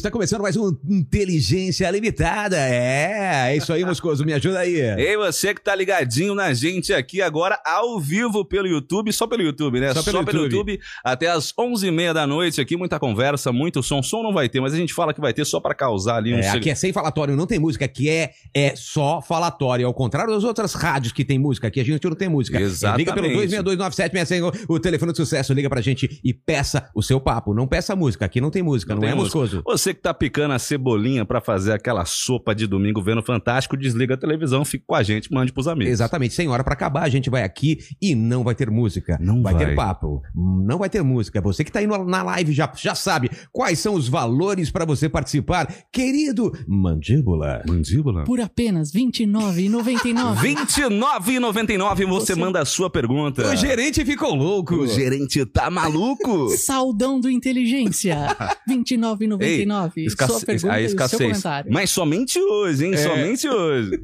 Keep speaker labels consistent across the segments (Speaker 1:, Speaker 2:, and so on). Speaker 1: Está começando mais um Inteligência Limitada. É, é isso aí, Moscoso, me ajuda aí.
Speaker 2: Ei, você que tá ligadinho na gente aqui agora, ao vivo pelo YouTube, só pelo YouTube, né?
Speaker 1: Só pelo YouTube.
Speaker 2: até às 11h30 da noite aqui, muita conversa, muito som. Som não vai ter, mas a gente fala que vai ter só pra causar ali um...
Speaker 1: É,
Speaker 2: seg-
Speaker 1: aqui é sem falatório, não tem música, aqui é, é só falatório. Ao contrário das outras rádios que tem música, aqui a gente não tem música. É,
Speaker 2: Exatamente.
Speaker 1: Liga pelo 2629765, o telefone de sucesso, liga pra gente e peça o seu papo. Não peça música, aqui não tem música,
Speaker 2: Não
Speaker 1: não,
Speaker 2: tem
Speaker 1: é
Speaker 2: música.
Speaker 1: Moscoso.
Speaker 2: Você que tá picando a cebolinha pra fazer aquela sopa de domingo vendo Fantástico, desliga a televisão, fica com a gente, mande pros amigos.
Speaker 1: Exatamente, sem hora pra acabar, a gente vai aqui e não vai ter música.
Speaker 2: Não vai.
Speaker 1: ter papo, não vai ter música. Você que tá aí no- na live já, já sabe quais são os valores pra você participar. Querido Mandíbula,
Speaker 2: Mandíbula.
Speaker 3: Por apenas R$ 29,99.
Speaker 2: R$29,99 você,
Speaker 3: Você-
Speaker 2: manda a sua pergunta.
Speaker 1: o gerente ficou louco.
Speaker 2: O gerente tá maluco?
Speaker 3: Saudão do Inteligência. R$ 29,99.
Speaker 2: Escasse-
Speaker 3: Sua pergunta
Speaker 2: a
Speaker 3: e o seu
Speaker 2: escassez.
Speaker 3: comentário.
Speaker 2: Mas somente hoje,
Speaker 1: É.
Speaker 2: hein? Somente hoje.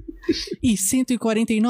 Speaker 3: E R$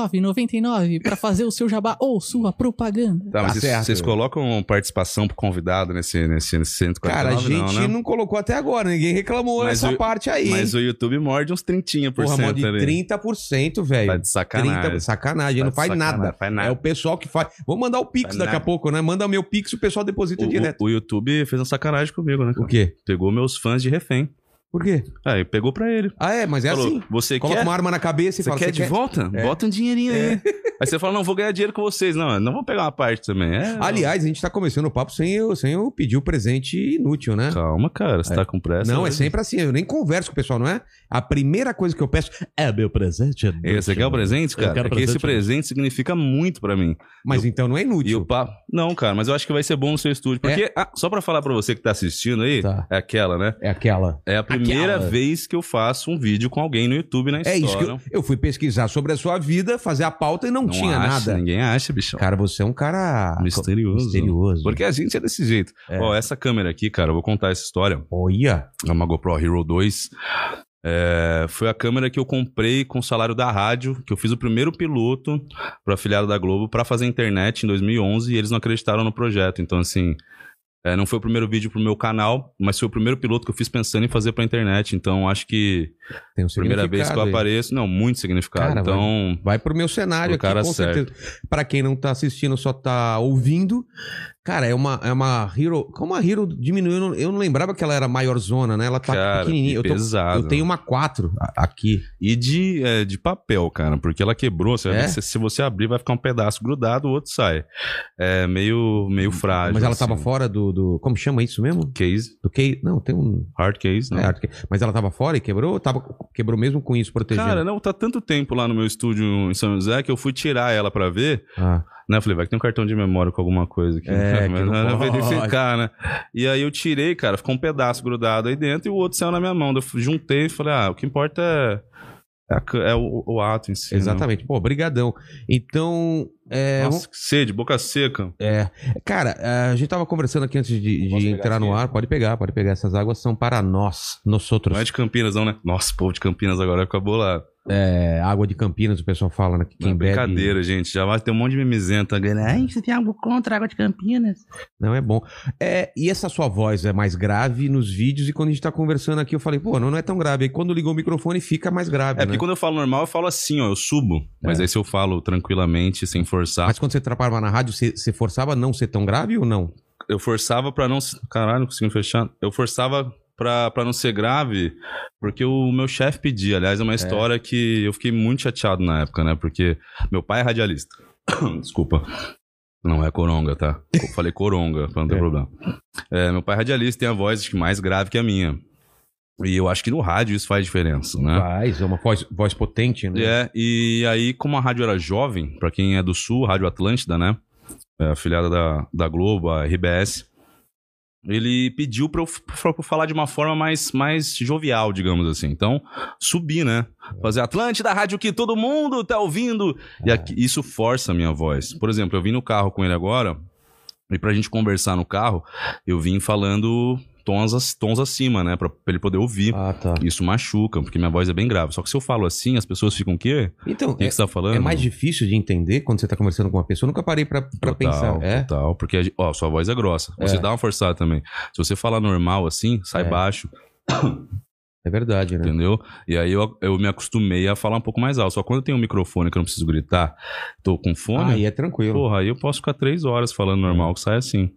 Speaker 3: 149,99 para fazer o seu jabá ou sua propaganda.
Speaker 2: Tá, mas
Speaker 1: Tá
Speaker 2: vocês-
Speaker 1: certo.
Speaker 2: vocês colocam participação pro convidado nesse, nesse, nesse 149,
Speaker 1: Cara, a gente
Speaker 2: não,
Speaker 1: não,
Speaker 2: né?
Speaker 1: colocou até agora, ninguém reclamou
Speaker 2: Mas
Speaker 1: nessa
Speaker 2: o-
Speaker 1: parte aí.
Speaker 2: Mas o YouTube morde uns 30%
Speaker 1: Porra, mó de
Speaker 2: ali.
Speaker 1: 30%, velho.
Speaker 2: Tá de sacanagem.
Speaker 1: 30, sacanagem,
Speaker 2: Tá
Speaker 1: não
Speaker 2: de
Speaker 1: faz
Speaker 2: sacanagem,
Speaker 1: nada.
Speaker 2: faz nada.
Speaker 1: É o pessoal que faz. Vou mandar o Pix
Speaker 2: Faz
Speaker 1: daqui a
Speaker 2: nada.
Speaker 1: pouco, né? Manda meu Pix, o pessoal deposita
Speaker 2: O,
Speaker 1: direto.
Speaker 2: o, o YouTube fez uma sacanagem comigo, né?
Speaker 1: O
Speaker 2: cara?
Speaker 1: quê?
Speaker 2: Pegou meus fãs de refém.
Speaker 1: Por quê?
Speaker 2: Aí pegou pra ele.
Speaker 1: Ah, é, mas é
Speaker 2: Falou,
Speaker 1: assim.
Speaker 2: você
Speaker 1: Coloca
Speaker 2: quer?
Speaker 1: uma arma na cabeça e
Speaker 2: Você
Speaker 1: fala,
Speaker 2: quer de volta?
Speaker 1: É.
Speaker 2: Bota um dinheirinho aí. Aí você fala, não, vou ganhar dinheiro com vocês. Não, não vou pegar uma parte também. É,
Speaker 1: Aliás, a gente tá começando o papo sem eu, sem eu pedir o presente inútil, né?
Speaker 2: Calma, cara, você
Speaker 1: É.
Speaker 2: tá com pressa.
Speaker 1: não, é
Speaker 2: né?
Speaker 1: sempre assim, eu nem converso com o pessoal, não é? A primeira coisa que eu peço é meu presente. inútil.
Speaker 2: Esse aqui é o presente, cara?
Speaker 1: Eu quero
Speaker 2: É que esse
Speaker 1: presente.
Speaker 2: presente significa muito pra mim.
Speaker 1: Mas então não é
Speaker 2: E o
Speaker 1: inútil.
Speaker 2: papo. Não, cara, mas eu acho que vai ser bom no seu estúdio. Porque, ah, só pra falar pra você que tá assistindo aí,
Speaker 1: É. Tá.
Speaker 2: é aquela, né?
Speaker 1: É aquela.
Speaker 2: É a primeira
Speaker 1: Aquela.
Speaker 2: vez que eu faço um vídeo com alguém no YouTube na
Speaker 1: É
Speaker 2: história.
Speaker 1: isso que eu, eu fui pesquisar sobre a sua vida, fazer a pauta e não, tinha
Speaker 2: acha,
Speaker 1: nada.
Speaker 2: Ninguém acha, bichão.
Speaker 1: Cara, você é um cara
Speaker 2: Misterioso.
Speaker 1: misterioso.
Speaker 2: Porque a gente é desse jeito.
Speaker 1: É.
Speaker 2: Ó, essa câmera aqui, cara, eu vou contar essa história.
Speaker 1: Olha.
Speaker 2: É uma GoPro Hero 2. É, foi a câmera que eu comprei com o salário da rádio, que eu fiz o primeiro piloto pro afiliado da Globo pra fazer internet em 2011 e eles não acreditaram no projeto. Então, assim, é, não foi o primeiro vídeo pro meu canal, mas foi o primeiro piloto que eu fiz pensando em fazer pra internet. Então, acho que
Speaker 1: Tem um
Speaker 2: primeira vez que eu
Speaker 1: significado aí.
Speaker 2: apareço, não, muito significado.
Speaker 1: Cara,
Speaker 2: então,
Speaker 1: Vai pro meu cenário
Speaker 2: Pro
Speaker 1: aqui,
Speaker 2: cara
Speaker 1: com
Speaker 2: certo.
Speaker 1: certeza. Pra quem não tá assistindo, só tá ouvindo. Cara, é uma, é uma Hero. Como a Hero diminuiu? Eu não, eu não lembrava que ela era maiorzona, né? Ela tá
Speaker 2: cara,
Speaker 1: pequenininha.
Speaker 2: que
Speaker 1: Eu, tô-
Speaker 2: pesado.
Speaker 1: eu tenho uma 4 a- aqui.
Speaker 2: E de, é, de papel, cara, porque ela quebrou. Você vai
Speaker 1: É?
Speaker 2: ver, se, se você abrir, vai ficar um pedaço grudado, o outro sai. É meio, meio frágil.
Speaker 1: mas ela
Speaker 2: assim.
Speaker 1: tava fora do, do- Como chama isso mesmo?
Speaker 2: Case,
Speaker 1: Do que. Não, tem um.
Speaker 2: hard case,
Speaker 1: é,
Speaker 2: né?
Speaker 1: acho que- mas ela tava fora e quebrou? Tava, quebrou mesmo com isso, protegendo?
Speaker 2: Cara, não, tá tanto tempo lá no meu estúdio em São José que eu fui tirar ela pra ver,
Speaker 1: Ah,
Speaker 2: né? Eu falei, vai que tem um cartão de memória com alguma coisa aqui.
Speaker 1: É,
Speaker 2: né?
Speaker 1: que
Speaker 2: Mas
Speaker 1: não
Speaker 2: era
Speaker 1: pode.
Speaker 2: verificar, né? E aí eu tirei, cara, ficou um pedaço grudado aí dentro e o outro saiu na minha mão. Daí Eu fui- juntei e falei, ah, o que importa é, é a c- é o, o ato em si. né?
Speaker 1: exatamente. Pô, brigadão. Então. É,
Speaker 2: Nossa, que sede, boca seca.
Speaker 1: É. Cara, a gente tava conversando aqui antes de, de
Speaker 2: Posso pegar
Speaker 1: entrar no
Speaker 2: aqui?
Speaker 1: ar. Pode pegar, pode pegar. Essas águas são para nós, nós outros.
Speaker 2: Não é de Campinas, não, né? Nossa, o povo de Campinas agora fica bolado.
Speaker 1: É, água de Campinas, o pessoal fala, né? Que
Speaker 2: Não é
Speaker 1: quem bebe- Tá
Speaker 2: brincadeira, gente. Já vai ter um monte de mimizenta. Ai, você tem algo contra a água de Campinas?
Speaker 1: Não é bom. É, e essa sua voz é mais grave nos vídeos e quando a gente tá conversando aqui, eu falei, pô, não, não é tão grave. Aí quando ligou o microfone, fica mais grave,
Speaker 2: É,
Speaker 1: né? É.
Speaker 2: porque quando eu falo normal, eu falo assim, ó, eu subo. Mas aí se eu falo tranquilamente, sem forçar.
Speaker 1: Mas quando você trabalhava na rádio, você, você forçava a não ser tão grave ou não?
Speaker 2: Eu forçava pra não. se- Caralho, não consegui fechar. Eu forçava pra, pra não ser grave, porque o meu chefe pedia. Aliás, é uma história que eu fiquei muito chateado na época, né? Porque meu pai é radialista. Desculpa. Não é coronga, tá? Eu falei coronga, pra não ter
Speaker 1: É.
Speaker 2: problema. É, meu pai é radialista, tem a voz acho que mais grave que a minha. E eu acho que no rádio isso faz diferença, né?
Speaker 1: Faz, é uma voz, voz potente, né?
Speaker 2: É, e aí, como a rádio era jovem, pra quem é do sul, Rádio Atlântida, né? É, afiliada da, da Globo, a RBS, ele pediu pra eu, f- pra eu falar de uma forma mais, mais jovial, digamos assim. Então, subi, né? Fazer Atlântida, a rádio que todo mundo tá ouvindo. E aqui- isso força a minha voz. Por exemplo, eu vim no carro com ele agora. E pra gente conversar no carro, eu vim falando tons, ac- tons acima, né? Pra, pra ele poder ouvir.
Speaker 1: Ah, tá.
Speaker 2: Isso machuca, porque minha voz é bem grave. Só que se eu falo assim, as pessoas ficam o quê?
Speaker 1: Então,
Speaker 2: O que,
Speaker 1: é,
Speaker 2: que você tá falando?
Speaker 1: é mais difícil de entender quando você tá conversando com uma pessoa. Eu nunca parei pra, pra
Speaker 2: Total,
Speaker 1: pensar. É?
Speaker 2: Total, porque, a gen- ó, sua voz é grossa. Você
Speaker 1: É.
Speaker 2: dá uma forçada também. Se você falar normal assim, sai
Speaker 1: É.
Speaker 2: baixo,
Speaker 1: é verdade, né?
Speaker 2: entendeu? E aí eu, eu me acostumei a falar um pouco mais alto. Só quando eu tenho um microfone que eu não preciso gritar, tô com fone,
Speaker 1: Aí é tranquilo.
Speaker 2: porra, aí eu posso ficar três horas falando normal, que sai assim.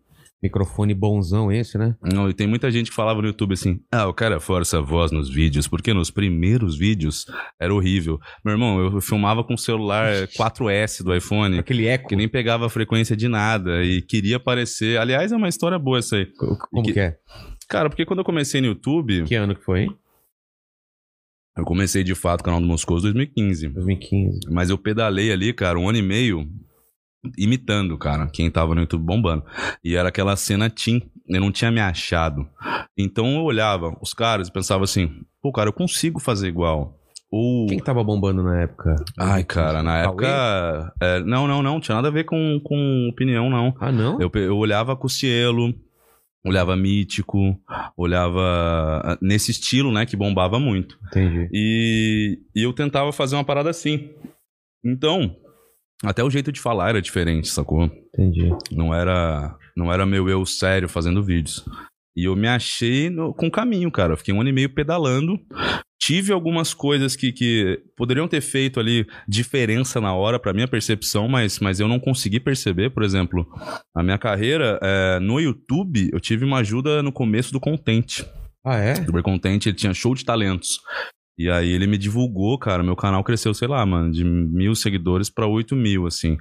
Speaker 1: Microfone bonzão esse, né?
Speaker 2: Não, e tem muita gente que falava no YouTube assim: ah, o cara força a voz nos vídeos, porque nos primeiros vídeos era horrível. Meu irmão, eu filmava com o celular 4S do iPhone,
Speaker 1: Aquele eco.
Speaker 2: que nem pegava a frequência de nada e queria aparecer. Aliás, é uma história boa essa aí.
Speaker 1: Co- Como
Speaker 2: que-
Speaker 1: que... é?
Speaker 2: Cara, porque quando eu comecei no YouTube,
Speaker 1: Que ano que foi, hein?
Speaker 2: eu comecei de fato o canal do Moscoso em 2015.
Speaker 1: 2015.
Speaker 2: Mas eu pedalei ali, cara, um ano e meio imitando, cara, quem tava no YouTube bombando. E era aquela cena Tim, eu não tinha me achado. Então eu olhava os caras e pensava assim, pô, cara, eu consigo fazer igual. Ou.
Speaker 1: Quem que tava bombando na época?
Speaker 2: Ai, cara, na
Speaker 1: Cauê?
Speaker 2: época. é, não, não, não, tinha nada a ver com, com opinião, não.
Speaker 1: Ah, não?
Speaker 2: Eu, pe- eu olhava Cossielo, olhava Mítico, olhava ah, nesse estilo, né, que bombava muito.
Speaker 1: Entendi.
Speaker 2: E, e eu tentava fazer uma parada assim. Então, até o jeito de falar era diferente, sacou?
Speaker 1: Entendi.
Speaker 2: Não era, não era meu eu sério fazendo vídeos. E eu me achei no- com o caminho, cara. Eu fiquei um ano e meio pedalando. Tive algumas coisas que, que poderiam ter feito ali diferença na hora, pra minha percepção, mas, mas eu não consegui perceber. Por exemplo, a minha carreira eh, no YouTube, eu tive uma ajuda no começo do Content.
Speaker 1: Ah, é?
Speaker 2: Super contente, ele tinha show de talentos. E aí ele me divulgou, cara, meu canal cresceu, sei lá, mano, de mil seguidores pra oito mil, assim.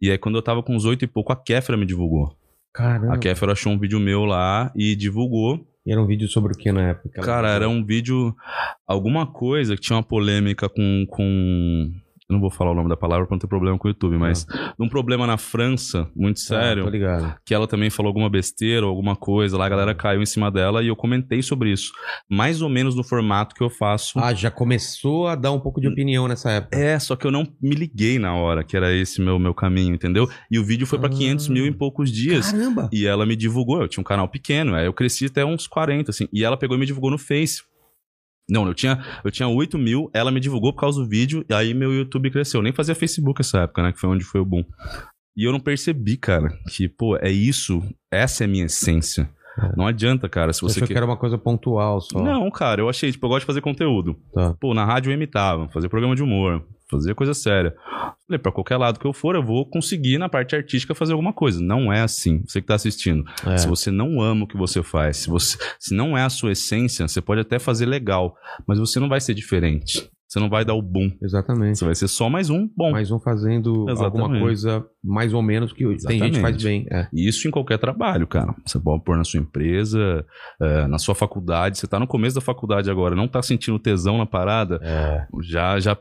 Speaker 2: E aí quando eu tava com uns oito e pouco, a Kéfera me divulgou.
Speaker 1: Caramba.
Speaker 2: A Kéfera achou um vídeo meu lá e divulgou.
Speaker 1: E era um vídeo sobre o que na época?
Speaker 2: Cara, era um vídeo, alguma coisa que tinha uma polêmica com... com... Eu não vou falar o nome da palavra pra não ter problema com o YouTube, mas... Um problema na França, muito sério
Speaker 1: Ah, tô ligado.
Speaker 2: que ela também falou alguma besteira ou alguma coisa lá, a galera caiu em cima dela e eu comentei sobre isso. Mais ou menos no formato que eu faço.
Speaker 1: Ah, já começou a dar um pouco de opinião nessa época.
Speaker 2: É, só que eu não me liguei na hora, que era esse meu, meu caminho, entendeu? E o vídeo foi pra
Speaker 1: Ah.
Speaker 2: 500 mil em poucos dias.
Speaker 1: Caramba!
Speaker 2: E ela me divulgou, eu tinha um canal pequeno, aí eu cresci até uns 40, assim. E ela pegou e me divulgou no Face. Não, eu tinha, eu tinha 8 mil, ela me divulgou por causa do vídeo, e aí meu YouTube cresceu. Eu nem fazia Facebook nessa época, né? Que foi onde foi o boom. E eu não percebi, cara, que, pô, é isso, essa é a minha essência.
Speaker 1: É.
Speaker 2: Não adianta, cara, se
Speaker 1: Você
Speaker 2: você
Speaker 1: achou
Speaker 2: quer.
Speaker 1: que era uma coisa pontual só.
Speaker 2: Não, cara, eu achei, tipo, eu gosto de fazer conteúdo.
Speaker 1: Tá.
Speaker 2: Pô, na rádio eu imitava, fazia programa de humor, fazia coisa séria. Falei, pra qualquer lado que eu for, eu vou conseguir na parte artística fazer alguma coisa. Não é assim, você que tá assistindo.
Speaker 1: É.
Speaker 2: Se você não ama o que você faz, se, você, se não é a sua essência, você pode até fazer legal, mas você não vai ser diferente. Você não vai dar o boom.
Speaker 1: Exatamente.
Speaker 2: Você vai ser só mais um bom.
Speaker 1: Mais um fazendo
Speaker 2: Exatamente.
Speaker 1: alguma coisa mais ou menos que tem gente que faz
Speaker 2: Exatamente.
Speaker 1: bem. É.
Speaker 2: E Isso em qualquer trabalho, cara. Você pode pôr na sua empresa, eh, na sua faculdade. Você tá no começo da faculdade agora, não tá sentindo tesão na parada,
Speaker 1: É.
Speaker 2: já, já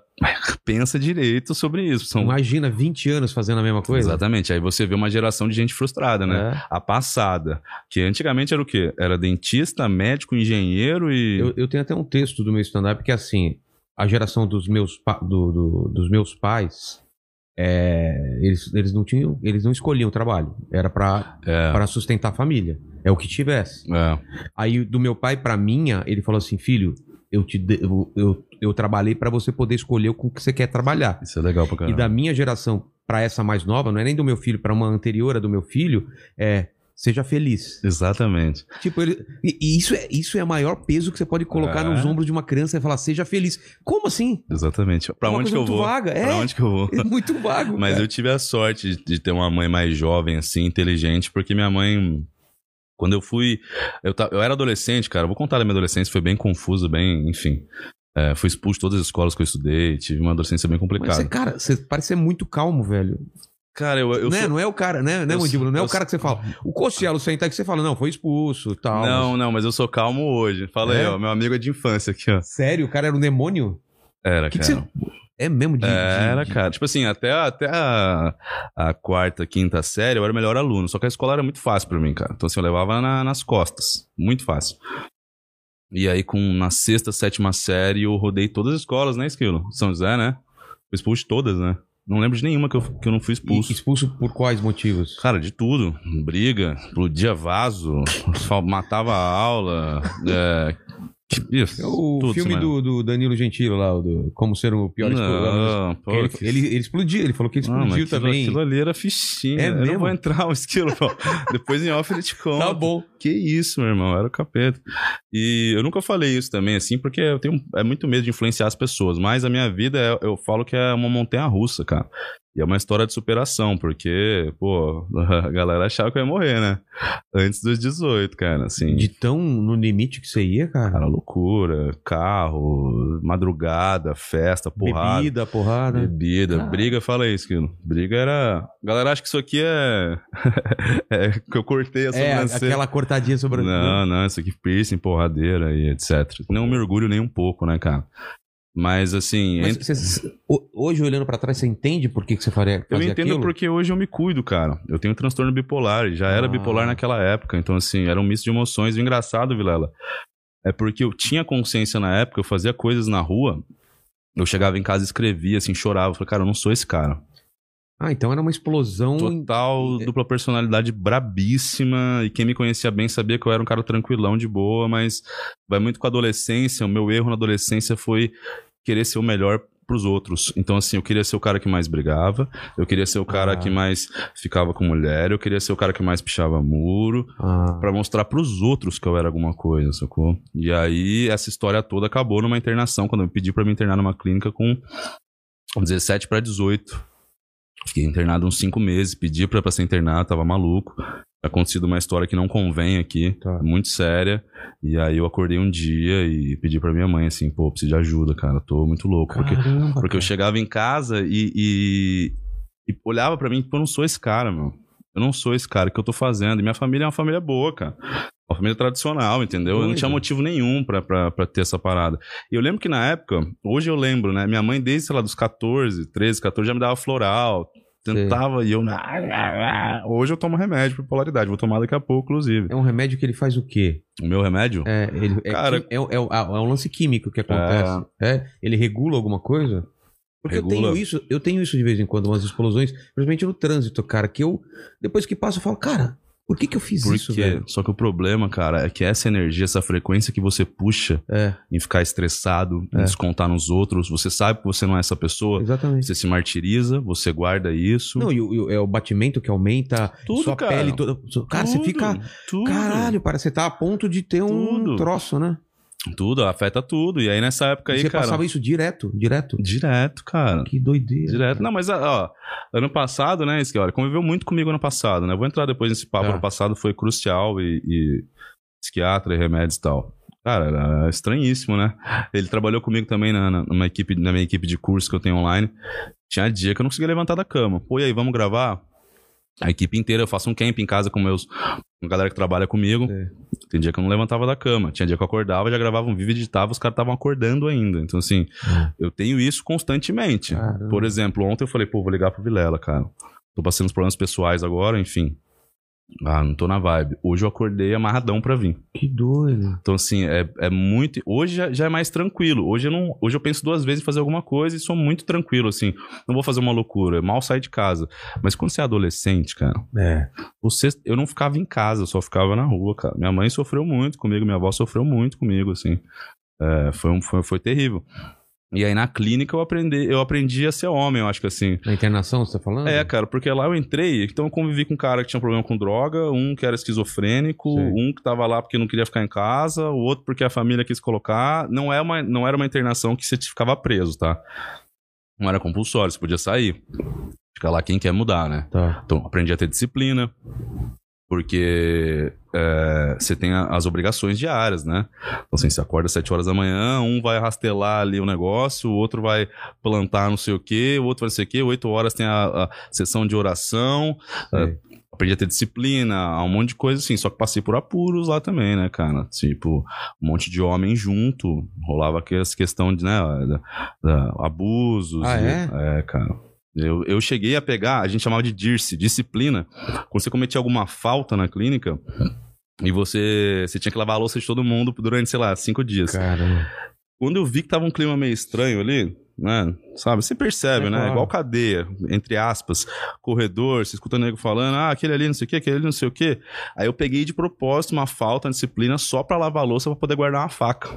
Speaker 2: pensa direito sobre isso. São
Speaker 1: Imagina 20 anos fazendo a mesma coisa.
Speaker 2: Exatamente. Aí você vê uma geração de gente frustrada, né?
Speaker 1: É.
Speaker 2: A passada. Que antigamente era o quê? Era dentista, médico, engenheiro e.
Speaker 1: Eu, eu tenho até um texto do meu stand-up que é assim: a geração dos meus, pa- do- do- dos meus pais. é, eles, eles não tinham eles não escolhiam o trabalho era pra
Speaker 2: É.
Speaker 1: para sustentar a família é o que tivesse
Speaker 2: É.
Speaker 1: Aí do meu pai pra minha, ele falou assim, filho, eu te de- eu, eu, eu trabalhei pra você poder escolher com o que você quer trabalhar.
Speaker 2: Isso é legal pra
Speaker 1: E
Speaker 2: caramba.
Speaker 1: da minha geração pra essa mais nova, não é nem do meu filho, pra uma anterior a do meu filho, é seja feliz.
Speaker 2: Exatamente.
Speaker 1: Tipo, ele, e, e isso é isso é o maior peso que você pode colocar
Speaker 2: É.
Speaker 1: nos ombros de uma criança e falar seja feliz. Como assim?
Speaker 2: Exatamente. Pra
Speaker 1: É uma
Speaker 2: onde
Speaker 1: coisa
Speaker 2: que eu
Speaker 1: muito
Speaker 2: vou?
Speaker 1: Vaga. É,
Speaker 2: Pra onde que eu vou?
Speaker 1: é muito vago.
Speaker 2: Mas
Speaker 1: cara.
Speaker 2: eu tive a sorte de- de ter uma mãe mais jovem, assim, inteligente, porque minha mãe. Quando eu fui. Eu, ta- eu era adolescente, cara. eu Vou contar da minha adolescência, foi bem confusa, bem. Enfim. É, fui expulso de todas as escolas que eu estudei, tive uma adolescência bem
Speaker 1: Mas
Speaker 2: complicada.
Speaker 1: você, cara, você parece ser muito calmo, velho.
Speaker 2: Cara, eu, eu
Speaker 1: né?
Speaker 2: sou-
Speaker 1: Não é o cara, né, né
Speaker 2: eu sou-
Speaker 1: Mandíbula? Não é
Speaker 2: eu
Speaker 1: o cara que você fala. O Cossielo sentar que você fala, não, foi expulso e tal.
Speaker 2: Não, não, mas eu sou calmo hoje. Fala aí,
Speaker 1: É?
Speaker 2: ó. Meu amigo é de infância aqui, ó.
Speaker 1: Sério? O cara era um demônio?
Speaker 2: Era,
Speaker 1: Que que
Speaker 2: cara.
Speaker 1: É mesmo de. de-
Speaker 2: Era,
Speaker 1: de-
Speaker 2: cara. Tipo assim, até, até a, a quarta, quinta série, eu era o melhor aluno. Só que a escola era muito fácil pra mim, cara. Então, assim, eu levava na- nas costas. Muito fácil. E aí, com na sexta, sétima série, eu rodei todas as escolas, né, Esquilo? São José, né? Fui expulso de todas, né? Não lembro de nenhuma que eu, que eu não fui expulso.
Speaker 1: E expulso por quais motivos?
Speaker 2: Cara, de tudo. Briga, explodia vaso, só matava a aula. É, que- isso,
Speaker 1: É O
Speaker 2: tudo,
Speaker 1: filme
Speaker 2: né?
Speaker 1: do, do Danilo Gentili lá, o do Como Ser o Pior né? Expulso.
Speaker 2: Não, pô,
Speaker 1: Ele,
Speaker 2: que-
Speaker 1: ele, ele explodiu, ele falou que
Speaker 2: Não, Ah, mas
Speaker 1: explodiu
Speaker 2: aquilo-
Speaker 1: também.
Speaker 2: Aquilo ali era fichinha.
Speaker 1: É
Speaker 2: eu
Speaker 1: mesmo?
Speaker 2: não vou entrar o esquilo, pô. Depois em off ele te conta.
Speaker 1: Tá bom.
Speaker 2: Que isso, meu irmão, era o capeta. E eu nunca falei isso também, assim, porque eu tenho é muito medo de influenciar as pessoas, mas a minha vida, é- eu falo que é uma montanha russa, cara. E é uma história de superação, porque, pô, a galera achava que eu ia morrer, né? Antes dos 18, cara, assim.
Speaker 1: De tão no limite que você ia, cara.
Speaker 2: Cara, loucura, carro, madrugada, festa, porrada.
Speaker 1: Bebida, porrada.
Speaker 2: Bebida, briga, fala isso, Kilo. Briga era. Galera, acho que isso aqui é. é que eu cortei a
Speaker 1: É,
Speaker 2: sobrancelha.
Speaker 1: aquela cortadinha sobre
Speaker 2: Não, não, isso aqui piercing, porradeira e etc. Não me orgulho nem um pouco, né, cara? Mas assim.
Speaker 1: Mas
Speaker 2: ent-
Speaker 1: você- ho- hoje, olhando pra trás, você entende por que, que você faria
Speaker 2: Eu
Speaker 1: fazia
Speaker 2: entendo
Speaker 1: aquilo?
Speaker 2: porque hoje eu me cuido, cara. Eu tenho transtorno bipolar, e já era
Speaker 1: Ah.
Speaker 2: bipolar naquela época, então assim, era um misto de emoções. E o engraçado, Vilela, é porque eu tinha consciência na época, eu fazia coisas na rua, eu chegava em casa, escrevia, assim, chorava, eu falei, cara, eu não sou esse cara.
Speaker 1: Ah, então era uma explosão.
Speaker 2: Total, dupla personalidade brabíssima. E quem me conhecia bem sabia que eu era um cara tranquilão, de boa, mas vai muito com a adolescência. O meu erro na adolescência foi querer ser o melhor pros outros. Então, assim, eu queria ser o cara que mais brigava, eu queria ser o cara
Speaker 1: Ah.
Speaker 2: que mais ficava com mulher, eu queria ser o cara que mais pichava muro,
Speaker 1: Ah,
Speaker 2: pra mostrar pros outros que eu era alguma coisa, sacou? E aí, essa história toda acabou numa internação, quando eu pedi pra me internar numa clínica com 17 pra 18. Fiquei internado uns 5 meses, pedi pra, pra ser internado, tava maluco. Acontecido uma história que não convém aqui,
Speaker 1: Tá.
Speaker 2: muito séria. E aí eu acordei um dia e pedi pra minha mãe assim, pô, preciso de ajuda, cara, eu tô muito louco. Porque
Speaker 1: caramba,
Speaker 2: porque eu
Speaker 1: cara.
Speaker 2: chegava em casa e, e- e olhava pra mim, tipo, eu não sou esse cara, meu. Eu não sou esse cara o que eu tô fazendo. E minha família é uma família boa, cara. Uma família tradicional, entendeu? Eu não
Speaker 1: Doido.
Speaker 2: tinha motivo nenhum pra, pra, pra ter essa parada. E eu lembro que na época, hoje eu lembro, né? Minha mãe, desde, sei lá, dos 14, 13, 14, já me dava floral. Tentava e eu. Hoje eu tomo remédio pra polaridade. Vou tomar daqui a pouco, inclusive.
Speaker 1: É um remédio que ele faz o quê?
Speaker 2: O meu remédio?
Speaker 1: É, ele, é,
Speaker 2: Cara-
Speaker 1: quim- é, é- é um lance químico que acontece. É, ele regula alguma coisa? Porque eu
Speaker 2: Regula.
Speaker 1: tenho isso, eu tenho isso de vez em quando, umas explosões, principalmente no trânsito, cara, que eu depois que passo eu falo, cara, por que que eu fiz isso,
Speaker 2: Porque,
Speaker 1: velho?
Speaker 2: só que o problema, cara, é que essa energia, essa frequência que você puxa
Speaker 1: É.
Speaker 2: em ficar estressado, em descontar nos outros, você sabe que você não é essa pessoa,
Speaker 1: Exatamente.
Speaker 2: você se martiriza, você guarda isso.
Speaker 1: Não, e, o- e o- é o batimento que aumenta,
Speaker 2: Tudo,
Speaker 1: sua
Speaker 2: cara.
Speaker 1: pele toda, sua- cara, você
Speaker 2: Tudo,
Speaker 1: fica,
Speaker 2: tudo,
Speaker 1: caralho, parece que você tá a ponto de ter um
Speaker 2: Tudo.
Speaker 1: troço, né?
Speaker 2: tudo afeta tudo. E aí nessa época aí,
Speaker 1: E você
Speaker 2: cara,
Speaker 1: passava isso direto, direto.
Speaker 2: direto, cara.
Speaker 1: Que doideira.
Speaker 2: Direto.
Speaker 1: cara.
Speaker 2: Não, mas ó, ano passado, né, isso que olha, conviveu muito comigo ano passado, né? Eu Vou entrar depois nesse papo.
Speaker 1: Tá.
Speaker 2: Ano passado foi crucial e, e psiquiatra e remédios e tal. Cara, era estranhíssimo, né? Ele trabalhou comigo também na, na- numa equipe, na minha equipe de curso que eu tenho online. Tinha dia que eu não conseguia levantar da cama. Pô, e aí, vamos gravar? A equipe inteira, eu faço um camp em casa com meus com a galera que trabalha comigo.
Speaker 1: É.
Speaker 2: Tem dia que eu não levantava da cama. Tinha dia que eu acordava, já gravava um vídeo, editava, os caras estavam acordando ainda. Então, assim, eu tenho isso constantemente.
Speaker 1: Caramba.
Speaker 2: Por exemplo, ontem eu falei, pô, vou ligar pro Vilela, cara. Tô passando uns problemas pessoais agora, enfim. Ah, não tô na vibe. Hoje eu acordei amarradão pra vir.
Speaker 1: Que doido.
Speaker 2: Então, assim, é, é muito. Hoje já, já é mais tranquilo. Hoje eu, não, hoje eu penso duas vezes em fazer alguma coisa e sou muito tranquilo, assim. Não vou fazer uma loucura. Mal saio de casa. Mas quando você é adolescente, cara,
Speaker 1: É.
Speaker 2: você, eu não ficava em casa, eu só ficava na rua, cara. Minha mãe sofreu muito comigo, minha avó sofreu muito comigo, assim. É, foi, um- foi, foi terrível. E aí na clínica eu aprendi, eu aprendi a ser homem, eu acho que assim.
Speaker 1: Na internação você tá falando?
Speaker 2: É, cara, porque lá eu entrei, então eu convivi com um cara que tinha problema com droga, um que era esquizofrênico,
Speaker 1: Sim.
Speaker 2: um que tava lá porque não queria ficar em casa, o outro porque a família quis colocar. Não, é uma, não era uma internação que você te ficava preso, tá? Não era compulsório, você podia sair. Fica lá quem quer mudar, né?
Speaker 1: Tá.
Speaker 2: Então, aprendi a ter disciplina, porque é, você tem a- as obrigações diárias, né? Então, assim, você acorda às 7 horas da manhã, um vai rastelar ali o negócio, o outro vai plantar não sei o quê, o outro vai não sei o quê, 8 horas tem a, a sessão de oração.
Speaker 1: Sei.
Speaker 2: é, aprendi a ter disciplina, um monte de coisa assim, só que passei por apuros lá também, né, cara? Tipo, um monte de homem junto, rolava aquelas questão de, né, da- da- abusos.
Speaker 1: Ah,
Speaker 2: e-
Speaker 1: é?
Speaker 2: é, cara. Eu, eu cheguei a pegar, a gente chamava de DIRCE, disciplina. Quando você cometia alguma falta na clínica e você, você tinha que lavar a louça de todo mundo durante, sei lá, cinco dias.
Speaker 1: Caramba.
Speaker 2: Quando eu vi que tava um clima meio estranho ali, né? Sabe? Você percebe,
Speaker 1: É,
Speaker 2: né?
Speaker 1: claro.
Speaker 2: Igual cadeia, entre aspas, corredor, você escuta o nego falando, ah, aquele ali não sei o quê, aquele ali não sei o quê. Aí eu peguei de propósito uma falta na disciplina só pra lavar a louça pra poder guardar uma faca.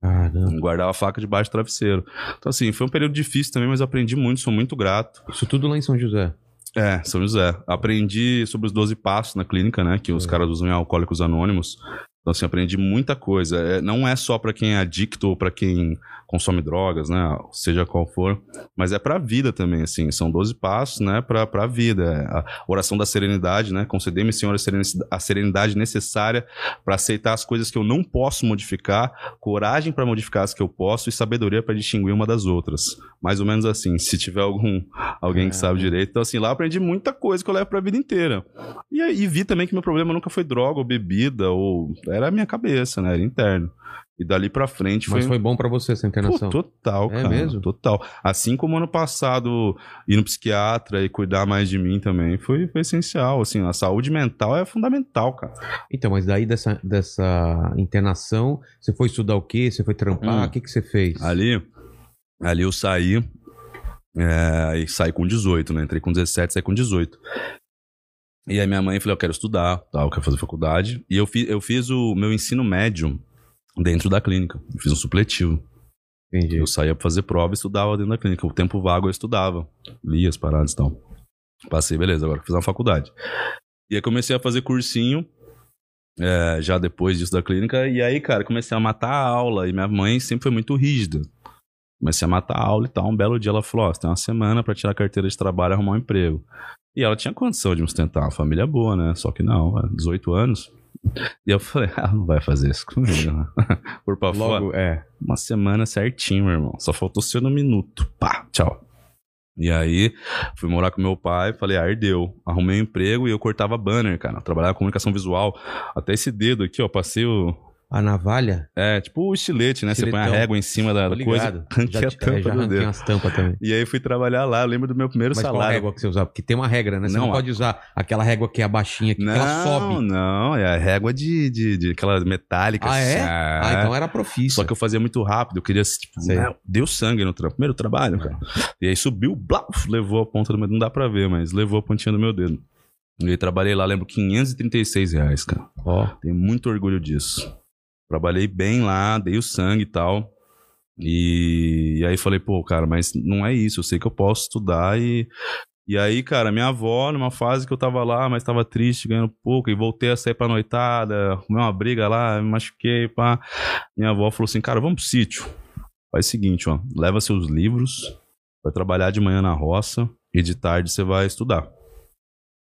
Speaker 1: Caramba.
Speaker 2: Guardava a faca debaixo do travesseiro. Então, assim, foi um período difícil também, mas aprendi muito, sou muito grato.
Speaker 1: Isso tudo lá em São José.
Speaker 2: É, São José. Aprendi sobre os 12 passos na clínica, né? Que os
Speaker 1: É.
Speaker 2: caras usam em Alcoólicos Anônimos. Então, assim, aprendi muita coisa. É, não é só pra quem é adicto ou pra quem consome drogas, né? Seja qual for. Mas é pra vida também, assim. São 12 passos, né? Pra, pra vida. É a oração da serenidade, né? Conceder-me, Senhor, a serenici- a serenidade necessária pra aceitar as coisas que eu não posso modificar, coragem pra modificar as que eu posso e sabedoria pra distinguir uma das outras. Mais ou menos assim. Se tiver algum alguém que sabe direito. Então, assim, lá eu aprendi muita coisa que eu levo pra vida inteira. E, aí- e vi também que meu problema nunca foi droga ou bebida, ou. Era a minha cabeça, né? Era interno. E dali pra frente foi.
Speaker 1: Mas foi bom pra você essa
Speaker 2: Pô,
Speaker 1: internação.
Speaker 2: total,
Speaker 1: É
Speaker 2: cara.
Speaker 1: mesmo?
Speaker 2: Total. Assim como ano passado, ir no psiquiatra e cuidar mais de mim também foi, foi essencial. Assim, a saúde mental é fundamental, cara.
Speaker 1: Então, mas daí dessa, dessa internação, você foi estudar o quê? Você foi trampar?
Speaker 2: Hum.
Speaker 1: O que, que você fez?
Speaker 2: Ali, ali eu saí. é, e saí com 18, né? Entrei com 17, saí com 18. E aí minha mãe falou: Eu quero estudar, tal, eu quero fazer faculdade. E eu, fi, eu fiz o meu ensino médio dentro da clínica. Eu fiz um supletivo.
Speaker 1: Entendi.
Speaker 2: Eu saía pra fazer prova e estudava dentro da clínica. O tempo vago eu estudava. Lia as paradas e tal. Passei, beleza, agora fiz uma faculdade. E aí comecei a fazer cursinho. é, já depois disso da clínica. E aí, cara, comecei a matar a aula. E minha mãe sempre foi muito rígida. Comecei a matar a aula e tal. Um belo dia ela falou: Ó, você tem uma semana pra tirar a carteira de trabalho e arrumar um emprego. E ela tinha condição de me sustentar. Uma família boa, né? Só que não, é 18 anos. E eu falei: Ah, não vai fazer isso comigo, né? Por pra fora.
Speaker 1: Logo, é.
Speaker 2: Uma semana certinho, meu irmão. Só faltou ser no minuto. Pá, tchau. E aí, fui morar com meu pai, falei, ah, ardeu. Arrumei um emprego e eu cortava banner, cara. Trabalhava com comunicação visual. Até esse dedo aqui, ó, passei o.
Speaker 1: A navalha?
Speaker 2: É, tipo o estilete, né? Você põe a
Speaker 1: Estiletão.
Speaker 2: régua em cima da
Speaker 1: Tô
Speaker 2: da coisa.
Speaker 1: ligado.
Speaker 2: Arranquei a
Speaker 1: Já te- é, já
Speaker 2: tampa do
Speaker 1: arranquei
Speaker 2: dedo.
Speaker 1: as tampas também.
Speaker 2: E aí fui trabalhar lá, eu lembro do meu primeiro
Speaker 1: Mas qual
Speaker 2: salário.
Speaker 1: régua que você usava? Porque tem uma regra, né? Você não,
Speaker 2: Não,
Speaker 1: pode usar aquela régua que é a baixinha aqui, que ela sobe.
Speaker 2: não, é a régua de, de, de aquela metálica.
Speaker 1: Ah, é?
Speaker 2: assim.
Speaker 1: Ah, então era profissa.
Speaker 2: Só que eu fazia muito rápido, eu queria, tipo,
Speaker 1: Sei.
Speaker 2: né, deu sangue no tra- primeiro trabalho, cara. E aí subiu, blá, levou a ponta do meu, não dá pra ver, mas levou a pontinha do meu dedo. E aí trabalhei lá, lembro, 536 reais, cara.
Speaker 1: Ó,
Speaker 2: Tenho muito orgulho disso. Trabalhei bem lá, dei o sangue e tal. E, e aí falei, pô, cara, mas não é isso, eu sei que eu posso estudar e... E aí, cara, minha avó, numa fase que eu tava lá, mas tava triste, ganhando pouco, e voltei a sair pra noitada, arrumei uma briga lá, me machuquei, pá. Minha avó falou assim, cara, vamos pro sítio. Faz o seguinte, ó, leva seus livros, vai trabalhar de manhã na roça, e de tarde você vai estudar.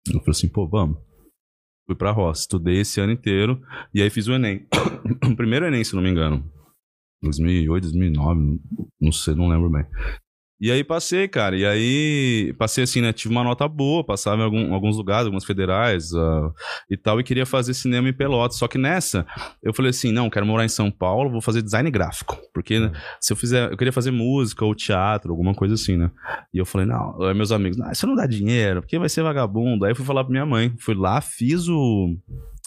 Speaker 2: Eu falei assim, pô, vamos. Fui pra roça, estudei esse ano inteiro, e aí fiz o Enem. o primeiro Enem, se não me engano. 2008, 2009, não sei, não lembro bem. E aí passei, cara. E aí passei assim, né? Tive uma nota boa, passava em algum- alguns lugares, algumas federais ah, e tal, e queria fazer cinema em Pelotas. Só que nessa, eu falei assim: não, quero morar em São Paulo, vou fazer design gráfico. Porque né, se eu fizer, eu queria fazer música ou teatro, alguma coisa assim, né? E eu falei: não, aí meus amigos, não, isso não dá dinheiro, porque vai ser vagabundo. Aí eu fui falar pra minha mãe, fui lá, fiz o.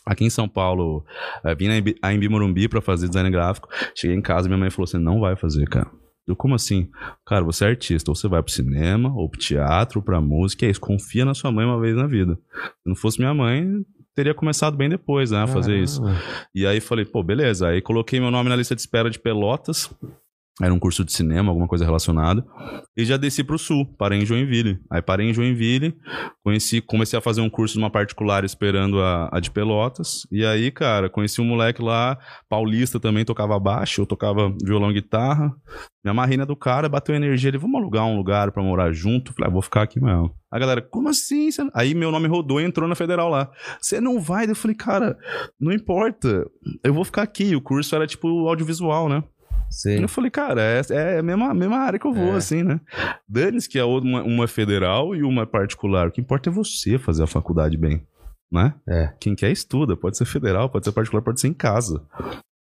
Speaker 2: Aqui em São Paulo, eh, vim na Imbi- a Imbi Morumbi pra fazer design gráfico. Cheguei em casa, minha mãe falou: você não vai fazer, cara. Eu, como assim? Cara, você é artista, ou você vai pro cinema, ou pro teatro, ou pra música, é isso. Confia na sua mãe uma vez na vida. Se não fosse minha mãe, teria começado bem depois,
Speaker 1: Ah,
Speaker 2: né, a fazer isso.
Speaker 1: caramba.
Speaker 2: E aí falei, pô, beleza. Aí coloquei meu nome na lista de espera de Pelotas. Era um curso de cinema, alguma coisa relacionada. E já desci pro sul, parei em Joinville. Aí parei em Joinville, conheci, comecei a fazer um curso numa particular esperando a, a de Pelotas. E aí, cara, conheci um moleque lá, paulista também, tocava baixo, eu tocava violão e guitarra. Minha marrina do cara bateu energia, ele, vamos alugar um lugar pra morar junto? Falei, ah, vou ficar aqui mesmo. A galera, como assim? você não-" Aí meu nome rodou e entrou na Federal lá. Você não vai? Eu falei, cara, não importa, eu vou ficar aqui. O curso era tipo audiovisual, né?
Speaker 1: Você...
Speaker 2: Eu falei, cara, é, é a mesma, a mesma área que eu vou,
Speaker 1: É.
Speaker 2: assim, né? Dane-se que a outra- uma, uma é federal e uma é particular. O que importa é você fazer a faculdade bem, né?
Speaker 1: É.
Speaker 2: Quem quer estuda, pode ser federal, pode ser particular, pode ser em casa.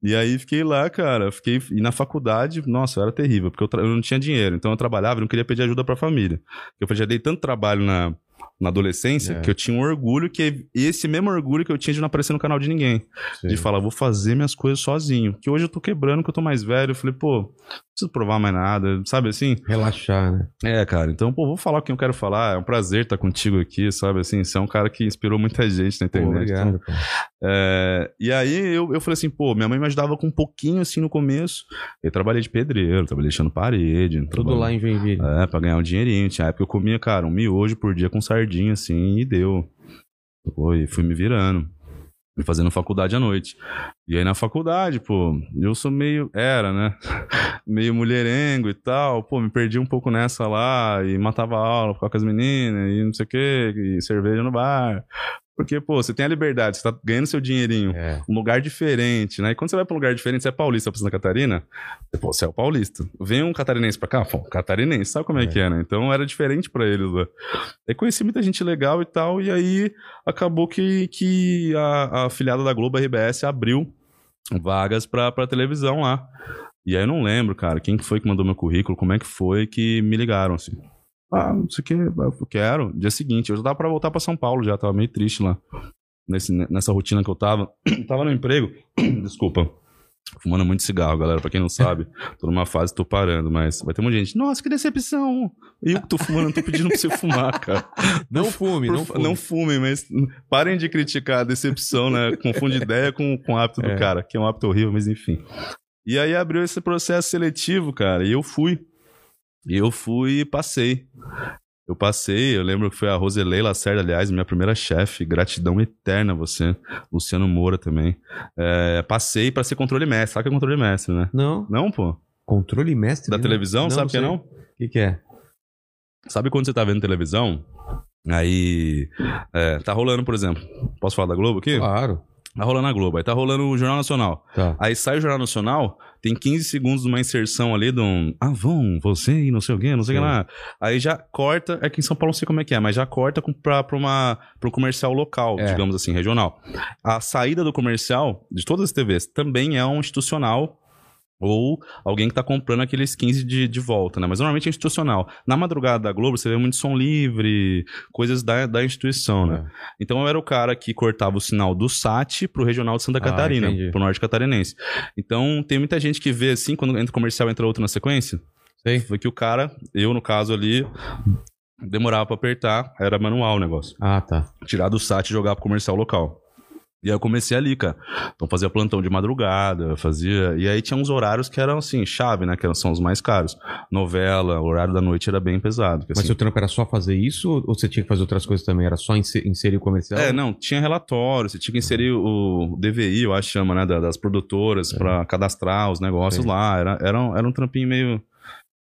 Speaker 2: E aí fiquei lá, cara, fiquei e na faculdade, nossa, era terrível, porque eu, tra- eu não tinha dinheiro, então eu trabalhava, e não queria pedir ajuda pra família. Eu falei, já dei tanto trabalho na na adolescência
Speaker 1: É.
Speaker 2: que eu tinha um orgulho que esse mesmo orgulho que eu tinha de não aparecer no canal de ninguém. De falar, vou fazer minhas coisas sozinho. Que hoje eu tô quebrando, que eu tô mais velho. Eu falei, pô, não preciso provar mais nada, sabe assim?
Speaker 1: Relaxar, né?
Speaker 2: É, cara, então, pô, vou falar o que eu quero falar. É um prazer estar contigo aqui, sabe? Assim, você é um cara que inspirou muita gente na
Speaker 1: Pô,
Speaker 2: internet. né?
Speaker 1: obrigado, cara.
Speaker 2: É, e aí eu, eu falei assim, pô, minha mãe me ajudava com um pouquinho assim no começo. Eu trabalhei de pedreiro, trabalhei deixando parede.
Speaker 1: Tudo lá em Joinville.
Speaker 2: É, pra ganhar um dinheirinho. Tinha época que eu comia, cara, um miojo por dia com sardinha, assim, e deu. Pô, e fui me virando. E fazendo faculdade à noite. E aí na faculdade, pô, eu sou meio. Era, né? meio mulherengo e tal. Pô, me perdi um pouco nessa lá. E matava a aula, ficava com as meninas, e não sei o quê, e cerveja no bar. Porque, pô, você tem a liberdade, você tá ganhando seu dinheirinho
Speaker 1: É.
Speaker 2: um lugar diferente, né? E quando você vai pra um lugar diferente, você é paulista pra Santa Catarina, você, pô, você é o paulista. Vem um catarinense pra cá, pô, catarinense, sabe como é,
Speaker 1: É.
Speaker 2: que é, né? Então era diferente pra eles lá. Aí conheci muita gente legal e tal, e aí acabou que, que a, a filiada da Globo, a RBS, abriu vagas pra, pra televisão lá. E aí eu não lembro, cara, quem que foi que mandou meu currículo, como é que foi que me ligaram, assim. Ah, não sei o que, eu quero. Dia seguinte, eu já tava pra voltar pra São Paulo já, tava meio triste lá. Nesse, nessa rotina que eu tava. tava no emprego, desculpa. Fumando muito cigarro, galera. Pra quem não sabe, tô numa fase, tô parando, mas vai ter muita gente. Nossa, que decepção! Eu que tô fumando, não tô pedindo pra você fumar, cara.
Speaker 1: Não fume,
Speaker 2: Por
Speaker 1: não
Speaker 2: fa-
Speaker 1: fume.
Speaker 2: não fumem, mas parem de criticar a decepção, né? Confunde ideia com, com o hábito
Speaker 1: É.
Speaker 2: do cara, que é um hábito horrível, mas enfim. E aí abriu esse processo seletivo, cara, e eu fui. E eu fui e passei. Eu passei, eu lembro que foi a Roselei Lacerda, aliás, minha primeira chefe. Gratidão eterna a você. Luciano Moura também. É, passei pra ser controle mestre. Sabe o que é controle mestre, né?
Speaker 1: Não.
Speaker 2: Não, pô?
Speaker 1: Controle mestre.
Speaker 2: Da
Speaker 1: né?
Speaker 2: televisão, sabe o que é
Speaker 1: sei.
Speaker 2: não?
Speaker 1: O que, que é?
Speaker 2: Sabe quando você tá vendo televisão? Aí. é, tá rolando, por exemplo. Posso falar da Globo aqui?
Speaker 1: Claro.
Speaker 2: Tá rolando a Globo, aí tá rolando o Jornal Nacional.
Speaker 1: Tá.
Speaker 2: Aí sai o Jornal Nacional, tem 15 segundos de uma inserção ali de um. Ah, vão, você e não sei o quê, não sei o que
Speaker 1: Sim.
Speaker 2: lá. Aí já corta, é que em São Paulo não sei como é que é, mas já corta com- pra, pra, uma, pra um comercial local,
Speaker 1: É.
Speaker 2: digamos assim, regional. A saída do comercial, de todas as TVs, também é um institucional. Ou alguém que tá comprando aqueles 15 de, de volta, né? Mas normalmente é institucional. Na madrugada da Globo, você vê muito som livre, coisas da, da instituição, né? Então eu era o cara que cortava o sinal do SAT pro regional de Santa
Speaker 1: Ah,
Speaker 2: Catarina,
Speaker 1: entendi.
Speaker 2: pro norte catarinense. Então tem muita gente que vê assim, quando entra comercial, entra outro na sequência.
Speaker 1: Sei.
Speaker 2: Foi que o cara, eu no caso ali, demorava pra apertar, era manual o negócio.
Speaker 1: Ah, tá.
Speaker 2: Tirar do SAT e jogar pro comercial local. E aí eu comecei ali, cara. Então fazia plantão de madrugada, fazia. E aí tinha uns horários que eram assim, chave, né? Que eram- são os mais caros. Novela, o horário da noite era bem pesado. porque,
Speaker 1: Mas
Speaker 2: assim,
Speaker 1: seu trampo era só fazer isso ou você tinha que fazer outras coisas também? Era só inse- inserir o comercial?
Speaker 2: É, não, tinha relatório, você tinha que inserir o DVI, eu acho que chama, né, da- das produtoras pra cadastrar os negócios
Speaker 1: É. Sim.
Speaker 2: lá, era, era, um, era um trampinho meio,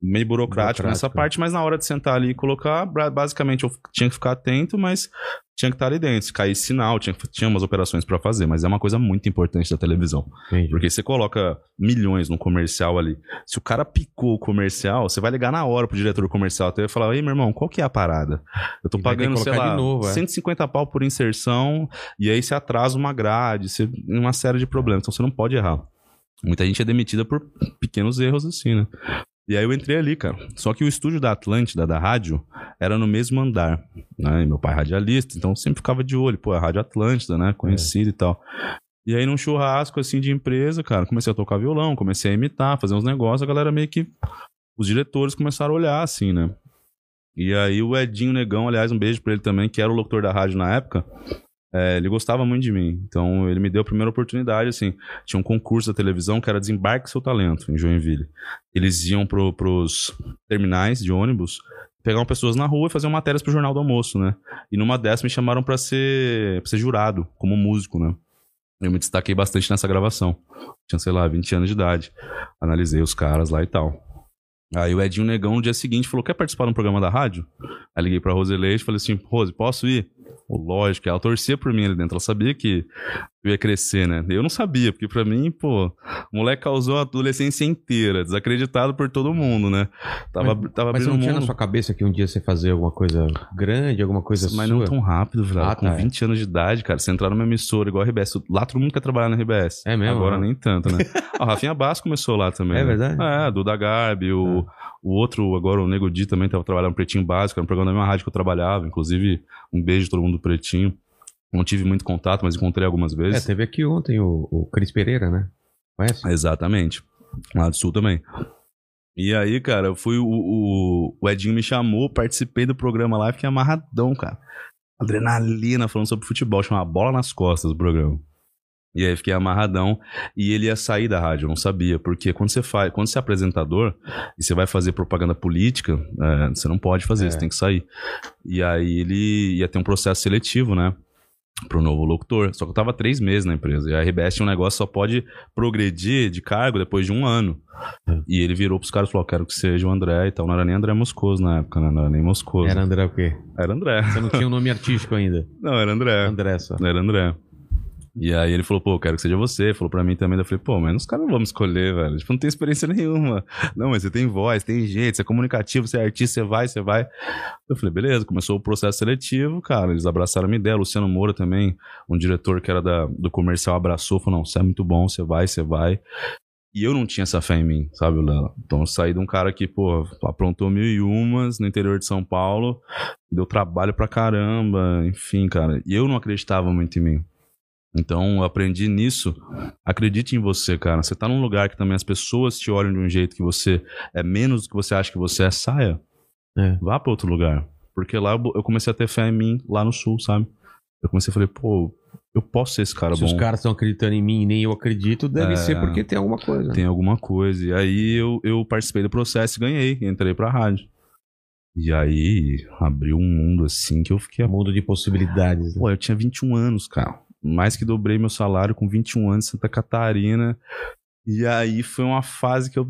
Speaker 2: meio burocrático,
Speaker 1: Burocrático,
Speaker 2: nessa
Speaker 1: né?
Speaker 2: parte, mas na hora de sentar ali e colocar, bra- basicamente eu f- tinha que ficar atento, mas tinha que estar ali dentro, se caísse sinal, tinha, que- tinha umas operações pra fazer, mas é uma coisa muito importante da televisão.
Speaker 1: Entendi.
Speaker 2: Porque você coloca milhões num comercial ali. Se o cara picou o comercial, você vai ligar na hora pro diretor do comercial até e falar: Ei, meu irmão, qual que é a parada? Eu tô
Speaker 1: E vai ter que
Speaker 2: pagando, sei
Speaker 1: colocar
Speaker 2: lá,
Speaker 1: de novo, é.
Speaker 2: 150 pau por inserção, e aí você atrasa uma grade, você, uma série de problemas. Então você não pode errar. Muita gente é demitida por pequenos erros assim, né? E aí eu entrei ali, cara. Só que o estúdio da Atlântida, da rádio, era no mesmo andar. Né? E meu pai é radialista, então eu sempre ficava de olho. Pô, é a Rádio Atlântida, né? Conhecida e tal. E aí num churrasco, assim, de empresa, cara, comecei a tocar violão, comecei a imitar, fazer uns negócios, a galera meio que... Os diretores começaram a olhar, assim, né? E aí o Edinho Negão, aliás, um beijo pra ele também, que era o locutor da rádio na época, é, ele gostava muito de mim. Então ele me deu a primeira oportunidade, assim. Tinha um concurso da televisão que era Desembarque Seu Talento, em Joinville. Eles iam pro, pros terminais de ônibus, pegavam pessoas na rua e faziam matérias pro Jornal do Almoço, né? E numa dessas me chamaram pra ser, pra ser jurado, como músico, né? Eu me destaquei bastante nessa gravação. Tinha, sei lá, 20 anos de idade. Analisei os caras lá e tal. Aí o Edinho Negão, no dia seguinte, falou: Quer participar de um programa da rádio? Aí liguei pra Rose Leite e falei assim: Rose, posso ir? Pô, Lógico, ela torcia por mim ali dentro. Ela sabia que eu ia crescer, né? Eu não sabia, porque pra mim, pô, o moleque causou a adolescência inteira, desacreditado por todo mundo, né? Tava, tava
Speaker 1: Mas
Speaker 2: abrindo
Speaker 1: você não
Speaker 2: um
Speaker 1: tinha
Speaker 2: mundo.
Speaker 1: na sua cabeça que um dia você fazia alguma coisa grande, alguma coisa
Speaker 2: Mas
Speaker 1: sua?
Speaker 2: não tão rápido, velho.
Speaker 1: Ah,
Speaker 2: com
Speaker 1: tá, é.
Speaker 2: 20 anos de idade, cara, você entrar numa emissora igual a RBS. Lá todo mundo quer trabalhar na RBS.
Speaker 1: É mesmo?
Speaker 2: Agora
Speaker 1: Ah.
Speaker 2: nem tanto, né? Ah, o Rafinha Bass começou lá também.
Speaker 1: É
Speaker 2: né?
Speaker 1: verdade? Ah.
Speaker 2: É, Duda Garbi, o, o outro, agora o Nego Di também tava trabalhando no Pretinho Básico, era um programa da minha rádio que eu trabalhava. Inclusive, um beijo todo mundo do Pretinho. Não tive muito contato, mas encontrei algumas
Speaker 1: É,
Speaker 2: vezes.
Speaker 1: teve aqui ontem o, o Cris Pereira, né? Conhece?
Speaker 2: Exatamente. Lá do Sul também. E aí, cara, eu fui. O, o, o Edinho me chamou, participei do programa lá e fiquei amarradão, cara. Adrenalina falando sobre futebol, chamava Bola nas Costas o programa. E aí fiquei amarradão e ele ia sair da rádio, eu não sabia, porque quando você faz, quando você é apresentador e você vai fazer propaganda política, é, você não pode fazer,
Speaker 1: É.
Speaker 2: você tem que sair. E aí ele ia ter um processo seletivo, né? Pro novo locutor. Só que eu tava três meses na empresa. E a RBS tinha um negócio que só pode progredir de cargo depois de um ano.
Speaker 1: É.
Speaker 2: E ele virou pros caras e falou: quero que seja o André e tal. Não era nem André Moscoso na época, né? Não era nem Moscoso.
Speaker 1: Era André o quê?
Speaker 2: Era André.
Speaker 1: Você não tinha o nome artístico ainda.
Speaker 2: Não, era André.
Speaker 1: André só.
Speaker 2: Era André. E aí ele falou, pô, eu quero que seja você. Falou pra mim também. Daí eu falei, pô, mas os caras não vão me escolher, velho. Tipo, não tem experiência nenhuma. Não, mas você tem voz, tem jeito, você é comunicativo, você é artista, você vai, você vai. Eu falei, beleza. Começou o processo seletivo, cara. Eles abraçaram a minha ideia. Luciano Moura também, um diretor que era da, do comercial, abraçou. Falou, não, você é muito bom, você vai, você vai. E eu não tinha essa fé em mim, sabe, Léo? Então eu saí de um cara que, pô, aprontou mil e umas no interior de São Paulo deu trabalho pra caramba, enfim, cara. E eu não acreditava muito em mim. Então eu aprendi nisso. Acredite em você, cara. Você tá num lugar que também as pessoas te olham de um jeito que você é menos do que você acha que você é, saia.
Speaker 1: É.
Speaker 2: Vá pra outro lugar. Porque lá eu bo- eu comecei a ter fé em mim, lá no sul, sabe? Eu comecei a falar, pô, eu posso ser esse cara
Speaker 1: Se
Speaker 2: bom.
Speaker 1: os caras estão acreditando em mim e nem eu acredito, deve
Speaker 2: É.
Speaker 1: ser porque tem alguma coisa. né?
Speaker 2: Tem alguma coisa. E aí eu, eu participei do processo e ganhei. Entrei pra rádio. E aí abriu um mundo assim que eu fiquei
Speaker 1: Um mundo de possibilidades. né?
Speaker 2: Pô, eu tinha 21 anos, cara. Mais que dobrei meu salário com 21 anos em Santa Catarina. E aí foi uma fase que eu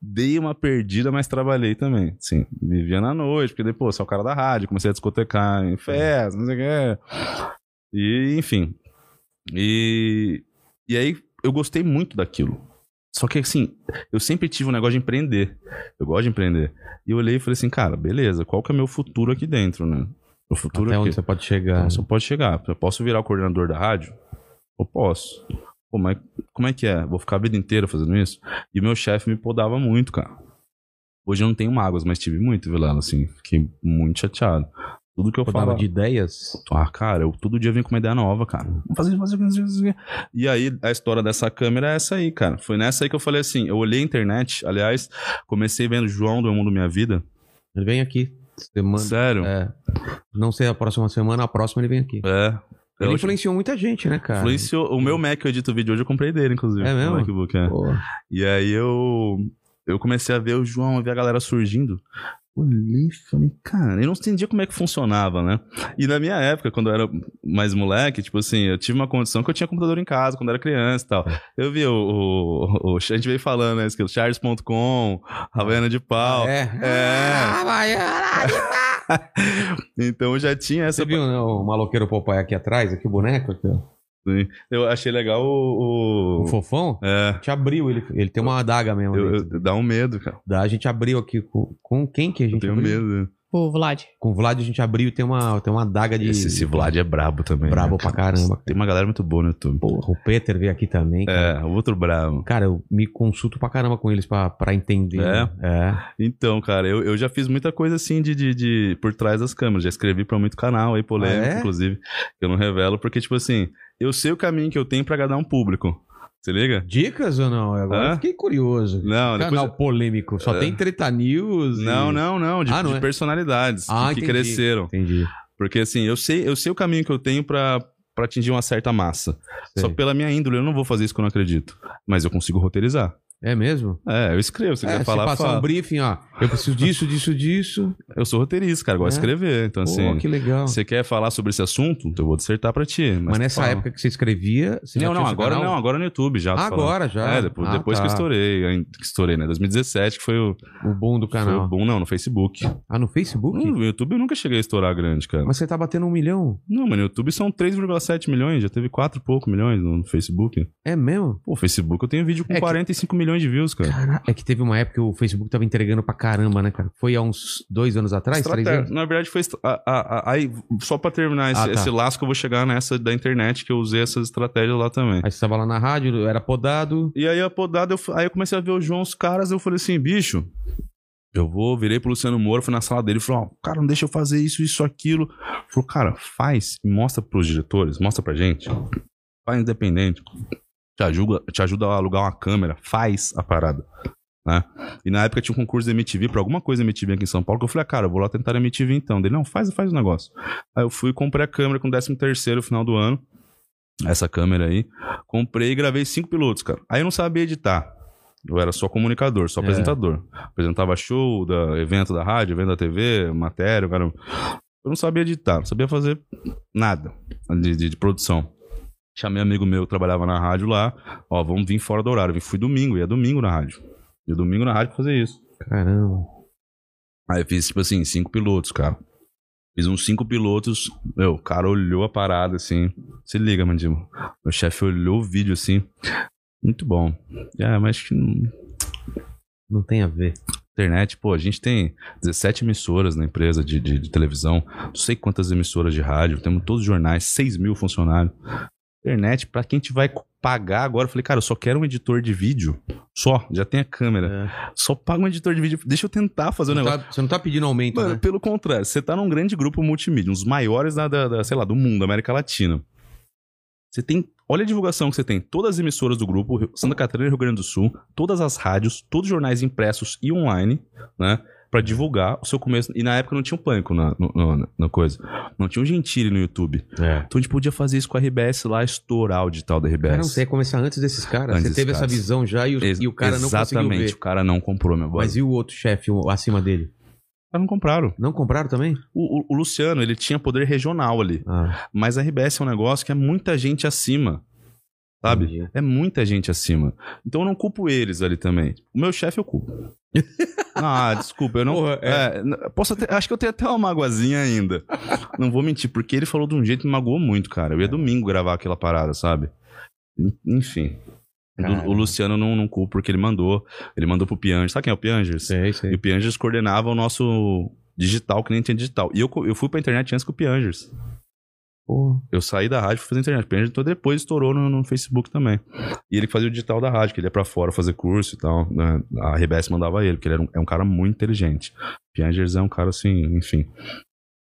Speaker 2: dei uma perdida, mas trabalhei também. Sim, vivia na noite, porque depois sou o cara da rádio, comecei a discotecar em festas, não sei o quê. E, enfim. E, e aí eu gostei muito daquilo. Só que assim, eu sempre tive um negócio de empreender. Eu gosto de empreender. E eu olhei e falei assim, cara, beleza, qual que é o meu futuro aqui dentro, né? O futuro
Speaker 1: Até
Speaker 2: é o quê?
Speaker 1: onde você pode chegar. né?
Speaker 2: Então, você pode chegar. Eu posso virar o coordenador da rádio? Eu posso. Pô, mas como é que é? Vou ficar a vida inteira fazendo isso? E o meu chefe me podava muito, cara. Hoje eu não tenho mágoas, mas tive muito, Vilela, assim. Fiquei muito chateado. Tudo que eu
Speaker 1: Pô, dava
Speaker 2: falava.
Speaker 1: de ideias.
Speaker 2: Ah, cara, eu todo dia vim com uma ideia nova, cara. Vamos fazer isso, fazer isso, fazer isso. E aí, a história dessa câmera é essa aí, cara. Foi nessa aí que eu falei assim, eu olhei a internet, aliás, comecei vendo João do Mundo Minha Vida.
Speaker 1: Ele vem aqui. Semana.
Speaker 2: Sério? É.
Speaker 1: É. Não sei a próxima semana, a próxima ele vem aqui.
Speaker 2: Eu
Speaker 1: Ele
Speaker 2: acho-
Speaker 1: influenciou muita gente, né, cara?
Speaker 2: Influenciou. O meu Mac que eu edito vídeo hoje eu comprei dele, inclusive.
Speaker 1: É mesmo?
Speaker 2: O MacBook, é.
Speaker 1: Pô,
Speaker 2: E aí eu, eu comecei a ver o João, a ver a galera surgindo. Olhei e falei, cara, eu não entendia como é que funcionava, né? E na minha época, quando eu era mais moleque, tipo assim, eu tive uma condição que eu tinha computador em casa quando eu era criança e tal. Eu vi o. o, o- a gente veio falando, né? isso que é o Charles.com, Havaiana de Pau.
Speaker 1: É.
Speaker 2: É.
Speaker 1: Ah, vai, ah,
Speaker 2: Então eu já tinha essa.
Speaker 1: Você viu né, o maloqueiro Popeye aqui atrás, aqui o boneco? aqui, ó?
Speaker 2: Eu achei legal o.
Speaker 1: O
Speaker 2: o-
Speaker 1: fofão?
Speaker 2: É.
Speaker 1: Te abriu, ele, ele tem uma adaga mesmo.
Speaker 2: Eu,
Speaker 1: ali.
Speaker 2: eu- dá um medo, cara.
Speaker 1: Da- A gente abriu aqui com, com quem que a gente
Speaker 2: Eu tenho
Speaker 1: abriu?
Speaker 2: medo.
Speaker 3: Pô, Vlad,
Speaker 1: Com o Vlad a gente abriu e tem uma, tem uma adaga de.
Speaker 2: Esse, esse Vlad é brabo também.
Speaker 1: Brabo
Speaker 2: né, cara?
Speaker 1: pra caramba, cara.
Speaker 2: Tem uma galera muito boa no YouTube.
Speaker 1: Porra, o Peter veio aqui também. Cara.
Speaker 2: É, outro brabo.
Speaker 1: Cara, eu me consulto pra caramba com eles pra, pra entender.
Speaker 2: É?
Speaker 1: É.
Speaker 2: Então, cara, eu, eu já fiz muita coisa assim de, de, de- por trás das câmeras. Já escrevi pra muito canal aí, polêmico,
Speaker 1: Ah, é?
Speaker 2: inclusive, que eu não revelo, porque, tipo assim, eu sei o caminho que eu tenho pra agradar um público. Se liga?
Speaker 1: Dicas ou não? É, Agora
Speaker 2: Hã?
Speaker 1: eu fiquei curioso. é
Speaker 2: Não, É? depois.
Speaker 1: Canal polêmico. Só
Speaker 2: É.
Speaker 1: tem treta news. e-
Speaker 2: Não, não, não. De,
Speaker 1: Ah, não
Speaker 2: de
Speaker 1: é?
Speaker 2: personalidades
Speaker 1: Ah,
Speaker 2: que, que
Speaker 1: entendi.
Speaker 2: cresceram.
Speaker 1: Entendi.
Speaker 2: Porque, assim, eu sei, eu sei o caminho que eu tenho pra, pra atingir uma certa massa.
Speaker 1: Sei.
Speaker 2: Só que pela minha índole, eu não vou fazer isso que eu não acredito. Mas eu consigo roteirizar.
Speaker 1: É mesmo?
Speaker 2: É, eu escrevo. Se
Speaker 1: é,
Speaker 2: quiser
Speaker 1: você
Speaker 2: falar,
Speaker 1: passar
Speaker 2: fala.
Speaker 1: um briefing, ó. Eu preciso disso, disso, disso.
Speaker 2: Eu sou roteirista, cara. eu Gosto de
Speaker 1: É?
Speaker 2: escrever. Então,
Speaker 1: Pô,
Speaker 2: assim.
Speaker 1: que legal.
Speaker 2: Você quer falar sobre esse assunto? Eu vou dissertar pra ti. Mas,
Speaker 1: Mas nessa
Speaker 2: fala.
Speaker 1: época que você escrevia, você já
Speaker 2: não,
Speaker 1: tinha
Speaker 2: não,
Speaker 1: esse
Speaker 2: agora
Speaker 1: canal?
Speaker 2: não, agora no YouTube já. tô falando.
Speaker 1: Agora já.
Speaker 2: É, depois,
Speaker 1: Ah,
Speaker 2: depois que eu
Speaker 1: tá.
Speaker 2: estourei, aí que estourei, né? 2017, que foi o,
Speaker 1: O boom do
Speaker 2: foi o Hum,
Speaker 1: canal.
Speaker 2: boom, não, no Facebook.
Speaker 1: Ah, no Facebook?
Speaker 2: No YouTube eu nunca cheguei a estourar grande, cara.
Speaker 1: Mas você tá batendo um milhão.
Speaker 2: Não, mano, no YouTube são 3,7 milhões, já teve 4 e pouco milhões no, no Facebook.
Speaker 1: É mesmo?
Speaker 2: Pô, Facebook eu tenho vídeo com
Speaker 1: É que-
Speaker 2: 45 milhões de views, cara.
Speaker 1: Cara, é que teve uma época que o Facebook tava entregando pra caramba, né, cara? Foi há uns dois anos atrás, três
Speaker 2: Estratégia.
Speaker 1: anos?
Speaker 2: Na verdade, foi. estra- a- a- a- aí, só pra terminar esse,
Speaker 1: Ah, tá.
Speaker 2: esse laço que eu vou chegar nessa da internet, que eu usei essas estratégias lá também.
Speaker 1: Aí você tava lá na rádio, era podado.
Speaker 2: E aí, a podada, eu, fu- aí eu comecei a ver o João, os caras, eu falei assim, bicho, eu vou, virei pro Luciano Moura, fui na sala dele, falei, ó, cara, não deixa eu fazer isso, isso, aquilo. Falou, cara, faz e mostra pros diretores, mostra pra gente. Faz independente. Te ajuda, te ajuda a alugar uma câmera, faz a parada. Né? E na época tinha um concurso da MTV pra alguma coisa da MTV aqui em São Paulo, que eu falei, ah, cara, eu vou lá tentar a MTV então. Ele, não, faz, faz o negócio. Aí eu fui e comprei a câmera com 13 terceiro final do ano. Essa câmera aí. Comprei e gravei cinco pilotos, cara. Aí eu não sabia editar. Eu era só comunicador, só
Speaker 1: É.
Speaker 2: apresentador. Apresentava show, da, evento da rádio, evento da TV, matéria, o cara. Eu não sabia editar, não sabia fazer nada de, de- de produção. Chamei um amigo meu que trabalhava na rádio lá. Ó, vamos vir fora do horário. Eu Fui domingo, ia domingo na rádio. Ia domingo na rádio pra fazer isso.
Speaker 1: Caramba.
Speaker 2: Aí eu fiz, tipo assim, cinco pilotos, cara. Fiz uns cinco pilotos. Meu, o cara olhou a parada, assim. Se liga, Mandíbula. Meu chefe olhou o vídeo, assim. Muito bom. É, mas acho que não-
Speaker 1: Não tem a ver.
Speaker 2: internet, pô, a gente tem 17 emissoras na empresa de, de- de televisão. Não sei quantas emissoras de rádio. Temos todos os jornais, 6 mil funcionários. Internet, pra quem te vai pagar agora, eu falei, cara, eu só quero um editor de vídeo. Só, já tem a câmera. Só paga um editor de vídeo. Deixa eu tentar fazer o
Speaker 1: Não
Speaker 2: negócio.
Speaker 1: tá- você não tá pedindo aumento,
Speaker 2: Mano,
Speaker 1: né?
Speaker 2: pelo contrário, você tá num grande grupo multimídia, um dos maiores da, da- da, sei lá, do mundo, América Latina. Você tem. Olha a divulgação que você tem. Todas as emissoras do grupo, Rio- Santa Catarina e Rio Grande do Sul, todas as rádios, todos os jornais impressos e online, né? Pra divulgar o seu começo. E na época não tinha o pânico na, no- no- na- na coisa. Não tinha o Gentili no YouTube.
Speaker 1: É.
Speaker 2: Então a gente podia fazer isso com a RBS lá, estourar o digital da RBS.
Speaker 1: Cara, você ia começar antes desses caras.
Speaker 2: é. Antes
Speaker 1: você teve
Speaker 2: desses
Speaker 1: essa
Speaker 2: caras.
Speaker 1: visão já e o,
Speaker 2: Ex-
Speaker 1: e o cara não conseguiu
Speaker 2: Exatamente,
Speaker 1: ver.
Speaker 2: o cara não comprou, meu boy.
Speaker 1: Mas e o outro chefe o- acima dele?
Speaker 2: Os caras não compraram.
Speaker 1: Não compraram também?
Speaker 2: O- o- o Luciano, ele tinha poder regional ali.
Speaker 1: Ah,
Speaker 2: Mas a RBS é um negócio que é muita gente acima. Sabe?
Speaker 1: entendi.
Speaker 2: É muita gente acima. Então eu não culpo eles ali também. O meu chefe eu culpo. ah, desculpa, eu não.
Speaker 1: Porra, é.
Speaker 2: é, n- posso até- acho que eu tenho até uma magoazinha ainda. não vou mentir, porque ele falou de um jeito que me magoou muito, cara. Eu ia domingo gravar aquela parada, sabe? En- Enfim. O-
Speaker 1: Cara.
Speaker 2: O Luciano eu não, não culpo porque ele mandou. Ele mandou pro Piangers. Sabe quem é o Piangers?
Speaker 1: É isso
Speaker 2: E
Speaker 1: aí.
Speaker 2: o Piangers coordenava o nosso digital, que nem tinha digital. E eu, co- eu fui pra internet antes que o Piangers.
Speaker 1: Pô,
Speaker 2: Eu saí da rádio e fui fazer internet. Porque então depois estourou no, no Facebook também. E ele que fazia o digital da rádio, que ele ia pra fora fazer curso e tal. né? A RBS mandava ele, porque ele era um, é um cara muito inteligente. Piangers é um cara assim, enfim.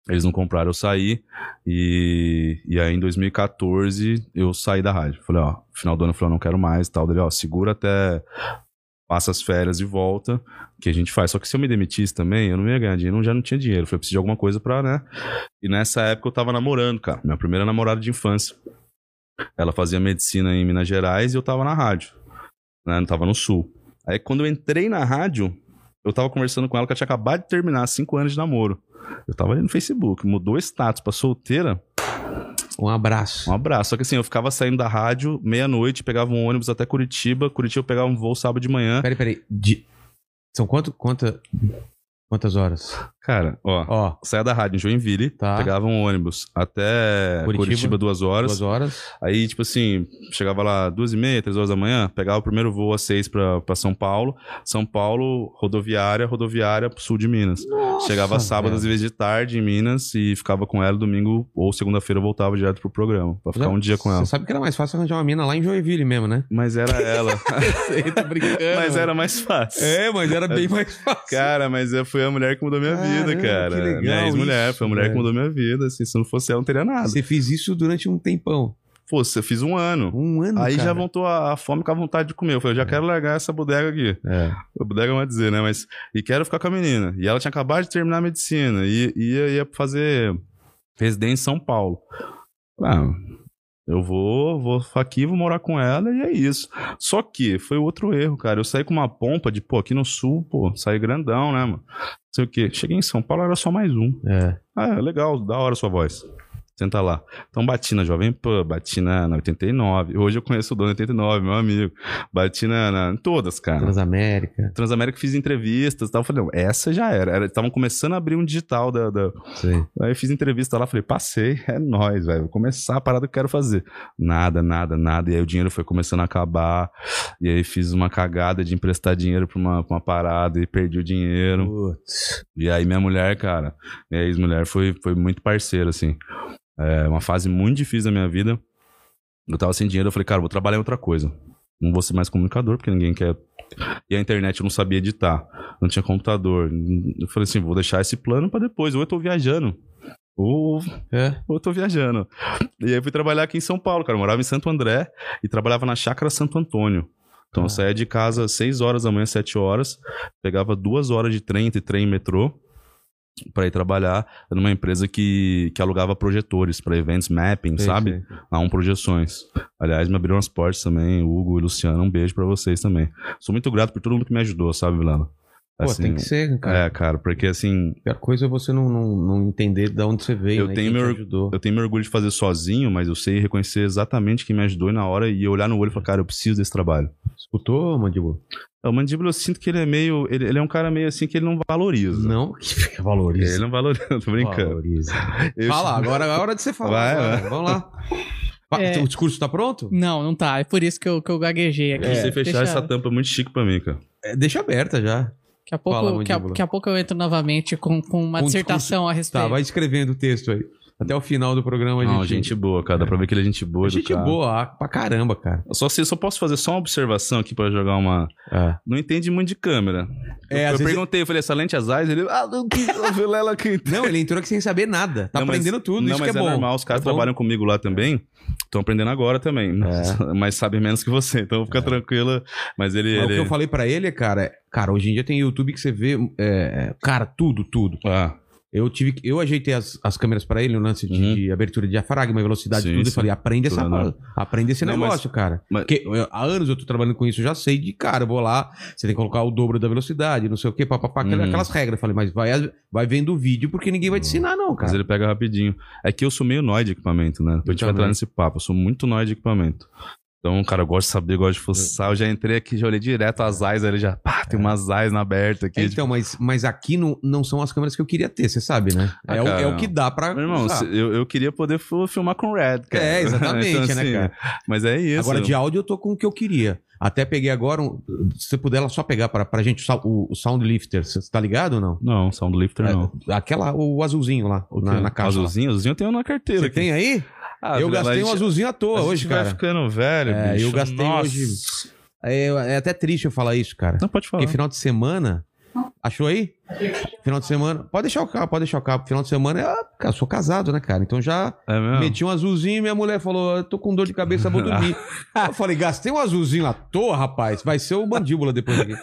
Speaker 2: Eles não compraram, eu saí. E, e aí em 2014 eu saí da rádio. Falei, ó, final do ano eu falei, ó, não quero mais e tal. Dele, ó, segura até. Passa as férias e volta, que a gente faz. Só que se eu me demitisse também, eu não ia ganhar dinheiro, eu já não tinha dinheiro. Eu Falei, eu preciso de alguma coisa pra, né? E nessa época eu tava namorando, cara. Minha primeira namorada de infância. Ela fazia medicina em Minas Gerais e eu tava na rádio. Né? Não tava no sul. Aí quando eu entrei na rádio, eu tava conversando com ela que eu tinha acabado de terminar cinco anos de namoro. Eu tava ali no Facebook, mudou o status pra solteira.
Speaker 1: um abraço.
Speaker 2: Um abraço. Só que assim, eu ficava saindo da rádio meia-noite, pegava um ônibus até Curitiba. Curitiba eu pegava um voo sábado de manhã.
Speaker 1: Peraí, peraí. De- São quanto, quanta, quantas horas?
Speaker 2: Cara, ó.
Speaker 1: Ó,
Speaker 2: Saia da rádio em Joinville,
Speaker 1: Tá.
Speaker 2: pegava um ônibus até
Speaker 1: Curitiba.
Speaker 2: Curitiba, duas horas.
Speaker 1: duas horas.
Speaker 2: Aí, tipo assim, chegava lá duas e meia, três horas da manhã, pegava o primeiro voo às seis pra, pra São Paulo. São Paulo, rodoviária, rodoviária, pro sul de Minas. chegava sábado às vezes de tarde em Minas e ficava com ela domingo ou segunda-feira eu voltava direto pro programa, pra ficar um dia com ela.
Speaker 1: Você sabe que era mais fácil arranjar uma mina lá em Joinville mesmo, né?
Speaker 2: Mas era ela.
Speaker 1: Você tá brincando.
Speaker 2: mas era mais fácil.
Speaker 1: É, mas era bem mais fácil.
Speaker 2: Cara, mas eu- foi a mulher que mudou minha
Speaker 1: Caramba,
Speaker 2: vida, cara.
Speaker 1: que legal
Speaker 2: minha ex-mulher,
Speaker 1: isso,
Speaker 2: foi a mulher que
Speaker 1: velho.
Speaker 2: mudou minha vida. Assim, se não fosse ela, não teria nada.
Speaker 1: Você fez isso durante um tempão.
Speaker 2: Pô, eu fiz um ano.
Speaker 1: Um ano,
Speaker 2: Aí
Speaker 1: cara.
Speaker 2: já voltou a, a fome com a vontade de comer. Eu falei, eu já quero largar essa bodega aqui.
Speaker 1: É.
Speaker 2: A bodega não vai dizer, né? Mas. E quero ficar com a menina. E ela tinha acabado de terminar a medicina. E e ia, ia fazer residência em São Paulo. Ah, Eu vou, vou ficar aqui, vou morar com ela e é isso. Só que foi outro erro, cara. Eu saí com uma pompa de, pô, aqui no sul, pô, saí grandão, né, mano? Não sei o quê. Cheguei em São Paulo, era só mais um.
Speaker 1: É.
Speaker 2: Ah, legal, da hora a sua voz. Senta lá. Então bati na Jovem Pan, bati na, na 89. Hoje eu conheço o dono 89, meu amigo. Bati na, na- em todas, cara.
Speaker 1: Transamérica.
Speaker 2: Transamérica fiz entrevistas e tal. Falei, não, essa já era. Era- Estavam começando a abrir um digital da, da-
Speaker 1: Sim.
Speaker 2: Aí eu fiz entrevista lá, falei, passei, é nóis, velho. Vou começar a parada que eu quero fazer. Nada, nada, nada. E aí o dinheiro foi começando a acabar. E aí fiz uma cagada de emprestar dinheiro pra uma, pra uma parada e perdi o dinheiro.
Speaker 1: Putz.
Speaker 2: E aí minha mulher, cara, minha ex-mulher foi, foi muito parceira, assim. É uma fase muito difícil da minha vida. Eu tava sem dinheiro, eu falei, cara, vou trabalhar em outra coisa. Não vou ser mais comunicador, porque ninguém quer. E a internet eu não sabia editar. Não tinha computador. Eu falei assim, vou deixar esse plano pra depois. Ou eu tô viajando. Ou
Speaker 1: É.
Speaker 2: ou eu tô viajando. E aí eu fui trabalhar aqui em São Paulo, cara. Eu morava em Santo André e trabalhava na Chácara Santo Antônio. Então
Speaker 1: Ah.
Speaker 2: eu saía de casa às 6 horas da manhã, 7 horas, pegava duas horas de trem entre trem e metrô pra ir trabalhar numa empresa que, que alugava projetores pra eventos mapping,
Speaker 1: Sei,
Speaker 2: sabe?
Speaker 1: sei.
Speaker 2: a um Projeções. Aliás, me abriram as portas também, Hugo e Luciano, um beijo pra vocês também. Sou muito grato por todo mundo que me ajudou, sabe, Vilana?
Speaker 1: Pô, tem que ser, cara.
Speaker 2: É, cara, porque assim,
Speaker 1: A Pior coisa é você não, não, não entender de onde você veio,
Speaker 2: Eu
Speaker 1: né?
Speaker 2: tenho
Speaker 1: quem te
Speaker 2: meu-
Speaker 1: ajudou.
Speaker 2: Eu tenho meu orgulho de fazer sozinho, mas eu sei reconhecer exatamente quem me ajudou na hora e olhar no olho e falar, cara, eu preciso desse trabalho.
Speaker 1: Escutou, Mandíbula?
Speaker 2: O Mandíbula, eu sinto que ele é meio. Ele, ele é um cara meio assim que ele não valoriza.
Speaker 1: Não, que fica
Speaker 2: Ele
Speaker 1: valoriza.
Speaker 2: não valoriza, tô brincando.
Speaker 1: Valoriza.
Speaker 2: Eu-
Speaker 1: Fala, agora é a hora de você falar.
Speaker 2: Vai,
Speaker 1: agora.
Speaker 2: vai.
Speaker 1: Vamos lá. Pa-
Speaker 3: É.
Speaker 1: O discurso tá pronto?
Speaker 3: Não, não tá. É por isso que eu, que eu gaguejei aqui.
Speaker 2: Se você fechar
Speaker 3: Deixa-
Speaker 2: essa tampa é muito chique pra mim, cara.
Speaker 1: É, deixa aberta já.
Speaker 3: Daqui a pouco,
Speaker 1: Fala,
Speaker 3: daqui a-
Speaker 1: mandíbula.
Speaker 3: daqui a pouco eu entro novamente com, com uma
Speaker 1: Com
Speaker 3: dissertação a
Speaker 1: Tá,
Speaker 3: respeito.
Speaker 1: vai escrevendo o texto aí. Até o final do programa a gente.
Speaker 2: Não, gente boa, cara. Dá pra ver que ele é gente boa.
Speaker 1: gente
Speaker 2: educado.
Speaker 1: boa ah, pra caramba, cara.
Speaker 2: Eu Só, se- eu só posso fazer só uma observação aqui pra jogar uma. Não entende muito de câmera.
Speaker 1: É,
Speaker 2: eu
Speaker 1: às
Speaker 2: eu
Speaker 1: vezes-
Speaker 2: perguntei, eu falei, essa lente azais? Ele. Ah, não, que vilela aqui.
Speaker 1: Não, ele entrou aqui sem saber nada. Tá
Speaker 2: Não, mas-
Speaker 1: aprendendo tudo,
Speaker 2: não,
Speaker 1: isso que
Speaker 2: mas
Speaker 1: é, bom.
Speaker 2: normal, os caras
Speaker 1: É bom. É.
Speaker 2: trabalham comigo lá também. Estão aprendendo agora também, mas, mas sabem menos que você, então fica tranquila. Mas ele.
Speaker 1: Mas É. o que
Speaker 2: ele-
Speaker 1: eu falei pra ele, cara, é, cara, hoje em dia tem YouTube que você vê, é, cara, tudo, tudo.
Speaker 2: Ah,
Speaker 1: Eu tive, que- eu ajeitei as, as câmeras pra ele, o lance de,
Speaker 2: Uhum.
Speaker 1: de abertura de diafragma, velocidade,
Speaker 2: Sim,
Speaker 1: tudo. Eu
Speaker 2: sim.
Speaker 1: falei, aprende essa,
Speaker 2: Tudo,
Speaker 1: parada, aprende esse
Speaker 2: Não, mas-
Speaker 1: negócio, cara.
Speaker 2: mas-
Speaker 1: Porque eu- há anos eu tô trabalhando com isso, eu já sei de cara, eu vou lá, você tem que colocar o dobro da velocidade, não sei o quê, papapá, aquelas,
Speaker 2: Uhum.
Speaker 1: aquelas regras. Eu falei, mas vai, vai vendo o vídeo porque ninguém vai te ensinar, não, cara.
Speaker 2: mas ele pega rapidinho. É que eu sou meio nóia de equipamento, né? Depois a
Speaker 1: Eu
Speaker 2: gente vai entrar
Speaker 1: também.
Speaker 2: nesse papo. Eu sou muito nóia de equipamento. Então, cara, eu gosto de saber, gosto de fuçar. Eu já entrei aqui, já olhei direto as AIS, aí ele já. Pá, tem umas AIS na aberta aqui. tipo,
Speaker 1: É, então, mas, mas aqui não, não são as câmeras que eu queria ter, você sabe, né?
Speaker 2: Ah,
Speaker 1: é, o,
Speaker 2: cara,
Speaker 1: é o que dá pra.
Speaker 2: Meu irmão,
Speaker 1: usar.
Speaker 2: se- eu, eu queria poder fu- filmar com Red, cara.
Speaker 1: É, exatamente,
Speaker 2: Então,
Speaker 1: né,
Speaker 2: assim,
Speaker 1: cara?
Speaker 2: Mas é isso.
Speaker 1: Agora, de áudio, eu tô com o que eu queria. Até peguei agora, um, se você puder ela só pegar pra, pra gente o sou- o, o Soundlifter, você tá ligado ou não?
Speaker 2: Não, Soundlifter não.
Speaker 1: É, aquela, o azulzinho lá, na, na caixa. lá.
Speaker 2: Azulzinho, azulzinho eu tenho na carteira.
Speaker 1: Você
Speaker 2: aqui.
Speaker 1: tem aí?
Speaker 2: Ah,
Speaker 1: eu
Speaker 2: Vila, a
Speaker 1: gastei
Speaker 2: gente-
Speaker 1: um azulzinho à
Speaker 2: a
Speaker 1: toa
Speaker 2: gente
Speaker 1: hoje,
Speaker 2: vai
Speaker 1: cara.
Speaker 2: ficando velho,
Speaker 1: É,
Speaker 2: bicho.
Speaker 1: eu gastei
Speaker 2: Nossa.
Speaker 1: hoje- É, é até triste eu falar isso, cara.
Speaker 2: Não, pode falar.
Speaker 1: Porque final de semana. Achou aí? Final de semana. Pode deixar o carro, pode deixar o carro. Final de semana, eu, eu sou casado, né, cara? Então já
Speaker 2: É mesmo?
Speaker 1: Meti um azulzinho e minha mulher falou: Eu tô com dor de cabeça, vou dormir. eu falei: Gastei um azulzinho à toa, rapaz. Vai ser o mandíbula depois aqui.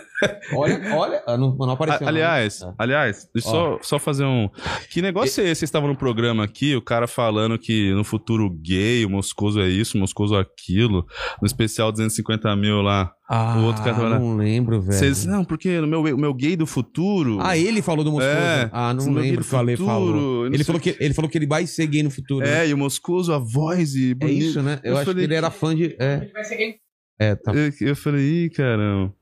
Speaker 1: Olha, olha. ah, Não, não né? apareceu.
Speaker 2: A- aliás,
Speaker 1: não.
Speaker 2: aliás, deixa eu só, só fazer um. Que negócio é esse? Vocês estavam no programa aqui, o cara falando que no futuro gay, o Moscoso é isso, o Moscoso é aquilo, no especial 250 mil lá.
Speaker 1: Ah,
Speaker 2: o outro cara tava lá.
Speaker 1: Não lembro, velho.
Speaker 2: Vocês, não, porque o meu, o meu gay do futuro.
Speaker 1: Ah, ele falou do Moscoso.
Speaker 2: É.
Speaker 1: ah, não
Speaker 2: Esse meu
Speaker 1: lembro
Speaker 2: gay
Speaker 1: o
Speaker 2: do
Speaker 1: que o Ale
Speaker 2: futuro, eu
Speaker 1: falou.
Speaker 2: não
Speaker 1: Ele
Speaker 2: sei
Speaker 1: falou,
Speaker 2: o
Speaker 1: que, ele falou que ele vai ser gay no futuro. né?
Speaker 2: É, e o Moscoso, a voz e.
Speaker 1: É isso, né? Eu,
Speaker 2: Eu
Speaker 1: acho
Speaker 2: falei
Speaker 1: que ele era fã de. É, é tá.
Speaker 2: Eu, eu falei, ih, caramba.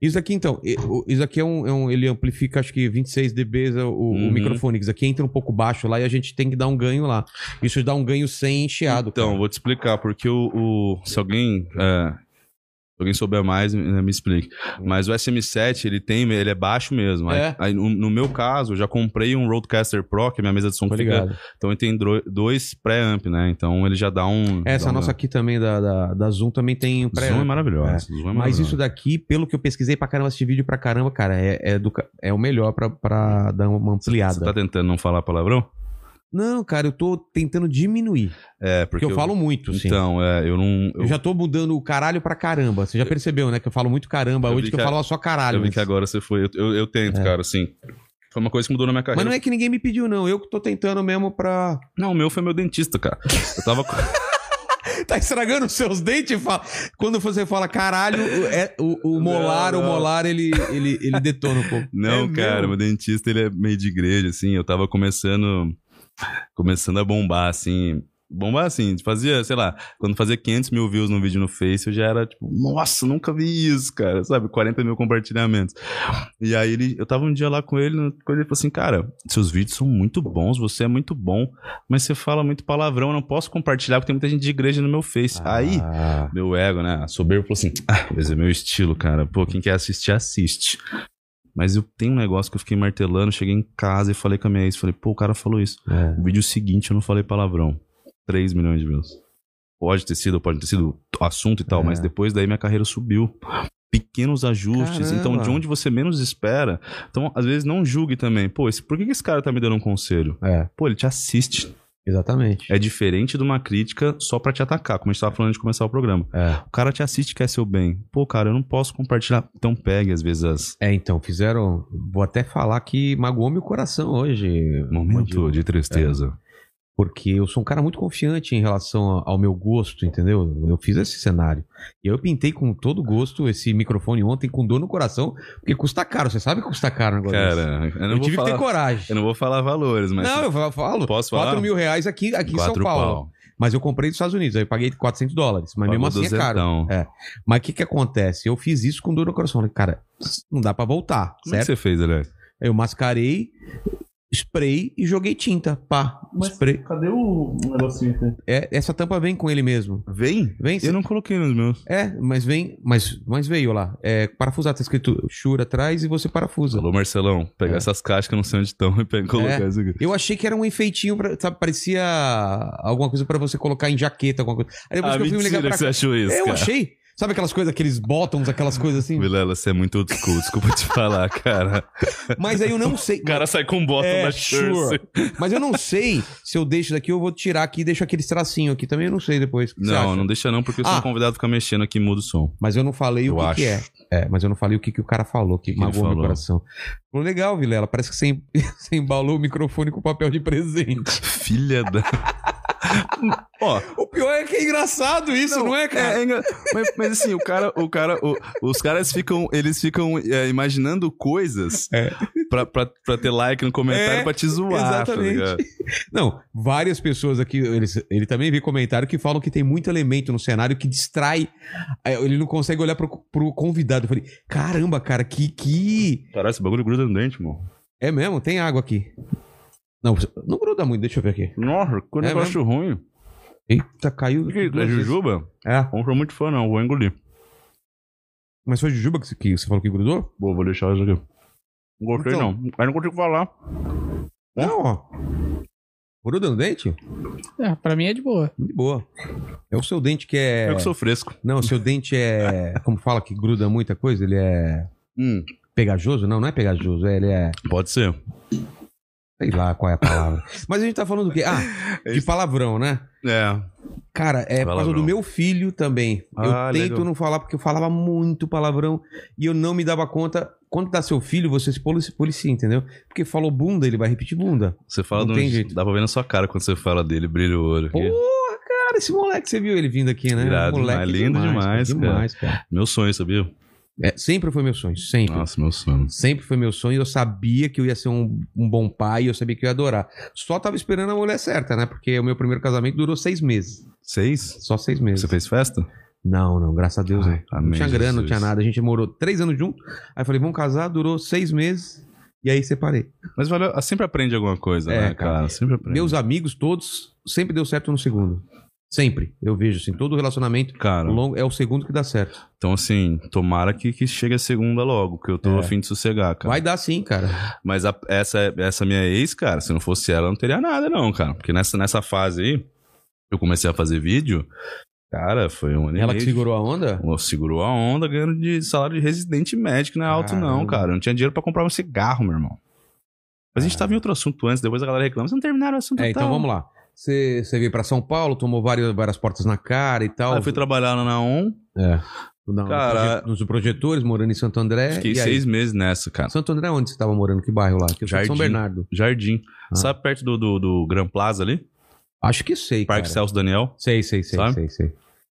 Speaker 1: Isso aqui, então, e- o- isso aqui é um, é um- Ele amplifica, acho que 26 dBs é o, o
Speaker 2: Uhum.
Speaker 1: microfone. Isso aqui entra um pouco baixo lá e a gente tem que dar um ganho lá. Isso dá um ganho sem encheado.
Speaker 2: Então,
Speaker 1: cara.
Speaker 2: vou te explicar, porque o. o- se alguém. é, se alguém souber mais, me, me explique. Mas o SM7, ele tem, ele é baixo mesmo. Aí-
Speaker 1: Hum. É.
Speaker 2: Aí, no, no meu caso, eu já comprei um Roadcaster Pro, que é minha mesa de som
Speaker 1: Tô
Speaker 2: que fica-
Speaker 1: ligado.
Speaker 2: Então ele tem dro- dois pré-amp, né? Então ele já dá um.
Speaker 1: Essa
Speaker 2: dá um-
Speaker 1: nossa aqui também, da, da, da Zoom, também tem um pré
Speaker 2: Zoom é maravilhosa. Zoom é
Speaker 1: Mas
Speaker 2: maravilhosa.
Speaker 1: isso daqui, pelo que eu pesquisei pra caramba, esse vídeo pra caramba, cara, é, é, do ca- é o melhor pra, pra dar uma ampliada.
Speaker 2: Você tá tentando não falar palavrão?
Speaker 1: Não, cara, eu tô tentando diminuir. Porque,
Speaker 2: É, porque.
Speaker 1: eu, falo muito, sim.
Speaker 2: Então, é, eu não. Eu,
Speaker 1: Eu já tô mudando o caralho pra caramba. Você já percebeu, né? Que eu falo muito caramba.
Speaker 2: Eu
Speaker 1: Hoje
Speaker 2: vi
Speaker 1: que eu
Speaker 2: que a-
Speaker 1: falo só caralho.
Speaker 2: eu vi
Speaker 1: mas-
Speaker 2: que agora você foi. Eu, eu- eu tento, cara, assim. Foi uma coisa que mudou na minha
Speaker 1: Mas
Speaker 2: carreira.
Speaker 1: não é que ninguém me pediu, não. Eu que tô tentando mesmo pra.
Speaker 2: não... o meu foi meu dentista, cara. Eu tava. com-
Speaker 1: tá estragando os seus dentes. e Fala. Quando você fala caralho, o- é- o, o molar, o
Speaker 2: não.
Speaker 1: molar, ele, ele, ele detona um pouco.
Speaker 2: Não,
Speaker 1: É
Speaker 2: cara,
Speaker 1: mesmo?
Speaker 2: meu dentista ele é meio de igreja, assim. Eu tava começando, começando a bombar, assim. Bombar assim, fazia, sei lá, quando fazia 500 mil views num vídeo no Face, eu já era tipo, nossa, nunca vi isso, cara, sabe? 40 mil compartilhamentos. E aí ele, eu tava um dia lá com ele, no- ele falou assim, cara, seus vídeos são muito bons, você é muito bom, mas você fala muito palavrão, eu não posso compartilhar porque tem muita gente de igreja no meu Face. Aí,
Speaker 1: Ah,
Speaker 2: meu ego, né? A soberba falou assim: ah, mas é meu estilo, cara. Pô, quem quer assistir, assiste. Mas eu tenho um negócio que eu fiquei martelando, cheguei em casa e falei com a minha ex, falei, pô, o cara falou isso.
Speaker 1: é.
Speaker 2: O vídeo seguinte eu não falei palavrão. 3 milhões de views. Pode ter sido, pode ter sido assunto e tal,
Speaker 1: É.
Speaker 2: mas depois daí minha carreira subiu. Pequenos ajustes,
Speaker 1: Caramba.
Speaker 2: então de onde você menos espera. Então, às vezes, não julgue também. Pô, esse, por que que esse cara tá me dando um conselho?
Speaker 1: É,
Speaker 2: Pô, ele te assiste.
Speaker 1: exatamente.
Speaker 2: É diferente de uma crítica só pra te atacar, como a gente tava falando antes de começar o programa.
Speaker 1: É.
Speaker 2: O cara te assiste e quer seu bem. Pô, cara, eu não posso compartilhar. Então pegue, às vezes, as...
Speaker 1: É, então, fizeram. Vou até falar que magoou meu coração hoje.
Speaker 2: Momento
Speaker 1: Mandíbula.
Speaker 2: de tristeza.
Speaker 1: É. Porque eu sou um cara muito confiante em relação a- ao meu gosto, entendeu? Eu fiz esse cenário. E eu pintei com todo gosto esse microfone ontem com dor no coração, porque custa caro. Você sabe que custa caro um negócio desse.
Speaker 2: Cara, eu não,
Speaker 1: eu
Speaker 2: vou
Speaker 1: tive que
Speaker 2: falar,
Speaker 1: ter coragem.
Speaker 2: eu não vou falar valores, mas...
Speaker 1: não, eu fa- falo.
Speaker 2: Posso
Speaker 1: 4
Speaker 2: falar?
Speaker 1: mil reais aqui, aqui em São
Speaker 2: Quatro
Speaker 1: Paulo.
Speaker 2: pau.
Speaker 1: Mas eu comprei dos Estados Unidos, aí eu paguei 400 dólares. Mas mesmo
Speaker 2: Pagou
Speaker 1: assim é caro.
Speaker 2: duzentão.
Speaker 1: É. Mas o que que acontece? Eu fiz isso com dor no coração. Falei, cara, não dá pra voltar,
Speaker 2: Como é que
Speaker 1: certo?
Speaker 2: você fez, aliás?
Speaker 1: Eu mascarei, spray e joguei tinta. Pá, spray.
Speaker 4: Cadê o negocinho aqui?
Speaker 1: É, essa tampa vem com ele mesmo.
Speaker 2: Vem?
Speaker 1: Vem,
Speaker 2: Eu não coloquei nos meus.
Speaker 1: É, mas vem, mas, mas veio lá. É, parafusar, tá escrito Shure atrás e você parafusa.
Speaker 2: Alô, Marcelão, pegar
Speaker 1: É.
Speaker 2: essas caixas que eu não sei onde estão e pe- colocar
Speaker 1: É.
Speaker 2: isso aqui.
Speaker 1: Eu achei que era um enfeitinho, pra, sabe, parecia alguma coisa pra você colocar em jaqueta, alguma coisa. Aí depois
Speaker 2: Ah,
Speaker 1: que eu fui me ligar
Speaker 2: mentira
Speaker 1: pra É,
Speaker 2: que você achou isso,
Speaker 1: Eu
Speaker 2: cara.
Speaker 1: achei. Sabe aquelas coisas, aqueles bottoms, aquelas coisas assim?
Speaker 2: Vilela, você é muito old school, desculpa te falar, cara.
Speaker 1: Mas aí eu não sei.
Speaker 2: O cara sai com bota
Speaker 1: É,
Speaker 2: na
Speaker 1: sure.
Speaker 2: sure.
Speaker 1: Mas eu não sei se eu deixo daqui ou vou tirar aqui e deixo aqueles tracinhos aqui. Também eu não sei depois. O que você
Speaker 2: Não,
Speaker 1: acha?
Speaker 2: não deixa não, porque eu
Speaker 1: Ah.
Speaker 2: sou um convidado a ficar mexendo aqui e muda o som.
Speaker 1: Mas eu não falei
Speaker 2: Eu
Speaker 1: o que, que é.
Speaker 2: acho.
Speaker 1: É, mas eu não falei o que, que o cara falou, que,
Speaker 2: que ele
Speaker 1: magoou meu
Speaker 2: falou?
Speaker 1: coração. Falou, legal, Vilela, parece que você, em- você embalou o microfone com papel de presente.
Speaker 2: Filha da... Ó,
Speaker 1: O pior é que é engraçado isso, não, é, cara?
Speaker 2: É, é engra- mas, mas assim, o cara, o cara, o- os caras ficam, eles ficam é, imaginando coisas
Speaker 1: É.
Speaker 2: pra, pra, pra ter like no comentário
Speaker 1: É,
Speaker 2: pra te zoar. tá
Speaker 1: exatamente.
Speaker 2: ligado?
Speaker 1: Não, várias pessoas aqui, eles, ele também vê comentário que falam que tem muito elemento no cenário que distrai. É, Ele não consegue olhar pro, pro convidado. Eu falei, caramba, cara, que, que.
Speaker 2: Caralho, esse bagulho gruda no dente, mano.
Speaker 1: É mesmo? Tem água aqui. Não, não gruda muito, deixa eu ver aqui.
Speaker 2: Nossa, que
Speaker 1: É
Speaker 2: negócio ruim.
Speaker 1: Eita, caiu.
Speaker 2: Que, é
Speaker 1: duas vezes.
Speaker 2: jujuba?
Speaker 1: É,
Speaker 2: Não sou muito fã, não. Vou engolir.
Speaker 1: mas foi Jujuba que, que você falou que grudou?
Speaker 2: Vou, vou deixar isso aqui. Não gostei,
Speaker 1: Então.
Speaker 2: não. Aí não consigo falar. Hã?
Speaker 1: Não, ó. Gruda no dente?
Speaker 3: É, pra mim é de boa.
Speaker 1: De boa. É o seu dente que
Speaker 2: É.
Speaker 1: é.
Speaker 2: Eu que sou fresco.
Speaker 1: Não, o seu dente é. Como fala que gruda muita coisa? Ele é.
Speaker 2: Hum,
Speaker 1: Pegajoso? Não, não é pegajoso. Ele é.
Speaker 2: pode ser.
Speaker 1: Sei lá qual é a palavra. Mas a gente tá falando do quê? Ah, de palavrão, né?
Speaker 2: É.
Speaker 1: Cara, é por causa
Speaker 2: Palavrão.
Speaker 1: do meu filho também.
Speaker 2: Ah,
Speaker 1: eu tento
Speaker 2: legal.
Speaker 1: não falar porque eu falava muito palavrão e eu não me dava conta. Quando dá seu filho, você se polici- policia, entendeu? Porque falou bunda, ele vai repetir bunda.
Speaker 2: Você fala de
Speaker 1: Não
Speaker 2: um-
Speaker 1: tem jeito.
Speaker 2: Dá pra ver na sua cara quando você fala dele, brilha o olho. aqui.
Speaker 1: Porra, cara, esse moleque, você viu ele vindo aqui, né?
Speaker 2: É. Irado
Speaker 1: moleque
Speaker 2: demais, lindo demais, cara.
Speaker 1: cara.
Speaker 2: Meu sonho, sabia?
Speaker 1: É, sempre foi meu sonho, sempre.
Speaker 2: Nossa, meu sonho.
Speaker 1: Sempre foi meu sonho, eu sabia que eu ia ser um, um bom pai, eu sabia que eu ia adorar. Só tava esperando a mulher certa, né? Porque o meu primeiro casamento durou seis meses.
Speaker 2: Seis?
Speaker 1: Só seis meses.
Speaker 2: Você fez Ah, festa?
Speaker 1: Não, não, graças a Deus.
Speaker 2: Ai,
Speaker 1: não. não
Speaker 2: amém,
Speaker 1: tinha grana, não
Speaker 2: Jesus.
Speaker 1: tinha nada. A gente morou três anos junto. Aí eu falei, vamos casar, durou seis meses. E aí separei.
Speaker 2: Mas valeu, ah, sempre aprende alguma coisa,
Speaker 1: É,
Speaker 2: né, cara?
Speaker 1: cara.
Speaker 2: Sempre aprende.
Speaker 1: Meus amigos todos, sempre deu certo no segundo. Sempre. Eu vejo, assim, todo relacionamento
Speaker 2: Cara,
Speaker 1: longo é o segundo que dá certo.
Speaker 2: então assim, tomara que, que chegue a segunda logo, que eu tô
Speaker 1: É.
Speaker 2: afim de sossegar, cara.
Speaker 1: Vai dar sim, cara.
Speaker 2: Mas a- essa, essa minha ex, cara, se não fosse ela, eu não teria nada, não, cara. Porque nessa, nessa fase aí, eu comecei a fazer vídeo, cara, foi um ano e
Speaker 1: Ela que
Speaker 2: meio de-
Speaker 1: segurou a onda?
Speaker 2: Pô, Segurou a onda ganhando de salário de residente médico, não é alto não,
Speaker 1: Caramba.
Speaker 2: cara. Eu não tinha dinheiro pra comprar um cigarro, meu irmão. Mas a gente tava em outro assunto antes, depois a galera reclama. Vocês não terminaram o assunto
Speaker 1: É, então vamos lá. Você você veio pra São Paulo, tomou várias, várias portas na cara e tal.
Speaker 2: Aí Ah, eu fui trabalhar na On,
Speaker 1: É. Na-
Speaker 2: Cara,
Speaker 1: no proje- nos projetores, morando em Santo André.
Speaker 2: fiquei
Speaker 1: É, e aí?
Speaker 2: seis meses nessa, cara.
Speaker 1: Santo André, é onde você é tava morando? Que bairro lá? Que eu sou de São
Speaker 2: Jardim.
Speaker 1: Bernardo.
Speaker 2: Jardim.
Speaker 1: Ah.
Speaker 2: Sabe perto do, do, do Gran Plaza ali?
Speaker 1: Acho que sei,
Speaker 2: Parque
Speaker 1: cara.
Speaker 2: Celso Daniel.
Speaker 1: Sei, sei, sei,
Speaker 2: Sabe?
Speaker 1: sei, sei. é-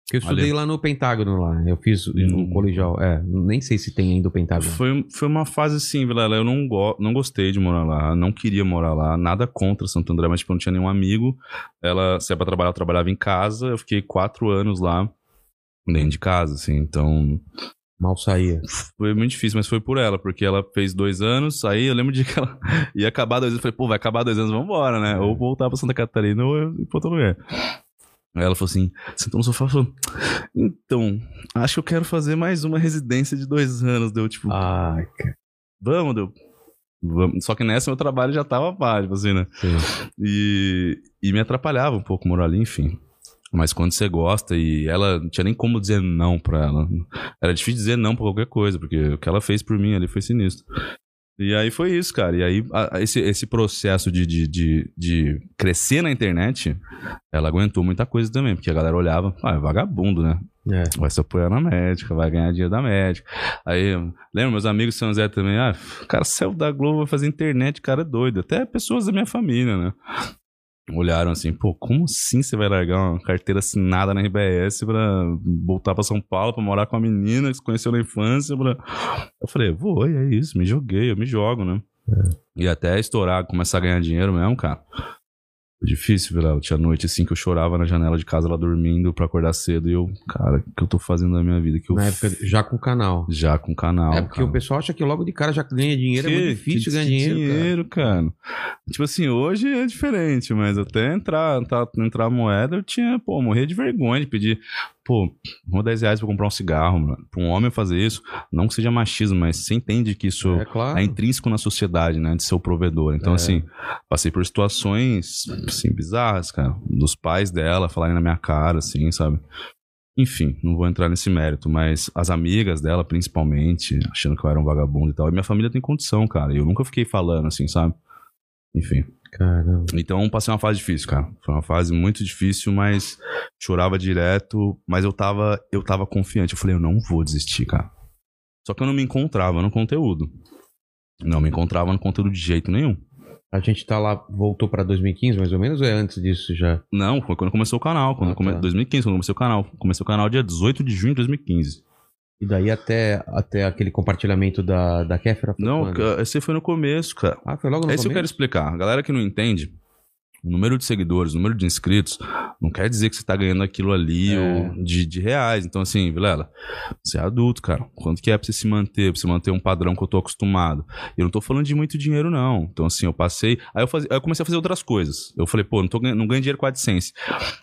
Speaker 1: Porque Eu estudei
Speaker 2: Ali.
Speaker 1: lá no Pentágono lá. Eu fiz o- o
Speaker 2: Hum.
Speaker 1: colegial. É, nem sei se tem ainda o Pentágono.
Speaker 2: Foi, foi uma fase assim, Vilela. Eu não, go não gostei de morar lá, não queria morar lá, nada contra Santo André, mas tipo, eu não tinha nenhum amigo. Ela, se é pra trabalhar, eu trabalhava em casa. Eu fiquei quatro anos lá, dentro de casa, assim. Então,
Speaker 1: Mal saía.
Speaker 2: foi muito difícil, mas foi por ela, porque ela fez dois anos. Aí eu lembro de que ela ia acabar dois anos. Eu falei, pô, vai acabar dois anos, vambora, né? Ou voltar pra Santa Catarina ou eu ir pra outro lugar. Aí ela falou assim, sentou no sofá e falou, então, acho que eu quero fazer mais uma residência de dois anos. Deu tipo,
Speaker 1: Ai, cara.
Speaker 2: vamos, deu. Vamos. Só que nessa meu trabalho já tava pá, tipo assim, né?
Speaker 1: Sim.
Speaker 2: E, e me atrapalhava um pouco morar ali, enfim. Mas quando você gosta e ela não tinha nem como dizer não pra ela. Era difícil dizer não pra qualquer coisa, porque o que ela fez por mim ali foi sinistro. E aí foi isso, cara. E aí a- a- esse, esse processo de, de, de, de crescer na internet, ela aguentou muita coisa também, porque a galera olhava, ah, é vagabundo, né?
Speaker 1: É.
Speaker 2: Vai se apoiar na médica, vai ganhar dinheiro da médica. Aí, lembra, meus amigos de São José também, ah, o cara saiu da Globo, vai fazer internet, cara é doido. Até pessoas da minha família, né? Olharam assim, pô, como assim você vai largar uma carteira assinada na RBS pra voltar pra São Paulo, pra morar com a menina que se conheceu na infância? pra-" Eu falei, vou, e é isso, me joguei, eu me jogo, né? E até estourar, começar a ganhar dinheiro mesmo, cara. Foi difícil, Vilela. Tinha noite assim que eu chorava na janela de casa, lá dormindo pra acordar cedo. E eu, cara, o que eu tô fazendo na minha vida? Que eu
Speaker 1: Na época, já com o canal.
Speaker 2: já com o canal.
Speaker 1: é porque
Speaker 2: cara.
Speaker 1: o pessoal acha que logo de cara já ganha dinheiro. é muito difícil ganhar dinheiro. cara.
Speaker 2: cara. Tipo assim, hoje é diferente, mas até entrar, entrar, entrar a moeda, eu tinha, pô, morria de vergonha de pedir, pô, vou 10 reais pra comprar um cigarro, mano. Pra um homem fazer isso, não que seja machismo, mas você entende que isso
Speaker 1: É claro.
Speaker 2: é intrínseco na sociedade, né? De ser o provedor. Então, assim, passei por situações, assim, bizarras, cara. Dos pais dela falarem na minha cara, assim, sabe? Enfim, não vou entrar nesse mérito, mas as amigas dela, principalmente, achando que eu era um vagabundo e tal. E minha família tem condição, cara. E eu nunca fiquei falando, assim, sabe? Enfim.
Speaker 1: Caramba.
Speaker 2: Então, passei uma fase difícil, cara. Foi uma fase muito difícil, mas chorava direto. Mas eu tava, eu tava confiante. Eu falei, eu não vou desistir, cara. Só que eu não me encontrava no conteúdo. Não me encontrava no conteúdo de jeito nenhum.
Speaker 1: A gente tá lá, voltou pra 2015 mais ou menos, ou é antes disso já?
Speaker 2: Não, foi quando começou o canal. Quando
Speaker 1: Ah,
Speaker 2: come...
Speaker 1: tá.
Speaker 2: 2015, quando comecei o canal. Comecei o canal dia 18 de junho de 2015.
Speaker 1: E daí até, até aquele compartilhamento da, da Kéfera? foi
Speaker 2: Não,
Speaker 1: quando?
Speaker 2: ca- esse foi no começo, cara.
Speaker 1: Ah, foi logo no
Speaker 2: É isso que eu quero
Speaker 1: começo?
Speaker 2: explicar. A galera que não entende, o número de seguidores, o número de inscritos, não quer dizer que você tá ganhando aquilo ali
Speaker 1: É.
Speaker 2: ou de, de reais. Então, assim, Vilela, você é adulto, cara. Quanto que é pra você se manter, pra você manter um padrão que eu tô acostumado? E eu não tô falando de muito dinheiro, não. Então, assim, eu passei. Aí eu, fazia- aí eu comecei a fazer outras coisas. Eu falei, pô, não, tô ganhando, não ganho dinheiro com a AdSense.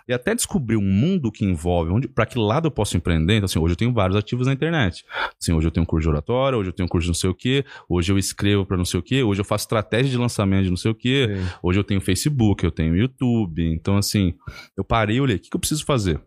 Speaker 2: E até descobrir um mundo que envolve, onde, pra que lado eu posso empreender. Então, assim, hoje eu tenho vários ativos na internet. Assim, hoje eu tenho um curso de oratória, hoje eu tenho um curso de não sei o quê, hoje eu escrevo pra não sei o quê, hoje eu faço estratégia de lançamento de não sei o quê,
Speaker 1: Sim.
Speaker 2: hoje eu tenho Facebook, eu tenho YouTube. Então, assim, eu parei e olhei, o que, que eu preciso fazer?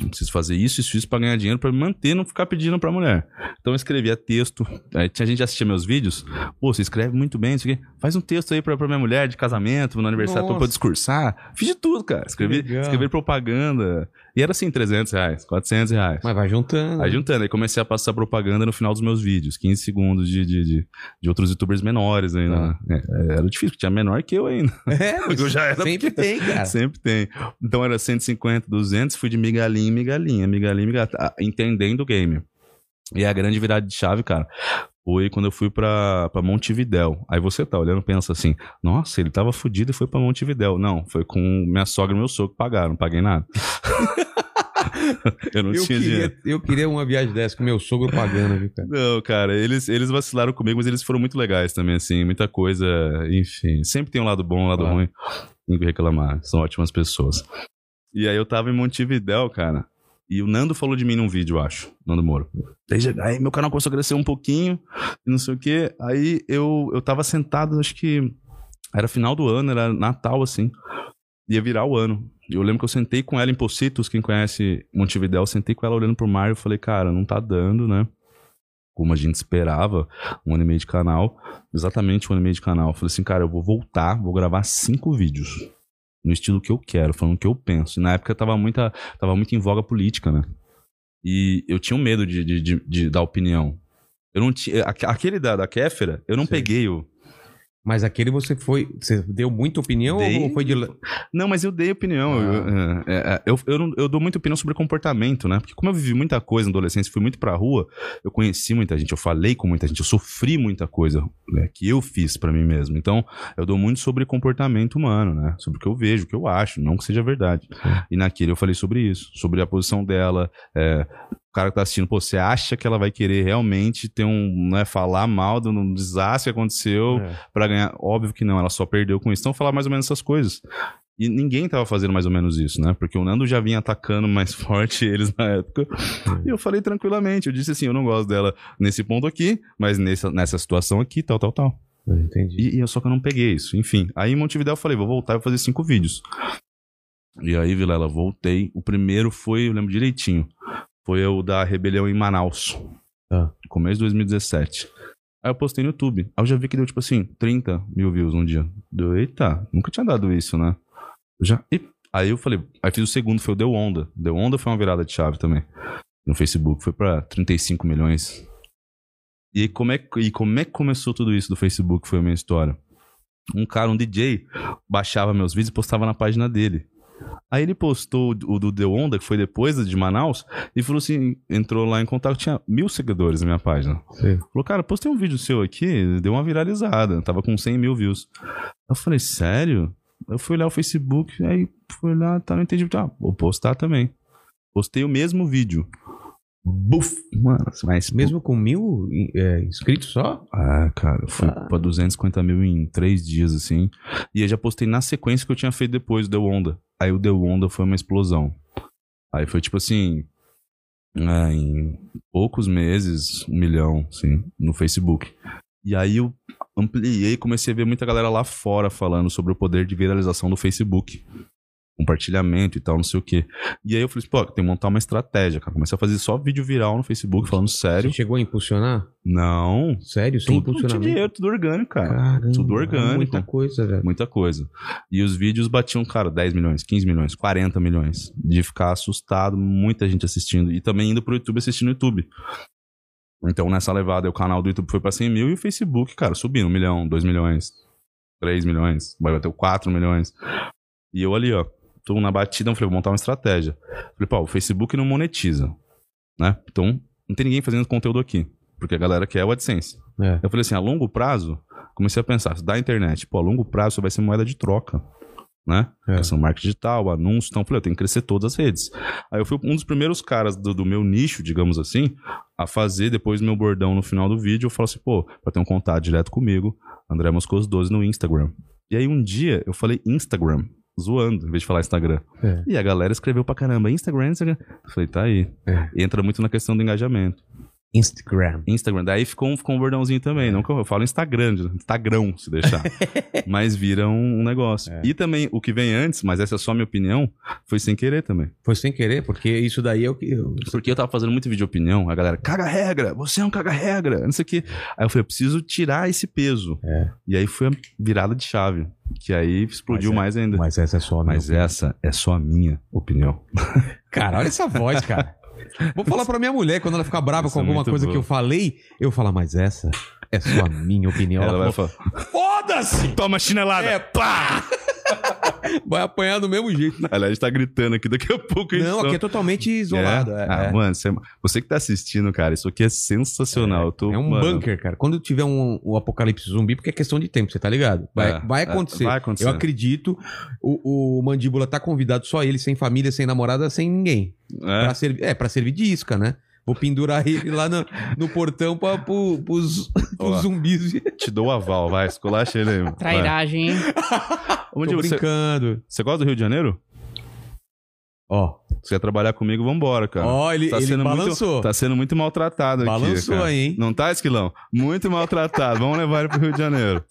Speaker 2: Eu preciso fazer isso, isso, isso pra ganhar dinheiro, pra me manter, não ficar pedindo pra mulher. Então eu escrevia texto, aí tinha gente que assistia meus vídeos, pô, você escreve muito bem, isso aqui. faz um texto aí pra, pra minha mulher de casamento, no aniversário, pra
Speaker 1: Nossa.
Speaker 2: eu discursar. Fiz de tudo, cara. Escrevi,
Speaker 1: legal.
Speaker 2: escrevi propaganda. E era assim, 300 reais, 400 reais.
Speaker 1: Mas é. vai juntando.
Speaker 2: Aí juntando, aí comecei a passar propaganda no final dos meus vídeos, 15 segundos de, de, de, de outros youtubers menores
Speaker 1: Tá.
Speaker 2: ainda. né? É, era difícil, porque tinha menor que eu ainda.
Speaker 1: É, mas
Speaker 2: Eu já era
Speaker 1: sempre tem, cara.
Speaker 2: Sempre tem. Então era 150, 200, fui de migalhinha em migalhinha, migalhinha em migalhinha, ah, entendendo o game. E é a grande virada de chave, cara, foi quando eu fui pra, pra Montevidéu. Aí você tá olhando e pensa assim, nossa, ele tava fudido e foi pra Montevidéu. Não, foi com minha sogra e meu sogro que pagaram, não paguei nada. eu não
Speaker 1: Eu
Speaker 2: tinha dinheiro.
Speaker 1: queria, eu queria uma viagem dessa com meu sogro pagando, viu, cara?
Speaker 2: Não, cara, eles, eles vacilaram comigo, mas eles foram muito legais também, assim, muita coisa, enfim. Sempre tem um lado bom, um lado
Speaker 1: Claro.
Speaker 2: ruim. Tem que reclamar, são ótimas pessoas. E aí eu tava em Montevidéu, cara, e o Nando falou de mim num vídeo, eu acho, Nando Moro. Desde, aí meu canal começou a crescer um pouquinho, e não sei o quê. Aí eu, eu tava sentado, acho que era final do ano, era Natal, assim. Ia virar o ano. E Eu lembro que eu sentei com ela em Pocitos, quem conhece Montevidéu, eu sentei com ela olhando pro mar e eu falei, cara, não tá dando, né? Como a gente esperava, um ano e meio de canal, exatamente um ano e meio de canal. Eu falei assim, cara, eu vou voltar, vou gravar cinco vídeos. No estilo que eu quero, falando o que eu penso. E na época tava, muita, tava muito em voga política, né? E eu tinha um medo de, de, de, de dar opinião. Eu não tinha. aque- Aquele da, da Kéfera, eu não
Speaker 1: Sim.
Speaker 2: peguei o.
Speaker 1: Mas aquele você foi. Você deu muita opinião
Speaker 2: Dei.
Speaker 1: ou foi de. la-
Speaker 2: Não, mas eu dei opinião. Eu, é, é, eu, eu, não- eu dou muita opinião sobre comportamento, né? Porque como eu vivi muita coisa na adolescência, fui muito pra rua, eu conheci muita gente, eu falei com muita gente, eu sofri muita coisa né, que eu fiz pra mim mesmo. Então, eu dou muito sobre comportamento humano, né? Sobre o que eu vejo, o que eu acho, não que seja verdade. E naquele eu falei sobre isso, sobre a posição dela, é, o cara que tá assistindo, pô, você acha que ela vai querer realmente ter um, né, falar mal do um desastre que aconteceu
Speaker 1: É.
Speaker 2: pra ganhar? Óbvio que não, ela só perdeu com isso. Então, falar mais ou menos essas coisas. E ninguém tava fazendo mais ou menos isso, né? Porque o Nando já vinha atacando mais forte eles na época. E eu falei tranquilamente, eu disse assim, eu não gosto dela nesse ponto aqui, mas nessa, nessa situação aqui, tal, tal, tal.
Speaker 1: Eu Entendi.
Speaker 2: E, e eu só que eu não peguei isso. Enfim, aí em Montevideo eu falei, vou voltar e vou fazer cinco vídeos. E aí, Vilela, voltei. O primeiro foi, eu lembro direitinho, foi o da rebelião em Manaus.
Speaker 1: Tá.
Speaker 2: Começo de 2017. Aí eu postei no YouTube. Aí eu já vi que deu, tipo assim, 30 mil views um dia. Deu, eita, nunca tinha dado isso, né? Eu Já, e- aí eu falei, aí fiz o segundo, foi o Deu Onda. Deu Onda foi uma virada de chave também. No Facebook, foi pra 35 milhões. E aí, como é, que- e como é que começou tudo isso do Facebook? Foi a minha história. Um cara, um DJ, baixava meus vídeos e postava na página dele. Aí ele postou o do The Onda, que foi depois de Manaus, e falou assim: entrou lá em contato, tinha mil seguidores na minha página.
Speaker 1: Sei.
Speaker 2: Falou, cara, postei um vídeo seu aqui, deu uma viralizada, tava com 100 mil views. Eu falei, sério? Eu fui olhar o Facebook, aí fui lá, tá, não entendi. Ah, vou postar também. Postei o mesmo vídeo. Buf! Mano, mas
Speaker 1: Mesmo com mil é, inscritos só?
Speaker 2: ah, cara, eu fui
Speaker 1: Ah.
Speaker 2: pra 250 mil em três dias, assim. E eu já postei na sequência que eu tinha feito depois, o The Onda. Aí o The Onda foi uma explosão. Aí foi tipo assim. ah, em poucos meses, um milhão, assim, no Facebook. E aí eu ampliei e comecei a ver muita galera lá fora falando sobre o poder de viralização do Facebook. Compartilhamento e tal, não sei o quê. E aí eu falei assim, pô, tem que montar uma estratégia, cara. Comecei a fazer só vídeo viral no Facebook, falando sério.
Speaker 1: Você chegou a impulsionar?
Speaker 2: Não,
Speaker 1: Sério?
Speaker 2: tudo
Speaker 1: Sem
Speaker 2: não tinha
Speaker 1: impulsionamento?
Speaker 2: dinheiro, tudo orgânico, cara.
Speaker 1: Caramba, é
Speaker 2: Tudo orgânico.
Speaker 1: Muita coisa, velho.
Speaker 2: Muita coisa. E os vídeos batiam, cara, 10 milhões, 15 milhões, 40 milhões. De ficar assustado, muita gente assistindo. E também indo pro YouTube assistindo YouTube. Então, nessa levada, o canal do YouTube foi pra 100 mil e o Facebook, cara, subindo 1 milhão, 2 milhões, 3 milhões, vai bater 4 milhões. E eu ali, ó, tô na batida, eu falei, vou montar uma estratégia. Falei, pô, o Facebook não monetiza, né? Então, não tem ninguém fazendo conteúdo aqui. Porque a galera quer o AdSense.
Speaker 1: É.
Speaker 2: Eu falei assim, a longo prazo, comecei a pensar, se dá internet, pô, a longo prazo isso vai ser moeda de troca, né?
Speaker 1: É.
Speaker 2: Essa marca digital, anúncio, então eu falei, eu tenho que crescer todas as redes. Aí eu fui um dos primeiros caras do, do meu nicho, digamos assim, a fazer depois do meu bordão no final do vídeo, eu falo assim, pô, pra ter um contato direto comigo, André Moscoso 12 no Instagram. E aí um dia eu falei Instagram, zoando, em vez de falar Instagram.
Speaker 1: É.
Speaker 2: E a galera escreveu pra caramba, Instagram, Instagram. Eu falei, tá aí.
Speaker 1: É.
Speaker 2: E entra muito na questão do engajamento.
Speaker 1: Instagram.
Speaker 2: Instagram. Daí ficou, ficou um bordãozinho
Speaker 1: É.
Speaker 2: também. Não que eu, eu falo Instagram, Instagram, se deixar. mas vira um, um negócio.
Speaker 1: É.
Speaker 2: E também, o que vem antes, mas essa é só a minha opinião, foi sem querer também.
Speaker 1: Foi sem querer, porque isso daí é o que. eu-
Speaker 2: Porque eu tava fazendo muito vídeo de opinião, a galera, caga regra, você é um caga regra, não sei o quê. Aí eu falei, eu preciso tirar esse peso.
Speaker 1: É.
Speaker 2: E aí foi a virada de chave, que aí explodiu
Speaker 1: Mas
Speaker 2: mais ainda.
Speaker 1: Mas essa é só a minha
Speaker 2: Mas essa é só a minha opinião.
Speaker 1: Cara, olha essa voz, cara. Vou falar pra minha mulher quando ela ficar brava
Speaker 2: Isso
Speaker 1: com
Speaker 2: é
Speaker 1: alguma
Speaker 2: muito
Speaker 1: coisa
Speaker 2: boa.
Speaker 1: que eu falei, eu falo, mas essa é só a minha opinião.
Speaker 2: Ela
Speaker 1: Ela
Speaker 2: vai
Speaker 1: falou,
Speaker 2: falar,
Speaker 1: foda-se!
Speaker 2: toma chinelada.
Speaker 1: É, pá! Vai apanhar do mesmo jeito.
Speaker 2: Aliás, a gente tá gritando aqui, daqui a pouco a gente
Speaker 1: Não, aqui é totalmente isolado.
Speaker 2: É?
Speaker 1: É,
Speaker 2: Ah,
Speaker 1: é.
Speaker 2: mano, você, você que tá assistindo, cara, isso aqui é sensacional. Eu tô,
Speaker 1: É um
Speaker 2: mano,
Speaker 1: bunker, cara. Quando tiver um, um apocalipse zumbi, porque é questão de tempo, você tá ligado? Vai,
Speaker 2: É,
Speaker 1: vai
Speaker 2: é,
Speaker 1: acontecer.
Speaker 2: vai acontecer.
Speaker 1: Eu acredito. O, o Mandíbula tá convidado só ele, sem família, sem namorada, sem ninguém.
Speaker 2: É,
Speaker 1: Pra servir, é, pra servir de isca, né? Vou pendurar ele lá no, no portão pra, pro, pros,
Speaker 2: Ó.
Speaker 1: pros zumbis.
Speaker 2: te dou o aval, vai, esculacha ele aí. vai.
Speaker 3: Trairagem, hein?
Speaker 2: Onde
Speaker 1: Tô
Speaker 2: você,
Speaker 1: brincando.
Speaker 2: você gosta do Rio de Janeiro?
Speaker 1: Ó,
Speaker 2: Você quer trabalhar comigo, vambora, cara.
Speaker 1: ó, ele,
Speaker 2: tá,
Speaker 1: ele
Speaker 2: sendo
Speaker 1: balançou.
Speaker 2: muito, tá sendo muito maltratado
Speaker 1: balançou
Speaker 2: aqui. cara.
Speaker 1: aí, hein?
Speaker 2: Não tá, Esquilão? Muito maltratado. Vamos levar ele pro Rio de Janeiro.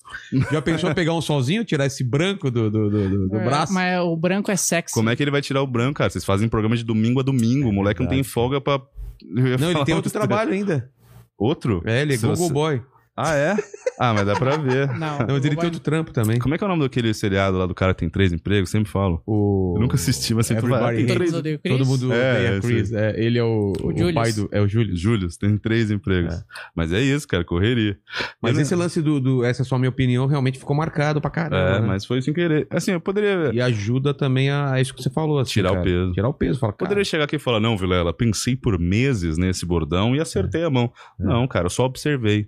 Speaker 1: Já pensou em pegar um solzinho, tirar esse branco do, do, do, do- do
Speaker 3: É,
Speaker 1: braço?
Speaker 3: Mas o branco é sexy.
Speaker 2: Como é que ele vai tirar o branco, cara? Vocês fazem programa de domingo a domingo. o moleque não
Speaker 1: É verdade.
Speaker 2: tem folga pra. Eu né? ia
Speaker 1: Não, ele
Speaker 2: falar
Speaker 1: tem outro
Speaker 2: outra-
Speaker 1: trabalho ainda.
Speaker 2: Outro?
Speaker 1: É, ele é
Speaker 2: Se
Speaker 1: Google
Speaker 2: você-
Speaker 1: Boy.
Speaker 2: Ah, é? Ah, mas dá pra ver.
Speaker 3: Não,
Speaker 1: Não, mas ele tem outro trampo também.
Speaker 2: Como é que é o nome daquele seriado lá do cara que tem três empregos? Sempre falo.
Speaker 1: O...
Speaker 2: Eu nunca assisti,
Speaker 1: É
Speaker 2: mas sempre falo. Ah,
Speaker 1: Everybody
Speaker 2: tem
Speaker 1: Hates
Speaker 2: três...
Speaker 3: Todo,
Speaker 1: Todo mundo
Speaker 2: É,
Speaker 1: odeia
Speaker 2: esse-
Speaker 1: Chris. É, ele é o, o
Speaker 3: Julius.
Speaker 1: pai do. É o Júlio.
Speaker 2: Júlio, você tem três empregos. Mas é isso, cara, correria.
Speaker 1: Mas
Speaker 2: Eu
Speaker 1: esse lance do, do. Essa é só minha opinião, realmente ficou marcado pra
Speaker 2: não-
Speaker 1: caramba.
Speaker 2: É,
Speaker 1: né?
Speaker 2: mas foi sem querer. Assim, eu poderia.
Speaker 1: E ajuda também a, a isso que você falou. assim,
Speaker 2: Tirar o
Speaker 1: cara.
Speaker 2: peso.
Speaker 1: Tirar o peso. Fala, cara,
Speaker 2: Poderia chegar aqui e falar, não, Vilela, pensei por meses nesse bordão e acertei
Speaker 1: É.
Speaker 2: a mão. Não, cara, eu só observei,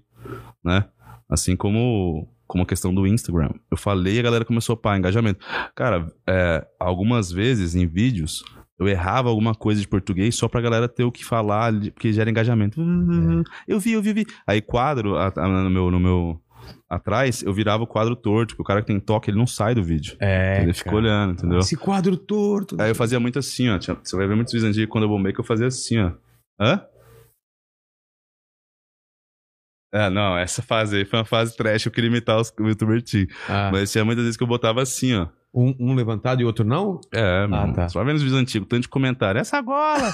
Speaker 2: né? Assim como, como a questão do Instagram. Eu falei e a galera começou a pá, engajamento. Cara, é, algumas vezes em vídeos eu errava alguma coisa de português só pra galera ter o que falar, ali, porque gera engajamento.
Speaker 1: É.
Speaker 2: Hum, Eu vi, eu vi, vi. Aí quadro a- a- no meu... No meu Atrás, eu virava o quadro torto, porque o cara que tem toque, ele não sai do vídeo.
Speaker 1: É.
Speaker 2: ele fica
Speaker 1: cara.
Speaker 2: olhando, entendeu?
Speaker 1: Esse quadro torto.
Speaker 2: Aí eu fazia muito assim, ó. Tinha- Você vai ver muitos vídeos antigos quando eu bombei que eu fazia assim, ó. Hã? Ah, não, essa fase aí foi uma fase trash, eu queria imitar os o youtuber T.
Speaker 1: Ah,
Speaker 2: Mas tinha muitas vezes que eu botava assim, ó.
Speaker 1: um, um levantado e outro não?
Speaker 2: É, mano.
Speaker 1: tá.
Speaker 2: Só vendo os vídeos antigos, tanto de comentário. Essa gola!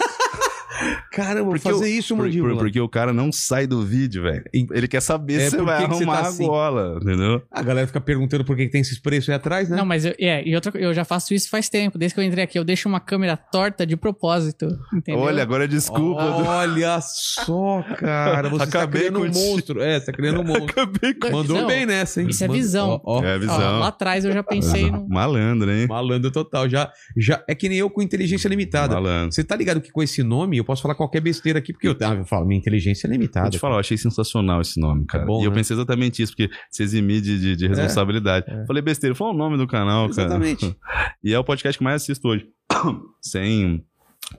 Speaker 1: Caramba,
Speaker 2: Porque
Speaker 1: fazer isso,
Speaker 2: Por- por-
Speaker 1: mandíbula.
Speaker 2: porque o cara não sai do vídeo, velho. Ele quer saber
Speaker 1: É,
Speaker 2: se você
Speaker 1: por
Speaker 2: vai
Speaker 1: que que você
Speaker 2: arrumar
Speaker 1: tá
Speaker 2: a
Speaker 1: assim?
Speaker 2: gola, entendeu?
Speaker 1: A galera fica perguntando por que que tem esses preços aí atrás, né?
Speaker 3: Não, mas eu, é, e outra, co- eu já faço isso faz tempo. Desde que eu entrei aqui, eu deixo uma câmera torta de propósito. Entendeu?
Speaker 2: Olha, agora é desculpa. eu
Speaker 1: Olha só, cara. Você está
Speaker 2: Acabei
Speaker 1: criando um
Speaker 2: curtindo.
Speaker 1: monstro. É, você tá criando um monstro.
Speaker 2: Acabei com...
Speaker 1: Mandou
Speaker 3: Não,
Speaker 1: bem nessa, hein?
Speaker 3: isso é
Speaker 1: Mandou-
Speaker 3: visão.
Speaker 1: Ó, ó.
Speaker 2: É a
Speaker 3: Ó,
Speaker 2: visão.
Speaker 3: lá atrás eu já pensei no.
Speaker 2: Malandro, hein?
Speaker 1: Malandro total. Já, já é que nem eu com inteligência limitada.
Speaker 2: Malandro.
Speaker 1: Você tá ligado que com esse nome eu posso falar qualquer besteira aqui, porque eu, ah, eu falo, minha inteligência é
Speaker 2: Vou
Speaker 1: limitada.
Speaker 2: te falar, eu achei sensacional esse nome, cara.
Speaker 1: É bom,
Speaker 2: e eu
Speaker 1: né? É,
Speaker 2: pensei exatamente isso, porque se eximir de, de- de responsabilidade. Falei besteira, foi o nome do canal,
Speaker 1: Exatamente.
Speaker 2: cara. E é o podcast que mais assisto hoje. sem,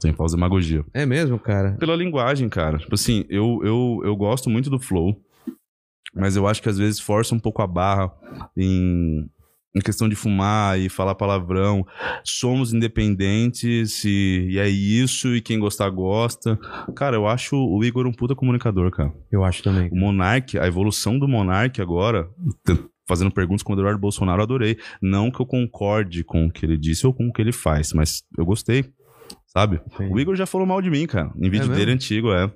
Speaker 2: sem falsa demagogia.
Speaker 1: É mesmo, cara?
Speaker 2: Pela linguagem, cara. Tipo assim, eu, eu, eu gosto muito do flow, mas eu acho que às vezes força um pouco a barra em, em questão de fumar e falar palavrão. Somos independentes e, e é isso, e quem gostar, gosta. Cara, eu acho o Igor um puta comunicador, cara.
Speaker 1: Eu acho também.
Speaker 2: O Monark, a evolução do Monark agora, t- fazendo perguntas com o Eduardo Bolsonaro, eu adorei. Não que eu concorde com o que ele disse ou com o que ele faz, mas eu gostei, sabe? O Igor já falou mal de mim, cara, em vídeo
Speaker 1: mesmo?
Speaker 2: dele antigo, é.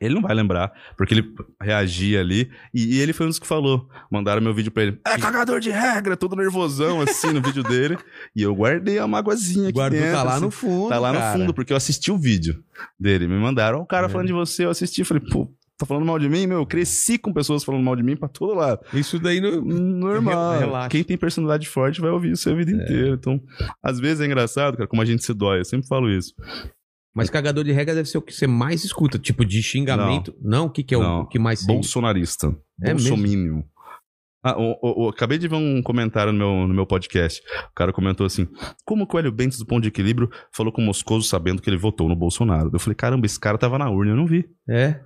Speaker 2: Ele não vai lembrar, porque ele reagia ali. E, e ele foi um dos que falou. Mandaram meu vídeo pra ele. É cagador de regra, todo nervosão, assim, no vídeo dele. E eu guardei a magoazinha
Speaker 1: O
Speaker 2: aqui
Speaker 1: guarda
Speaker 2: dentro,
Speaker 1: tá lá
Speaker 2: assim.
Speaker 1: no fundo.
Speaker 2: Tá lá
Speaker 1: cara.
Speaker 2: no fundo, porque eu assisti o vídeo dele. Me mandaram. Ó, o cara
Speaker 1: É.
Speaker 2: falando de você, eu assisti. Falei, pô, tá falando mal de mim? Meu, eu cresci com pessoas falando mal de mim pra todo lado.
Speaker 1: Isso daí não.
Speaker 2: Normal.
Speaker 1: Re- relaxa. É.
Speaker 2: Quem tem personalidade forte vai ouvir isso a vida inteira. Então, às vezes é engraçado, cara, como a gente se dói. Eu sempre falo isso.
Speaker 1: Mas cagador de regra deve ser o que você mais escuta, tipo de xingamento. Não, o que, que é
Speaker 2: Não.
Speaker 1: o que mais.
Speaker 2: Bolsonarista.
Speaker 1: É mesmo?
Speaker 2: Bolsomínio. Ah, o- o- o- acabei de ver um comentário no meu, no meu podcast. O cara comentou assim: Como que o Hélio Bentes do Ponto de Equilíbrio falou com o Moscoso sabendo que ele votou no Bolsonaro? Eu falei: Caramba, esse cara tava na urna, eu não vi.
Speaker 1: É.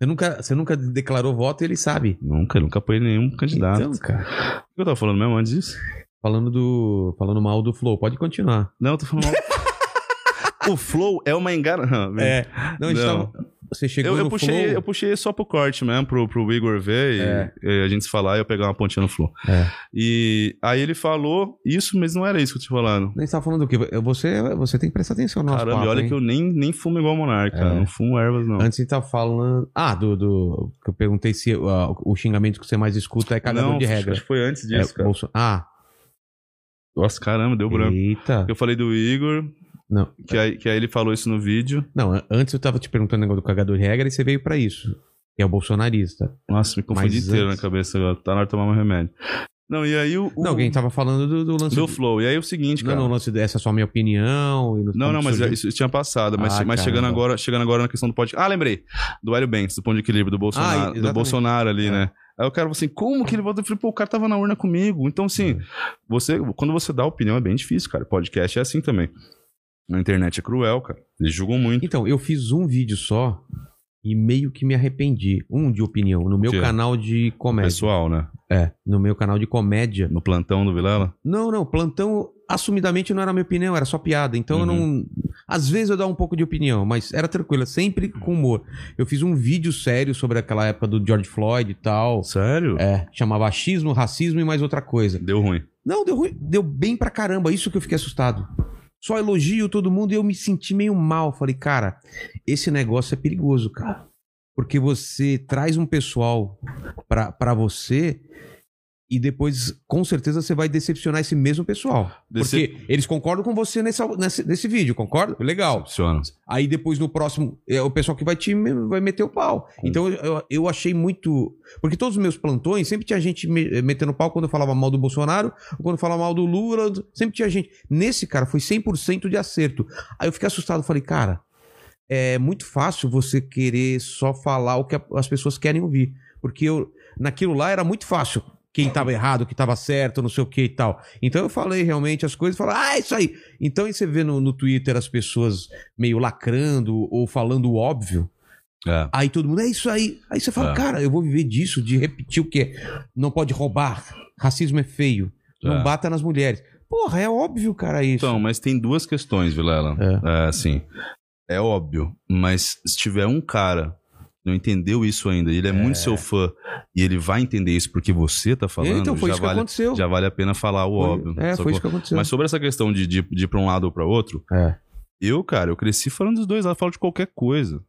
Speaker 1: Você nunca, você nunca declarou voto e ele sabe.
Speaker 2: Nunca, nunca apoiei nenhum candidato.
Speaker 1: Então, cara.
Speaker 2: O que eu tava falando mesmo antes disso?
Speaker 1: Falando do. Falando mal do Flow, pode continuar.
Speaker 2: Não, eu tô falando. o flow é uma engana.
Speaker 1: Não, a gente
Speaker 2: Não.
Speaker 1: tava- Você chegou
Speaker 2: Eu, eu
Speaker 1: no
Speaker 2: puxei,
Speaker 1: Flow.
Speaker 2: eu puxei só pro corte mesmo, pro, pro Igor ver e,
Speaker 1: É.
Speaker 2: e a gente se falar e eu pegar uma pontinha no flow.
Speaker 1: É.
Speaker 2: E aí ele falou isso, mas não era isso que eu te falando.
Speaker 1: Não, A gente tava falando do quê? Você, você tem que prestar atenção no nosso
Speaker 2: Caramba, e
Speaker 1: papo,
Speaker 2: olha
Speaker 1: hein?
Speaker 2: que eu nem, nem fumo igual monarca,
Speaker 1: É.
Speaker 2: não fumo ervas não.
Speaker 1: Antes a gente tava falando. Ah, do. do... que Eu perguntei se ah, o xingamento que você mais escuta é cagador
Speaker 2: não,
Speaker 1: de
Speaker 2: acho-
Speaker 1: regra.
Speaker 2: acho que foi antes
Speaker 1: É,
Speaker 2: disso, cara.
Speaker 1: Bolso- Ah,
Speaker 2: Nossa, caramba, deu branco.
Speaker 1: eita.
Speaker 2: Eu falei do Igor,
Speaker 1: Não,
Speaker 2: que aí, que aí ele falou isso no vídeo.
Speaker 1: não, an- antes eu tava te perguntando o negócio do cagador de regra e você veio pra isso. Que é o bolsonarista.
Speaker 2: Nossa, me confundi
Speaker 1: Mas
Speaker 2: inteiro
Speaker 1: antes-
Speaker 2: na cabeça agora. Tá na hora de tomar meu remédio. Não, e aí o. o-
Speaker 1: Não, alguém tava falando do, do lance
Speaker 2: Do flow. E aí é o seguinte,
Speaker 1: Não,
Speaker 2: cara.
Speaker 1: não, o lance dessa é só minha opinião. E tá
Speaker 2: Não,
Speaker 1: como
Speaker 2: não, mas
Speaker 1: surgiu.
Speaker 2: isso, isso tinha passado. Mas,
Speaker 1: Ah,
Speaker 2: mas chegando,
Speaker 1: caramba.
Speaker 2: agora, chegando agora na questão do podcast. Ah, lembrei. Do Hélio Bentes, do ponto de equilíbrio, do Bolsonaro, do
Speaker 1: Ah, exatamente.
Speaker 2: Bolsonaro ali,
Speaker 1: É.
Speaker 2: né? Aí o cara falou assim, como que ele voltou? Eu falei, pô, o cara tava na urna comigo. Então,
Speaker 1: É.
Speaker 2: assim, você, quando você dá opinião é bem difícil, cara. Podcast é assim também. Na internet é cruel, cara. Eles julgam muito.
Speaker 1: Então, eu fiz um vídeo só e meio que me arrependi. Um de opinião, no meu
Speaker 2: quê?
Speaker 1: canal de comédia.
Speaker 2: Pessoal, né?
Speaker 1: É, no meu canal de comédia.
Speaker 2: No plantão do Vilela.
Speaker 1: Não, não, plantão assumidamente não era minha opinião, era só piada. Então eu não. Às vezes eu dava um pouco de opinião, mas era tranquila, sempre com humor. Eu fiz um vídeo sério sobre aquela época do George Floyd e tal.
Speaker 2: Sério?
Speaker 1: É, chamava achismo, racismo e mais outra coisa.
Speaker 2: Deu ruim.
Speaker 1: Não, deu ruim, deu bem pra caramba, isso que eu fiquei assustado. Só elogio todo mundo e eu me senti meio mal. Falei, cara, esse negócio é perigoso, cara. porque você traz um pessoal pra pra você e depois, com certeza, você vai decepcionar esse mesmo pessoal.
Speaker 2: Dece-
Speaker 1: Porque eles concordam com você nessa, nesse, nesse vídeo, concorda? Legal.
Speaker 2: Funciona.
Speaker 1: Aí depois no próximo é o pessoal que vai te vai meter o pau. Então eu- eu, eu achei muito. Porque todos os meus plantões sempre tinha gente me- metendo pau quando eu falava mal do Bolsonaro, ou quando eu falava mal do Lula, sempre tinha gente. Nesse cara foi 100% de acerto. Aí eu fiquei assustado, falei, cara, é muito fácil você querer só falar o que a- as pessoas querem ouvir. Porque eu, naquilo lá era muito fácil. Quem tava errado, quem tava certo, não sei o que e tal. Então eu falei realmente as coisas, falei, ah, é isso aí. Então aí você vê no, no Twitter as pessoas meio lacrando ou falando o óbvio.
Speaker 2: É.
Speaker 1: Aí todo mundo, é isso aí. Aí você fala,
Speaker 2: É.
Speaker 1: cara, eu vou viver disso, de repetir o que Não pode roubar. Racismo é feio. Não
Speaker 2: É.
Speaker 1: bata nas mulheres. Porra, é óbvio, cara, isso. É,
Speaker 2: Então, mas tem duas questões, Vilela. É. assim, é óbvio, mas se tiver um cara que não entendeu isso ainda, e ele é, muito seu fã e ele vai entender isso porque você tá falando,
Speaker 1: então foi
Speaker 2: já,
Speaker 1: isso que
Speaker 2: vale,
Speaker 1: aconteceu.
Speaker 2: já vale a pena falar o
Speaker 1: Foi-
Speaker 2: óbvio.
Speaker 1: É,
Speaker 2: sacou?
Speaker 1: foi isso que aconteceu.
Speaker 2: Mas sobre essa questão de, de, de ir pra um lado ou pra outro,
Speaker 1: É.
Speaker 2: eu, cara, eu cresci falando dos dois lados, falo de qualquer coisa.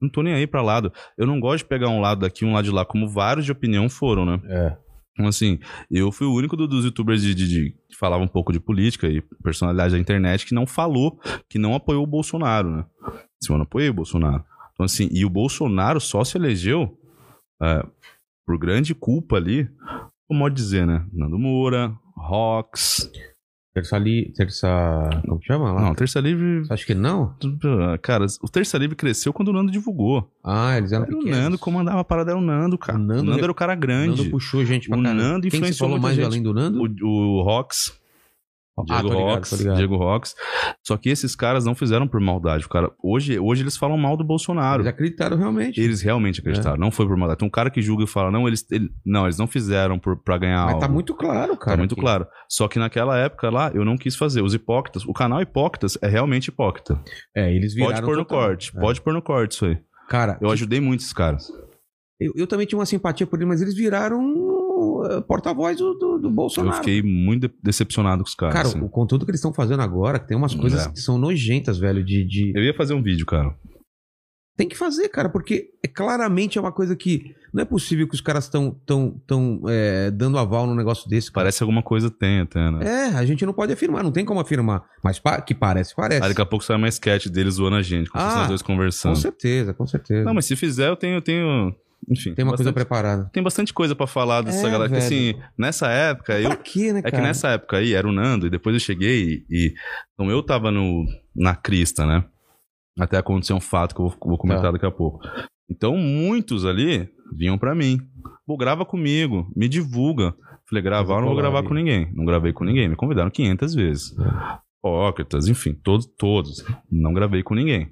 Speaker 2: Não tô nem aí pra lado. Eu não gosto de pegar um lado daqui, um lado de lá, como vários de opinião foram, né?
Speaker 1: É.
Speaker 2: Então, assim, eu fui o único do- dos youtubers de, de- de- que falava um pouco de política e personalidade da internet que não falou, que não apoiou o Bolsonaro, né? Assim, eu não apoiei o Bolsonaro. Então, assim, e o Bolsonaro só se elegeu é, por grande culpa ali, como pode dizer, né? Nando Moura, Rox.
Speaker 1: Terça ali, terça. Como chama lá?
Speaker 2: Não, Terça Livre.
Speaker 1: Acho que não.
Speaker 2: Cara, o Terça Livre cresceu quando o Nando divulgou.
Speaker 1: Ah, eles eram
Speaker 2: Era o
Speaker 1: pequenos.
Speaker 2: Nando comandava a parada, era o Nando, cara.
Speaker 1: O
Speaker 2: O
Speaker 1: Nando
Speaker 2: Nando,
Speaker 1: re-
Speaker 2: era o cara
Speaker 1: O
Speaker 2: grande.
Speaker 1: Nando puxou gente pra
Speaker 2: O
Speaker 1: caralho.
Speaker 2: Nando
Speaker 1: Quem que você
Speaker 2: influenciou
Speaker 1: falou
Speaker 2: muita
Speaker 1: mais
Speaker 2: gente.
Speaker 1: além do Nando?
Speaker 2: O, o Rox.
Speaker 1: ah,
Speaker 2: Diego
Speaker 1: tô ligado,
Speaker 2: Rox,
Speaker 1: tô ligado.
Speaker 2: Diego Rox. Só que esses caras não fizeram por maldade. O cara, hoje, hoje eles falam mal do Bolsonaro.
Speaker 1: Eles É. acreditaram realmente.
Speaker 2: Eles realmente acreditaram, não foi por maldade. Tem um cara que julga e fala, não, eles, ele- não, eles não fizeram por, pra ganhar
Speaker 1: Mas
Speaker 2: algo.
Speaker 1: tá muito claro,
Speaker 2: Tá
Speaker 1: cara.
Speaker 2: muito
Speaker 1: que-
Speaker 2: claro. Só que naquela época lá, eu não quis fazer. Os hipócritas, o canal Hipócritas é realmente hipócrita.
Speaker 1: É, eles viraram.
Speaker 2: Pode pôr no
Speaker 1: total.
Speaker 2: corte,
Speaker 1: É.
Speaker 2: pode pôr no corte isso aí.
Speaker 1: Cara,
Speaker 2: Eu ajudei muito esses caras.
Speaker 1: eu, eu também tinha uma simpatia por eles, mas eles viraram eh, porta-voz do, do, do
Speaker 2: Eu
Speaker 1: Bolsonaro.
Speaker 2: fiquei muito de- decepcionado com os caras.
Speaker 1: Cara,
Speaker 2: assim.
Speaker 1: o conteúdo que eles estão fazendo agora, que tem umas
Speaker 2: Não
Speaker 1: coisas
Speaker 2: dá.
Speaker 1: que são nojentas, velho, de- de,
Speaker 2: Eu ia fazer um vídeo, cara.
Speaker 1: Tem que fazer, cara, porque é, claramente é uma coisa que não é possível que os caras estão tão, tão, é, dando aval num negócio desse. Cara.
Speaker 2: Parece que alguma coisa tem até, né?
Speaker 1: É, a gente não pode afirmar, não tem como afirmar. Mas pa- que parece, parece.
Speaker 2: Aí daqui a pouco sai uma sketch deles zoando a gente, como se
Speaker 1: Ah,
Speaker 2: fossem nós dois
Speaker 1: com
Speaker 2: conversando.
Speaker 1: certeza, com certeza.
Speaker 2: Não, mas se fizer, eu tenho. Eu tenho enfim.
Speaker 1: tem uma coisa
Speaker 2: bastante,
Speaker 1: preparada.
Speaker 2: Tem bastante coisa pra falar dessa
Speaker 1: É,
Speaker 2: galera. Que, assim,
Speaker 1: velho.
Speaker 2: nessa época, eu.
Speaker 1: pra quê, né,
Speaker 2: É
Speaker 1: cara?
Speaker 2: que nessa época aí era o Nando, e depois eu cheguei e. e- então eu tava no, na crista, né? Até acontecer um fato que eu vou, vou comentar
Speaker 1: Tá.
Speaker 2: daqui a pouco. Então muitos ali vinham pra mim. Pô, grava comigo, me divulga. Falei, gravar, eu não vou
Speaker 1: colar
Speaker 2: gravar
Speaker 1: aí.
Speaker 2: com ninguém. Não gravei com ninguém, me convidaram 500 vezes. Hipócritas, enfim, todos, todos. Não gravei com ninguém.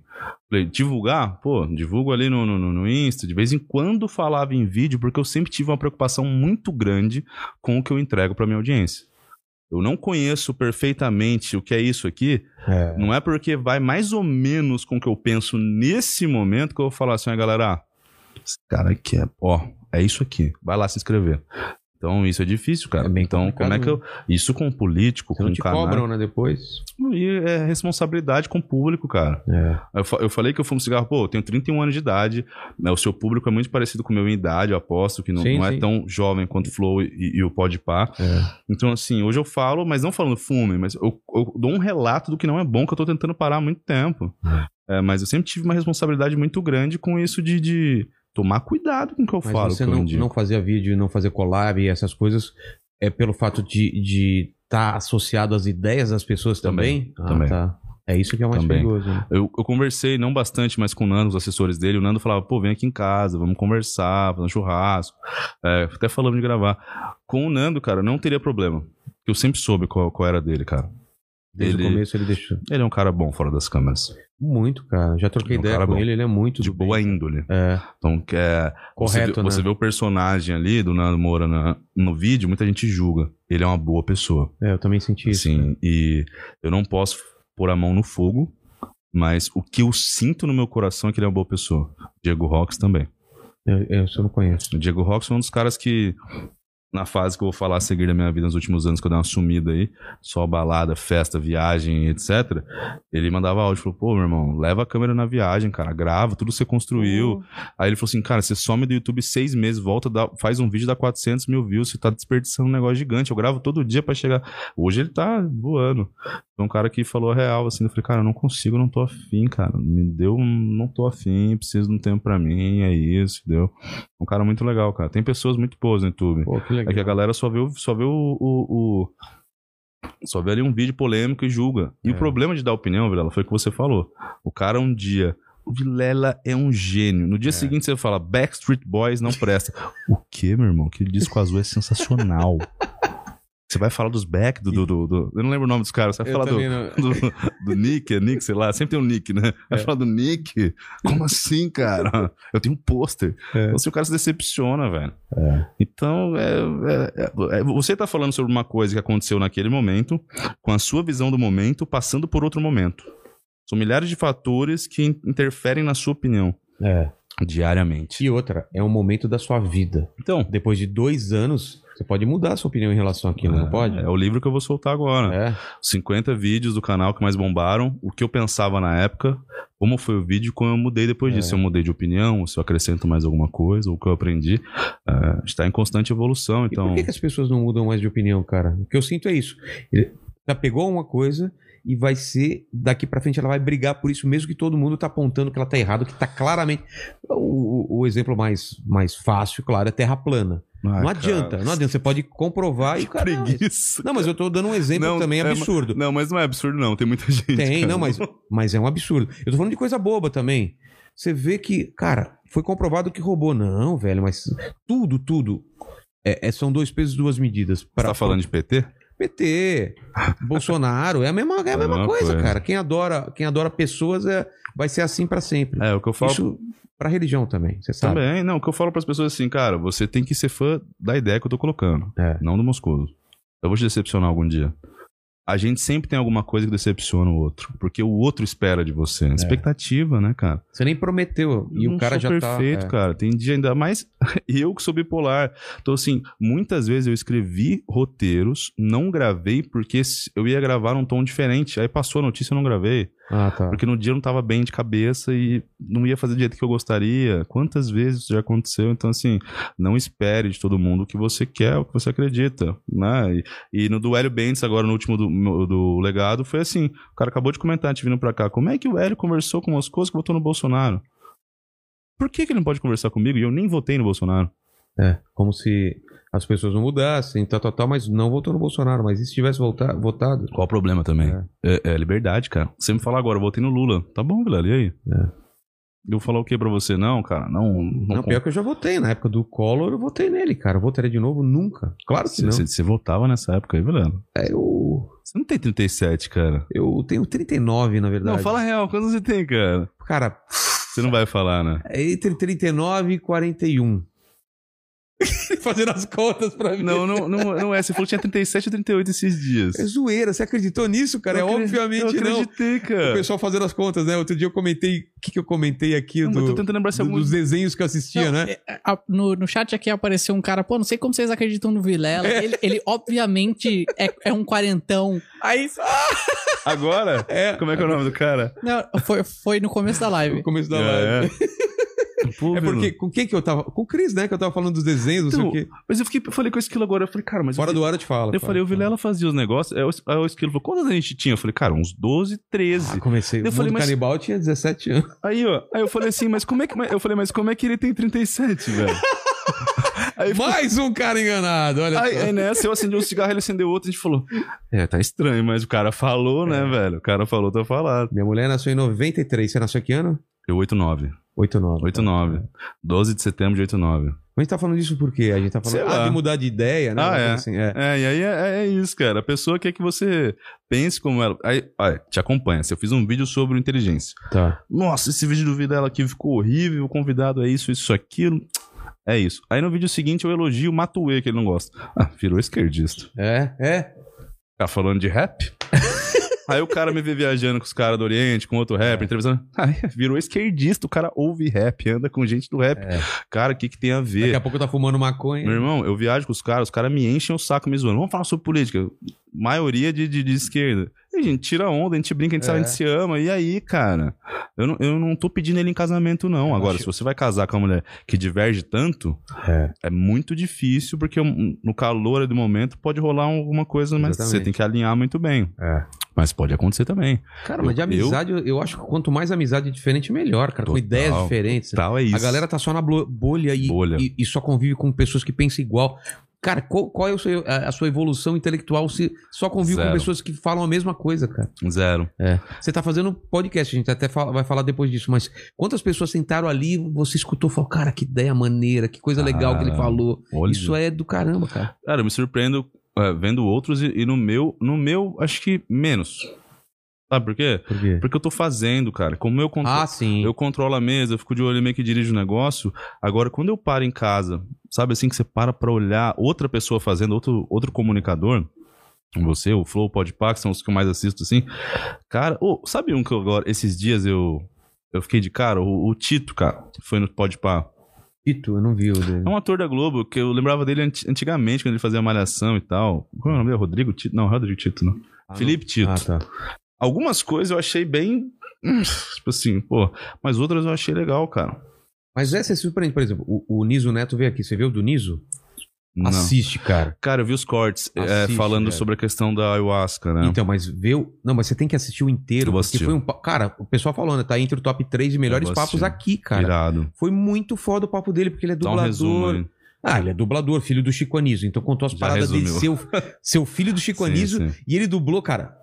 Speaker 2: Falei, divulgar? Pô, divulgo ali no, no, no- no Insta. De vez em quando falava em vídeo, porque eu sempre tive uma preocupação muito grande com o que eu entrego pra minha audiência. Eu não conheço perfeitamente o que é isso aqui,
Speaker 1: É.
Speaker 2: não é porque vai mais ou menos com o que eu penso nesse momento que eu vou falar assim, "Ah, galera, ah, esse cara aqui é, ó, é isso aqui, vai lá se inscrever. Então isso é difícil, cara.
Speaker 1: É bem
Speaker 2: então como é
Speaker 1: complicado,
Speaker 2: que eu isso com político,
Speaker 1: Você
Speaker 2: com
Speaker 1: não te
Speaker 2: canal,
Speaker 1: cobram, né, depois?
Speaker 2: e é responsabilidade com o público, cara.
Speaker 1: É.
Speaker 2: Eu, fa- eu falei que eu fumo cigarro, pô, eu tenho 31 anos de idade, né, o seu público é muito parecido com o meu em idade, eu aposto que não,
Speaker 1: Sim,
Speaker 2: não é
Speaker 1: sim.
Speaker 2: tão jovem quanto o Flow e, e o Podpah.
Speaker 1: É.
Speaker 2: Então, assim, hoje eu falo, mas não falando fume, mas eu, eu dou um relato do que não é bom, que eu tô tentando parar há muito tempo. É, mas eu sempre tive uma responsabilidade muito grande com isso de, de tomar cuidado com o que eu
Speaker 1: Mas
Speaker 2: falo.
Speaker 1: você
Speaker 2: que eu
Speaker 1: não,
Speaker 2: indico.
Speaker 1: não fazia vídeo, não fazia collab e essas coisas, é pelo fato de estar de tá associado às ideias das pessoas também?
Speaker 2: Também, também.
Speaker 1: tá. É isso que é o mais
Speaker 2: Também.
Speaker 1: perigoso. Né?
Speaker 2: Eu, eu conversei, não bastante, mas com o Nando, os assessores dele. O Nando falava, pô, vem aqui em casa, vamos conversar, fazer um churrasco. É, até falamos de gravar. Com o Nando, cara, não teria problema. porque Eu sempre soube qual, qual era dele, cara.
Speaker 1: Desde
Speaker 2: Ele-
Speaker 1: o começo ele deixou.
Speaker 2: Ele é um cara bom fora das câmeras.
Speaker 1: Muito, cara. Já troquei
Speaker 2: É um
Speaker 1: ideia
Speaker 2: cara
Speaker 1: com
Speaker 2: bom.
Speaker 1: ele, ele é muito
Speaker 2: de
Speaker 1: do
Speaker 2: boa
Speaker 1: bem.
Speaker 2: índole.
Speaker 1: É,
Speaker 2: Então, que é, você,
Speaker 1: correto,
Speaker 2: vê-
Speaker 1: né?
Speaker 2: você vê o personagem ali do Nando Moura na- no vídeo, muita gente julga. Ele é uma boa pessoa.
Speaker 1: É, eu também senti isso. né?
Speaker 2: assim, e eu não posso pôr a mão no fogo, mas o que eu sinto no meu coração é que ele é uma boa pessoa. Diego Rox também.
Speaker 1: Eu, eu, isso eu não conheço.
Speaker 2: O Diego Rox foi um dos caras que na fase que eu vou falar a seguir da minha vida nos últimos anos, que eu dei uma sumida aí, só balada, festa, viagem, etc. Ele mandava áudio, falou, pô, meu irmão, leva a câmera na viagem, cara, grava, tudo que você construiu. Aí ele falou assim, cara, você some do YouTube seis meses, volta, dá- faz um vídeo, dá 400 mil views, você tá desperdiçando um negócio gigante, eu gravo todo dia pra chegar. Hoje ele tá voando. Então um cara que falou a real, assim, eu falei, cara, eu não consigo, eu não tô afim, cara, me deu, um- não tô afim, preciso de um tempo pra mim, é isso, deu. Um cara muito legal, cara. Tem pessoas muito boas no YouTube.
Speaker 1: Pô, que legal.
Speaker 2: É que a galera só vê, o- só vê o, o- o- Só vê ali um vídeo polêmico e julga. E o
Speaker 1: É.
Speaker 2: problema de dar opinião, Vilela, foi o que você falou. O cara um dia. O Vilela é um gênio. No dia seguinte você fala, Backstreet Boys não presta. o que, meu irmão? Que disco azul é sensacional. Você vai falar dos Back, do, do, do- do- Eu não lembro o nome dos caras. Você vai
Speaker 1: Eu
Speaker 2: falar do,
Speaker 1: também não-
Speaker 2: do, do Nick, é Nick, sei lá, sempre tem um Nick, né?
Speaker 1: É.
Speaker 2: Vai falar do Nick? Como assim, cara? Eu tenho um pôster.
Speaker 1: É.
Speaker 2: Então, se o cara se decepciona, velho. Então, é- é- é- você tá falando sobre uma coisa que aconteceu naquele momento, com a sua visão do momento, passando por outro momento. São milhares de fatores que in- interferem na sua opinião
Speaker 1: É.
Speaker 2: diariamente.
Speaker 1: E outra, é um momento da sua vida.
Speaker 2: Então,
Speaker 1: Depois de dois anos, você pode mudar a sua opinião em relação àquilo, não pode?
Speaker 2: é o livro que eu vou soltar agora.
Speaker 1: É.
Speaker 2: 50 vídeos do canal que mais bombaram, o que eu pensava na época, como foi o vídeo, como eu mudei depois
Speaker 1: É.
Speaker 2: disso. Se eu mudei de opinião, ou se eu acrescento mais alguma coisa, ou o que eu aprendi. Ah, está em constante evolução,
Speaker 1: E
Speaker 2: então.
Speaker 1: por que, que as pessoas não mudam mais de opinião, cara? O que eu sinto é isso. Ele já pegou uma coisa e vai ser, daqui pra frente ela vai brigar por isso mesmo que todo mundo tá apontando que ela tá errado, que tá claramente. O, o- o exemplo mais, mais fácil, claro, é terra plana.
Speaker 2: Ah,
Speaker 1: não
Speaker 2: cara,
Speaker 1: adianta, não adianta. Você pode comprovar e.
Speaker 2: Que
Speaker 1: Cara, não,
Speaker 2: preguiça.
Speaker 1: não, mas eu tô dando um exemplo
Speaker 2: Não,
Speaker 1: também
Speaker 2: é, mas-
Speaker 1: absurdo.
Speaker 2: Não, mas não é absurdo, não. Tem muita gente.
Speaker 1: Tem,
Speaker 2: cara.
Speaker 1: não, mas, mas é um absurdo. Eu tô falando de coisa boba também. Você vê que, cara, foi comprovado que roubou. Não, velho, mas tudo, tudo. É, é- são dois pesos, duas medidas.
Speaker 2: Você
Speaker 1: Pra,
Speaker 2: tá falando de PT?
Speaker 1: PT, Bolsonaro, é a mesma,
Speaker 2: Tá
Speaker 1: é a mesma coisa, cara. Quem adora, quem adora pessoas é, vai ser assim pra sempre.
Speaker 2: É, o que eu falo.
Speaker 1: Isso pra religião também, você sabe.
Speaker 2: Também, não. O que eu falo pras pessoas é assim, cara, você tem que ser fã da ideia que eu tô colocando,
Speaker 1: É.
Speaker 2: não do Moscoso. Eu vou te decepcionar algum dia. A gente sempre tem alguma coisa que decepciona o outro, porque o outro espera de
Speaker 1: É.
Speaker 2: você. Expectativa, né, cara?
Speaker 1: Você nem prometeu e
Speaker 2: Eu
Speaker 1: o
Speaker 2: não
Speaker 1: cara
Speaker 2: sou
Speaker 1: já
Speaker 2: perfeito,
Speaker 1: tá. é.
Speaker 2: cara. Tem dia ainda mais eu que sou bipolar. Então, assim, muitas vezes eu escrevi roteiros, não gravei porque eu ia gravar um tom diferente. Aí passou a notícia e eu não gravei.
Speaker 1: Ah, tá.
Speaker 2: Porque no dia eu não tava bem de cabeça e não ia fazer do jeito que eu gostaria. Quantas vezes isso já aconteceu? Então, assim, não espere de todo mundo o que você quer, o que você acredita, né? E, e no do Hélio Bentes, agora no último do, no- do legado, foi assim: o cara acabou de comentar, te vindo pra cá. Como é que o Hélio conversou com umas coisas que votou no Bolsonaro? Por que, que ele não pode conversar comigo? E eu nem votei no Bolsonaro.
Speaker 1: É, como se as pessoas não mudassem, tal, tal, tal, mas não votou no Bolsonaro. Mas e se tivesse volta- votado?
Speaker 2: Qual o problema também? É, é liberdade, cara. Você me fala agora, eu votei no Lula. Tá bom, Vilela, e aí? Eu vou falar o que pra você? Não, cara, É. não.
Speaker 1: Não, pior que eu já votei. Na época do Collor, eu votei nele, cara. Eu votaria de novo nunca. Claro que
Speaker 2: Você,
Speaker 1: não.
Speaker 2: você- você votava nessa época aí, Vilela?
Speaker 1: É, eu,
Speaker 2: Você não tem 37, cara.
Speaker 1: eu tenho 39, na verdade.
Speaker 2: Não, fala a real, quantos você tem, cara?
Speaker 1: Cara,
Speaker 2: Você não vai falar, né?
Speaker 1: É Entre 39 e 41. Fazendo as contas pra mim.
Speaker 2: Não, não, não, não é. Você falou que tinha 37 ou 38 esses dias.
Speaker 1: É zoeira, você acreditou nisso, cara?
Speaker 2: Eu
Speaker 1: é
Speaker 2: acre-
Speaker 1: obviamente
Speaker 2: eu
Speaker 1: não.
Speaker 2: acreditei,
Speaker 1: O
Speaker 2: cara.
Speaker 1: pessoal fazendo as contas, né? Outro dia eu comentei. O que, que eu comentei aqui
Speaker 2: Não, mas
Speaker 1: do-
Speaker 2: eu tô tentando lembrar se é
Speaker 1: do-
Speaker 2: algum.
Speaker 1: dos desenhos que eu assistia,
Speaker 3: Não,
Speaker 1: né?
Speaker 3: é, é, a- no, no chat aqui apareceu um cara, pô, não sei como vocês acreditam no Vilela.
Speaker 2: É.
Speaker 3: Ele, ele obviamente é, é um quarentão. Aí
Speaker 2: Agora?
Speaker 1: É.
Speaker 2: Como é que é o nome do cara?
Speaker 3: não, foi, foi no começo da
Speaker 1: No
Speaker 3: live.
Speaker 1: começo da
Speaker 2: É,
Speaker 1: live.
Speaker 2: é. Pô,
Speaker 1: É porque com quem que eu tava? Com o Cris, né? Que eu tava falando dos desenhos, não
Speaker 2: Então,
Speaker 1: sei o quê.
Speaker 2: Mas eu fiquei, eu falei com o esquilo agora. Eu falei, cara, mas.
Speaker 1: Fora
Speaker 2: eu,
Speaker 1: do ar eu te falo.
Speaker 2: Eu
Speaker 1: fala.
Speaker 2: falei, o Vilela fazia os negócios. Aí o- aí o esquilo falou, quantos a gente tinha? Eu falei, cara, uns 12, 13.
Speaker 1: Ah, comecei.
Speaker 2: Eu
Speaker 1: o
Speaker 2: falei,
Speaker 1: mundo
Speaker 2: mas-
Speaker 1: canibal tinha 17 anos.
Speaker 2: Aí, ó, aí eu falei assim, mas como é que. Eu falei, mas como é que ele tem 37, velho? Aí,
Speaker 1: Mais um cara enganado, olha
Speaker 2: aí,
Speaker 1: só.
Speaker 2: aí nessa, eu acendi um cigarro, ele acendeu outro, a gente falou. É, tá estranho, mas o cara falou, né, velho? O cara falou, tá falado.
Speaker 1: Minha mulher nasceu em 93. Você nasceu que ano?
Speaker 2: Eu 89.
Speaker 1: 89.
Speaker 2: 89. 12 de setembro de 89.
Speaker 1: Mas a gente tá falando disso por quê? A gente tá falando
Speaker 2: Sei lá.
Speaker 1: ah, de mudar de ideia, né?
Speaker 2: Ah,
Speaker 1: Uma coisa
Speaker 2: é.
Speaker 1: assim, é.
Speaker 2: É, e aí é, é isso, cara. A pessoa quer que você pense como ela. Aí, olha, te acompanha. Se eu fiz um vídeo sobre inteligência.
Speaker 1: Tá.
Speaker 2: Nossa, esse vídeo do Videla aqui ficou horrível, o convidado é isso, isso, aquilo. É isso. Aí no vídeo seguinte eu elogio o Matuê, que ele não gosta. Ah, virou esquerdista.
Speaker 1: É, é.
Speaker 2: Tá falando de rap? Aí o cara me vê viajando com os caras do Oriente, com outro rap, entrevistando. Aí virou esquerdista, o cara ouve rap, anda com gente do rap.
Speaker 1: É.
Speaker 2: Cara, o que, que tem a ver?
Speaker 1: Daqui a pouco tá fumando maconha.
Speaker 2: Meu irmão, eu viajo com os caras, os caras me enchem o saco me zoando. Vamos falar sobre política. Maioria de, de, de esquerda. E a gente tira onda, a gente brinca, a gente sabe, a
Speaker 1: É.
Speaker 2: gente se ama. E aí, cara? Eu não, eu não tô pedindo ele em casamento, não. Agora, se você vai casar com uma mulher que diverge tanto,
Speaker 1: É.
Speaker 2: é muito difícil, porque um- no calor do momento pode rolar um- alguma coisa, mas
Speaker 1: Exatamente.
Speaker 2: você tem que alinhar muito bem.
Speaker 1: É.
Speaker 2: Mas pode acontecer também.
Speaker 1: Cara, mas de
Speaker 2: Eu-
Speaker 1: amizade, eu, eu acho que quanto mais amizade é diferente, melhor, cara. Com
Speaker 2: Total.
Speaker 1: ideias diferentes.
Speaker 2: Tal é isso.
Speaker 1: A galera tá só na blo- bolha, e,
Speaker 2: Bolha.
Speaker 1: E, e só convive com pessoas que pensam igual. Cara, qual, qual é o seu- a, a sua evolução intelectual se só convive
Speaker 2: Zero.
Speaker 1: com pessoas que falam a mesma coisa, cara?
Speaker 2: Zero.
Speaker 1: Você tá fazendo um podcast, a gente até fala- vai falar depois disso, mas quantas pessoas sentaram ali, você escutou e falou, cara, que ideia maneira, que coisa legal que ele
Speaker 2: Caramba.
Speaker 1: falou.
Speaker 2: Olha.
Speaker 1: Isso Ah, é do caramba, cara.
Speaker 2: Cara, eu me surpreendo é, vendo outros e, e no meu, no meu, acho que menos. Sabe por quê?
Speaker 1: Por quê?
Speaker 2: Porque eu tô fazendo, cara. Como eu controlo,
Speaker 1: Ah, sim.
Speaker 2: eu controlo a mesa, eu fico de olho meio que dirijo o negócio. Agora, quando eu paro em casa, sabe assim que você para pra olhar outra pessoa fazendo, outro, outro comunicador, você, o Flow, o Podpah, que são os que eu mais assisto, assim. Cara, ô, sabe um que eu agora, esses dias eu, eu fiquei de cara? O, o Tito, cara, foi no Podpah.
Speaker 1: Tito, eu não vi o dele.
Speaker 2: É um ator da Globo que eu lembrava dele anti- antigamente, quando ele fazia Malhação e tal. Qual é o nome dele? Rodrigo Tito? Não, Rodrigo Tito, não. Felipe Tito.
Speaker 1: Ah, tá.
Speaker 2: Algumas coisas eu achei bem. hum, Tipo assim, pô. Mas outras eu achei legal, cara.
Speaker 1: Mas é, você se surpreende, por exemplo, o, o Niso Neto veio aqui, você viu o do Niso?
Speaker 2: Não.
Speaker 1: Assiste, cara.
Speaker 2: Cara, eu vi os cortes é,
Speaker 1: Assiste,
Speaker 2: falando
Speaker 1: velho.
Speaker 2: sobre a questão da ayahuasca, né?
Speaker 1: Então, mas vê o... Não, mas você tem que assistir o inteiro.
Speaker 2: Eu vou
Speaker 1: Porque
Speaker 2: assistir.
Speaker 1: foi um... pa- Cara, o pessoal falando, tá entre o top 3 de melhores
Speaker 2: vou
Speaker 1: papos
Speaker 2: assistir.
Speaker 1: aqui, cara.
Speaker 2: Irado.
Speaker 1: Foi muito foda o papo dele, porque ele é
Speaker 2: Dá um resumo
Speaker 1: dublador.
Speaker 2: aí.
Speaker 1: ah, ele é dublador, filho do Chico Anísio. Então contou as
Speaker 2: Já
Speaker 1: paradas dele, seu,
Speaker 2: resumiu.
Speaker 1: seu filho do Chico Anísio,
Speaker 2: Sim, sim.
Speaker 1: e ele dublou, cara.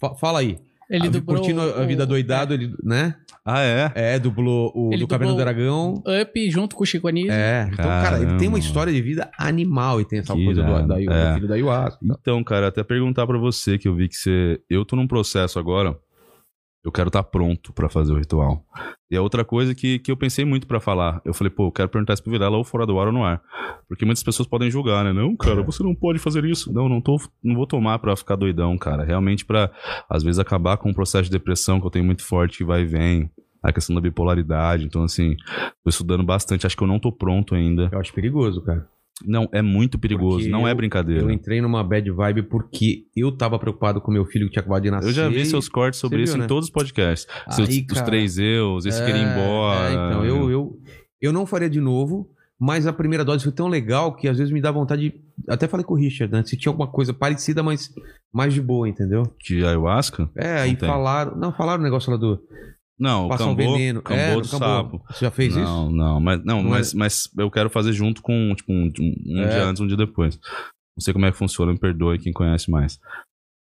Speaker 1: fa- Fala aí.
Speaker 3: Ele
Speaker 1: A-
Speaker 3: dublou
Speaker 1: Curtindo a, a
Speaker 3: o-
Speaker 1: vida doidado, ele, né?
Speaker 2: Ah, é?
Speaker 1: É, dublou o
Speaker 3: Ele
Speaker 1: do Caverna do
Speaker 3: dublou-
Speaker 1: Dragão.
Speaker 3: Up junto com o Chico Anísio.
Speaker 1: É, então, cara, ele tem
Speaker 2: Caramba.
Speaker 1: uma história de vida animal e tem essa
Speaker 2: Que
Speaker 1: coisa do,
Speaker 2: irado.
Speaker 1: da,
Speaker 2: É.
Speaker 1: do filho da Ayahuasca.
Speaker 2: Então, cara, até perguntar pra você que eu vi que você. Eu tô num processo agora. Eu quero estar pronto pra fazer o ritual. E a outra coisa que, que eu pensei muito pra falar, eu falei, pô, eu quero perguntar isso pro Vilela ou fora do ar ou no ar. Porque muitas pessoas podem julgar, né? Não, cara,
Speaker 1: É.
Speaker 2: você não pode fazer isso. Não, não, tô, não vou tomar pra ficar doidão, cara. Realmente pra, às vezes, acabar com um processo de depressão que eu tenho muito forte que vai e vem. A questão da bipolaridade. Então, assim, tô estudando bastante. Acho que eu não tô pronto ainda.
Speaker 1: Eu acho perigoso, cara.
Speaker 2: Não, é muito perigoso.
Speaker 1: Porque
Speaker 2: não é
Speaker 1: eu-
Speaker 2: brincadeira.
Speaker 1: Eu entrei numa bad vibe porque eu tava preocupado com meu filho que tinha acabado de nascer.
Speaker 2: Eu já vi seus cortes sobre
Speaker 1: Assim, Você
Speaker 2: isso
Speaker 1: viu,
Speaker 2: em
Speaker 1: né?
Speaker 2: todos os podcasts. Seus-
Speaker 1: Aí,
Speaker 2: os
Speaker 1: cara,
Speaker 2: três eus, esse
Speaker 1: é,
Speaker 2: queria ir
Speaker 1: é,
Speaker 2: embora.
Speaker 1: então, eu, eu, eu não faria de novo, mas a primeira dose foi tão legal que às vezes me dá vontade de... Até falei com o Richard, né? Se tinha alguma coisa parecida, mas mais de boa, entendeu?
Speaker 2: De ayahuasca?
Speaker 1: É, aí
Speaker 2: Entendi.
Speaker 1: falaram... Não, falaram o negócio lá do...
Speaker 2: Não, o
Speaker 1: passar um
Speaker 2: cambô,
Speaker 1: veneno.
Speaker 2: cambô
Speaker 1: É,
Speaker 2: do
Speaker 1: no
Speaker 2: sapo.
Speaker 1: Você já fez isso?
Speaker 2: não, não, mas, não,
Speaker 1: Não é-
Speaker 2: mas, mas eu quero fazer junto com, tipo, um, um- um
Speaker 1: É.
Speaker 2: dia antes, um dia depois. Não sei como é que funciona, me perdoe quem conhece mais.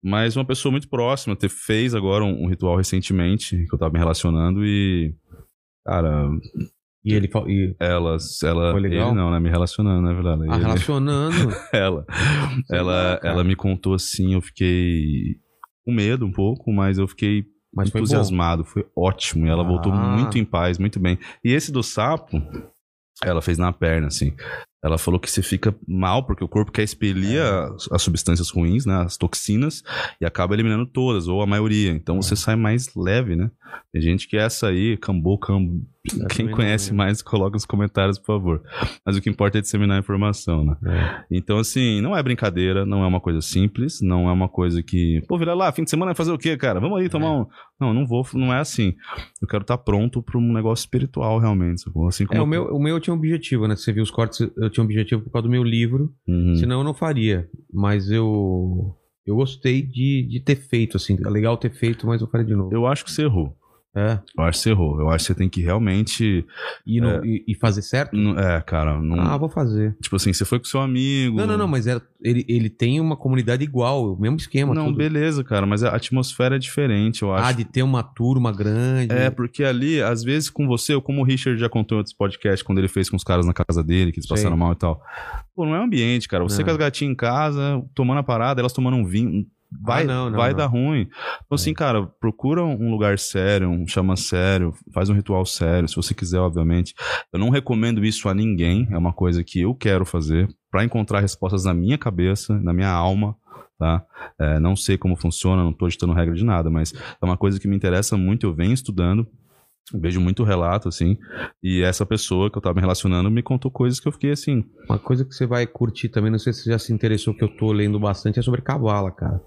Speaker 2: Mas uma pessoa muito próxima te- fez agora um, um ritual recentemente, que eu tava me relacionando e... Cara,
Speaker 1: E ele... fa- E...
Speaker 2: ela... ela
Speaker 1: Foi legal?
Speaker 2: Ele não, né? Me relacionando, né, Vilela?
Speaker 1: Ah,
Speaker 2: Ele-
Speaker 1: relacionando.
Speaker 2: ela.
Speaker 1: Sei lá,
Speaker 2: ela,
Speaker 1: é cara.
Speaker 2: ela me contou assim, eu fiquei com medo um pouco, mas eu fiquei
Speaker 1: Mas foi bom.
Speaker 2: entusiasmado, foi, ótimo. E ela voltou
Speaker 1: Ah.
Speaker 2: muito em paz, muito bem. E esse do sapo, ela fez na perna, assim. Ela falou que você fica mal, porque o corpo quer
Speaker 1: É.
Speaker 2: expelir as, as substâncias ruins, né? As toxinas, e acaba eliminando todas, ou a maioria.
Speaker 1: É.
Speaker 2: Então você sai mais leve, né? Tem gente que é essa aí, cambô, cambo. Quem
Speaker 1: É, também não né?
Speaker 2: conhece mais, coloca nos comentários, por favor. Mas o que importa é disseminar a informação, né?
Speaker 1: É.
Speaker 2: Então, assim, não é brincadeira, não é uma coisa simples, não é uma coisa que. Pô, vira lá, fim de semana vai fazer o quê, cara? Vamos ali
Speaker 1: É.
Speaker 2: tomar um. Não, não vou, não é assim. Eu quero estar pronto para um negócio espiritual, realmente. sacou? Assim como
Speaker 1: É, o meu, o meu tinha um objetivo, né? Você viu os cortes, eu tinha um objetivo por causa do meu livro.
Speaker 2: Uhum.
Speaker 1: Senão eu não faria. Mas eu. Eu gostei de, de ter feito, assim. É legal ter feito, mas eu faria de novo.
Speaker 2: Eu acho que você errou.
Speaker 1: É.
Speaker 2: Eu acho que você errou. Eu acho que você tem que realmente.
Speaker 1: E,
Speaker 2: É.
Speaker 1: não- e- e fazer certo?
Speaker 2: não- É, cara. Não...
Speaker 1: Ah, vou fazer.
Speaker 2: Tipo assim, você foi com seu amigo.
Speaker 1: Não, não, não, mas era, ele, ele tem uma comunidade igual, o mesmo esquema.
Speaker 2: Não,
Speaker 1: tudo.
Speaker 2: beleza, cara. Mas a atmosfera é diferente, eu acho.
Speaker 1: Ah, de ter uma turma grande.
Speaker 2: É, porque ali, às vezes, com você, ou como o Richard já contou em outros podcasts, quando ele fez com os caras na casa dele, que eles
Speaker 1: Sim.
Speaker 2: passaram mal e tal. Pô, não é um ambiente, cara. Você
Speaker 1: Não.
Speaker 2: com as gatinhas em casa, tomando a parada, elas tomando um vinho. Vai,
Speaker 1: Ah, não, não, É.
Speaker 2: vai
Speaker 1: não.
Speaker 2: dar ruim. Então, assim, cara, procura um lugar sério, um xamã sério, faz um ritual sério, se você quiser, obviamente. Eu não recomendo isso a ninguém, é uma coisa que eu quero fazer pra encontrar respostas na minha cabeça, na minha alma, Tá? É, não sei como funciona, não estou ditando regra de nada, mas é uma coisa que me interessa muito, eu venho estudando, vejo muito relato, assim, e essa pessoa que eu estava me relacionando me contou coisas que eu fiquei assim,
Speaker 1: Uma coisa que você vai curtir também, não sei se você já se interessou, que eu tô lendo bastante, é sobre cabala, cara.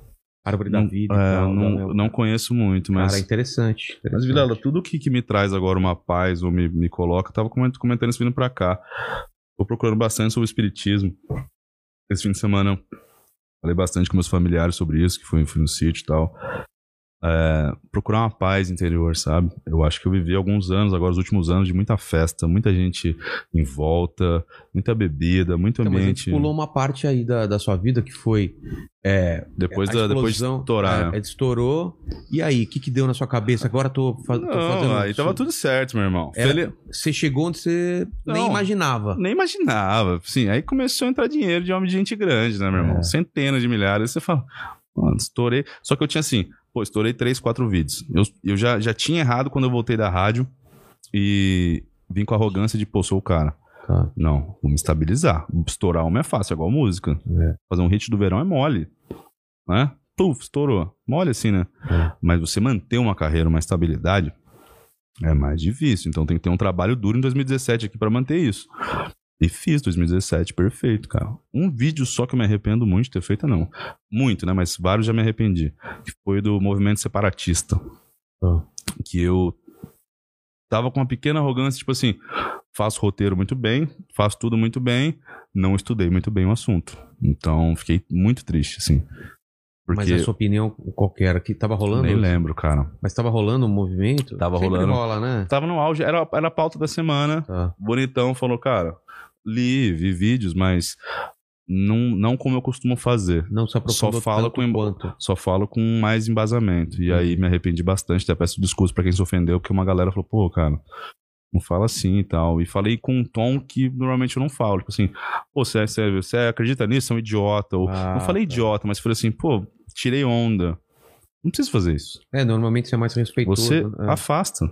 Speaker 1: Árvore da
Speaker 2: não,
Speaker 1: vida.
Speaker 2: é,
Speaker 1: e tal,
Speaker 2: não,
Speaker 1: né?
Speaker 2: não conheço muito, mas...
Speaker 1: Cara, é interessante.
Speaker 2: Mas,
Speaker 1: interessante.
Speaker 2: Vilela, tudo que, que me traz agora uma paz ou me, me coloca, eu tava coment- comentando isso vindo pra cá. Tô procurando bastante sobre o espiritismo. Esse fim de semana eu falei bastante com meus familiares sobre isso, que foi, fui no sítio e tal. É, procurar uma paz interior, sabe? Eu acho que eu vivi alguns anos, agora os últimos anos, de muita festa, muita gente em volta, muita bebida, muito
Speaker 1: Então, mas a gente
Speaker 2: ambiente.
Speaker 1: pulou uma parte aí da, da sua vida que foi. É,
Speaker 2: depois,
Speaker 1: a
Speaker 2: da, depois de
Speaker 1: explosão,
Speaker 2: estourar. né?
Speaker 1: É, é, estourou. E aí, o que, que deu na sua cabeça? Agora tô, fa- é, tô fazendo.
Speaker 2: Não, aí tava tudo certo, meu irmão.
Speaker 1: Era-
Speaker 2: Feli-
Speaker 1: Você chegou onde você nem
Speaker 2: Não.
Speaker 1: imaginava.
Speaker 2: Nem imaginava. Sim, aí começou a entrar dinheiro de homem de gente grande, né, meu irmão?
Speaker 1: É.
Speaker 2: Centenas de milhares. Aí Você fala, mano, estourei. Só que eu tinha assim, pô, estourei três, quatro vídeos. Eu, eu já, já tinha errado quando eu voltei da rádio e vim com a arrogância de, pô, sou o cara.
Speaker 1: Tá.
Speaker 2: Não, vou me estabilizar. Estourar uma é fácil, é igual música.
Speaker 1: É.
Speaker 2: Fazer um hit do verão é mole. Né? Puf, estourou. Mole assim, né?
Speaker 1: É.
Speaker 2: Mas você manter uma carreira, uma estabilidade, é mais difícil. Então tem que ter um trabalho duro em 2017 aqui pra manter isso. E fiz 2017, perfeito, cara. Um vídeo só que eu me arrependo muito de ter feito, não. Muito, né? Mas vários já me arrependi. Que foi do movimento separatista. Ah.
Speaker 1: Tá.
Speaker 2: Que eu tava com uma pequena arrogância, tipo assim, faço roteiro muito bem, faço tudo muito bem, não estudei muito bem o assunto. Então fiquei muito triste, assim. Porque
Speaker 1: Mas a sua opinião qualquer aqui tava rolando?
Speaker 2: nem lembro, cara.
Speaker 1: Mas tava rolando um movimento?
Speaker 2: Tava
Speaker 1: Sempre
Speaker 2: rolando.
Speaker 1: rola, né?
Speaker 2: Tava no auge, era, era a pauta da semana.
Speaker 1: Tá.
Speaker 2: Bonitão falou, cara, li, vi vídeos, mas não, não como eu costumo fazer.
Speaker 1: Não se aprofundou
Speaker 2: Só fala
Speaker 1: tanto
Speaker 2: com em-
Speaker 1: quanto.
Speaker 2: Só falo com mais embasamento. E
Speaker 1: Uhum.
Speaker 2: aí me arrependi bastante, até peço desculpas pra quem se ofendeu, porque uma galera falou, pô, cara, não fala assim e tal. E falei com um tom que normalmente eu não falo. Tipo assim, pô, você, você, você acredita nisso? Você é um idiota. Ou,
Speaker 1: Ah,
Speaker 2: não falei
Speaker 1: tá.
Speaker 2: idiota, mas falei assim, pô, tirei onda. Não preciso fazer isso.
Speaker 1: É, normalmente você é mais respeitoso.
Speaker 2: Você Ah,
Speaker 1: né?
Speaker 2: afasta.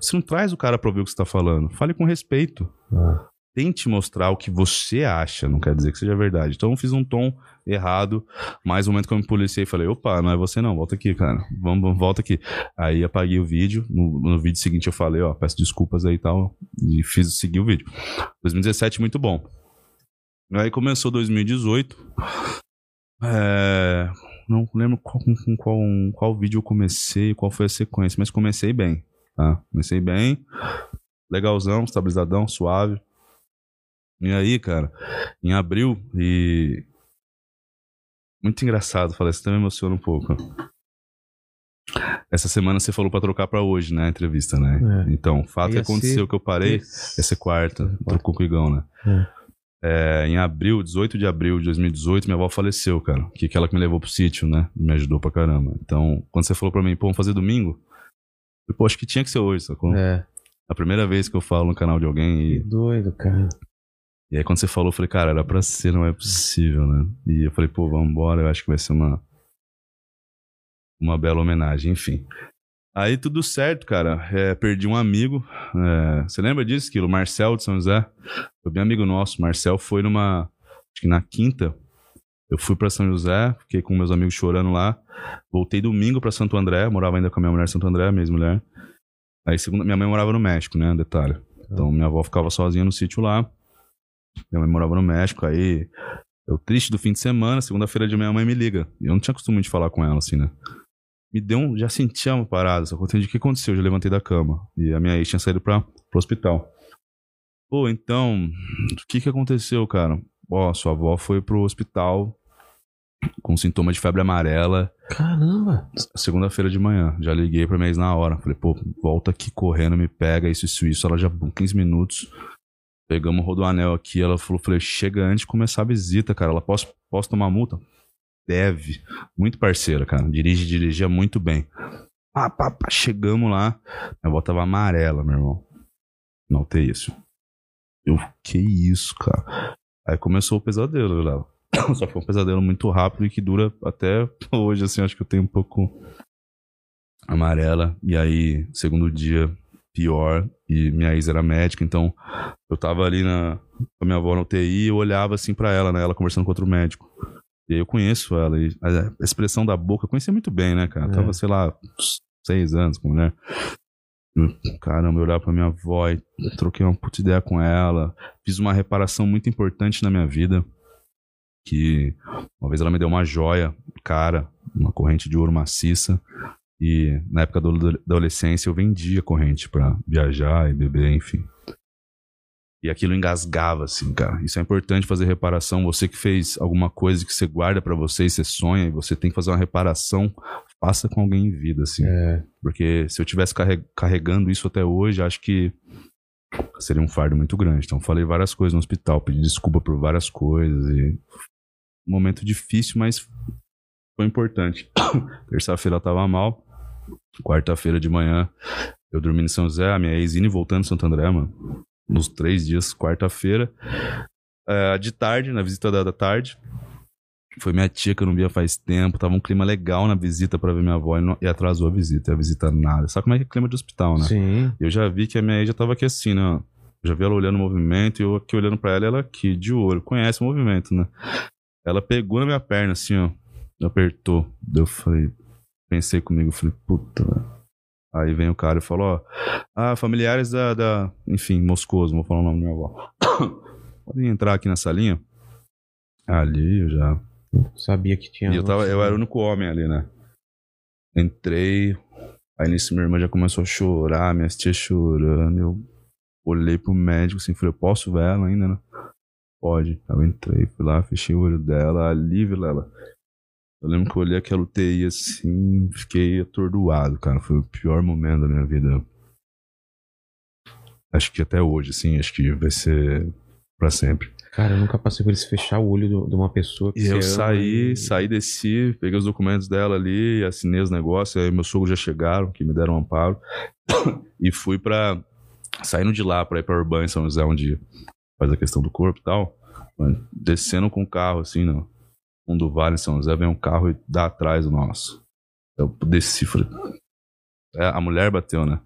Speaker 2: Você não traz o cara pra ouvir o que você tá falando. Fale com respeito.
Speaker 1: Ah.
Speaker 2: Tente mostrar o que você acha, não quer dizer que seja verdade. Então eu fiz um tom errado, mas no momento que eu me policiei, falei, opa, não é você não, volta aqui, cara. Vamos, vamos, volta aqui. Aí apaguei o vídeo. No, no vídeo seguinte eu falei, ó, peço desculpas aí e tal. E fiz seguir o vídeo. 2017, muito bom. Aí começou 2018. É, não lembro qual, com, com qual, qual vídeo eu comecei, qual foi a sequência, mas comecei bem, tá? Comecei bem, legalzão, estabilizadão, suave. E aí, cara, em abril e... Muito engraçado, falei, isso também emociona um pouco. Essa semana você falou pra trocar pra hoje, né, a entrevista, né?
Speaker 1: É.
Speaker 2: Então, o fato
Speaker 1: Ia
Speaker 2: que aconteceu
Speaker 1: ser
Speaker 2: que eu parei,
Speaker 1: Esse-
Speaker 2: essa é quarta,
Speaker 1: Quarta.
Speaker 2: trocou com o Igão, né? É, em abril, 18 de abril de 2018, minha avó faleceu, cara. Que que ela que me levou pro sítio, né? E me ajudou pra caramba. Então, quando você falou pra mim, pô, vamos fazer domingo? Eu, pô, acho que tinha que ser hoje, sacou?
Speaker 1: É.
Speaker 2: A primeira vez que eu falo no canal de alguém.
Speaker 1: Que
Speaker 2: E,
Speaker 1: doido, cara.
Speaker 2: e aí, quando você falou, eu falei, cara, era pra ser, não é possível, né? E eu falei, pô, vambora, eu acho que vai ser uma. Uma bela homenagem, enfim. Aí tudo certo, cara. É, perdi um amigo. É, você lembra disso, Quilo? Marcel de São José. Foi bem amigo nosso. Marcel foi numa. Acho que na quinta. Eu fui pra São José, fiquei com meus amigos chorando lá. Voltei domingo pra Santo André. Morava ainda com a minha mulher em Santo André, minha mulher. Aí segunda. Minha mãe morava no México, né? Detalhe. Então minha avó ficava sozinha no sítio lá. Minha mãe morava no México. Aí. Eu triste do fim de semana, segunda-feira de manhã, minha mãe me liga. Eu não tinha costume de falar com ela assim, né? me deu um. Já sentia uma parada, só que eu entendi o que aconteceu. Eu já levantei da cama. E a minha ex tinha saído pra, pro hospital. Pô, então, o que que aconteceu, cara? Ó, sua avó foi pro hospital com sintoma de febre amarela
Speaker 1: Caramba.
Speaker 2: segunda-feira de manhã. Já liguei pra minha ex na hora. Falei, pô, volta aqui correndo, me pega, isso, isso, isso. Ela já, bum, 15 minutos. Pegamos o rodoanel aqui. Ela falou, falei, chega antes de começar a visita, cara. Ela, posso, posso tomar multa? Deve. Muito parceira, cara. Dirige, dirigia muito bem. Pá, pá, pá. Chegamos lá. Minha avó tava amarela, meu irmão. Não tem isso. Eu, que isso, cara. Aí começou o pesadelo, Vilela. Só que foi um pesadelo muito rápido e que dura até hoje, assim, acho que eu tenho um pouco amarela. E aí, segundo dia, pior. E minha ex era médica, então eu tava ali na, com a minha avó na UTI e eu olhava assim pra ela, né? Ela conversando com outro médico. E aí eu conheço ela. E a a expressão da boca, eu conhecia muito bem, né, cara? Eu
Speaker 1: É.
Speaker 2: Tava, sei lá, uns seis anos com a mulher. Eu, Caramba, eu olhava pra minha avó e eu troquei uma puta ideia com ela. Fiz uma reparação muito importante na minha vida. Que uma vez ela me deu uma joia, um cara, uma corrente de ouro maciça. E na época da adole- adolescência eu vendia corrente pra viajar e beber, enfim. E aquilo engasgava, assim, cara. Isso é importante fazer reparação. Você que fez alguma coisa que você guarda pra você e você sonha e você tem que fazer uma reparação, faça com alguém em vida, assim.
Speaker 1: É.
Speaker 2: Porque se eu tivesse carre- carregando isso até hoje, acho que seria um fardo muito grande. Então, falei várias coisas no hospital, pedi desculpa por várias coisas. E... Um momento difícil, mas foi importante. Terça-feira eu tava mal. Quarta-feira de manhã, eu dormi em São José, a minha ex indo e voltando em Santo André, mano. Nos três dias, quarta-feira. Eh, de tarde, na visita da, da tarde. Foi minha tia que eu não via faz tempo. Tava um clima legal na visita pra ver minha avó e, não- e atrasou a visita. E a visita nada. Sabe como é que é clima de hospital, né?
Speaker 1: Sim.
Speaker 2: Eu já vi que a minha ex já tava aqui assim, né? Já vi ela olhando o movimento e eu aqui olhando pra ela, e ela aqui, de olho, conhece o movimento, né? Ela pegou na minha perna, assim, ó. Apertou. Daí Eu falei, pensei comigo, falei, puta, velho. Aí vem o cara e falou, ó. Ah, familiares da. da enfim, Moscoso, vou falar o nome da minha avó. Podem entrar aqui na salinha? Ali eu já
Speaker 1: Sabia que tinha.
Speaker 2: e eu, tava, eu era o único homem ali, né? Entrei, aí nisso minha irmã já começou a chorar, minhas tias chorando. Eu olhei pro médico assim, falei, eu posso ver ela ainda, né? Pode. Aí eu entrei, fui lá, fechei o olho dela, ali, Vilela. Eu lembro que eu olhei aquela UTI assim, fiquei atordoado, cara. Foi o pior momento da minha vida. Acho que até hoje, assim, acho que vai ser pra sempre.
Speaker 1: Cara, eu nunca passei por isso fechar o olho do- de uma pessoa que
Speaker 2: E
Speaker 1: você
Speaker 2: eu
Speaker 1: ama
Speaker 2: saí,
Speaker 1: e-
Speaker 2: saí, desci, peguei os documentos dela ali, assinei os negócios, aí meus sogros já chegaram, que me deram um amparo, e fui pra. saindo de lá pra ir pra Urbana em São José, onde faz a questão do corpo e tal, mano, descendo com o carro, assim, no fundo do vale em São José, vem um carro e dá atrás do nosso. Eu desci, falei. É, a mulher bateu, né?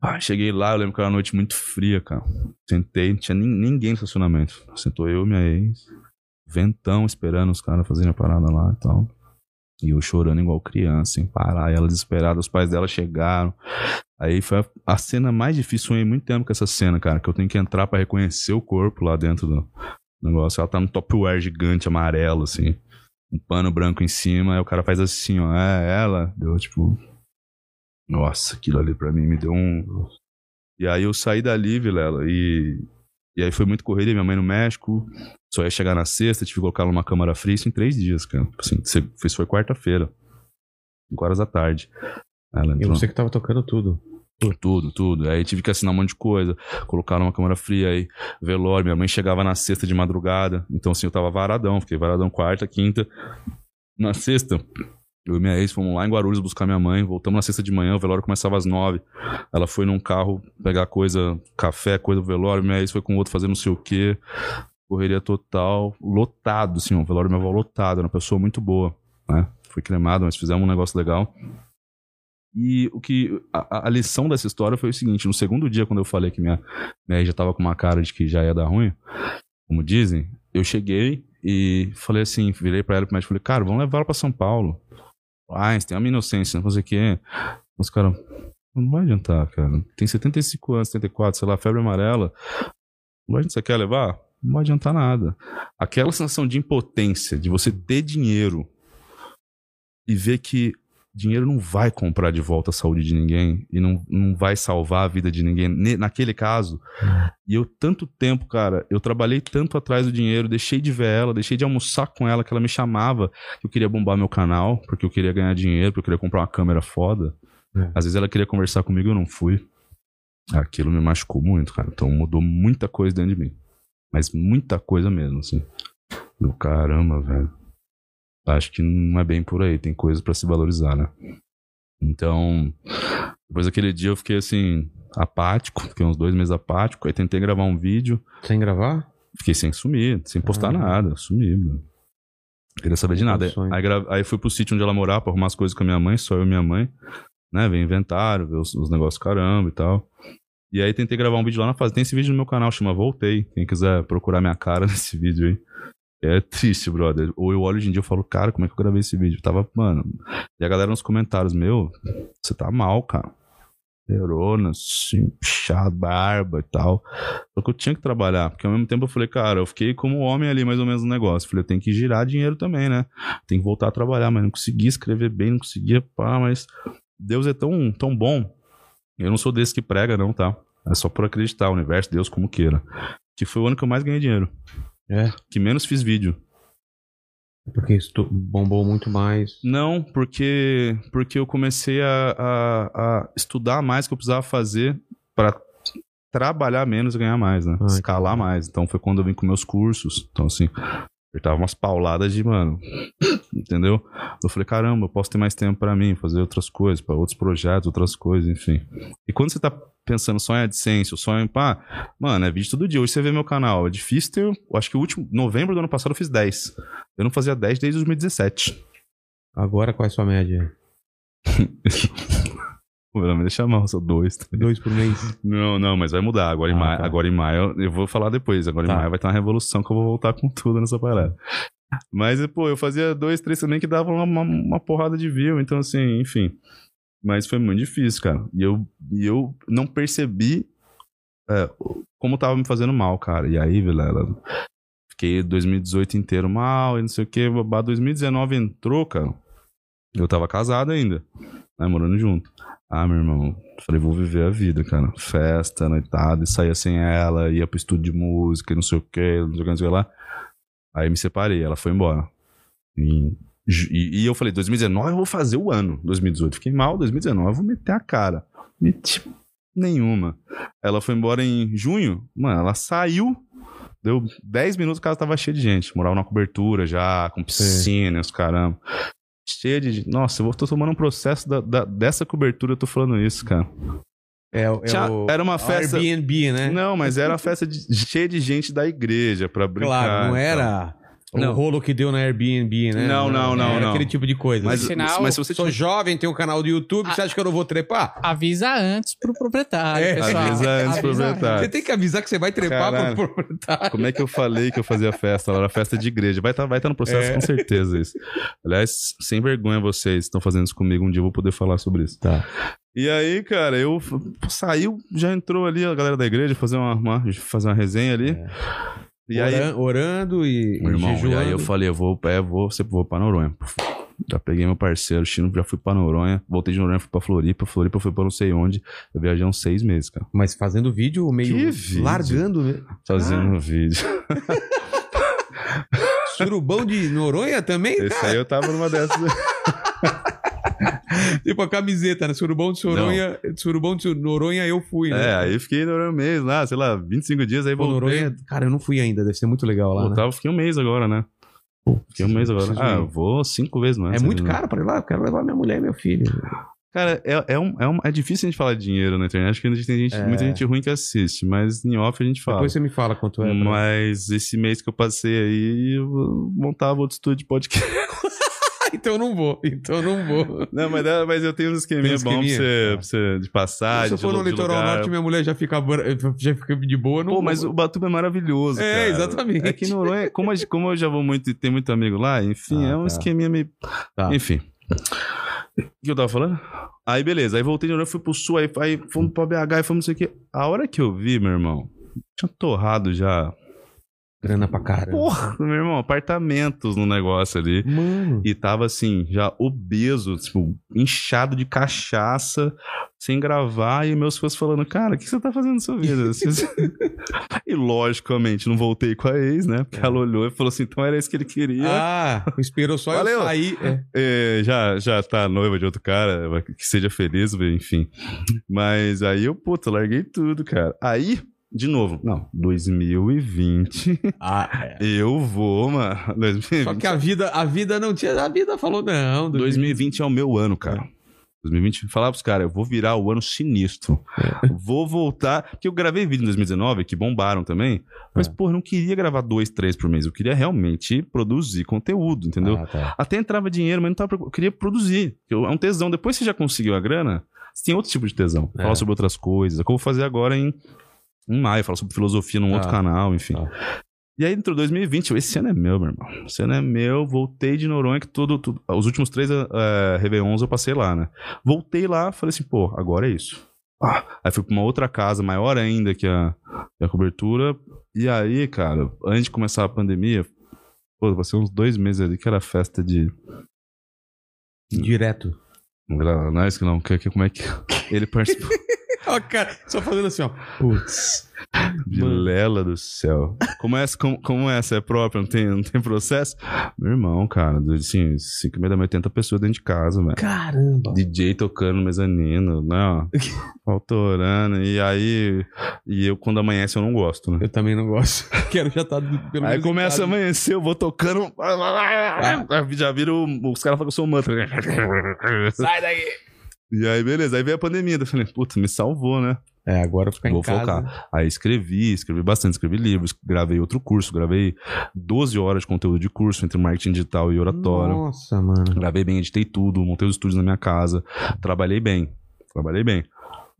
Speaker 2: Ah, cheguei lá, eu lembro que era uma noite muito fria, cara. Sentei, não tinha nin- ninguém no estacionamento. Sentou eu, minha ex, ventão esperando os caras fazerem a parada lá e tal. E eu chorando igual criança, sem parar. E ela desesperada, os pais dela chegaram. Aí foi a, a cena mais difícil. Sonhei muito tempo com essa cena, cara. Que eu tenho que entrar pra reconhecer o corpo lá dentro do negócio. Ela tá no topware gigante, amarelo, assim. Um pano branco em cima. Aí o cara faz assim, ó. É ela. Deu tipo. Nossa, aquilo ali pra mim me deu um. E aí eu saí dali, Vilela. E, e aí foi muito corrida. Minha mãe no México. Só ia chegar na sexta, tive que colocar ela numa câmara fria, isso em três dias, cara. Assim, você fez foi quarta-feira. Cinco horas da tarde. Ela
Speaker 1: E
Speaker 2: entrou.
Speaker 1: você que tava tocando tudo.
Speaker 2: Tudo, tudo. Aí tive que assinar um monte de coisa, colocaram uma câmera fria aí, velório. Minha mãe chegava na sexta de madrugada, então assim, eu tava varadão, fiquei varadão quarta, quinta. Na sexta, eu e minha ex fomos lá em Guarulhos buscar minha mãe, voltamos na sexta de manhã, o velório começava às nove. Ela foi num carro pegar coisa, café, coisa do velório, minha ex foi com outro fazer não sei o quê. Correria total, lotado, assim, o velório da minha avó lotado, era uma pessoa muito boa, né? Foi cremado, mas fizemos um negócio legal. E o que a, a lição dessa história foi o seguinte: no segundo dia, quando eu falei que minha, minha ex já tava com uma cara de que já ia dar ruim, como dizem, eu cheguei e falei assim: virei pra ela e pro médico falei, cara, vamos levar ela pra São Paulo. Einstein, é uma inocência, não sei o quê. Os caras, não vai adiantar, cara. Tem 75 anos, 74, sei lá, febre amarela. Não vai adiantar, você quer levar? Não vai adiantar nada. Aquela sensação de impotência, de você ter dinheiro e ver que dinheiro não vai comprar de volta a saúde de ninguém e não, não vai salvar a vida de ninguém, ne- naquele caso. E eu, tanto tempo, cara, eu trabalhei tanto atrás do dinheiro, deixei de ver ela, deixei de almoçar com ela, que ela me chamava, que eu queria bombar meu canal, porque eu queria ganhar dinheiro, porque eu queria comprar uma câmera foda.
Speaker 1: É.
Speaker 2: Às vezes ela queria conversar comigo, eu não fui. Aquilo me machucou muito, cara. Então mudou muita coisa dentro de mim. Mas muita coisa mesmo, assim. Do caramba, velho. Acho que não é bem por aí. Tem coisas pra se valorizar, né? Então, depois daquele dia eu fiquei assim, apático, fiquei uns dois meses apático, aí tentei gravar um vídeo,
Speaker 1: Sem gravar?
Speaker 2: fiquei sem sumir, sem postar
Speaker 1: Ah.
Speaker 2: nada, sumi, mano. Queria saber de nada. Aí-
Speaker 1: Sonho.
Speaker 2: Aí, gra- aí fui pro sítio onde ela morava pra arrumar as coisas com a minha mãe, só eu e minha mãe, né? Ver inventário, ver os, os negócios caramba e tal. E aí tentei gravar um vídeo lá na fase. Tem esse vídeo no meu canal, chama Voltei. Quem quiser procurar minha cara nesse vídeo aí. É triste, brother. Ou eu olho hoje em dia e falo, cara, como é que eu gravei esse vídeo? Tava, mano. E a galera nos comentários, meu, você tá mal, cara. Perona, assim, puxado, barba e tal. Só que eu tinha que trabalhar, porque ao mesmo tempo eu falei, cara, eu fiquei como um homem ali mais ou menos no negócio. Falei, eu tenho que girar dinheiro também, né? Tem que voltar a trabalhar, mas não conseguia escrever bem, não conseguia, pá, mas Deus é tão, tão bom. Eu não sou desse que prega, não, tá? É só por acreditar, o universo, Deus, como queira. Que foi o ano que eu mais ganhei dinheiro.
Speaker 1: É.
Speaker 2: Que menos fiz vídeo.
Speaker 1: Porque isso to- bombou muito mais.
Speaker 2: Não, porque porque eu comecei a, a- a estudar mais o que eu precisava fazer para trabalhar menos e ganhar mais, né?
Speaker 1: Ah,
Speaker 2: Escalar mais. Então foi quando eu vim com meus cursos. Então, assim, eu tava umas pauladas de, mano, entendeu? Eu falei, caramba, eu posso ter mais tempo para mim, fazer outras coisas, para outros projetos, outras coisas, enfim. E quando você tá pensando só em AdSense, só em pá, mano, é vídeo todo dia. Hoje você vê meu canal, é difícil ter. eu Acho que o último, novembro do ano passado eu fiz 10. Eu não fazia 10 desde 2017.
Speaker 1: Agora qual é a sua média?
Speaker 2: Pô, Não me deixa mal, só dois. tá ligado?
Speaker 1: Dois por mês?
Speaker 2: Não, não, mas vai mudar. Agora em
Speaker 1: Ah,
Speaker 2: maio,
Speaker 1: tá.
Speaker 2: agora em maio eu, eu vou falar depois. Agora
Speaker 1: Tá.
Speaker 2: em maio vai ter uma revolução que eu vou voltar com tudo nessa parada. Mas, pô, eu fazia dois, três também que dava uma, uma- uma porrada de view. Então, assim, enfim. Mas foi muito difícil, cara. E eu, e eu não percebi é, como tava me fazendo mal, cara. E aí, Vilela, fiquei 2018 inteiro mal e não sei o que. 2019 entrou, cara. Eu tava casado ainda, né, morando junto. Ah, meu irmão, falei, vou viver a vida, cara. Festa, noitada, e saía sem ela, ia pro estúdio de música, e não sei o que, não sei o que, não sei o que lá. Aí me separei, ela foi embora. E, ju- e, e eu falei, 2019 eu vou fazer o ano. 2018 fiquei mal, 2019 eu vou meter a cara. Meti nenhuma. Ela foi embora em junho, mano, ela saiu. Deu 10 minutos, a casa tava cheia de gente. Morava numa cobertura já, com piscina, e os caramba cheia de. Nossa, eu vou- tô tomando um processo da- da- dessa cobertura, eu tô falando isso, cara.
Speaker 1: É, é
Speaker 2: Tinha-
Speaker 1: o,
Speaker 2: era uma
Speaker 1: o
Speaker 2: festa.
Speaker 1: Airbnb, né?
Speaker 2: Não, mas era uma festa de- cheia de gente da igreja pra brincar.
Speaker 1: claro, não era
Speaker 2: Não.
Speaker 1: o rolo que deu na Airbnbe, né?
Speaker 2: Não, não, não,
Speaker 1: Era
Speaker 2: não.
Speaker 1: aquele tipo de coisa.
Speaker 2: Mas,
Speaker 3: Por
Speaker 2: mas,
Speaker 3: sinal,
Speaker 2: se você
Speaker 1: Sou
Speaker 2: tiver-
Speaker 1: jovem, tenho um canal do YouTube, você acha que eu não vou trepar?
Speaker 3: Avisa antes pro proprietário,
Speaker 1: É,
Speaker 3: pessoal.
Speaker 2: avisa antes pro proprietário.
Speaker 1: Você tem que avisar que você vai trepar
Speaker 2: Ah. Caralho.
Speaker 1: pro proprietário.
Speaker 2: Como é que eu falei que eu fazia festa? Ela era festa de igreja. Vai estar vai tá no processo
Speaker 1: É.
Speaker 2: com certeza isso. Aliás, sem vergonha vocês estão fazendo isso comigo. Um dia eu vou poder falar sobre isso.
Speaker 1: Tá.
Speaker 2: E aí, cara, eu f- saiu, já entrou ali a galera da igreja fazer uma, uma- fazer uma resenha ali.
Speaker 1: É.
Speaker 2: E aí,
Speaker 1: Oran- orando e,
Speaker 2: Meu irmão,
Speaker 1: e
Speaker 2: e
Speaker 1: jejuando.
Speaker 2: aí eu falei, eu vou, é, vou, sempre vou pra Noronha. Puf, Já peguei meu parceiro, Chino, já fui pra Noronha. Voltei de Noronha, fui pra Floripa. Floripa foi pra não sei onde. Eu viajei uns seis meses, cara.
Speaker 1: Mas fazendo vídeo meio
Speaker 2: Que vídeo?
Speaker 1: largando, né?
Speaker 2: Fazendo um vídeo.
Speaker 1: Surubão de Noronha também?
Speaker 2: Esse aí eu tava numa dessas.
Speaker 1: Tipo a camiseta, né? Surubão de Soronha, Surubão de Noronha eu fui, né?
Speaker 2: é, aí fiquei em Noronha um mês lá, sei lá, 25 dias, aí
Speaker 1: Pô,
Speaker 2: voltei.
Speaker 1: Noronha, cara, eu não fui ainda, deve ser muito legal lá, né?
Speaker 2: Voltava, fiquei um mês agora, né? Fiquei um mês agora.
Speaker 1: preciso
Speaker 2: Ah,
Speaker 1: ir.
Speaker 2: eu vou cinco vezes mais.
Speaker 1: É muito caro pra ir lá, eu quero levar minha mulher e meu filho.
Speaker 2: Cara, é, é, um, é, um- é difícil a gente falar de dinheiro na internet, porque a gente tem gente,
Speaker 1: É.
Speaker 2: muita gente ruim que assiste, mas em off a gente fala.
Speaker 1: Depois você me fala quanto é. pra-
Speaker 2: Mas esse mês que eu passei aí, eu montava outro estúdio de podcast.
Speaker 1: Então eu não vou, então eu não vou.
Speaker 2: Não, mas, dá- mas eu tenho uns esqueminha
Speaker 1: Tem um
Speaker 2: bom pra
Speaker 1: esqueminha?
Speaker 2: você,
Speaker 1: Tá.
Speaker 2: pra você de passagem.
Speaker 1: Se eu for
Speaker 2: Ah, de
Speaker 1: no
Speaker 2: lu- de
Speaker 1: litoral
Speaker 2: lugar.
Speaker 1: norte, minha mulher já fica, bra- já fica de boa, eu não
Speaker 2: Pô,
Speaker 1: vou.
Speaker 2: mas o Batuba é maravilhoso.
Speaker 1: É,
Speaker 2: cara.
Speaker 1: exatamente.
Speaker 2: É que em Noronha, como, a gente- como eu já vou muito e tem muito amigo lá, enfim,
Speaker 1: Ah,
Speaker 2: é um
Speaker 1: tá.
Speaker 2: esqueminha meio.
Speaker 1: Tá.
Speaker 2: Enfim. O que eu tava falando? Aí beleza, aí voltei de Noronha, fui pro sul, aí, aí fomos pra BH e fomos não sei o quê. A hora que eu vi, meu irmão, tinha torrado já.
Speaker 1: Grana pra caramba.
Speaker 2: Porra, meu irmão, apartamentos no negócio ali.
Speaker 1: Mano.
Speaker 2: E tava assim, já obeso, tipo, inchado de cachaça, sem gravar, e meus fãs falando, cara, o que você tá fazendo na sua vida? e logicamente, não voltei com a ex, né? Porque ela olhou e falou assim, então era isso que ele queria.
Speaker 1: Ah, esperou só
Speaker 2: Valeu.
Speaker 1: eu sair. É.
Speaker 2: É, já, já tá noiva de outro cara, que seja feliz, enfim. Mas aí eu, puta, larguei tudo, cara. Aí, de novo, não, 2020,
Speaker 1: Ah,
Speaker 2: eu vou, mano. 2020.
Speaker 1: Só que a vida, a vida não tinha. A vida falou, não.
Speaker 2: 2020 é o meu ano, cara. 2020, falar pros caras, eu vou virar o ano sinistro.
Speaker 1: É.
Speaker 2: Vou voltar. Porque eu gravei vídeo em 2019, que bombaram também. Mas,
Speaker 1: É.
Speaker 2: porra, eu não queria gravar dois, três por mês. Eu queria realmente produzir conteúdo, entendeu?
Speaker 1: Ah, tá.
Speaker 2: Até entrava dinheiro, mas não tava. preocup- Eu queria produzir. Eu- É um tesão. Depois que você já conseguiu a grana, você tem outro tipo de tesão.
Speaker 1: É.
Speaker 2: Falar sobre outras coisas. É o que eu vou fazer agora em, em maio. Falar sobre filosofia num
Speaker 1: Tá.
Speaker 2: outro canal, enfim.
Speaker 1: Tá.
Speaker 2: E aí entrou 2020, eu, esse ano é meu, meu irmão. Esse ano é meu, voltei de Noronha, que tudo, tudo- os últimos três eh, Réveillons eu passei lá, né? Voltei lá, falei assim, pô, agora é isso. Ah, aí fui pra uma outra casa, maior ainda que a, que a cobertura. E aí, cara, antes de começar a pandemia, pô, passei uns dois meses ali que era festa de...
Speaker 1: Direto.
Speaker 2: Não era nós que não, que, que- como é que... Ele participou
Speaker 1: Ó, cara, só fazendo assim, ó. Putz.
Speaker 2: de
Speaker 1: Mano.
Speaker 2: Lela do céu. Como essa, como, como essa é própria, não tem, não tem processo? Meu irmão, cara, assim, 5 e meia da manhã, 80 pessoas dentro de casa, velho.
Speaker 1: Caramba.
Speaker 2: DJ tocando mezanino, né? Autorando. E aí. E eu, quando amanhece, eu não gosto, né?
Speaker 1: Eu também não gosto. Quero já estar pelo
Speaker 2: Aí
Speaker 1: menos
Speaker 2: começa a
Speaker 1: em casa.
Speaker 2: amanhecer, eu vou tocando. Ah. Já vira o, os caras falam que eu sou o mantra. Sai daí! E aí, beleza. Aí veio a pandemia. daí Eu falei, puta, me salvou, né?
Speaker 1: É, agora ficar
Speaker 2: Vou
Speaker 1: em casa.
Speaker 2: focar. Aí escrevi, escrevi bastante, escrevi livros, gravei outro curso, gravei 12 horas de conteúdo de curso entre marketing digital e oratório.
Speaker 1: Nossa, mano.
Speaker 2: Uhum. Gravei bem, editei tudo, montei os estúdios na minha casa, trabalhei bem, trabalhei bem.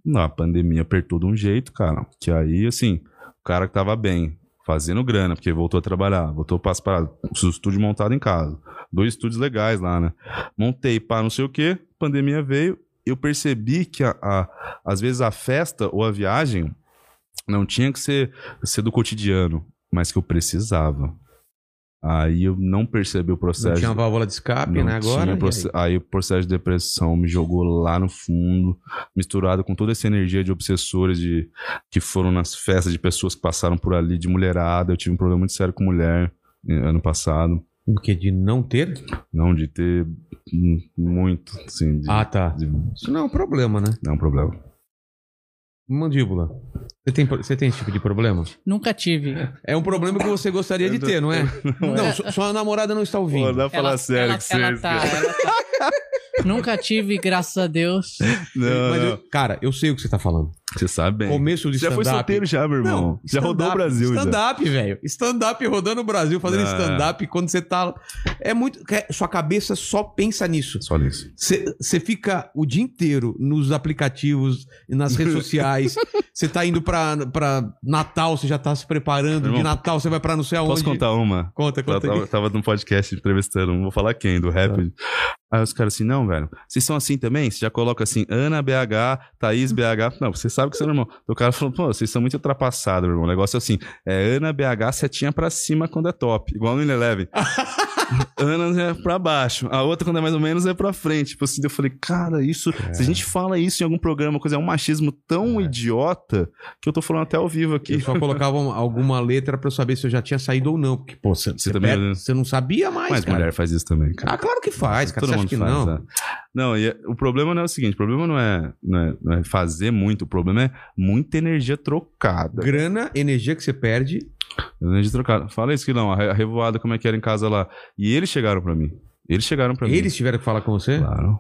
Speaker 2: Na pandemia apertou de um jeito, cara, que aí, assim, o cara que tava bem, fazendo grana, porque voltou a trabalhar, voltou para as paradas, os estúdios montados em casa, dois estúdios legais lá, né? Montei para não sei o quê, pandemia veio, eu percebi que, a, a- às vezes, a festa ou a viagem não tinha que ser, ser do cotidiano, mas que eu precisava. Aí eu não percebi o
Speaker 1: Não
Speaker 2: processo.
Speaker 1: tinha uma válvula de escape,
Speaker 2: Não
Speaker 1: né? Agora.
Speaker 2: tinha
Speaker 1: e
Speaker 2: proce- aí o processo de depressão me jogou lá no fundo, misturado com toda essa energia de obsessores de, que foram nas festas de pessoas que passaram por ali, de mulherada. Eu tive um problema muito sério com mulher eh, ano passado.
Speaker 1: aí? O quê? De não ter?
Speaker 2: Não, de ter hum, muito, assim, de,
Speaker 1: Ah, tá.
Speaker 2: de-
Speaker 1: Isso não é um problema, né?
Speaker 2: não é um problema.
Speaker 1: Mandíbula. Você tem, pro- você tem esse tipo de problema?
Speaker 3: Nunca tive.
Speaker 1: É um problema que você gostaria de ter, não é? Não, su- sua namorada não está ouvindo.
Speaker 2: dá pra falar sério
Speaker 3: ela,
Speaker 2: que
Speaker 3: ela
Speaker 2: vocês,
Speaker 3: tá,
Speaker 2: cara.
Speaker 3: ela tá. Nunca tive, graças a Deus.
Speaker 2: Não,
Speaker 1: Mas
Speaker 2: não.
Speaker 1: eu- cara, eu sei o que você tá falando.
Speaker 2: Você sabe bem.
Speaker 1: Começo de
Speaker 2: já
Speaker 1: stand-up.
Speaker 2: foi solteiro já, meu irmão.
Speaker 1: Não,
Speaker 2: já rodou o
Speaker 1: stand-up,
Speaker 2: Brasil. já.
Speaker 1: Stand-up, velho. Stand-up rodando o Brasil, fazendo
Speaker 2: Ah.
Speaker 1: stand-up. Quando você tá. É muito. é- Sua cabeça só pensa nisso.
Speaker 2: Só nisso.
Speaker 1: Você fica o dia inteiro nos aplicativos, nas redes sociais. Você tá indo pra, pra Natal, você já tá se preparando.
Speaker 2: Irmão,
Speaker 1: de Natal você vai pra não sei aonde.
Speaker 2: Posso contar uma?
Speaker 1: Conta,
Speaker 2: Eu
Speaker 1: conta. Tá.
Speaker 2: tava,
Speaker 1: aí.
Speaker 2: tava num podcast entrevistando, não vou falar quem, do rap. Aí os caras assim, não, velho, vocês são assim também? Você já coloca assim, Ana BH, Thaís BH. Não, você sabe que você é meu irmão. O cara falou, pô, vocês são muito ultrapassados, meu irmão. O negócio é assim, é Ana BH setinha pra cima quando é top, igual no Ineleve. Ana é pra baixo, a outra quando é mais ou menos é pra frente. Tipo assim, eu falei, cara, isso.
Speaker 1: É.
Speaker 2: Se a gente fala isso em algum programa, coisa, é um machismo tão idiota que eu tô falando até ao vivo
Speaker 1: Eu
Speaker 2: aqui.
Speaker 1: só colocava uma- alguma letra pra eu saber se eu já tinha saído ou não. Porque, pô, você
Speaker 2: Você também- é
Speaker 1: Você não sabia mais,
Speaker 2: Mas
Speaker 1: cara.
Speaker 2: mulher faz isso também, cara.
Speaker 1: Ah, claro que faz, cara.
Speaker 2: Todo
Speaker 1: Você acha
Speaker 2: mundo
Speaker 1: que
Speaker 2: faz,
Speaker 1: não?
Speaker 2: é. Não, e é- o problema não é o seguinte, o problema não é, não é- não é fazer muito, o problema é muita energia trocada.
Speaker 1: Grana, energia que você perde.
Speaker 2: Energia trocada. Fala isso, Quilão, a, re- a revoada como é que era em casa lá. E eles chegaram pra mim. Eles chegaram pra
Speaker 1: Eles tiveram que falar com você?
Speaker 2: mim. Claro.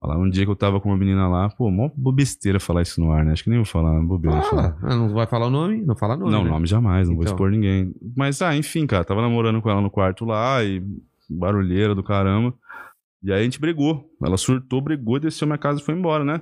Speaker 2: Falaram um dia que eu tava com uma menina lá, pô, mó bobesteira falar isso no ar, né? Acho que nem vou falar, bobeira. falar.
Speaker 1: Fala. Ah, não vai falar o nome? Não fala nome.
Speaker 2: Não,
Speaker 1: né?
Speaker 2: nome jamais, não vou
Speaker 1: Então.
Speaker 2: expor ninguém. Mas, ah, enfim, cara, tava namorando com ela no quarto lá e barulheira do caramba. E aí a gente brigou. Ela surtou, brigou, desceu minha casa e foi embora, né?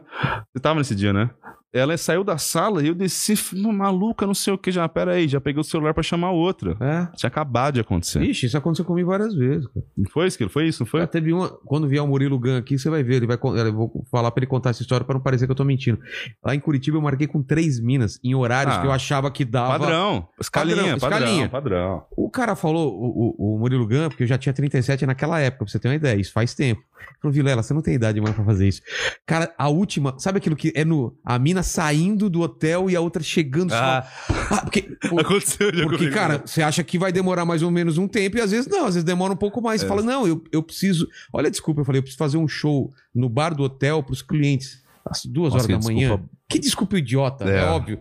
Speaker 2: Você tava nesse dia, né? Ela saiu da sala e eu desci, falei, "Não, maluca, não sei o que. Já, pera aí, já peguei o celular pra chamar outra.
Speaker 1: É.
Speaker 2: Tinha acabado de acontecer.
Speaker 1: Ixi, isso aconteceu comigo várias vezes. Cara.
Speaker 2: Não Foi isso, Foi isso, não foi?
Speaker 1: Ah, Teve uma. Quando vier o Murilo Gun aqui, você vai ver. Ele vai, con- eu vou falar pra ele contar essa história pra não parecer que eu tô mentindo. Lá em Curitiba eu marquei com três minas em horários
Speaker 2: Ah.
Speaker 1: que eu achava que dava.
Speaker 2: Padrão. Escalinha,
Speaker 1: Padrão,
Speaker 2: padrão,
Speaker 1: escalinha.
Speaker 2: padrão.
Speaker 1: O cara falou, o, o- o Murilo Gun, porque eu já tinha 37 naquela época, pra você ter uma ideia, isso faz tempo. Ele Falou, Vilela, você não tem idade mais pra fazer isso. Cara, a última, sabe aquilo que é no. A mina saindo do hotel e a outra chegando. você
Speaker 2: Ah.
Speaker 1: fala, "Ah, porque, o-
Speaker 2: Aconteceu já
Speaker 1: porque,
Speaker 2: comigo.
Speaker 1: cara, você acha que vai demorar mais ou menos um tempo e às vezes não, às vezes demora um pouco
Speaker 2: É.
Speaker 1: mais. Você Fala, não, eu, eu preciso. Olha, desculpa, eu falei, eu preciso fazer um show no bar do hotel pros clientes às duas
Speaker 2: Nossa,
Speaker 1: horas da
Speaker 2: que
Speaker 1: manhã.
Speaker 2: desculpa.
Speaker 1: Que desculpa idiota,
Speaker 2: É.
Speaker 1: é. óbvio.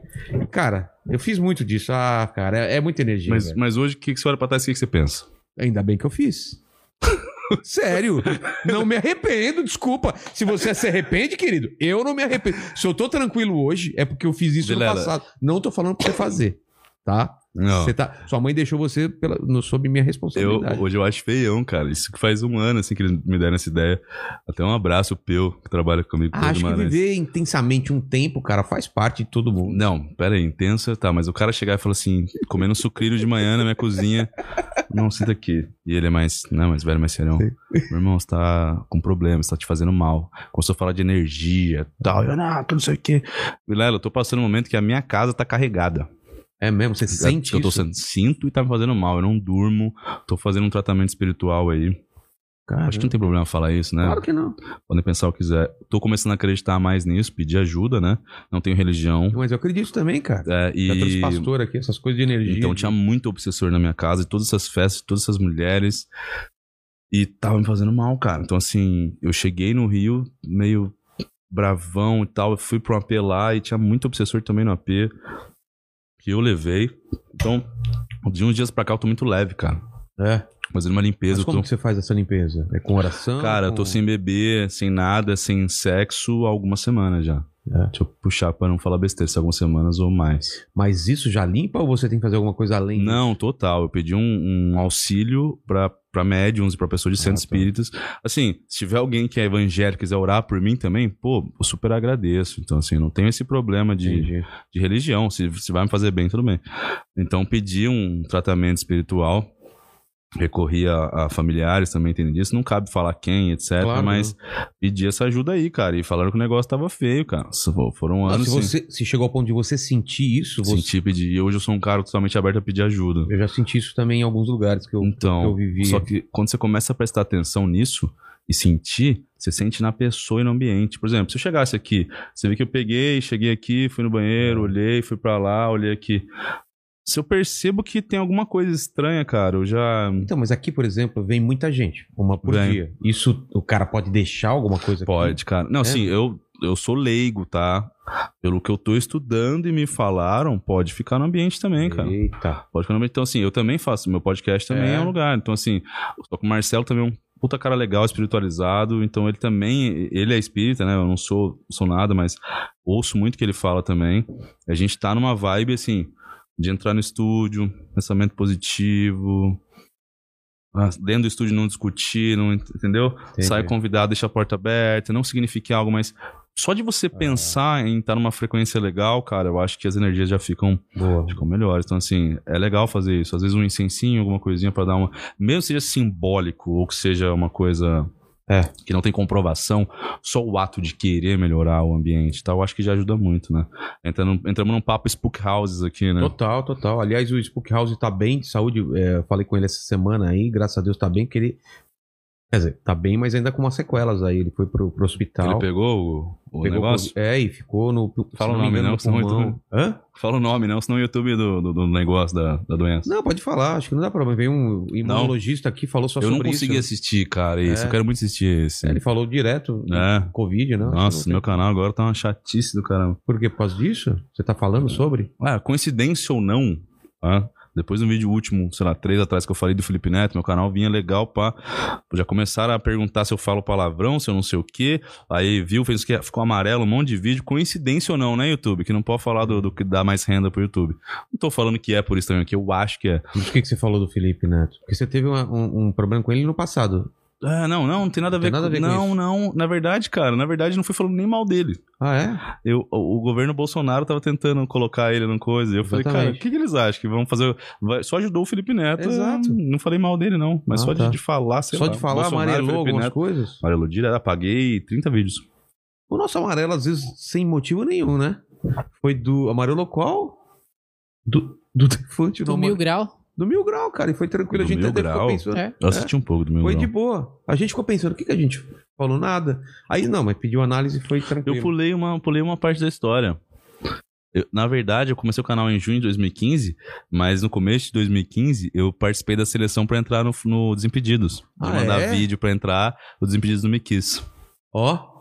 Speaker 1: Cara, eu fiz muito disso. Ah, cara, é, é muita energia.
Speaker 2: Mas,
Speaker 1: velho.
Speaker 2: mas hoje, o que, que você olha pra trás e o que, que você pensa?
Speaker 1: Ainda bem que eu fiz. Sério, não me arrependo, desculpa. Se você se arrepende, querido, eu não me arrependo. Se eu tô tranquilo hoje, é porque eu fiz isso
Speaker 2: Vilela.
Speaker 1: no passado. Não tô falando pra você fazer, tá?
Speaker 2: Não.
Speaker 1: Você tá, sua mãe deixou você pela, no, sob minha
Speaker 2: Eu,
Speaker 1: responsabilidade.
Speaker 2: hoje eu acho feião, cara. Isso que faz um ano, assim, que eles me deram essa ideia. Até um abraço, o Peu, que trabalha comigo. Peu
Speaker 1: Ah, acho que
Speaker 2: Guimarães.
Speaker 1: viver intensamente um tempo, cara, faz parte de todo mundo.
Speaker 2: Não, pera aí, intensa, tá. Mas o cara chegar e falar assim, comendo um sucrilho de manhã na minha cozinha. Não, senta aqui. E ele é mais, não, mais velho, mais serão. Meu irmão, você tá com problema, você tá te fazendo mal. Começou a falar de energia tal. Eu, não, que não sei o quê. Vilela, eu tô passando um momento que a minha casa tá carregada.
Speaker 1: É mesmo, você sente
Speaker 2: eu tô
Speaker 1: isso.
Speaker 2: sendo, sinto e tá me fazendo mal. Eu não durmo, tô fazendo um tratamento espiritual aí.
Speaker 1: Cara,
Speaker 2: Acho que não tem problema falar isso, né?
Speaker 1: Claro que não.
Speaker 2: Podem pensar o que quiser. Tô começando a acreditar mais nisso, pedir ajuda, né? Não tenho religião.
Speaker 1: Mas eu acredito também, cara.
Speaker 2: É,
Speaker 1: Já trouxe
Speaker 2: e...
Speaker 1: pastor aqui, essas coisas de né? energia.
Speaker 2: Então tinha muito obsessor na minha casa, e todas essas festas, todas essas mulheres. E tava me fazendo mal, cara. Então, assim, eu cheguei no Rio meio bravão e tal. Eu fui pro AP lá e tinha muito obsessor também no AP que eu levei. Então, de uns dias pra cá eu tô muito leve, cara.
Speaker 1: É.
Speaker 2: Fazendo uma limpeza.
Speaker 1: Mas
Speaker 2: eu
Speaker 1: como
Speaker 2: tô...
Speaker 1: que você faz essa limpeza? É com oração?
Speaker 2: Cara, eu
Speaker 1: com-
Speaker 2: tô sem beber, sem nada, sem sexo há algumas semanas já.
Speaker 1: É.
Speaker 2: Deixa eu puxar pra não falar besteira, se é algumas semanas ou mais.
Speaker 1: Mas isso já limpa ou você tem que fazer alguma coisa além?
Speaker 2: Não, total. Eu pedi um, um auxílio pra, pra médiums e pra pessoas de centros
Speaker 1: Ah, tá.
Speaker 2: espíritas. Assim, se tiver alguém que é evangélico e quiser orar por mim também, pô, eu super agradeço. Então, assim, não tenho esse problema de,
Speaker 1: Entendi.
Speaker 2: de religião. Se, se vai me fazer bem, tudo bem. Então, pedi um tratamento espiritual. Recorri a, a familiares também, entendem disso. Não cabe falar quem, etc.
Speaker 1: Claro,
Speaker 2: mas pedi essa ajuda aí, cara. E falaram que o negócio tava feio, cara. Se for- Foram
Speaker 1: Não,
Speaker 2: anos
Speaker 1: se,
Speaker 2: sem
Speaker 1: você, se chegou ao ponto de você sentir isso, você-
Speaker 2: sentir pedir. E hoje eu sou um cara totalmente aberto a pedir ajuda.
Speaker 1: eu já senti isso também em alguns lugares que eu, que eu
Speaker 2: Então,
Speaker 1: vivi.
Speaker 2: só que quando você começa a prestar atenção nisso e sentir, você sente na pessoa e no ambiente. Por exemplo, se eu chegasse aqui, você vê que eu peguei, cheguei aqui, fui no banheiro, olhei, fui pra lá, olhei aqui. Se eu percebo que tem alguma coisa estranha, cara, eu já
Speaker 1: Então, mas aqui, por exemplo, vem muita gente, uma por
Speaker 2: Vem.
Speaker 1: dia. Isso, o cara pode deixar alguma coisa aqui?
Speaker 2: Pode, cara. Não, assim, eu, eu sou leigo, tá? Pelo que eu tô estudando e me falaram, pode ficar no ambiente também, cara.
Speaker 1: Eita.
Speaker 2: Pode ficar no ambiente. Então, assim, eu também faço. Meu podcast também
Speaker 1: É.
Speaker 2: é, um lugar. Então, assim, eu tô com o Marcelo também, é um puta cara legal, espiritualizado. Então, ele também, ele é espírita, né? Eu não sou, sou nada, mas ouço muito o que ele fala também. A gente tá numa vibe, assim, de entrar no estúdio, pensamento positivo. ah, Dentro do estúdio não discutir, não, ent- entendeu?
Speaker 1: entendi.
Speaker 2: sai convidado, deixa a porta aberta, não significa algo, mas só de
Speaker 1: Ah.
Speaker 2: você pensar em estar numa frequência legal, cara, eu acho que as energias já ficam,
Speaker 1: Boa.
Speaker 2: ficam melhores. Então, assim, é legal fazer isso. Às vezes um incensinho, alguma coisinha pra dar uma. Mesmo que seja simbólico ou que seja uma coisa
Speaker 1: É.
Speaker 2: que não tem comprovação, só o ato de querer melhorar o ambiente e tal, eu acho que já ajuda muito, né? Entra num- entramos num papo spook houses aqui, né?
Speaker 1: Total, total. Aliás, o Spook House tá bem de saúde. é, eu falei com ele essa semana aí, graças a Deus tá bem, que ele. Quer dizer, tá bem, mas ainda com umas sequelas aí. Ele foi pro, pro hospital.
Speaker 2: Ele pegou o, o
Speaker 1: pegou
Speaker 2: negócio?
Speaker 1: Covid- É, e ficou no. se
Speaker 2: Fala o
Speaker 1: não me
Speaker 2: nome,
Speaker 1: engano,
Speaker 2: não,
Speaker 1: no
Speaker 2: senão eu tô-
Speaker 1: pulmão. Hã?
Speaker 2: Fala o nome, não, senão o YouTube do, do, do negócio da, da doença.
Speaker 1: Não, pode falar, acho que não dá problema. Veio um imunologista aqui falou só
Speaker 2: eu não
Speaker 1: sobre
Speaker 2: consegui
Speaker 1: isso. né?
Speaker 2: assistir, cara, isso.
Speaker 1: É.
Speaker 2: Eu quero muito assistir esse.
Speaker 1: Ele falou direto
Speaker 2: É.
Speaker 1: Covid, né?
Speaker 2: Nossa,
Speaker 1: Não
Speaker 2: meu
Speaker 1: tem-
Speaker 2: canal agora tá uma chatice do caramba.
Speaker 1: Por quê? Por causa disso? Você tá falando sobre?
Speaker 2: Ah, coincidência ou não, tá? Depois do vídeo último, sei lá, três atrás que eu falei do Felipe Neto, meu canal vinha legal pra... Já começaram a perguntar se eu falo palavrão, se eu não sei o quê. Aí viu, fez o quê? Ficou amarelo, um monte de vídeo. Coincidência ou não, né, YouTube? Que não pode falar do, do que dá mais renda pro YouTube. Não tô falando que é por isso também, que eu acho que é.
Speaker 1: Por que, que você falou do Felipe Neto? Porque você teve uma- um, um problema com ele no passado.
Speaker 2: Ah, não, não, não tem nada a
Speaker 1: Não
Speaker 2: ver
Speaker 1: tem nada a ver com
Speaker 2: Não,
Speaker 1: isso.
Speaker 2: não, na verdade, cara, na verdade não fui falando nem mal dele.
Speaker 1: Ah, é?
Speaker 2: Eu, o o governo Bolsonaro tava tentando colocar ele numa coisa. E eu falei,
Speaker 1: Exatamente.
Speaker 2: cara, o que, que eles acham? Que vão fazer. vai- só ajudou o Felipe Neto.
Speaker 1: Exato.
Speaker 2: eu Não falei mal dele, não. Mas
Speaker 1: Ah,
Speaker 2: só
Speaker 1: tá.
Speaker 2: de, de falar, sei
Speaker 1: Só
Speaker 2: lá,
Speaker 1: de falar,
Speaker 2: Bolsonaro,
Speaker 1: amarelou
Speaker 2: Felipe
Speaker 1: algumas
Speaker 2: Neto.
Speaker 1: coisas?
Speaker 2: Amarelou direto, apaguei 30 vídeos.
Speaker 1: O nosso amarelo, às vezes, sem motivo nenhum, né? Foi do amarelo qual? Do, do defante
Speaker 3: Do mil
Speaker 1: Amare-
Speaker 3: grau.
Speaker 1: do mil grau, cara. E foi tranquilo. a
Speaker 2: Do
Speaker 1: gente
Speaker 2: Mil
Speaker 1: até
Speaker 2: Grau?
Speaker 1: ficou pensando.
Speaker 3: É.
Speaker 2: Eu assisti um pouco do meu.
Speaker 1: Foi de
Speaker 2: grau.
Speaker 1: boa. A gente ficou pensando, o que, que a gente falou? Nada. Aí não, mas pediu análise e foi tranquilo.
Speaker 2: Eu pulei uma, pulei uma parte da história. Eu- na verdade, eu comecei o canal em junho de 2015, mas no começo de 2015 eu participei da seleção pra entrar no, no Desimpedidos. De
Speaker 1: Ah,
Speaker 2: mandar
Speaker 1: é?
Speaker 2: vídeo pra entrar, o Desimpedidos não me quis.
Speaker 1: Ó.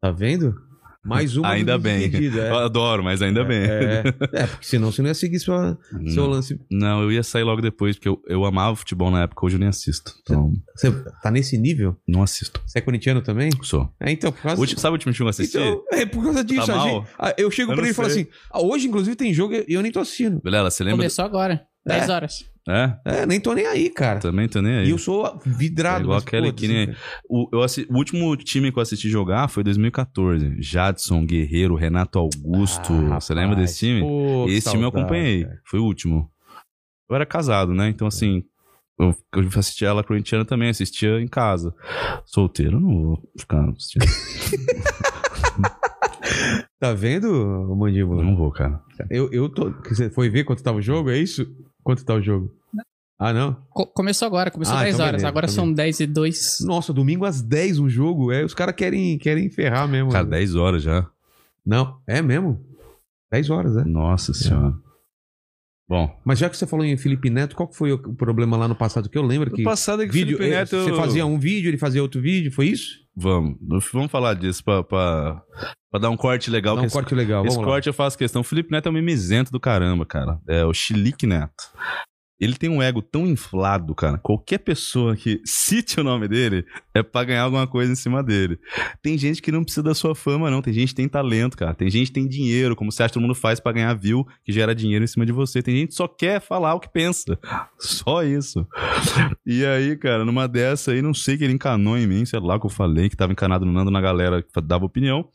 Speaker 1: Tá vendo? Mais uma.
Speaker 2: Ainda
Speaker 1: do
Speaker 2: bem.
Speaker 1: Desimpedido,
Speaker 2: Eu
Speaker 1: é.
Speaker 2: adoro, mas ainda bem. Hum.
Speaker 1: É, é, porque senão você não ia seguir sua, seu
Speaker 2: Não.
Speaker 1: lance.
Speaker 2: Não, eu ia sair logo depois, porque eu, eu amava futebol na época, hoje eu nem assisto. Então,
Speaker 1: Você tá nesse nível?
Speaker 2: não assisto.
Speaker 1: Você é corintiano também?
Speaker 2: Sou.
Speaker 1: É, então, por causa
Speaker 2: O ti- sabe o time que eu assisti?
Speaker 1: Então, é por causa disso.
Speaker 2: Tá
Speaker 1: a
Speaker 2: mal?
Speaker 1: gente- ah, eu chego
Speaker 2: Eu
Speaker 1: pra
Speaker 2: não
Speaker 1: ele e falo
Speaker 2: sei.
Speaker 1: assim: "Ah, hoje, inclusive, tem jogo e eu nem tô assistindo.
Speaker 2: Vilela, você lembra?
Speaker 3: Começou agora. 10 horas.
Speaker 2: do- É?
Speaker 1: É, nem tô nem aí, cara.
Speaker 2: Também tô nem Tá aí.
Speaker 1: E eu sou vidrado.
Speaker 2: É igual
Speaker 1: mas,
Speaker 2: aquele
Speaker 1: pô,
Speaker 2: que nem-
Speaker 1: assim,
Speaker 2: O, eu assi- o último time que eu assisti jogar foi 2014. Jadson, Guerreiro, Renato Augusto.
Speaker 1: Ah,
Speaker 2: você
Speaker 1: rapaz,
Speaker 2: lembra desse time?
Speaker 1: pô, que
Speaker 2: Esse time eu
Speaker 1: saudade,
Speaker 2: acompanhei.
Speaker 1: cara.
Speaker 2: Foi o último. Eu era casado, né? Então, assim, eu, eu assistia ela corintiana também, assistia em casa. Solteiro, eu não vou ficar assistindo.
Speaker 1: Tá vendo, mandíbula?
Speaker 2: não vou, cara.
Speaker 1: Eu, eu tô. que Você foi ver quanto tava o jogo? É isso? Quanto tá o jogo? Ah, não?
Speaker 3: Co- começou agora, começou
Speaker 1: Ah,
Speaker 3: 10
Speaker 1: então
Speaker 3: horas.
Speaker 1: beleza,
Speaker 3: agora
Speaker 1: então
Speaker 3: são 10 e 2.
Speaker 1: Nossa, domingo às 10 um jogo. É, os caras querem, querem ferrar mesmo. né?
Speaker 2: Cara, 10 horas já.
Speaker 1: Não, é mesmo? 10 horas, é.
Speaker 2: Nossa senhora. Bom.
Speaker 1: Mas já que você falou em Felipe Neto, qual que foi o- o problema lá no passado? Que eu lembro que.
Speaker 2: passado é
Speaker 1: Vídeo, eh, Você fazia um vídeo, ele fazia outro vídeo, foi isso?
Speaker 2: Vamos, vamos falar disso pra, pra, pra dar um corte legal.
Speaker 1: Dá
Speaker 2: que
Speaker 1: um
Speaker 2: esse-
Speaker 1: corte legal.
Speaker 2: Esse
Speaker 1: vamos lá.
Speaker 2: corte eu faço questão. O Felipe Neto é um mimizento do caramba, cara. É o Chilique Neto. Ele tem um ego tão inflado, cara. Qualquer pessoa que cite o nome dele é pra ganhar alguma coisa em cima dele. Tem gente que não precisa da sua fama, não. Tem gente que tem talento, cara. Tem gente que tem dinheiro, como você acha que todo mundo faz pra ganhar view, que gera dinheiro em cima de você. Tem gente que só quer falar o que pensa. Só isso. E aí, cara, numa dessa aí, não sei que ele encanou em mim, sei lá o que eu falei, que tava encanado no Nando na galera que dava opinião.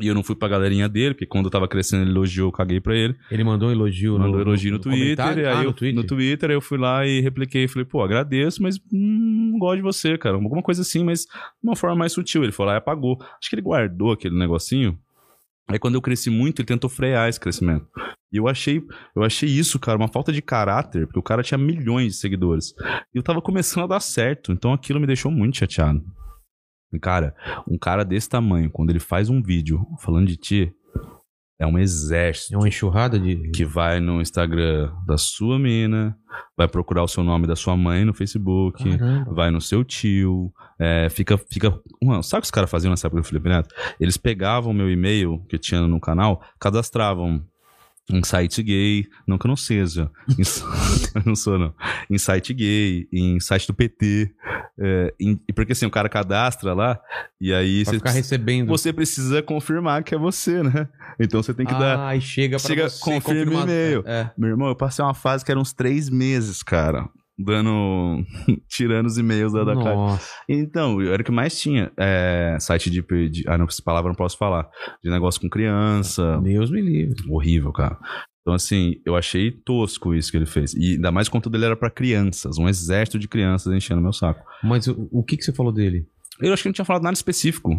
Speaker 2: E eu não fui pra galerinha dele, porque quando eu tava crescendo ele elogiou, eu caguei pra ele.
Speaker 1: Ele mandou um elogio
Speaker 2: Mandou elogio no, Twitter,
Speaker 1: comentário?
Speaker 2: e aí
Speaker 1: Ah,
Speaker 2: eu,
Speaker 1: no Twitter.
Speaker 2: eu fui lá e repliquei, falei, pô, agradeço, mas hum, não gosto de você, cara. Alguma coisa assim, mas de uma forma mais sutil. Ele foi lá e apagou. Acho que ele guardou aquele negocinho. Aí quando eu cresci muito, ele tentou frear esse crescimento. E eu achei, eu achei isso, cara, uma falta de caráter, porque o cara tinha milhões de seguidores. E eu tava começando a dar certo, então aquilo me deixou muito chateado. E, cara, um cara desse tamanho, quando ele faz um vídeo falando de ti, é um exército
Speaker 1: É uma enxurrada de.
Speaker 2: que vai no Instagram da sua mina, vai procurar o seu nome da sua mãe no Facebook,
Speaker 1: Caramba.
Speaker 2: vai no seu tio, é, fica, fica. Mano, sabe o que os caras faziam nessa época do Felipe Neto? Eles pegavam meu e-mail que tinha no canal, cadastravam em site gay, não que eu não seja, em s- eu não sou não, em site gay, em site do PT, é, em- porque assim, o cara cadastra lá, e aí
Speaker 1: Pra
Speaker 2: você,
Speaker 1: ficar recebendo.
Speaker 2: você precisa confirmar que é você, né? Então você tem que
Speaker 1: ah,
Speaker 2: dar...
Speaker 1: e chega pra
Speaker 2: chega,
Speaker 1: você.
Speaker 2: confirma o
Speaker 1: confirmado.
Speaker 2: e-mail.
Speaker 1: É.
Speaker 2: Meu irmão, eu passei uma fase que era uns três meses, cara. Dando. tirando os e-mails da, da caixa.
Speaker 1: Nossa.
Speaker 2: Então, era o que mais tinha. É, site de, de. Ah, não, essa palavra eu não posso falar. De negócio com criança.
Speaker 1: Deus me livre.
Speaker 2: Horrível, cara. Então, assim, eu achei tosco isso que ele fez. E ainda mais quando ele era pra crianças. Um exército de crianças enchendo meu saco.
Speaker 1: Mas o, o que, que você falou dele?
Speaker 2: Eu acho que não tinha falado nada específico.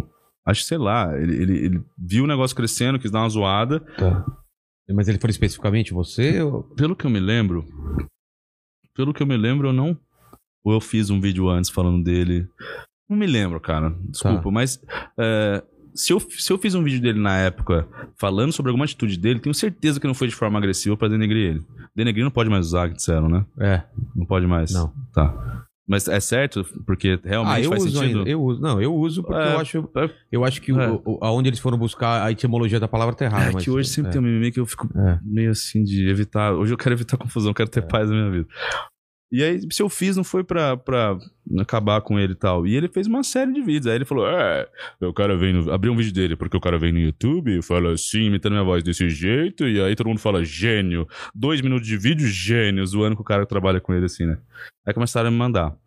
Speaker 2: Acho que, sei lá, ele, ele- ele viu o negócio crescendo, quis dar uma zoada.
Speaker 1: Mas ele falou especificamente você? ou-
Speaker 2: pelo que eu me lembro, pelo que eu me lembro, eu não. Ou eu fiz um vídeo antes falando dele. Não me lembro, cara. Desculpa,
Speaker 1: Tá.
Speaker 2: mas. é, se, eu, se eu fiz um vídeo dele na época falando sobre alguma atitude dele, tenho certeza que não foi de forma agressiva pra denegrir ele. Denegrir não pode mais usar, que disseram, né?
Speaker 1: É.
Speaker 2: Não pode mais.
Speaker 1: Não.
Speaker 2: Tá. Mas é certo? Porque realmente
Speaker 1: ah, eu
Speaker 2: faz
Speaker 1: uso
Speaker 2: sentido.
Speaker 1: ainda. Eu uso. Não, eu uso porque
Speaker 2: É,
Speaker 1: eu acho.
Speaker 2: é.
Speaker 1: Eu acho que o-
Speaker 2: É.
Speaker 1: o- aonde eles foram buscar a etimologia da palavra tá errada.
Speaker 2: É
Speaker 1: mas,
Speaker 2: que hoje sempre
Speaker 1: é.
Speaker 2: tem um mimimi que eu fico
Speaker 1: É.
Speaker 2: meio assim de evitar. Hoje eu quero evitar confusão, quero ter paz na minha vida. E aí, se eu fiz, não foi pra, pra acabar com ele e tal. E ele fez uma série de vídeos. Aí ele falou: É, o cara vem no. Abri um vídeo dele, porque o cara vem no YouTube e fala assim, imitando minha voz desse jeito. E aí todo mundo fala: Gênio. Dois minutos de vídeo, gênio. Zoando com o cara que trabalha com ele assim, né? Aí começaram a me mandar.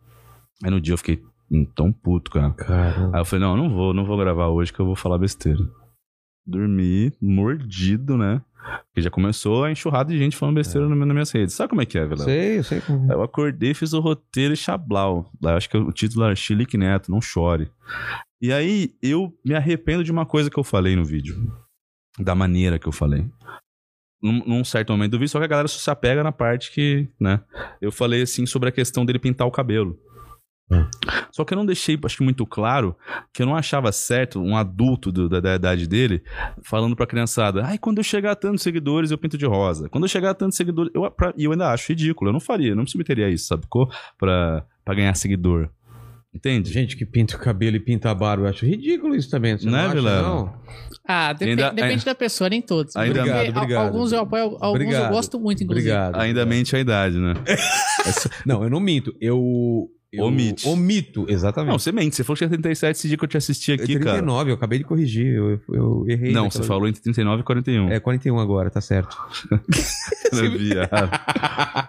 Speaker 2: Aí no dia eu fiquei hum, tão puto, cara.
Speaker 1: Caramba.
Speaker 2: Aí eu falei, não, não vou, não vou gravar hoje que eu vou falar besteira. Dormi, mordido, né? Porque já começou a enxurrada de gente falando besteira no- nas minhas redes. Sabe como é que é, Vila?
Speaker 1: Sei, eu sei como. é.
Speaker 2: Eu acordei, fiz o roteiro e chablau. Lá, Acho que é o título era Chilique Neto, não chore. E aí eu me arrependo de uma coisa que eu falei no vídeo. Da maneira que eu falei. Num, num certo momento do vídeo, só que a galera só se apega na parte que, né? Eu falei assim sobre a questão dele pintar o cabelo.
Speaker 1: Hum.
Speaker 2: Só que eu não deixei, acho que muito claro, que eu não achava certo um adulto do- da, da idade dele falando pra criançada: ai, quando eu chegar a tantos seguidores, eu pinto de rosa. Quando eu chegar a tantos seguidores. Eu, pra- e eu ainda acho ridículo, eu não faria, eu não me submeteria a isso, sabe? Pra, pra ganhar seguidor. Entende?
Speaker 1: Gente que pinta o cabelo e pinta a barba, eu acho ridículo isso também. Você
Speaker 2: Né,
Speaker 1: não acha,
Speaker 2: Vilela?
Speaker 1: não?
Speaker 3: Ah, depen-
Speaker 2: Ainda-
Speaker 3: depende da pessoa, nem todos.
Speaker 2: Ainda-
Speaker 3: Porque
Speaker 1: é. Obrigado,
Speaker 3: al-
Speaker 1: obrigado.
Speaker 3: Alguns eu apoio, alguns
Speaker 1: Obrigado.
Speaker 3: eu gosto muito, inclusive.
Speaker 1: Obrigado.
Speaker 2: Ainda mente a idade, né?
Speaker 1: É, Não, eu não minto. Eu. eu
Speaker 2: Omite.
Speaker 1: Omito, exatamente.
Speaker 2: Não, você mente. Você falou que tinha 37 esse dia que eu te assisti
Speaker 1: É
Speaker 2: aqui,
Speaker 1: 39,
Speaker 2: cara.
Speaker 1: eu acabei de corrigir, eu, eu errei.
Speaker 2: Não,
Speaker 1: naquela-
Speaker 2: você falou entre 39 e 41.
Speaker 1: né, É 41 agora, tá certo.
Speaker 2: Viado.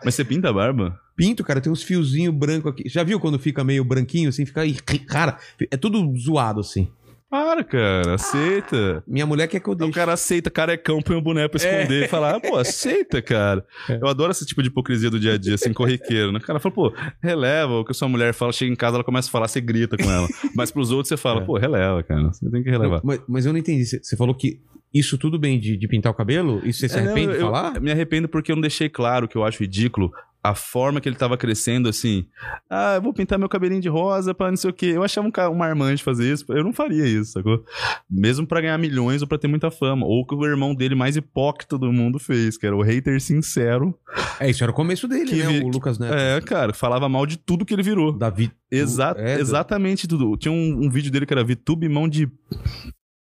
Speaker 2: Mas você pinta a barba?
Speaker 1: Pinto, cara, tem uns fiozinhos branco aqui. Já viu quando fica meio branquinho, assim, fica. aí, Cara, é tudo zoado, assim.
Speaker 2: Para, cara. Aceita.
Speaker 1: Minha mulher quer que eu
Speaker 2: Aí É O
Speaker 1: deixe.
Speaker 2: cara aceita carecão, põe um boneco pra esconder e fala, ah, pô, aceita, cara.
Speaker 1: É.
Speaker 2: Eu adoro esse tipo de hipocrisia do dia a dia, assim, corriqueiro, né? O cara fala, pô, releva o que a sua mulher fala, chega em casa, ela começa a falar, você grita com ela. Mas pros outros você fala,
Speaker 1: É.
Speaker 2: pô, releva, cara, você tem que relevar.
Speaker 1: Não, mas, mas eu não entendi. Você você falou que isso tudo bem de, de pintar o cabelo? Isso você se
Speaker 2: É, não,
Speaker 1: arrepende de
Speaker 2: eu-
Speaker 1: falar?
Speaker 2: eu me arrependo porque eu não deixei claro que eu acho ridículo a forma que ele tava crescendo, assim. Ah, eu vou pintar meu cabelinho de rosa pra não sei o quê. Eu achava um, ca- um marmanjo fazer isso. Eu não faria isso, sacou? Mesmo pra ganhar milhões ou pra ter muita fama. Ou o que o irmão dele mais hipócrita do mundo fez, que era o hater sincero.
Speaker 1: É, isso era o começo dele,
Speaker 2: Que
Speaker 1: né?
Speaker 2: vi-
Speaker 1: O Lucas Neto.
Speaker 2: É, cara, falava mal de tudo que ele virou.
Speaker 1: Davi.
Speaker 2: Exa
Speaker 1: é, da-
Speaker 2: exatamente tudo. Tinha um, um vídeo dele que era VTube mão de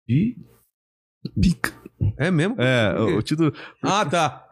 Speaker 1: Ih,
Speaker 2: pica.
Speaker 1: É mesmo?
Speaker 2: É,
Speaker 1: Por quê?
Speaker 2: o, o título.
Speaker 1: Ah, tá.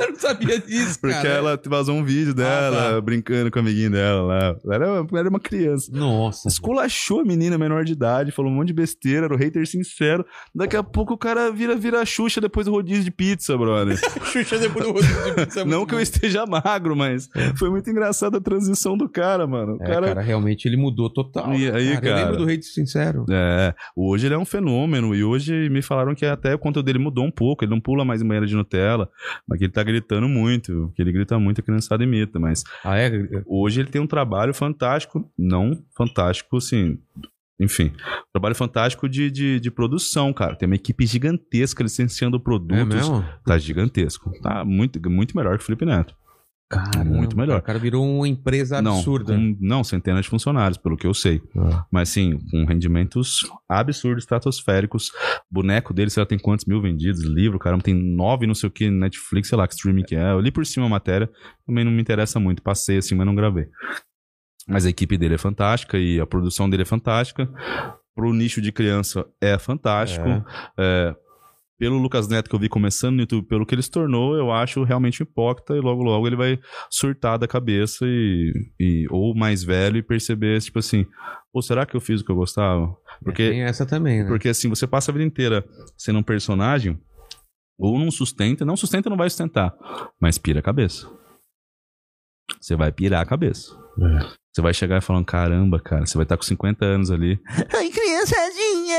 Speaker 1: eu não sabia disso,
Speaker 2: Porque
Speaker 1: cara.
Speaker 2: ela vazou um vídeo dela,
Speaker 1: Ah,
Speaker 2: brincando com o amiguinho dela lá. Ela era- era uma criança.
Speaker 1: Nossa.
Speaker 2: Esculachou a menina menor de idade, falou um monte de besteira, era o hater sincero. Daqui a pouco o cara vira, vira a Xuxa depois do rodízio de pizza, brother.
Speaker 1: Xuxa depois do
Speaker 3: é
Speaker 1: outro.
Speaker 2: Não que eu esteja magro, mas foi muito engraçada a transição do cara, mano. O
Speaker 1: É, cara...
Speaker 2: cara.
Speaker 1: realmente ele mudou total.
Speaker 2: E aí,
Speaker 1: Eu
Speaker 2: cara?
Speaker 1: lembro do Rei de Sincero.
Speaker 2: É, hoje ele é um fenômeno e hoje me falaram que até o conteúdo dele mudou um pouco, ele não pula mais em banheira de Nutella, mas que ele tá gritando muito, que ele grita muito, a criançada imita, mas
Speaker 1: Ah, é?
Speaker 2: hoje ele tem um trabalho fantástico, não fantástico, assim, enfim, um trabalho fantástico de, de, de produção, cara. Tem uma equipe gigantesca licenciando
Speaker 1: É
Speaker 2: produtos.
Speaker 1: mesmo?
Speaker 2: tá gigantesco. Tá muito, muito melhor que o Felipe Neto.
Speaker 1: Cara,
Speaker 2: Muito melhor.
Speaker 1: O cara virou uma empresa absurda.
Speaker 2: Não, com- não, centenas de funcionários, pelo que eu sei.
Speaker 1: Ah.
Speaker 2: Mas sim, com rendimentos absurdos, estratosféricos. Boneco dele, sei lá, tem quantos mil vendidos, livro, caramba, tem nove, não sei o que, Netflix, sei lá, que streaming que é. Eu li por cima a matéria, também não me interessa muito. Passei assim, mas não gravei. Mas a equipe dele é fantástica e a produção dele é fantástica. Pro nicho de criança é fantástico.
Speaker 1: É.
Speaker 2: É, pelo Lucas Neto que eu vi começando no YouTube, pelo que ele se tornou, eu acho realmente hipócrita e logo logo ele vai surtar da cabeça e, e- ou mais velho e perceber, tipo assim, pô, será que eu fiz o que eu gostava? Porque
Speaker 1: Tem essa também, né?
Speaker 2: porque assim, você passa a vida inteira sendo um personagem, ou não sustenta, não sustenta, não vai sustentar, mas pira a cabeça. Você vai pirar a cabeça. Você vai chegar e falando, caramba, cara, você vai estar com 50 anos ali. Ai, criançadinha!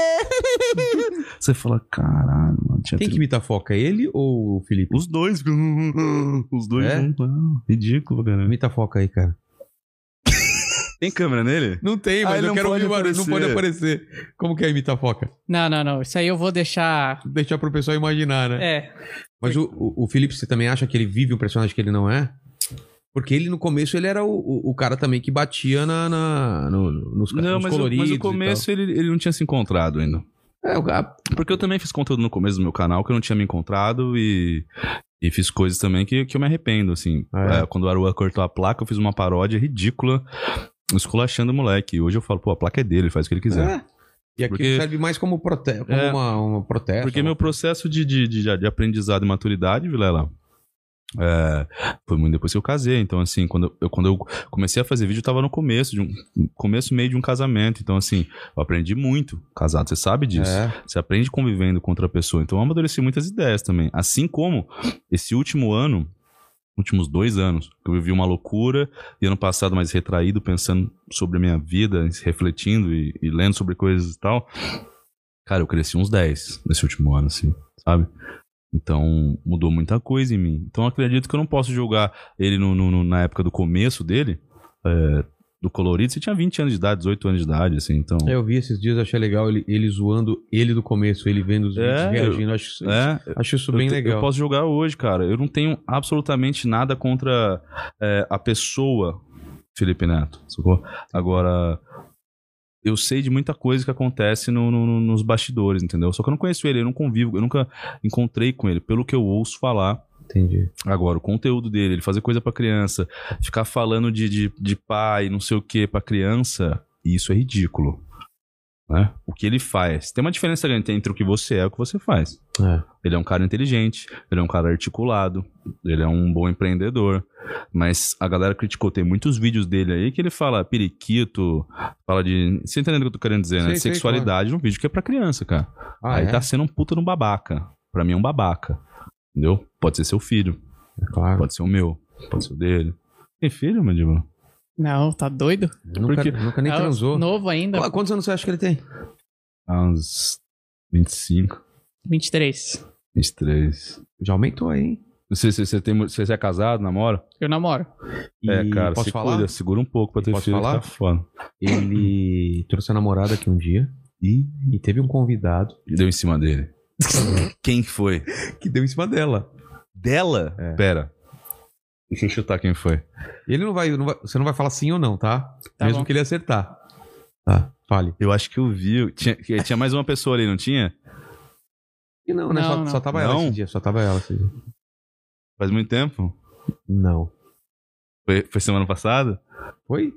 Speaker 2: você fala, caralho, mano, tinha
Speaker 1: Quem que imita a foca? Ele ou o Felipe?
Speaker 2: Os dois. Os dois
Speaker 1: É?
Speaker 2: juntos. ah, Ridículo, cara.
Speaker 1: Imita a foca aí, cara.
Speaker 2: Tem câmera nele?
Speaker 1: Não tem,
Speaker 2: mas Ah, ele eu não quero pode ouvir o barulho, não
Speaker 1: Não
Speaker 2: pode
Speaker 1: pode aparecer. Como que é imitar a foca?
Speaker 3: Não, não, não. Isso aí eu vou deixar.
Speaker 1: Deixar pro pessoal imaginar, né?
Speaker 3: É.
Speaker 1: Mas o, o, o Felipe, você também acha que ele vive um personagem que ele não é? Porque ele, no começo, ele era o, o, o cara também que batia na, na- no- nos,
Speaker 2: Não,
Speaker 1: nos
Speaker 2: mas, o-
Speaker 1: coloridos.
Speaker 2: mas
Speaker 1: e
Speaker 2: o
Speaker 1: tal.
Speaker 2: começo ele, ele não tinha se encontrado ainda.
Speaker 1: É, o cara-
Speaker 2: Porque eu também fiz conteúdo no começo do meu canal que eu não tinha me encontrado e, e fiz coisas também que, que eu me arrependo, assim.
Speaker 1: Ah, é?
Speaker 2: É, quando o Arua cortou a placa, eu fiz uma paródia ridícula, esculachando o moleque. Hoje eu falo, pô, a placa é dele, ele faz o que ele quiser.
Speaker 1: É. E aqui
Speaker 2: Porque-
Speaker 1: serve mais como, prote... como
Speaker 2: É.
Speaker 1: uma, uma protesto. né?
Speaker 2: Porque meu processo de, de, de, de aprendizado e maturidade, Vilela, é, foi muito depois que eu casei. Então, assim, quando eu, quando eu comecei a fazer vídeo, eu tava no começo, de um, começo e meio de um casamento. Então, assim, eu aprendi muito casado, você sabe disso.
Speaker 1: É.
Speaker 2: Você aprende convivendo com outra pessoa. Então eu amadureci muitas ideias também. Assim como esse último ano, últimos dois anos, eu vivi uma loucura e ano passado mais retraído, pensando sobre a minha vida, refletindo e, e lendo sobre coisas e tal. Cara, eu cresci uns 10 nesse último ano, assim, sabe? Então mudou muita coisa em mim. Então eu acredito que eu não posso julgar ele no- no- no- na época do começo dele. é, do colorido, você tinha 20 anos de idade, 18 anos de idade, assim, então.
Speaker 1: Eu vi esses dias, achei legal ele, ele zoando ele do começo, ele vendo os vídeos
Speaker 2: É,
Speaker 1: reagindo. Acho, isso-
Speaker 2: é,
Speaker 1: acho isso
Speaker 2: Eu
Speaker 1: bem
Speaker 2: te-
Speaker 1: legal.
Speaker 2: Eu posso jogar hoje, cara. Eu não tenho absolutamente nada contra é, a pessoa Felipe Neto. sacou? Agora, eu sei de muita coisa que acontece no- no- no- nos bastidores, entendeu? Só que eu não conheço ele, eu não convivo, eu nunca encontrei com ele. Pelo que eu ouço falar,
Speaker 1: Entendi.
Speaker 2: Agora, o conteúdo dele, ele fazer coisa pra criança, ficar falando de, de, de pai, não sei o que pra criança, E isso é ridículo. Né? O que ele faz. Tem uma diferença grande entre o que você é e o que você faz.
Speaker 1: É.
Speaker 2: Ele é um cara inteligente, ele é um cara articulado, ele é um bom empreendedor. Mas a galera criticou, tem muitos vídeos dele aí que ele fala periquito, fala de. Você entendendo o que eu tô querendo dizer, né?
Speaker 1: Sei, sei,
Speaker 2: Sexualidade num vídeo que é pra criança, cara.
Speaker 1: Ah,
Speaker 2: aí
Speaker 1: é?
Speaker 2: tá sendo um puta de um babaca. Pra mim é um babaca. Entendeu? Pode ser seu filho,
Speaker 1: É claro.
Speaker 2: pode ser o meu, pode ser o dele. Tem filho, Mandíbula?
Speaker 3: Não, tá doido?
Speaker 1: Nunca,
Speaker 2: Porque-
Speaker 1: nunca nem
Speaker 3: Ah,
Speaker 1: transou.
Speaker 3: Novo ainda,
Speaker 1: Qu- Quantos anos você acha que ele tem?
Speaker 2: Há uns 25,
Speaker 3: 23.
Speaker 2: 23.
Speaker 1: Já aumentou aí, hein?
Speaker 2: Você, você, você, tem, você é casado, namora?
Speaker 3: Eu namoro.
Speaker 2: é,
Speaker 1: E
Speaker 2: cara,
Speaker 1: posso
Speaker 2: se
Speaker 1: falar?
Speaker 2: cuida, segura um pouco pra ter
Speaker 1: Posso
Speaker 2: filho, que
Speaker 1: falar?
Speaker 2: tá foda.
Speaker 1: Ele trouxe a namorada aqui um dia e, e teve um convidado
Speaker 2: E deu em cima dele. quem que foi?
Speaker 1: que deu em cima dela.
Speaker 2: Dela?
Speaker 1: É.
Speaker 2: Pera. Deixa eu chutar quem foi.
Speaker 1: Ele não vai, não vai- Você não vai falar sim ou não, tá?
Speaker 3: Tá
Speaker 1: Mesmo
Speaker 3: bom.
Speaker 1: que ele acertar. Tá, fale.
Speaker 2: Eu acho que eu vi. Tinha, que- tinha mais uma pessoa ali, não tinha?
Speaker 1: E não, né?
Speaker 3: Não,
Speaker 1: só,
Speaker 3: não.
Speaker 1: só tava ela
Speaker 2: Não?
Speaker 1: esse dia. Só tava ela esse dia.
Speaker 2: Faz muito tempo.
Speaker 1: Não.
Speaker 2: Foi, foi semana passada?
Speaker 1: Foi?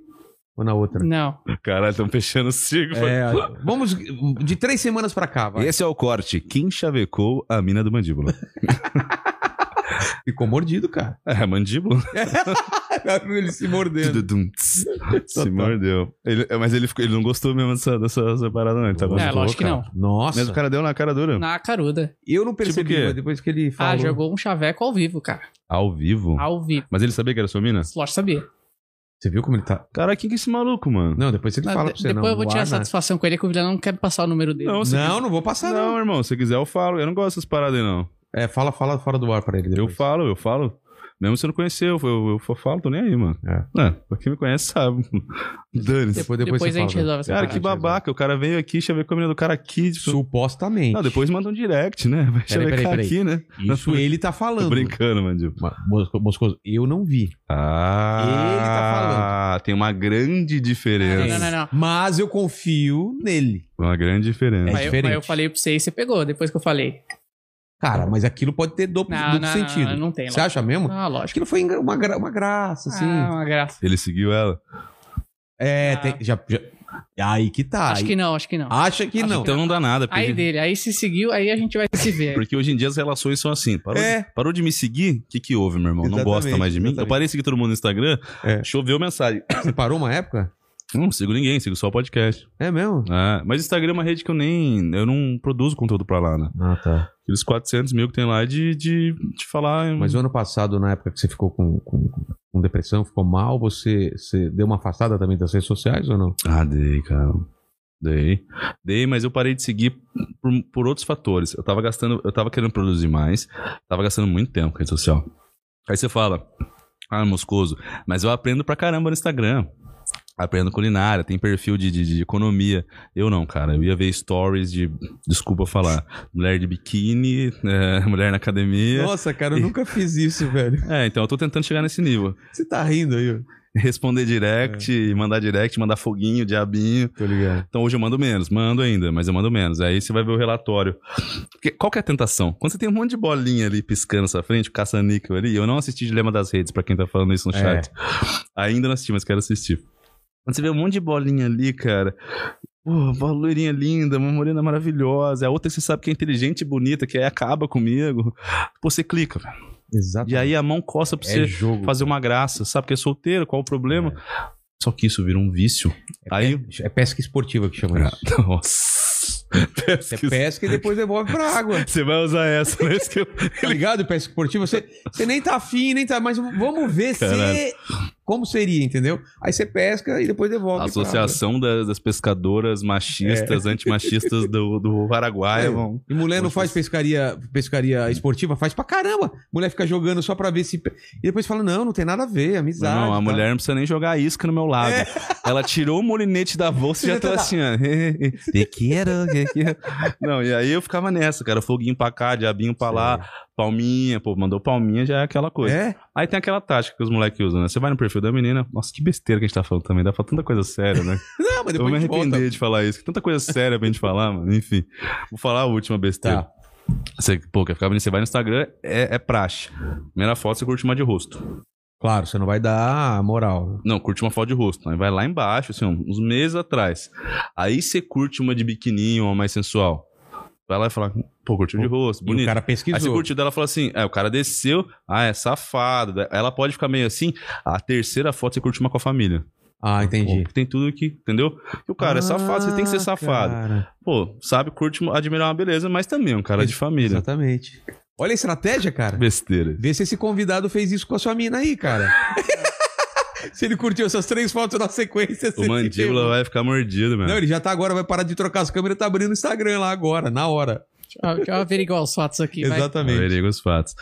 Speaker 1: Ou na outra?
Speaker 3: Não.
Speaker 2: Caralho, estão fechando o círculo.
Speaker 1: É, vamos de três semanas pra cá, vai.
Speaker 2: Esse é o corte. Quem chavecou a mina do mandíbula?
Speaker 1: Ficou mordido, cara.
Speaker 2: É, mandíbula?
Speaker 1: ele se mordendo.
Speaker 2: Tududum, tss. Se mordeu. Ele- é, mas ele, ficou- ele não gostou mesmo dessa, dessa, dessa parada, não. Ele tá tava
Speaker 3: É, lógico que não.
Speaker 1: Nossa.
Speaker 2: Mas o cara deu na cara dura.
Speaker 3: Na caruda.
Speaker 1: Eu não percebi,
Speaker 2: Tipo o quê?
Speaker 1: mas depois que ele falou.
Speaker 3: Ah, jogou um chaveco ao vivo, cara.
Speaker 2: Ao vivo?
Speaker 3: Ao vivo.
Speaker 2: Mas ele sabia que era sua mina?
Speaker 3: Lógico, sabia.
Speaker 1: Você viu como ele tá?
Speaker 2: Cara, quem que é esse maluco, mano?
Speaker 1: Não, depois ele
Speaker 3: Mas
Speaker 1: fala
Speaker 3: de-
Speaker 1: pra você.
Speaker 3: depois
Speaker 1: não,
Speaker 3: eu vou
Speaker 1: no
Speaker 3: tirar
Speaker 1: ar, né?
Speaker 3: satisfação com ele, que o Vilhão não quer passar o número dele.
Speaker 2: Não, você
Speaker 1: Não, não vou passar, não.
Speaker 2: Não, irmão, se quiser eu falo. Eu não gosto dessas paradas aí, não.
Speaker 1: É, fala, fala fora do ar pra ele.
Speaker 2: Eu
Speaker 1: depois.
Speaker 2: falo, eu falo. Mesmo se eu não conhecer, eu, eu, eu falo, tô nem aí, mano.
Speaker 1: É.
Speaker 2: É, pra quem me conhece sabe. Dane-se.
Speaker 1: Depois, depois,
Speaker 3: Depois
Speaker 1: você
Speaker 3: a gente
Speaker 1: fala,
Speaker 3: resolve essa
Speaker 2: Cara,
Speaker 3: parada.
Speaker 2: que babaca. O cara veio aqui, chavei com a mina do cara aqui. Tipo...
Speaker 1: Supostamente.
Speaker 2: Não, depois manda um direct, né? Vai chavecar
Speaker 1: peraí, peraí.
Speaker 2: aqui, né?
Speaker 1: Isso ele tá falando.
Speaker 2: Tô brincando, Mandíbula.
Speaker 1: Ma- Mosco- Moscoso, eu não vi.
Speaker 2: Ah,
Speaker 1: Ele tá falando.
Speaker 2: Tem uma grande
Speaker 3: Não,
Speaker 2: diferença.
Speaker 3: não, não,
Speaker 1: É
Speaker 3: não.
Speaker 1: Mas eu confio nele.
Speaker 2: Uma grande diferença.
Speaker 3: mas, eu,
Speaker 1: diferente.
Speaker 3: mas eu falei pra você e você pegou, depois que eu falei.
Speaker 1: Cara, mas aquilo pode ter duplo,
Speaker 3: Não,
Speaker 1: duplo
Speaker 3: não,
Speaker 1: sentido.
Speaker 3: não, não tem.
Speaker 1: Você acha mesmo?
Speaker 3: Ah, lógico.
Speaker 1: Aquilo foi engra- uma, gra- uma graça, assim.
Speaker 3: Ah, uma graça.
Speaker 2: Ele seguiu ela?
Speaker 1: é,
Speaker 3: ah.
Speaker 1: tem, já, já- Aí que tá.
Speaker 3: Acho
Speaker 1: aí-
Speaker 3: que não, acho que não.
Speaker 1: Acha que não.
Speaker 2: Então não dá nada. Porque,
Speaker 3: Aí dele, aí se seguiu, aí a gente vai se ver.
Speaker 2: porque hoje em dia as relações são assim. Parou,
Speaker 1: É.
Speaker 2: de, parou de me seguir? O que, que houve, meu irmão? não
Speaker 1: Exatamente,
Speaker 2: gosta mais de mim? Eu
Speaker 1: exatamente.
Speaker 2: parei de seguir todo mundo no Instagram,
Speaker 1: É.
Speaker 2: choveu mensagem.
Speaker 1: Você parou uma época?
Speaker 2: Não sigo ninguém, sigo só o podcast.
Speaker 1: É mesmo?
Speaker 2: Ah, mas Instagram é uma rede que eu nem. Eu não produzo conteúdo pra lá, né?
Speaker 1: Ah, tá.
Speaker 2: Aqueles 400 mil que tem lá é de, de, de falar.
Speaker 1: Mas o ano passado, na época que você ficou com, com, com depressão, ficou mal, você, você deu uma afastada também das redes sociais ou não?
Speaker 2: Ah, dei, cara. Dei. Dei, mas eu parei de seguir por, por outros fatores. Eu tava gastando, eu tava querendo produzir mais, tava gastando muito tempo com rede social. Aí você fala, ah, moscoso, mas eu aprendo pra caramba no Instagram. Aprendo culinária, tem perfil de, de- de economia. Eu não, cara. Eu ia ver stories de. Desculpa falar. Mulher de biquíni, é, mulher na academia.
Speaker 1: Nossa, cara, eu nunca fiz isso, velho.
Speaker 2: É, então eu tô tentando chegar nesse nível.
Speaker 1: Você tá rindo aí, ó.
Speaker 2: Responder direct, mandar direct, mandar foguinho, diabinho.
Speaker 1: Tô ligado.
Speaker 2: Então hoje eu mando menos, mando ainda, mas eu mando menos. Aí você vai ver o relatório. Porque qual que é a tentação? Quando você tem um monte de bolinha ali piscando na sua frente, o caça-níquel ali, eu não assisti Dilema das Redes, pra quem tá falando isso no
Speaker 1: É.
Speaker 2: chat. Ainda não assisti, mas quero assistir. Quando você vê um monte de bolinha ali, cara. Pô, uma loirinha linda, uma morena maravilhosa. A outra que você sabe que é inteligente e bonita, que aí acaba comigo. Pô, você clica, velho.
Speaker 1: Exato.
Speaker 2: E aí a mão coça pra
Speaker 1: é
Speaker 2: você
Speaker 1: jogo.
Speaker 2: fazer uma graça. Sabe que é solteiro, qual o problema? Só que isso vira um vício. aí.
Speaker 1: É pesca esportiva que
Speaker 2: É,
Speaker 1: chama isso.
Speaker 2: Nossa.
Speaker 1: Você
Speaker 2: Pesquisa.
Speaker 1: pesca e depois devolve pra água.
Speaker 2: Você vai usar essa, né? Isso que eu-
Speaker 1: Tá ligado? Pesca esportiva. Você, você nem tá afim, nem tá. Mas vamos ver se.
Speaker 2: Caralho.
Speaker 1: Como seria, entendeu? Aí você pesca e depois devolve.
Speaker 2: A
Speaker 1: pra
Speaker 2: Associação da- das Pescadoras Machistas, Antimachistas do, do Paraguai.
Speaker 1: É.
Speaker 2: vão-
Speaker 1: água. E mulher não
Speaker 2: Poxa,
Speaker 1: faz
Speaker 2: mas-
Speaker 1: pescaria, pescaria esportiva? Faz pra caramba. Mulher fica jogando só pra ver se. E depois fala: não, não tem nada a ver, amizade.
Speaker 2: Não,
Speaker 1: tá?
Speaker 2: a mulher não precisa nem jogar isca no meu lado. Ela tirou o molinete da bolsa e já tá assim, ó. "Que quero, que quero." Não, e aí eu ficava nessa, cara. Foguinho pra cá, diabinho pra lá, palminha. Pô, mandou palminha, já é aquela coisa.
Speaker 1: É?
Speaker 2: Aí tem aquela tática que os moleques usam, né? Você vai no perfil da menina. Nossa, que besteira que a gente tá falando também. Dá pra tanta coisa séria, né?
Speaker 1: Não, mas
Speaker 2: Eu vou
Speaker 1: depois
Speaker 2: me
Speaker 1: a gente
Speaker 2: arrepender
Speaker 1: volta.
Speaker 2: de falar isso. que Tanta coisa séria pra gente falar, mano. Enfim. Vou falar a última besteira.
Speaker 1: Tá.
Speaker 2: Você, pô, quer ficar bonito? Você vai no Instagram, é, é praxe. Primeira foto, você curte uma de rosto.
Speaker 1: Claro, você não vai dar moral. né?
Speaker 2: Não, curte uma foto de rosto. Aí vai lá embaixo, assim, uns meses atrás. Aí você curte uma de biquininho, uma mais sensual. Vai lá e fala, pô, curtiu de rosto,
Speaker 1: E
Speaker 2: bonito.
Speaker 1: o cara
Speaker 2: Aí você
Speaker 1: pesquisou.
Speaker 2: curtiu dela e fala assim: é, o cara desceu, ah, é safado. Ela pode ficar meio assim. A terceira foto você curte uma com a família.
Speaker 1: Ah, entendi.
Speaker 2: Pô, Tem tudo que, entendeu? E o cara é safado, você tem que ser
Speaker 1: Ah,
Speaker 2: safado.
Speaker 1: cara.
Speaker 2: Pô, sabe, curte admirar uma beleza, mas também é um cara de família.
Speaker 1: Exatamente. Olha a estratégia, cara.
Speaker 2: Besteira.
Speaker 1: Vê se esse convidado fez isso com a sua mina aí, cara. se ele curtiu essas três fotos na sequência. você
Speaker 2: O
Speaker 1: se
Speaker 2: mandíbula né?
Speaker 1: ferrou.
Speaker 2: vai ficar mordido, meu.
Speaker 1: Não, ele já tá agora, vai parar de trocar as câmeras e tá abrindo o Instagram lá agora, na hora.
Speaker 3: Deixa eu- deixa eu averiguar os fatos aqui. vai.
Speaker 1: Exatamente.
Speaker 2: Averigua os fatos.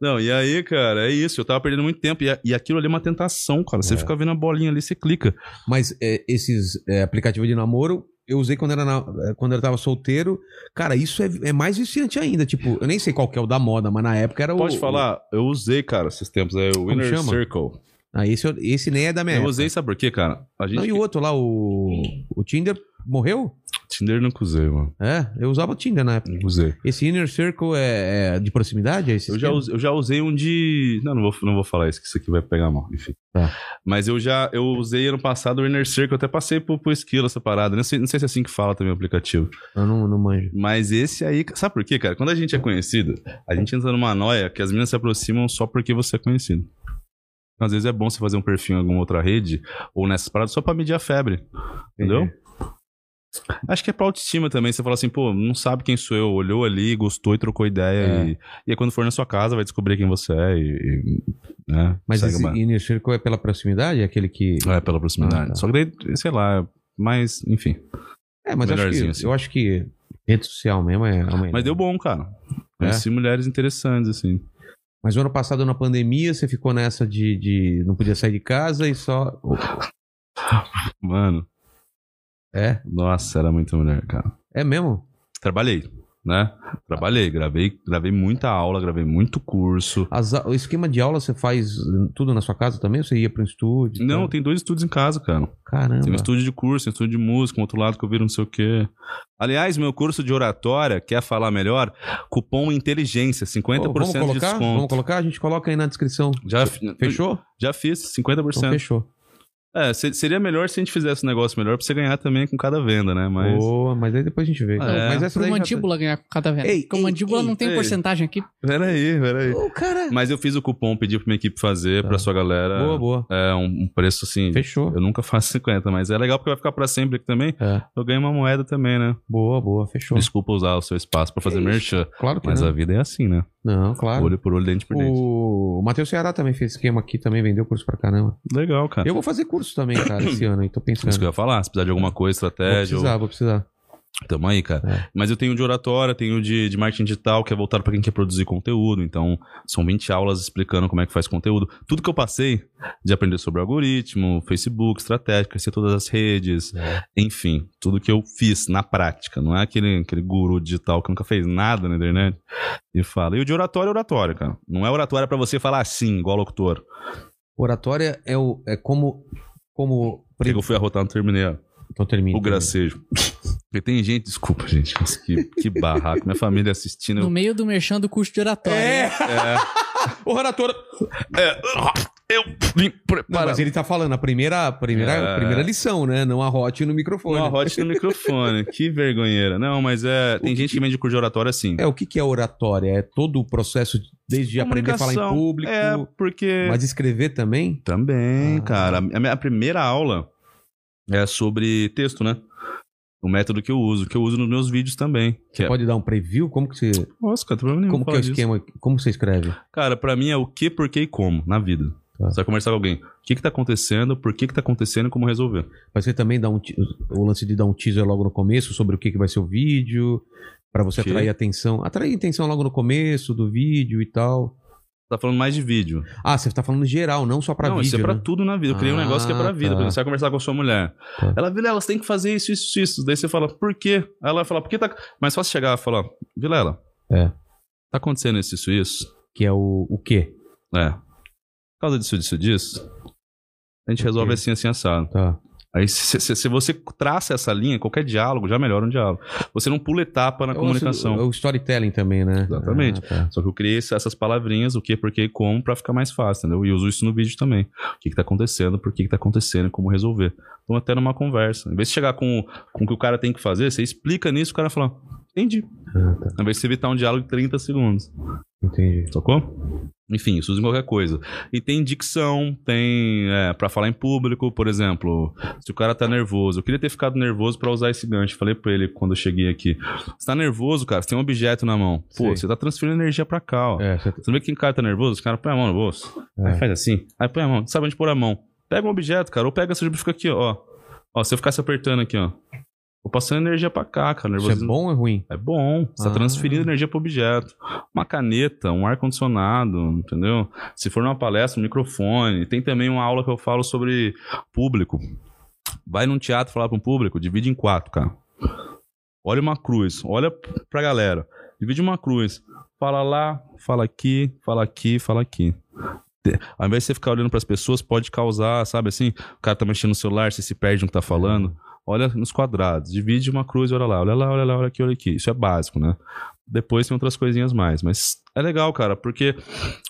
Speaker 2: Não, e aí, cara, é isso. Eu tava perdendo muito tempo. E, a- e aquilo ali é uma tentação, cara. Você fica vendo a bolinha ali, você clica.
Speaker 1: Mas é, esses é, aplicativos de namoro, eu usei quando, era na- é, quando eu tava solteiro. Cara, isso é, é mais viciante ainda. Tipo, eu nem sei qual que é o da moda, mas na época era É o.
Speaker 2: Pode falar, eu usei, cara, esses tempos aí, o Winner
Speaker 1: chama?
Speaker 2: Circle.
Speaker 1: Ah, esse, eu- esse nem é da minha
Speaker 2: Eu
Speaker 1: época.
Speaker 2: usei, sabe por quê, cara? A gente
Speaker 1: Não, e o outro lá, o. O Tinder morreu?
Speaker 2: Tinder nunca usei, mano.
Speaker 1: É, eu usava o Tinder na época.
Speaker 2: Nunca usei.
Speaker 1: Esse Inner Circle é, é de proximidade? É esse
Speaker 2: Eu já,
Speaker 1: esquema?
Speaker 2: usei, eu já usei um de. Não, não vou, não vou falar isso, que isso aqui vai pegar mal, enfim.
Speaker 1: Tá.
Speaker 2: Mas eu já eu usei ano passado o Inner Circle, eu até passei pro, pro Esquilo essa parada. Não sei, não sei se é assim que fala também o aplicativo.
Speaker 1: Eu não, não manjo.
Speaker 2: Mas esse aí, sabe por quê, cara? Quando a gente é conhecido, a gente entra numa noia que as meninas se aproximam só porque você é conhecido. Então, Às vezes é bom você fazer um perfil em alguma outra rede ou nessas paradas só pra medir a febre. Entendeu?
Speaker 1: É,
Speaker 2: Acho que é pra autoestima também. Você fala assim, pô, não sabe quem sou eu. Olhou ali, gostou e trocou ideia.
Speaker 1: É.
Speaker 2: E, e aí quando for na sua casa vai descobrir quem você é. E, e, né?
Speaker 1: Mas
Speaker 2: Segue
Speaker 1: esse
Speaker 2: uma-
Speaker 1: Inner Circle é pela proximidade? É aquele que.
Speaker 2: É, pela proximidade.
Speaker 1: Ah, tá.
Speaker 2: Só que daí, sei lá, mas enfim.
Speaker 1: É, mas acho que,
Speaker 2: Melhorzinho, assim.
Speaker 1: eu acho que rede social mesmo é. uma-
Speaker 2: Mas deu bom, cara.
Speaker 1: É?
Speaker 2: Conheci mulheres interessantes, assim.
Speaker 1: Mas o ano passado, na pandemia, você ficou nessa de, de não podia sair de casa e só.
Speaker 2: Mano,
Speaker 1: É?
Speaker 2: nossa, era muita mulher, cara.
Speaker 1: É mesmo?
Speaker 2: trabalhei, né? Trabalhei, gravei, gravei muita aula, gravei muito curso.
Speaker 1: As a- o esquema de aula você faz tudo na sua casa também? Ou você ia para um estúdio?
Speaker 2: Não,
Speaker 1: tal?
Speaker 2: tem dois estúdios em casa, cara.
Speaker 1: Caramba.
Speaker 2: Tem um estúdio de curso, tem um estúdio de música, um outro lado que eu viro não sei o quê. Aliás, meu curso de oratória, quer falar melhor? Cupom inteligência, 50%
Speaker 1: Pô, vamos
Speaker 2: de
Speaker 1: colocar?
Speaker 2: desconto.
Speaker 1: Vamos colocar? A gente coloca aí na descrição.
Speaker 2: Já, fechou?
Speaker 1: Fechou?
Speaker 2: já fiz,
Speaker 1: Então
Speaker 2: 50%.
Speaker 1: fechou.
Speaker 2: é, se- seria melhor se a gente fizesse um negócio melhor pra você ganhar também com cada venda, né? Mas.
Speaker 1: Boa, mas aí depois a gente vê. Então,
Speaker 2: É.
Speaker 1: Mas essa
Speaker 3: Pro
Speaker 1: daí já-
Speaker 3: mandíbula ganhar com cada venda.
Speaker 1: Ei,
Speaker 3: Porque o
Speaker 1: ei,
Speaker 3: mandíbula
Speaker 1: ei,
Speaker 3: não tem
Speaker 2: ei.
Speaker 3: porcentagem aqui.
Speaker 2: Peraí, peraí.
Speaker 1: Ô, cara.
Speaker 2: Mas eu fiz o cupom, pedi pra minha equipe fazer,
Speaker 1: Tá.
Speaker 2: pra sua galera.
Speaker 1: Boa, boa.
Speaker 2: É um, um preço assim.
Speaker 1: Fechou.
Speaker 2: Eu nunca faço 50, mas é legal porque vai ficar pra sempre aqui também.
Speaker 1: É.
Speaker 2: Eu ganho uma moeda também, né?
Speaker 1: Boa, boa. Fechou.
Speaker 2: Desculpa usar o seu espaço pra fazer
Speaker 1: Que
Speaker 2: merchan,
Speaker 1: Claro que
Speaker 2: mas
Speaker 1: não.
Speaker 2: a vida é assim, né?
Speaker 1: Não, claro.
Speaker 2: Olho por olho, dente por dente.
Speaker 1: O, o Matheus Ceará também fez esquema aqui, também vendeu curso pra caramba.
Speaker 2: Legal, cara.
Speaker 1: Eu vou fazer curso também, cara, esse ano aí, tô pensando.
Speaker 2: Isso que eu ia falar. Se precisar de alguma coisa,
Speaker 1: É. vou
Speaker 2: estratégia, ou-
Speaker 1: precisar, vou precisar.
Speaker 2: tamo aí, cara.
Speaker 1: É.
Speaker 2: Mas eu tenho de oratória, tenho de, de marketing digital, que é voltado pra quem quer produzir conteúdo. Então, são 20 aulas explicando como é que faz conteúdo. Tudo que eu passei de aprender sobre algoritmo, Facebook, estratégia, conhecer todas as redes,
Speaker 1: É.
Speaker 2: enfim, tudo que eu fiz na prática. Não é aquele, aquele guru digital que nunca fez nada na internet e fala. E o de oratória é oratória, cara. Não é oratória pra você falar assim, igual locutor.
Speaker 1: Oratória é, o, é como. como
Speaker 2: Porque É eu fui arrotar no terminei ó,
Speaker 1: Então termina.
Speaker 2: o gracejo. Porque tem gente, desculpa, gente, mas que, que barraco. Minha família assistindo.
Speaker 3: No meio do merchan do curso de oratória.
Speaker 1: É!
Speaker 3: né?
Speaker 1: o oratória.
Speaker 2: É, Eu vim
Speaker 1: Não,
Speaker 2: preparar.
Speaker 1: mas ele tá falando a primeira, a primeira, a
Speaker 2: É.
Speaker 1: primeira lição, né? Não arrote no microfone.
Speaker 2: Uma hot no microfone, que vergonheira. Não, mas é. Tem gente que vende curso de oratória assim.
Speaker 1: É, o que, que é oratória? É todo o processo, de- desde aprender a falar em
Speaker 2: Comunicação.
Speaker 1: público,
Speaker 2: É, porque.
Speaker 1: mas escrever também?
Speaker 2: Também,
Speaker 1: Ah.
Speaker 2: cara. A minha primeira aula é sobre texto, né? O método que eu uso, que eu uso nos meus vídeos também. Que é...
Speaker 1: Pode dar um preview? Como que você.
Speaker 2: Nossa, cara, tem problema nenhum
Speaker 1: Como que é
Speaker 2: falar
Speaker 1: o
Speaker 2: disso.
Speaker 1: esquema? Como você escreve?
Speaker 2: Cara, pra mim é o que, por que e como na vida.
Speaker 1: Tá.
Speaker 2: Você vai conversar com alguém. O que que tá acontecendo, por que que tá acontecendo e como resolver.
Speaker 1: Mas você também dá um te- o lance de dar um teaser logo no começo sobre o que, que vai ser o vídeo, pra você
Speaker 2: Que?
Speaker 1: atrair atenção. Atrair atenção logo no começo do vídeo e tal.
Speaker 2: Tá falando mais de vídeo.
Speaker 1: Ah, você tá falando geral, não só pra
Speaker 2: não,
Speaker 1: vídeo.
Speaker 2: isso é pra
Speaker 1: né?
Speaker 2: tudo na vida. Eu criei um
Speaker 1: Ah,
Speaker 2: negócio que é pra vida.
Speaker 1: tá.
Speaker 2: Por exemplo, você vai conversar com a sua mulher.
Speaker 1: Tá.
Speaker 2: Ela, Vilela, você tem que fazer isso, isso, isso. Daí você fala, por quê? Aí Ela vai falar, por que tá. Mas fácil chegar e falar, Vilela,
Speaker 1: É.
Speaker 2: tá acontecendo isso, isso, isso?
Speaker 1: Que é o, o quê?
Speaker 2: É. Por causa disso, disso, disso, a gente resolve assim, assim, assado.
Speaker 1: Tá.
Speaker 2: Aí Aí se, se- se você traça essa linha, qualquer diálogo já melhora um diálogo. Você não pula etapa na
Speaker 1: É o-
Speaker 2: comunicação.
Speaker 1: O storytelling também, né?
Speaker 2: Exatamente.
Speaker 1: Ah, tá.
Speaker 2: Só que eu criei essa- essas palavrinhas, o que, por que, como, pra ficar mais fácil, entendeu? E uso isso no vídeo também. O que, que tá acontecendo, por que, que tá acontecendo, como resolver. Então, até numa conversa. Em vez de chegar com, com o que o cara tem que fazer, você explica nisso, o cara fala, entendi.
Speaker 1: Ah, tá.
Speaker 2: Ao invés de você evitar um diálogo de 30 segundos.
Speaker 1: Entendi.
Speaker 2: Sacou? Enfim, isso usa em qualquer coisa. E tem dicção, tem é, para falar em público, por exemplo, se o cara tá nervoso. Eu queria ter ficado nervoso pra usar esse gancho. Falei pra ele quando eu cheguei aqui. Você tá nervoso, cara? Você tem um objeto na mão. Pô,
Speaker 1: Sim.
Speaker 2: você tá transferindo energia pra cá, ó.
Speaker 1: É, você-
Speaker 2: Você não vê que o cara tá nervoso? Os caras põem a mão no bolso.
Speaker 1: É.
Speaker 2: Aí faz assim. Aí põe a mão. Sabe onde pôr a mão? Pega um objeto, cara. Ou pega essa fica aqui, ó. Ó, se eu ficasse apertando aqui, ó. Vou passando energia pra cá, cara.
Speaker 1: isso é
Speaker 2: Nervoso.
Speaker 1: bom ou é ruim?
Speaker 2: É bom. Você tá
Speaker 1: Ah.
Speaker 2: transferindo energia pro objeto. Uma caneta, um ar-condicionado, entendeu? Se for numa palestra, um microfone. Tem também uma aula que eu falo sobre público. Vai num teatro falar pra um público, divide em quatro, cara. Olha uma cruz, olha pra galera. Divide uma cruz. Fala lá, fala aqui, fala aqui, fala aqui. Te- Ao invés de você ficar olhando pras pessoas, pode causar, sabe assim? O cara tá mexendo no celular, você se perde no que tá falando olha nos quadrados, divide uma cruz e olha lá, olha lá, olha lá, olha aqui, olha aqui. Isso é básico, né? Depois tem outras coisinhas mais, mas é legal, cara, porque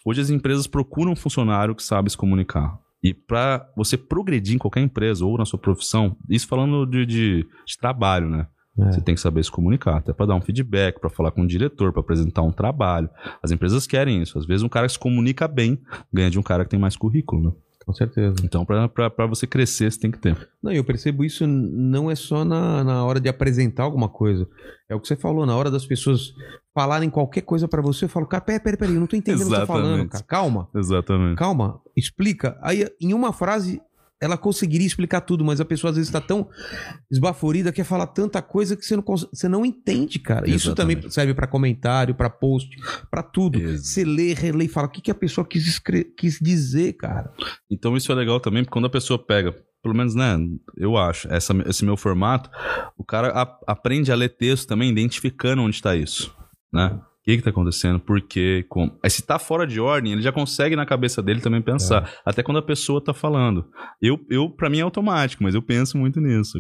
Speaker 2: hoje as empresas procuram um funcionário que sabe se comunicar. E pra você progredir em qualquer empresa ou na sua profissão, isso falando de, de- de trabalho, né?
Speaker 1: É.
Speaker 2: Você tem que saber se comunicar, até pra dar um feedback, pra falar com o diretor, pra apresentar um trabalho. As empresas querem isso. Às vezes um cara que se comunica bem ganha de um cara que tem mais currículo, né?
Speaker 1: Com certeza.
Speaker 2: Então, pra- pra pra você crescer, você tem que ter.
Speaker 1: Não, eu percebo isso n- não é só na, na hora de apresentar alguma coisa. É o que você falou, na hora das pessoas falarem qualquer coisa pra você, eu falo, cara, peraí, peraí, peraí, eu não tô entendendo o que você tá falando,
Speaker 2: Exatamente.
Speaker 1: cara. Calma,
Speaker 2: Exatamente.
Speaker 1: calma, explica. Aí, em uma frase, ela conseguiria explicar tudo, mas a pessoa às vezes tá tão esbaforida, quer falar tanta coisa que você não, cons- você não entende, cara. Isso
Speaker 2: Exatamente.
Speaker 1: também serve pra comentário, pra post, pra tudo.
Speaker 2: Exato.
Speaker 1: Você lê, relê e fala, o que, que a pessoa quis, escre- quis dizer, cara?
Speaker 2: Então isso é legal também, porque quando a pessoa pega, pelo menos, né, eu acho, essa- esse meu formato, o cara a- aprende a ler texto também, identificando onde está isso, né? O que que tá acontecendo? Por quê? Como? Aí se tá fora de ordem, ele já consegue na cabeça dele também pensar,
Speaker 1: É.
Speaker 2: até quando a pessoa tá falando. Eu, eu para mim é automático, mas eu penso muito nisso.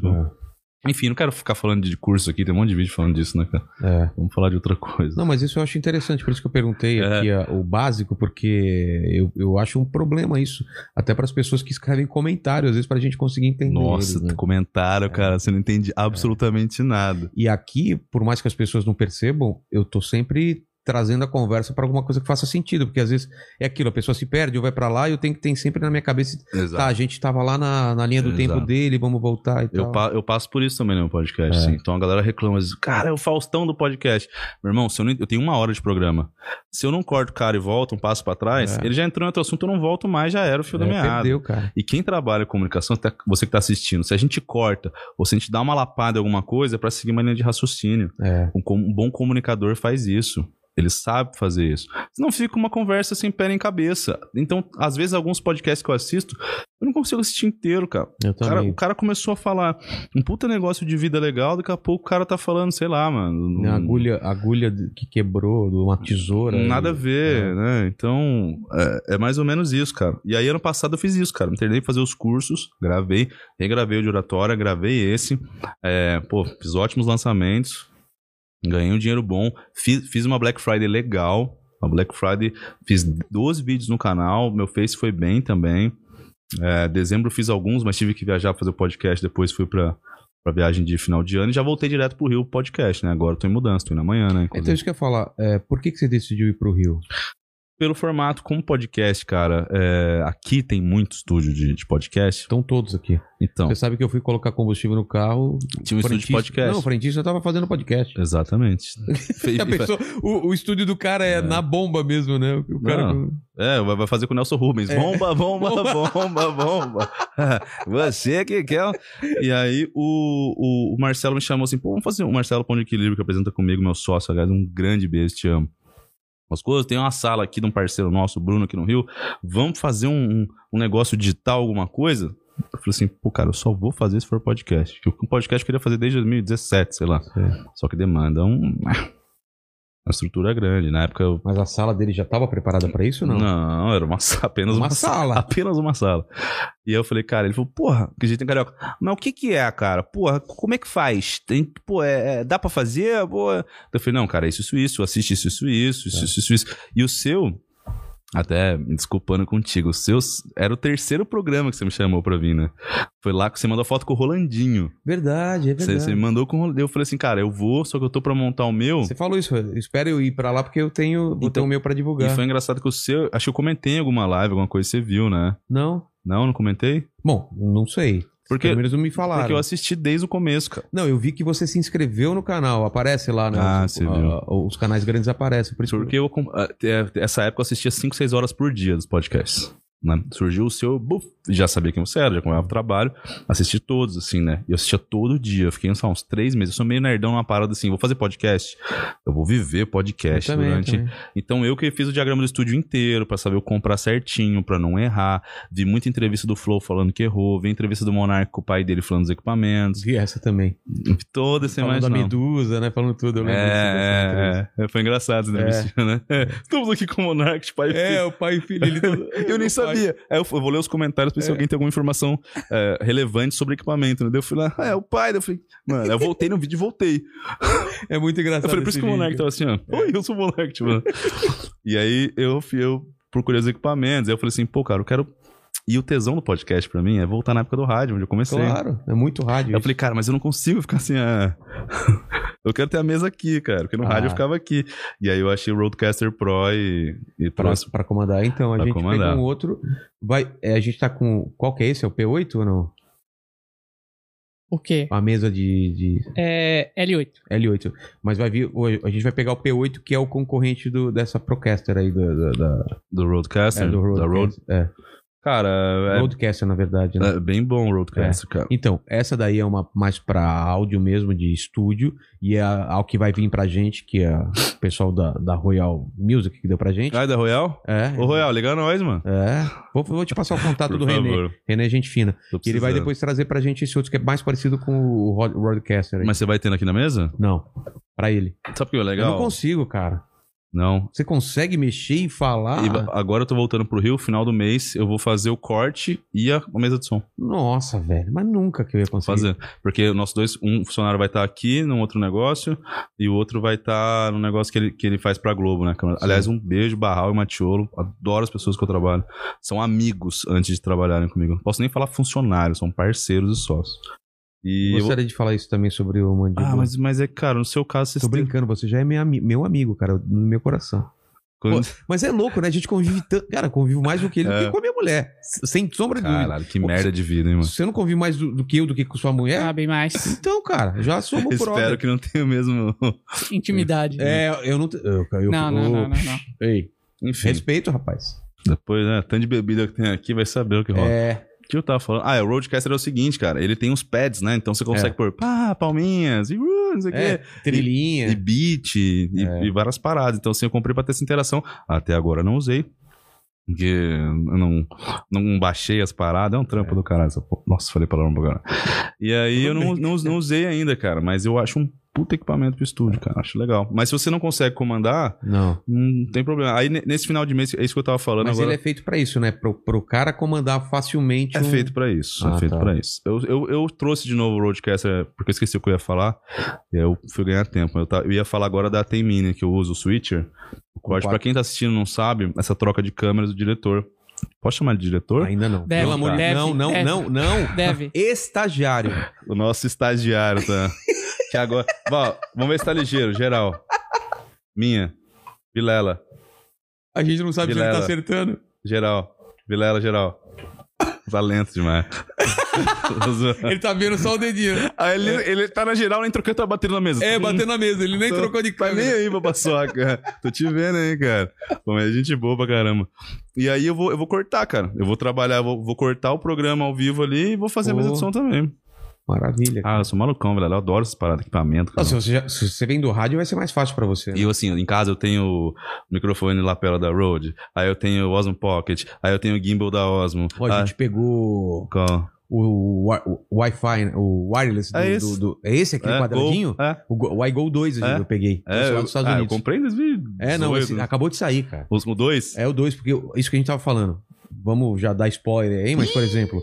Speaker 2: Enfim, não quero ficar falando de curso aqui, tem um monte de vídeo falando disso, né, cara?
Speaker 1: É.
Speaker 2: Vamos falar de outra coisa.
Speaker 1: Não, mas isso eu acho interessante, por isso que eu perguntei
Speaker 2: É.
Speaker 1: aqui a- o básico, porque eu, eu acho um problema isso. Até para as pessoas que escrevem comentário, às vezes para a gente conseguir entender.
Speaker 2: Nossa,
Speaker 1: eles, né? É.
Speaker 2: comentário, cara, você não entende absolutamente nada.
Speaker 1: E aqui, por mais que as pessoas não percebam, eu tô sempre trazendo a conversa para alguma coisa que faça sentido, porque às vezes é aquilo, a pessoa se perde ou vai para lá e eu tenho que ter sempre na minha cabeça, tá, a gente tava lá na, na linha do tempo
Speaker 2: Exato.
Speaker 1: dele, vamos voltar e
Speaker 2: Eu,
Speaker 1: tal.
Speaker 2: pa- eu passo por isso também no meu
Speaker 1: É.
Speaker 2: podcast, sim. Então a galera reclama, diz, cara, é o Faustão do podcast. Meu irmão, se eu, não- eu tenho uma hora de programa. Se eu não corto o cara e volto um passo pra trás,
Speaker 1: É.
Speaker 2: ele já entrou em outro assunto, eu não volto mais, já era o fio da
Speaker 1: É,
Speaker 2: meada.
Speaker 1: perdeu, cara.
Speaker 2: E quem trabalha com comunicação, até você que tá assistindo, se a gente corta ou se a gente dá uma lapada em alguma coisa, é pra seguir uma linha de raciocínio.
Speaker 1: É.
Speaker 2: Um, com- um bom comunicador faz isso. Ele sabe fazer isso. Senão fica uma conversa sem pé nem cabeça. Então, às vezes, alguns podcasts que eu assisto, eu não consigo assistir inteiro, cara.
Speaker 1: Eu
Speaker 2: O cara,
Speaker 1: também.
Speaker 2: o cara começou a falar um puta negócio de vida legal, daqui a pouco o cara tá falando, sei lá, mano.
Speaker 1: Uma
Speaker 2: um-
Speaker 1: agulha, agulha de- que quebrou, de uma tesoura.
Speaker 2: Nada
Speaker 1: e-
Speaker 2: a ver,
Speaker 1: É.
Speaker 2: né? Então, é, é mais ou menos isso, cara. E aí, ano passado eu fiz isso, cara. Me internei pra fazer os cursos, gravei, regravei o de oratória, gravei esse. É, pô, fiz ótimos lançamentos, ganhei um dinheiro bom, fiz, fiz uma Black Friday legal. Uma Black Friday, fiz 12 vídeos no canal, meu Face foi bem também. É, dezembro fiz alguns, mas tive que viajar pra fazer o podcast, depois fui pra. Pra viagem de final de ano e já voltei direto pro Rio Podcast, né? Agora eu tô em mudança, tô indo amanhã, né? inclusive
Speaker 1: Então, isso que eu ia falar, é, por que, que você decidiu ir pro Rio?
Speaker 2: pelo formato como podcast, cara, é, aqui tem muito estúdio de, de podcast.
Speaker 1: Estão todos aqui.
Speaker 2: Então,
Speaker 1: Você sabe que eu fui colocar combustível no carro.
Speaker 2: tinha um estúdio de
Speaker 1: frentista-
Speaker 2: podcast.
Speaker 1: Não, o frentista tava fazendo podcast.
Speaker 2: Exatamente. É, Fe-
Speaker 1: A pessoa- o, o estúdio do cara é,
Speaker 2: É.
Speaker 1: na bomba mesmo, né? O cara-
Speaker 2: É, vai vai fazer com o Nelson Rubens. Bomba, bomba, bomba, bomba. Você que quer. E aí o, o, o Marcelo me chamou assim, pô, vamos fazer o Marcelo Pão de Equilíbrio que apresenta comigo, meu sócio, aliás, um grande beijo, te amo. As coisas, tem uma sala aqui de um parceiro nosso, o Bruno, aqui no Rio. Vamos fazer um, um, um negócio digital, alguma coisa? Eu falei assim, pô, cara, eu só vou fazer se for podcast. Que o podcast eu queria fazer desde 2017, sei lá. Só que demanda um. Uma estrutura grande. Na época eu.
Speaker 1: Mas a sala dele já estava preparada pra isso ou não?
Speaker 2: Não, era uma, sa- apenas
Speaker 1: Uma
Speaker 2: uma, sa-
Speaker 1: sala.
Speaker 2: Apenas uma sala. E eu falei, cara, ele falou, porra, que jeito em carioca. Mas o que que é, cara? Porra, como é que faz? Tem, pô, é, é- dá pra fazer? Pô. Então Eu falei, não, cara, é isso, isso, isso, assiste isso, isso, isso,
Speaker 1: É.
Speaker 2: isso, isso, isso, isso. E o seu, até me desculpando contigo, o seu era o terceiro programa que você me chamou pra vir, né? Foi lá que você mandou a foto com o Rolandinho.
Speaker 1: Verdade, é
Speaker 2: Você,
Speaker 1: verdade.
Speaker 2: você me mandou com o Rolandinho. Eu falei assim, cara, eu vou, só que eu tô pra montar o meu.
Speaker 1: Você falou isso, eu espero eu ir pra lá porque eu tenho, vou ter
Speaker 2: Então-
Speaker 1: o meu pra
Speaker 2: E
Speaker 1: divulgar.
Speaker 2: foi engraçado que o seu. Acho que eu comentei em alguma live, alguma coisa, você viu, né?
Speaker 1: Não?
Speaker 2: Não, não comentei?
Speaker 1: Bom, não sei.
Speaker 2: Porque-
Speaker 1: Pelo menos não me falaram.
Speaker 2: Porque eu assisti desde o começo, cara.
Speaker 1: Não, eu vi que você se inscreveu no canal, aparece lá, né?
Speaker 2: Ah,
Speaker 1: os,
Speaker 2: você viu.
Speaker 1: ah, os canais grandes aparecem, por isso que-
Speaker 2: Porque eu, acom- ah, é, essa época eu assistia 5, 6 horas por dia dos podcasts. né? Surgiu o seu, buf, já sabia quem você era, já acompanhava o trabalho, assisti todos, assim, né? E eu assistia todo dia, eu fiquei sei lá, uns três meses. Eu sou meio nerdão numa parada assim, vou fazer podcast, eu vou viver
Speaker 1: Eu
Speaker 2: podcast
Speaker 1: também,
Speaker 2: durante.
Speaker 1: também.
Speaker 2: Então eu que fiz o diagrama do estúdio inteiro pra saber eu comprar certinho, pra não errar. Vi muita entrevista do Flow falando que errou, vi entrevista do Monarco com o pai dele falando dos equipamentos.
Speaker 1: Vi essa também.
Speaker 2: Vi Todo esse
Speaker 1: Falando
Speaker 2: mais
Speaker 1: da Medusa, né? Falando tudo, eu lembro. dessa- dessa
Speaker 2: é, é, é, foi engraçado esse negócio, né? Estamos aqui com o Monark, tipo, aí
Speaker 1: entrevista. É, o pai e o filho. Ele todo-
Speaker 2: eu nem sabia. Aí eu f- eu vou ler os comentários pra ver se alguém tem alguma informação é, relevante sobre equipamento, né? Daí eu fui lá, ah, é o pai. Daí eu falei, mano, eu voltei no vídeo e voltei.
Speaker 1: É muito engraçado.
Speaker 2: Eu falei, por isso
Speaker 1: esse
Speaker 2: que o Monark
Speaker 1: vídeo.
Speaker 2: tava assim, ó. Oi, eu sou o Monark, tipo. né? e aí eu, fui- eu procurei os equipamentos. Aí eu falei assim, pô, cara, eu quero. E o tesão do podcast pra mim é voltar na época do rádio, onde eu comecei.
Speaker 1: Claro, é muito rádio.
Speaker 2: Eu falei, cara, mas eu não consigo ficar assim. ah, eu quero ter a mesa aqui, cara, porque no
Speaker 1: Ah.
Speaker 2: rádio eu ficava aqui. E aí eu achei o Roadcaster Pro e, e
Speaker 1: pra,
Speaker 2: trouxe.
Speaker 1: pra comandar. Então, a
Speaker 2: Pra
Speaker 1: gente
Speaker 2: comandar.
Speaker 1: pegou um outro. Vai, é, a gente tá com. Qual que é esse? É o P8 ou não?
Speaker 3: O quê?
Speaker 1: A mesa de, de
Speaker 3: É L8.
Speaker 1: L8. Mas vai vir. hoje- A gente vai pegar o P8, que é o concorrente do, dessa Procaster aí, do, da- da-
Speaker 2: Do
Speaker 1: é,
Speaker 2: Roadcaster.
Speaker 1: do
Speaker 2: da Road...
Speaker 1: Roadcaster. É,
Speaker 2: Cara, é-
Speaker 1: Roadcaster, na verdade. Né?
Speaker 2: é, bem bom o Roadcaster, cara.
Speaker 1: Então, essa daí é uma mais pra áudio mesmo, de estúdio, e é a, ao que vai vir pra gente, que é o pessoal da, da Royal Music que deu pra gente.
Speaker 2: Ah, é da Royal?
Speaker 1: É.
Speaker 2: Ô, Royal, liga nós, mano.
Speaker 1: É. Vou, vou te passar o contato do René. René é gente fina.
Speaker 2: Tô
Speaker 1: Que ele vai
Speaker 2: precisando.
Speaker 1: depois trazer pra gente esse outro que é mais parecido com o Rod- Roadcaster. aí.
Speaker 2: Mas você vai tendo aqui na mesa?
Speaker 1: Não, pra ele.
Speaker 2: Sabe o que é
Speaker 1: Eu não
Speaker 2: legal?
Speaker 1: consigo, cara.
Speaker 2: Não.
Speaker 1: Você consegue mexer e falar?
Speaker 2: E va- agora eu tô voltando pro Rio, final do mês, eu vou fazer o corte e a a mesa de som.
Speaker 1: Nossa, velho. Mas nunca que eu ia
Speaker 2: Vou
Speaker 1: conseguir.
Speaker 2: fazer. Porque o nosso dois, um funcionário vai estar aqui num outro negócio e o outro vai estar num negócio que ele, que ele faz pra Globo, né? cara?
Speaker 1: Sim.
Speaker 2: Aliás, um beijo, Barral e Matiolo. Adoro as pessoas que eu trabalho. São amigos antes de trabalharem comigo. Não posso nem falar funcionários, são parceiros e sócios. E eu-
Speaker 1: Gostaria de falar isso também sobre o Mandíbula.
Speaker 2: Ah, mas, mas é, cara, no seu caso, vocês
Speaker 1: Tô
Speaker 2: têm...
Speaker 1: brincando, você já é meu, ami- meu amigo, cara, no meu coração.
Speaker 2: Quando...
Speaker 1: Mas é louco, né? A gente convive tanto. Cara, eu convivo mais do que ele do
Speaker 2: É.
Speaker 1: que com a minha mulher. S- Sem sombra de dúvida.
Speaker 2: Caralho, que merda de vida, hein, mano?
Speaker 1: Se Você não convive mais do, do que eu do que com sua mulher?
Speaker 3: Ah, bem mais.
Speaker 1: Então, cara, já somos
Speaker 2: Espero
Speaker 1: prova.
Speaker 2: que não tenha o mesmo...
Speaker 3: Intimidade.
Speaker 1: É, eu não. te- Eu, eu,
Speaker 3: Não, não,
Speaker 1: eu-
Speaker 3: não, não, não.
Speaker 1: Ei,
Speaker 2: Enfim,
Speaker 1: respeito, rapaz.
Speaker 2: depois, né, tanto de bebida que tem aqui, vai saber o que rola.
Speaker 1: É.
Speaker 2: O que eu tava falando? Ah, é, o Roadcaster é o seguinte, cara. Ele tem uns pads, né? Então você consegue pôr pá, palminhas e uh, não sei o
Speaker 1: É,
Speaker 2: quê.
Speaker 1: trilhinha.
Speaker 2: E beat e,
Speaker 1: É.
Speaker 2: e várias paradas. Então assim, eu comprei pra ter essa interação. Até agora eu não usei. Porque eu não, não baixei as paradas. É um trampo do caralho. essa porra. Nossa, falei palavrão pra caralho. E aí eu não, não, não usei ainda, cara. Mas eu acho um puta equipamento pro estúdio, cara. Acho legal. Mas se você não consegue comandar,
Speaker 1: Não.
Speaker 2: não tem problema. Aí ne- nesse final de mês, é isso que eu tava falando
Speaker 1: Mas
Speaker 2: agora.
Speaker 1: ele é feito pra isso, né? Pro, pro cara comandar facilmente.
Speaker 2: É
Speaker 1: um-
Speaker 2: feito pra isso,
Speaker 1: Ah,
Speaker 2: é feito
Speaker 1: tá.
Speaker 2: pra isso. Eu, eu, eu trouxe de novo o Roadcaster, é, porque eu esqueci o que eu ia falar, e aí eu fui ganhar tempo. Eu, ta- eu ia falar agora da Tem Mini, que eu uso o Switcher. O corte,
Speaker 1: quatro-
Speaker 2: pra quem tá assistindo e não sabe, essa troca de câmeras do diretor. Posso chamar de diretor?
Speaker 1: Ainda não.
Speaker 3: Deve,
Speaker 1: Pelo amor de
Speaker 3: deve,
Speaker 1: Não, não,
Speaker 3: deve.
Speaker 1: não, não.
Speaker 3: Deve.
Speaker 1: Estagiário.
Speaker 2: O nosso estagiário, tá? que agora... Ó, vamos ver se tá ligeiro, geral. Minha. Vilela.
Speaker 1: A gente não sabe
Speaker 2: Vilela.
Speaker 1: se ele tá acertando.
Speaker 2: Geral. Vilela, geral. Tá lento demais. Tô zoando.
Speaker 1: Ele tá vendo só o dedinho.
Speaker 2: Aí ele, ele tá na geral, nem trocando, tá batendo na mesa.
Speaker 1: É, batendo na mesa. Ele nem
Speaker 2: Tô-
Speaker 1: trocou de
Speaker 2: Tá nem
Speaker 1: câmera.
Speaker 2: aí pra paçoca. Tô te vendo aí, cara. Pô, mas é gente boa pra caramba. E aí eu vou, eu vou cortar, cara. Eu vou trabalhar, vou, vou cortar o programa ao vivo ali e vou fazer a mesa de
Speaker 1: Pô.
Speaker 2: som também.
Speaker 1: Maravilha.
Speaker 2: Ah, eu sou malucão, velho. Eu adoro essas paradas, equipamento.
Speaker 1: Não,
Speaker 2: Cara.
Speaker 1: se, você já- se você vem do rádio, vai ser mais fácil pra você. né?
Speaker 2: E eu, assim, em casa eu tenho o microfone lapela da
Speaker 1: Ah.
Speaker 2: Rode, aí eu tenho o Osmo Pocket, aí eu tenho o gimbal da Osmo.
Speaker 1: Ó, a gente pegou
Speaker 2: ah,
Speaker 1: o, wi- o Wi-Fi, né? o wireless do.
Speaker 2: É
Speaker 1: do-
Speaker 2: esse.
Speaker 1: do- é esse aquele
Speaker 2: É,
Speaker 1: quadradinho?
Speaker 2: Gol, é.
Speaker 1: O, Go- o iGo 2
Speaker 2: É.
Speaker 1: eu peguei.
Speaker 2: É,
Speaker 1: esse lá
Speaker 2: eu,
Speaker 1: dos Estados
Speaker 2: ah, eu
Speaker 1: Unidos.
Speaker 2: comprei em 2018.
Speaker 1: É, não, esse acabou de sair, cara.
Speaker 2: Os o dois?
Speaker 1: É o 2, porque eu- isso que a gente tava falando. Vamos já dar spoiler aí, mas, por exemplo,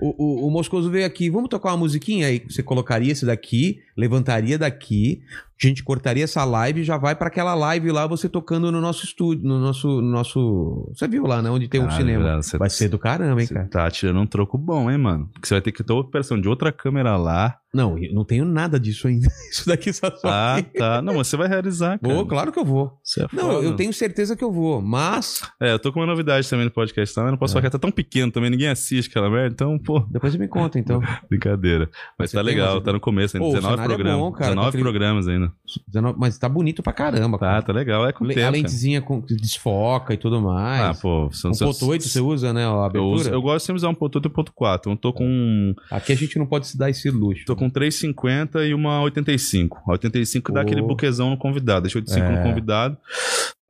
Speaker 1: o, o, o Moscoso veio aqui, vamos tocar uma musiquinha aí. Você colocaria esse daqui, levantaria daqui, a gente cortaria essa live e já vai pra aquela live lá, você tocando no nosso estúdio, no nosso. no nosso você viu lá, né? Onde tem um
Speaker 2: Caralho,
Speaker 1: cinema.
Speaker 2: velho, Ah, você-
Speaker 1: Vai ser do caramba, hein,
Speaker 2: Você
Speaker 1: cara?
Speaker 2: Tá tirando um troco bom, hein, mano? Porque você vai ter que ter outra operação de outra câmera lá.
Speaker 1: Não, eu não tenho nada disso ainda. Isso daqui só só.
Speaker 2: Ah, tá. Não, mas você vai realizar, cara.
Speaker 1: Vou, claro que eu vou.
Speaker 2: Você é
Speaker 1: Não,
Speaker 2: foda.
Speaker 1: eu tenho certeza que eu vou, mas.
Speaker 2: É, eu tô com uma novidade também no podcast, tá? Mas não
Speaker 1: É.
Speaker 2: posso falar que tá tão pequeno também, ninguém assiste aquela merda, então, pô,
Speaker 1: Depois você me conta, então.
Speaker 2: brincadeira. Mas
Speaker 1: Você
Speaker 2: tá
Speaker 1: tem
Speaker 2: legal,
Speaker 1: umas-
Speaker 2: tá no começo ainda,
Speaker 1: Pô, o
Speaker 2: 19
Speaker 1: cenário é
Speaker 2: programas.
Speaker 1: bom, cara, com
Speaker 2: 19
Speaker 1: aquele-
Speaker 2: programas ainda.
Speaker 1: 19, Mas tá bonito pra caramba, cara.
Speaker 2: Tá, tá legal, é com o
Speaker 1: Le-
Speaker 2: tempo.
Speaker 1: a
Speaker 2: cara.
Speaker 1: lentezinha com, que desfoca e tudo
Speaker 2: Ah,
Speaker 1: mais.
Speaker 2: pô, são
Speaker 1: o Um ponto 8 você usa, né? A
Speaker 2: eu,
Speaker 1: abertura.
Speaker 2: uso, eu gosto sempre de usar um ponto 8 e um ponto 4. Eu tô com, um
Speaker 1: Aqui a gente não pode se dar esse luxo.
Speaker 2: tô com 3,50 e uma 85. A 85 dá
Speaker 1: Pô.
Speaker 2: aquele buquezão no convidado, deixa 85 no
Speaker 1: É.
Speaker 2: convidado.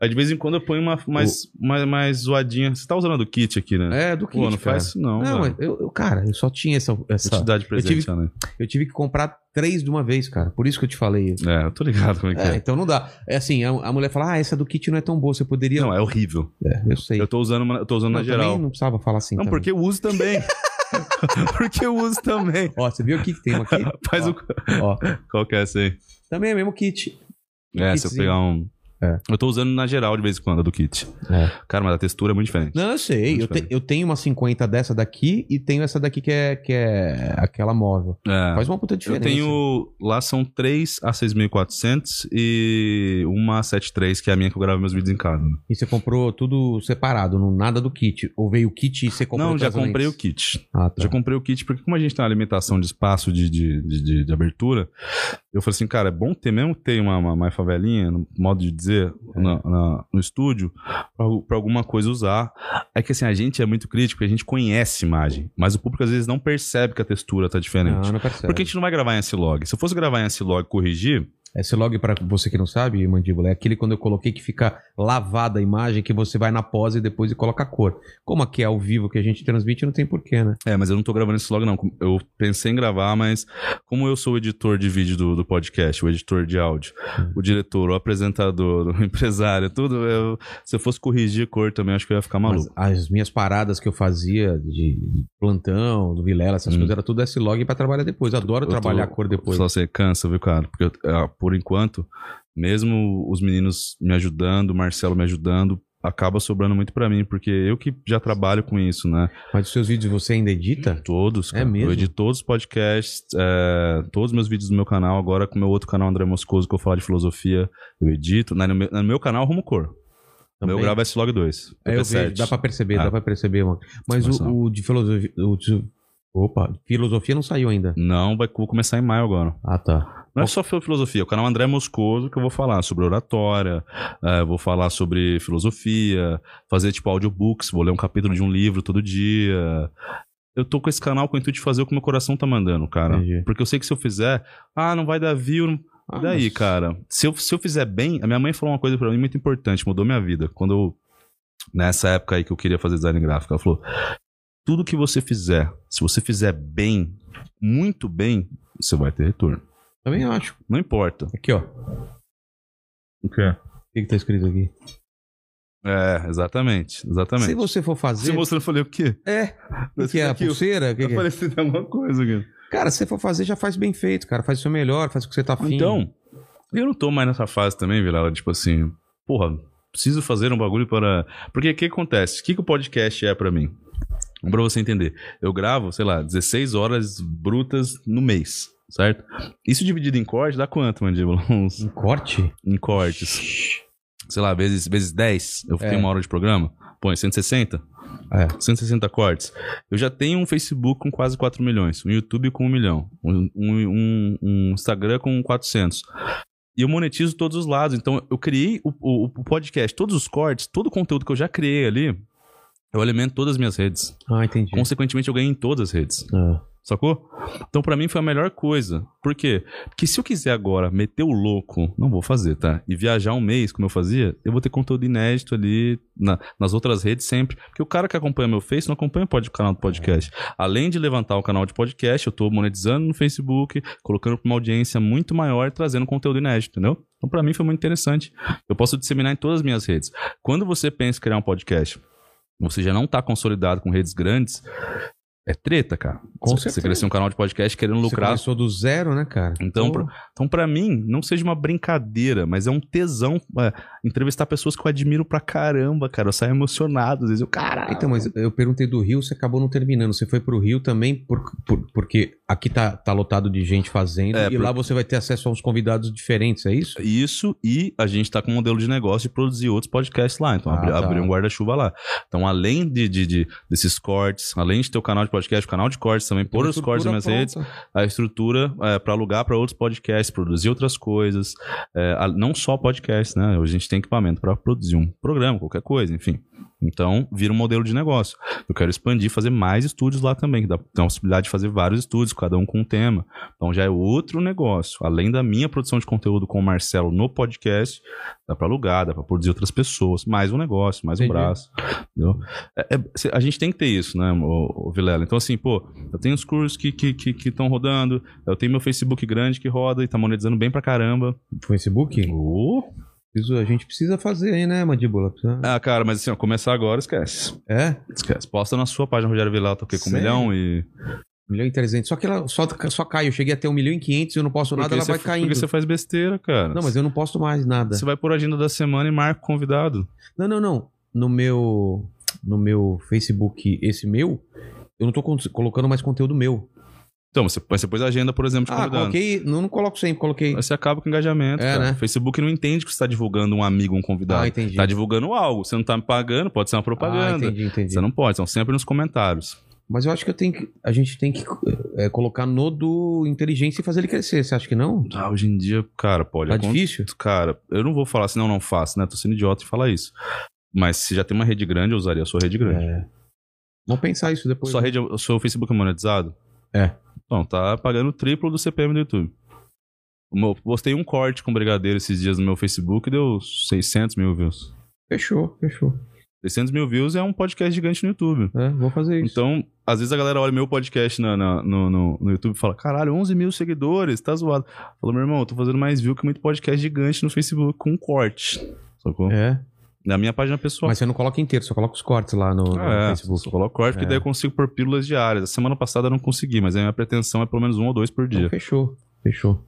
Speaker 2: Aí de vez em quando eu ponho uma mais, mais, mais zoadinha. Você tá usando o kit aqui, né?
Speaker 1: É, do que
Speaker 2: Pô, não faz isso não,
Speaker 1: Não,
Speaker 2: mano.
Speaker 1: mas eu, eu- cara, eu só tinha essa. essa-
Speaker 2: Vou te dar de presente,
Speaker 1: tive-
Speaker 2: né?
Speaker 1: Eu tive que comprar três de uma vez, cara. Por isso que eu te falei.
Speaker 2: É, eu tô ligado como é que
Speaker 1: É,
Speaker 2: é.
Speaker 1: então não dá. É assim, a, a mulher fala: Ah, essa do kit não é tão boa, você poderia.
Speaker 2: Não, é horrível.
Speaker 1: É, eu sei.
Speaker 2: Eu tô usando, uma- eu tô usando
Speaker 1: não,
Speaker 2: na
Speaker 1: também
Speaker 2: geral.
Speaker 1: não precisava falar assim.
Speaker 2: Não,
Speaker 1: também.
Speaker 2: porque eu uso também. porque eu uso também.
Speaker 1: Ó, você viu aqui que tem uma aqui?
Speaker 2: Faz
Speaker 1: ó,
Speaker 2: o.
Speaker 1: ó.
Speaker 2: Qual que é essa aí?
Speaker 1: Também é mesmo kit.
Speaker 2: É, se eu
Speaker 1: kitzinho.
Speaker 2: pegar um.
Speaker 1: É.
Speaker 2: Eu tô usando na geral de vez em quando, a do kit.
Speaker 1: É.
Speaker 2: Cara, mas a textura é muito diferente.
Speaker 1: Não, eu sei. Eu, te- eu tenho uma 50 dessa daqui e tenho essa daqui que é, que é aquela móvel.
Speaker 2: É.
Speaker 1: Faz uma puta
Speaker 2: Eu
Speaker 1: diferença.
Speaker 2: tenho. Lá são três a 6400 e uma a 73, que é a minha que eu gravo meus vídeos em casa. né?
Speaker 1: E você comprou tudo separado, não, nada do kit. Ou veio o kit e você comprou
Speaker 2: Não, já
Speaker 1: outras
Speaker 2: comprei o
Speaker 1: lentes?
Speaker 2: kit.
Speaker 1: Ah, tá.
Speaker 2: Já comprei o kit, porque como a gente tem uma limitação de espaço de, de, de, de- de abertura, eu falei assim, cara, é bom ter mesmo ter uma, uma, uma favelinha, no modo de dizer,
Speaker 1: É.
Speaker 2: na- na- no estúdio, pra, pra alguma coisa usar. É que assim, a gente é muito crítico, a gente conhece imagem, mas o público às vezes não percebe que a textura tá diferente.
Speaker 1: Ah, Não, não percebe.
Speaker 2: Porque a gente não vai gravar em S-Log. Se eu fosse gravar em S-Log e corrigir,
Speaker 1: É Esse log, pra você que não sabe, mandíbula, é aquele quando eu coloquei que fica lavada a imagem, que você vai na pose e depois e coloca a cor. Como aqui é ao vivo que a gente transmite, não tem porquê, né?
Speaker 2: É, mas eu não tô gravando isso logo, não. Eu pensei em gravar, mas como eu sou o editor de vídeo do, do podcast, o editor de áudio, o diretor, o apresentador, o empresário, tudo, eu- se eu fosse corrigir cor também, acho que eu ia ficar maluco.
Speaker 1: Mas as minhas paradas que eu fazia de plantão, do Vilela, essas
Speaker 2: Hum.
Speaker 1: coisas, era tudo esse log pra trabalhar depois. Adoro
Speaker 2: Eu
Speaker 1: trabalhar
Speaker 2: tô-
Speaker 1: a cor depois.
Speaker 2: Só você cansa, viu, cara? Porque, eu- ah, por enquanto, mesmo os meninos me ajudando, o Marcelo me ajudando, acaba sobrando muito pra mim, porque eu que já trabalho com isso, né?
Speaker 1: Mas os seus vídeos você ainda
Speaker 2: Uhum.
Speaker 1: edita?
Speaker 2: Todos,
Speaker 1: É mesmo?
Speaker 2: Eu edito todos os podcasts, é, todos os meus vídeos do meu canal, agora com o meu outro canal, André Moscoso, que eu falo de filosofia, eu edito. Na- No meu, no meu canal, eu arrumo cor. No meu, eu
Speaker 1: Também?
Speaker 2: gravo S-Log 2.
Speaker 1: É, eu
Speaker 2: PP7.
Speaker 1: vejo, dá pra perceber,
Speaker 2: Ah.
Speaker 1: dá pra perceber, mano. Mas
Speaker 2: Mas não.
Speaker 1: o, o de filosofia. o de- opa, filosofia não saiu ainda.
Speaker 2: Não, vai vou começar em maio agora.
Speaker 1: Ah, tá.
Speaker 2: Não é só fil- filosofia, o canal André Moscoso que eu vou falar sobre oratória, é, eu vou falar sobre filosofia, fazer tipo audiobooks, vou ler um capítulo de um livro todo dia. Eu tô com esse canal com o intuito de fazer o que meu coração tá mandando, cara.
Speaker 1: Entendi.
Speaker 2: Porque eu sei que se eu fizer, ah, não vai dar view, não-
Speaker 1: Ah,
Speaker 2: E daí,
Speaker 1: mas-
Speaker 2: cara, se eu, se eu fizer bem, a minha mãe falou uma coisa pra mim muito importante, mudou minha vida. Quando eu, nessa época aí que eu queria fazer design gráfico, ela falou: tudo que você fizer, se você fizer bem, muito bem, você vai ter retorno.
Speaker 1: Também acho.
Speaker 2: Não importa.
Speaker 1: Aqui, ó. O
Speaker 2: O quê?
Speaker 1: que, que tá escrito aqui?
Speaker 2: É, exatamente, exatamente.
Speaker 1: Se você for
Speaker 2: Você
Speaker 1: fazer.
Speaker 2: mostrou, eu falei, o quê?
Speaker 1: É. O que é? A
Speaker 2: Aqui, eu-
Speaker 1: pulseira? O que
Speaker 2: Eu
Speaker 1: que é?
Speaker 2: falei, você tem alguma coisa, cara.
Speaker 1: Cara, se você for fazer, já faz bem feito, cara. Faz o seu melhor, faz o que você tá afim.
Speaker 2: Então, eu não tô mais nessa fase também, Vilela, tipo assim, porra, preciso fazer um bagulho para. Porque o que acontece? O que, que o podcast é pra mim? Pra você entender, eu gravo, sei lá, 16 horas brutas no mês, certo? Isso dividido em corte dá quanto, mandíbula? Uns
Speaker 1: Um corte?
Speaker 2: em cortes. Sei lá, vezes, vezes 10, eu
Speaker 1: É.
Speaker 2: tenho uma hora de programa, põe 160?
Speaker 1: É.
Speaker 2: 160 cortes. Eu já tenho um Facebook com quase 4 milhões, um YouTube com 1 milhão, um, um- um- um Instagram com 400. E eu monetizo todos os lados. Então, eu criei o, o- o podcast, todos os cortes, todo o conteúdo que eu já criei ali, eu alimento todas as minhas redes.
Speaker 1: Ah, entendi.
Speaker 2: Consequentemente, eu ganhei em todas as redes.
Speaker 1: Ah,
Speaker 2: Sacou? Então, pra mim, foi a melhor coisa. Por quê? Porque se eu quiser agora meter o louco, não vou fazer, tá? E viajar um mês, como eu fazia, eu vou ter conteúdo inédito ali na- nas outras redes sempre. Porque o cara que acompanha meu Face não acompanha o pod- canal do podcast. Além de levantar o canal de podcast, eu tô monetizando no Facebook, colocando pra uma audiência muito maior, trazendo conteúdo inédito, entendeu? Então, pra mim, foi muito interessante. Eu posso disseminar em todas as minhas redes. Quando você pensa em criar um podcast, você já não tá consolidado com redes grandes, é treta, cara.
Speaker 1: Com
Speaker 2: Você-
Speaker 1: certeza.
Speaker 2: Você crescer um canal de podcast querendo
Speaker 1: Você
Speaker 2: lucrar
Speaker 1: começou do zero, né, cara?
Speaker 2: então, pra- então, pra mim, não seja uma brincadeira, mas é um tesão é, entrevistar pessoas que eu admiro pra caramba, cara. Eu saio emocionado, às vezes eu, caralho.
Speaker 1: Então, mas eu perguntei do Rio, você acabou não terminando. Você foi pro Rio também por- por- porque aqui tá, tá lotado de gente fazendo
Speaker 2: É,
Speaker 1: e
Speaker 2: por-
Speaker 1: lá você vai ter acesso a uns convidados diferentes, é isso?
Speaker 2: Isso, e a gente tá com um modelo de negócio de produzir outros podcasts lá. Então,
Speaker 1: Ah,
Speaker 2: abri,
Speaker 1: tá.
Speaker 2: abrir um guarda-chuva lá. Então, além de, de- de- desses cortes, além de ter o canal de podcast, o canal de cortes também, pôr
Speaker 1: Tem
Speaker 2: os
Speaker 1: uma
Speaker 2: cortes nas minhas
Speaker 1: estrutura
Speaker 2: redes,
Speaker 1: pronta.
Speaker 2: a estrutura é, para alugar para outros podcasts, produzir outras coisas, é, a- não só podcast, né? A gente tem equipamento para produzir um programa, qualquer coisa, enfim. Então, vira um modelo de negócio. Eu quero expandir, fazer mais estúdios lá também, que dá, dá a possibilidade de fazer vários estúdios, cada um com um tema. Então, já é outro negócio. Além da minha produção de conteúdo com o Marcelo no podcast, dá para alugar, dá para produzir outras pessoas. Mais um negócio, mais um
Speaker 1: Entendi.
Speaker 2: braço. entendeu? É- é- cê- a gente tem que ter isso, né, o, Vilela? Então, assim, pô, eu tenho os cursos que estão que, que tão rodando, eu tenho meu Facebook grande que roda e tá monetizando bem pra caramba.
Speaker 1: Facebook? Isso a gente precisa fazer aí, né, Mandíbula? Precisa-
Speaker 2: Ah, cara, mas assim, ó, começar agora, esquece.
Speaker 1: É?
Speaker 2: Esquece. Posta na sua página, Rogério Vilela, toquei com um
Speaker 1: Sério?
Speaker 2: milhão e.
Speaker 1: 1 milhão e 300. Só que ela só, só cai. Eu cheguei até 1 milhão e 500 eu não posto nada,
Speaker 2: Porque
Speaker 1: ela
Speaker 2: você
Speaker 1: vai
Speaker 2: fa-
Speaker 1: caindo.
Speaker 2: Porque você faz besteira, cara.
Speaker 1: Não, mas eu não posto mais nada.
Speaker 2: Você vai por agenda da semana e marca o convidado.
Speaker 1: Não, não, não. No meu, no meu Facebook, esse meu, eu não tô con- colocando mais conteúdo meu.
Speaker 2: Então, você, você pôs a agenda, por exemplo, de
Speaker 1: Ah,
Speaker 2: convidado.
Speaker 1: coloquei. Não, não coloco sempre, coloquei.
Speaker 2: Aí Você acaba com o engajamento.
Speaker 1: É,
Speaker 2: cara.
Speaker 1: né?
Speaker 2: O Facebook não entende que você tá divulgando um amigo, um
Speaker 1: Ah,
Speaker 2: convidado.
Speaker 1: entendi.
Speaker 2: tá divulgando algo. Você não tá me pagando, pode ser uma
Speaker 1: Ah,
Speaker 2: propaganda.
Speaker 1: entendi, entendi.
Speaker 2: Você não pode, são sempre nos comentários.
Speaker 1: Mas eu acho que eu tenho que. A gente tem que eh, colocar no do inteligência e fazer ele crescer. Você acha que não?
Speaker 2: Ah, hoje em dia, cara, pode
Speaker 1: Tá
Speaker 2: acontecer.
Speaker 1: difícil?
Speaker 2: Cara, eu não vou falar assim, não, não faço, né? Tô sendo idiota e falar isso. Mas se já tem uma rede grande, eu usaria a sua rede grande.
Speaker 1: É. Vamos pensar isso depois.
Speaker 2: sua rede, o seu Facebook é monetizado?
Speaker 1: É.
Speaker 2: Então, tá pagando o triplo do CPM do YouTube. O meu- postei um corte com brigadeiro esses dias no meu Facebook e deu 600 mil views.
Speaker 1: Fechou, fechou.
Speaker 2: 600 mil views é um podcast gigante no YouTube.
Speaker 1: É, vou fazer isso.
Speaker 2: Então, às vezes a galera olha meu podcast na- na- no, no, no YouTube e fala: caralho, 11 mil seguidores, tá zoado. Falou, meu irmão, eu tô fazendo mais view que muito podcast gigante no Facebook com um corte. Sacou?
Speaker 1: É.
Speaker 2: Na minha página pessoal.
Speaker 1: Mas você não coloca inteiro, só coloca os cortes lá no, no
Speaker 2: Ah, é,
Speaker 1: Facebook.
Speaker 2: só coloco corte, porque
Speaker 1: É.
Speaker 2: daí eu consigo por pílulas diárias. A semana passada eu não consegui, mas a minha pretensão é pelo menos um ou dois por
Speaker 1: Então,
Speaker 2: dia.
Speaker 1: fechou, fechou.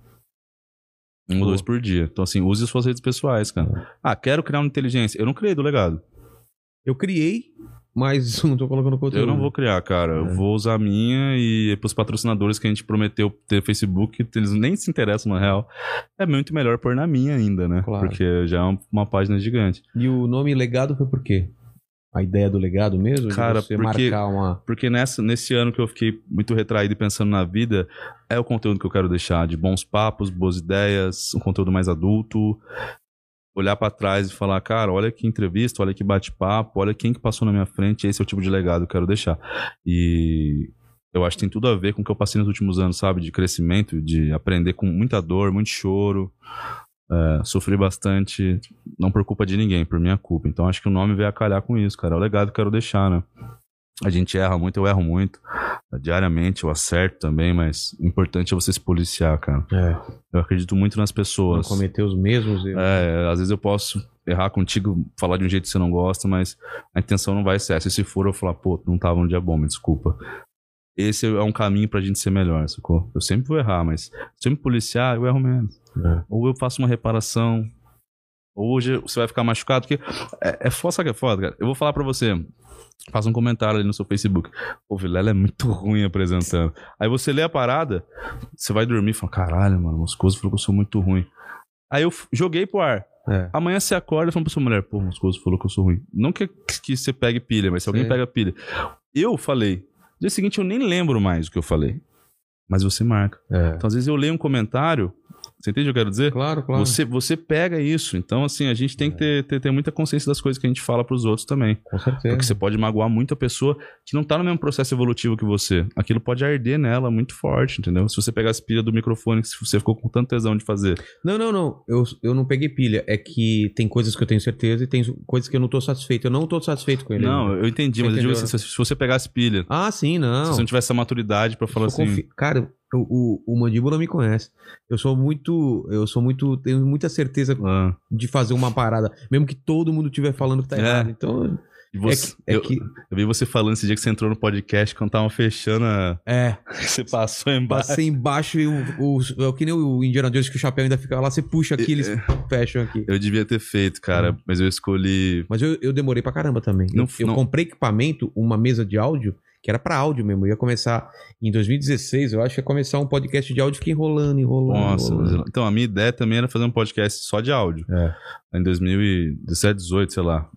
Speaker 2: Um ou dois por dia. Então, assim, use as suas redes pessoais, cara. Ah, quero criar uma inteligência. Eu não criei do legado.
Speaker 1: Eu criei, mas não tô colocando conteúdo.
Speaker 2: Eu não vou criar, cara. Eu
Speaker 1: É.
Speaker 2: vou usar a minha e é pros patrocinadores que a gente prometeu ter Facebook, eles nem se interessam na real. É muito melhor pôr na minha ainda, né?
Speaker 1: Claro.
Speaker 2: Porque já é uma- uma página gigante.
Speaker 1: E o nome legado foi por quê? A ideia do legado mesmo?
Speaker 2: Cara,
Speaker 1: de você
Speaker 2: porque-
Speaker 1: marcar uma.
Speaker 2: Porque nessa, nesse ano que eu fiquei muito retraído e pensando na vida, é o conteúdo que eu quero deixar, de bons papos, boas ideias, um conteúdo mais adulto. Olhar pra trás e falar, cara, olha que entrevista, olha que bate-papo, olha quem que passou na minha frente, esse é o tipo de legado que eu quero deixar. E eu acho que tem tudo a ver com o que eu passei nos últimos anos, sabe? De crescimento, de aprender com muita dor, muito choro. É, sofri bastante, não por culpa de ninguém, por minha culpa. Então acho que o nome veio a calhar com isso, cara. É o legado que eu quero deixar, né? A gente erra muito, eu erro muito. Diariamente eu acerto também, mas o importante é você se policiar, cara.
Speaker 1: É,
Speaker 2: Eu acredito muito nas
Speaker 1: não
Speaker 2: pessoas.
Speaker 1: cometer os mesmos erros.
Speaker 2: É, às vezes eu posso errar contigo, falar de um jeito que você não gosta, mas a intenção não vai ser essa. E se for, eu falar, pô, não tava no dia bom, me desculpa. Esse é um caminho pra gente ser melhor, sacou? Eu sempre vou errar, mas se eu me policiar, eu erro menos.
Speaker 1: É.
Speaker 2: Ou eu faço uma reparação. Ou hoje você vai ficar machucado, porque é, é foda, sabe o que é foda, cara? Eu vou falar pra você. Faça um comentário ali no seu Facebook. Pô, Vilela é muito ruim apresentando. Aí você lê a parada, você vai dormir e fala: caralho, mano, o Moscoso falou que eu sou muito ruim. Aí eu f- joguei pro ar.
Speaker 1: É.
Speaker 2: Amanhã você acorda e fala pra sua mulher, pô, Moscoso falou que eu sou ruim. Não que, que você pegue pilha, mas se alguém
Speaker 1: Sim.
Speaker 2: pega pilha. Eu falei. No dia seguinte eu nem lembro mais o que eu falei. Mas você marca.
Speaker 1: É.
Speaker 2: Então às vezes eu leio um comentário Você entende o que eu quero dizer?
Speaker 1: Claro, claro. É.
Speaker 2: Você, você pega isso. Então, assim, a gente tem que ter, ter, ter muita consciência das coisas que a gente fala pros outros também.
Speaker 1: Com certeza.
Speaker 2: Porque você pode magoar muito a pessoa que não tá no mesmo processo evolutivo que você. Aquilo pode arder nela muito forte, entendeu? Se você pegar as pilhas do microfone que você ficou com tanto tesão de fazer.
Speaker 1: Não, não, não. Eu, eu não peguei pilha. É que tem coisas que eu tenho certeza e tem coisas que eu não tô satisfeito. Eu não tô satisfeito com ele.
Speaker 2: não,
Speaker 1: ainda.
Speaker 2: eu entendi,
Speaker 1: Você
Speaker 2: mas eu digo
Speaker 1: entendeu,
Speaker 2: assim, se, se você pegar as pilhas,
Speaker 1: Ah, sim,
Speaker 2: se
Speaker 1: não.
Speaker 2: você não tivesse essa maturidade pra falar
Speaker 1: Eu
Speaker 2: assim.
Speaker 1: confio- Cara, o, o, o Mandíbula me conhece. Eu sou muito. Eu sou muito. Tenho muita certeza
Speaker 2: ah,
Speaker 1: de fazer uma parada. Mesmo que todo mundo estiver falando que tá
Speaker 2: É.
Speaker 1: errado. Então.
Speaker 2: e você-
Speaker 1: é, que- é
Speaker 2: eu,
Speaker 1: que.
Speaker 2: eu vi você falando esse dia que você entrou no podcast quando tava fechando a...
Speaker 1: É.
Speaker 2: Você passou embaixo.
Speaker 1: Passei embaixo e o, o, é o que nem o Indiana Jones que o chapéu ainda fica lá, você puxa aqui, eles
Speaker 2: é.
Speaker 1: fecham aqui.
Speaker 2: Eu devia ter feito, cara, mas eu escolhi.
Speaker 1: Mas eu, eu demorei pra caramba também.
Speaker 2: Não-
Speaker 1: eu, eu
Speaker 2: não-
Speaker 1: comprei equipamento, uma mesa de áudio, que era pra áudio mesmo. Eu ia começar em 2016, eu acho que ia começar um podcast de áudio, fiquei enrolando, enrolando.
Speaker 2: Nossa,
Speaker 1: enrolando.
Speaker 2: mas- então a minha ideia também era fazer um podcast só de áudio. Em 2017, 18, sei lá.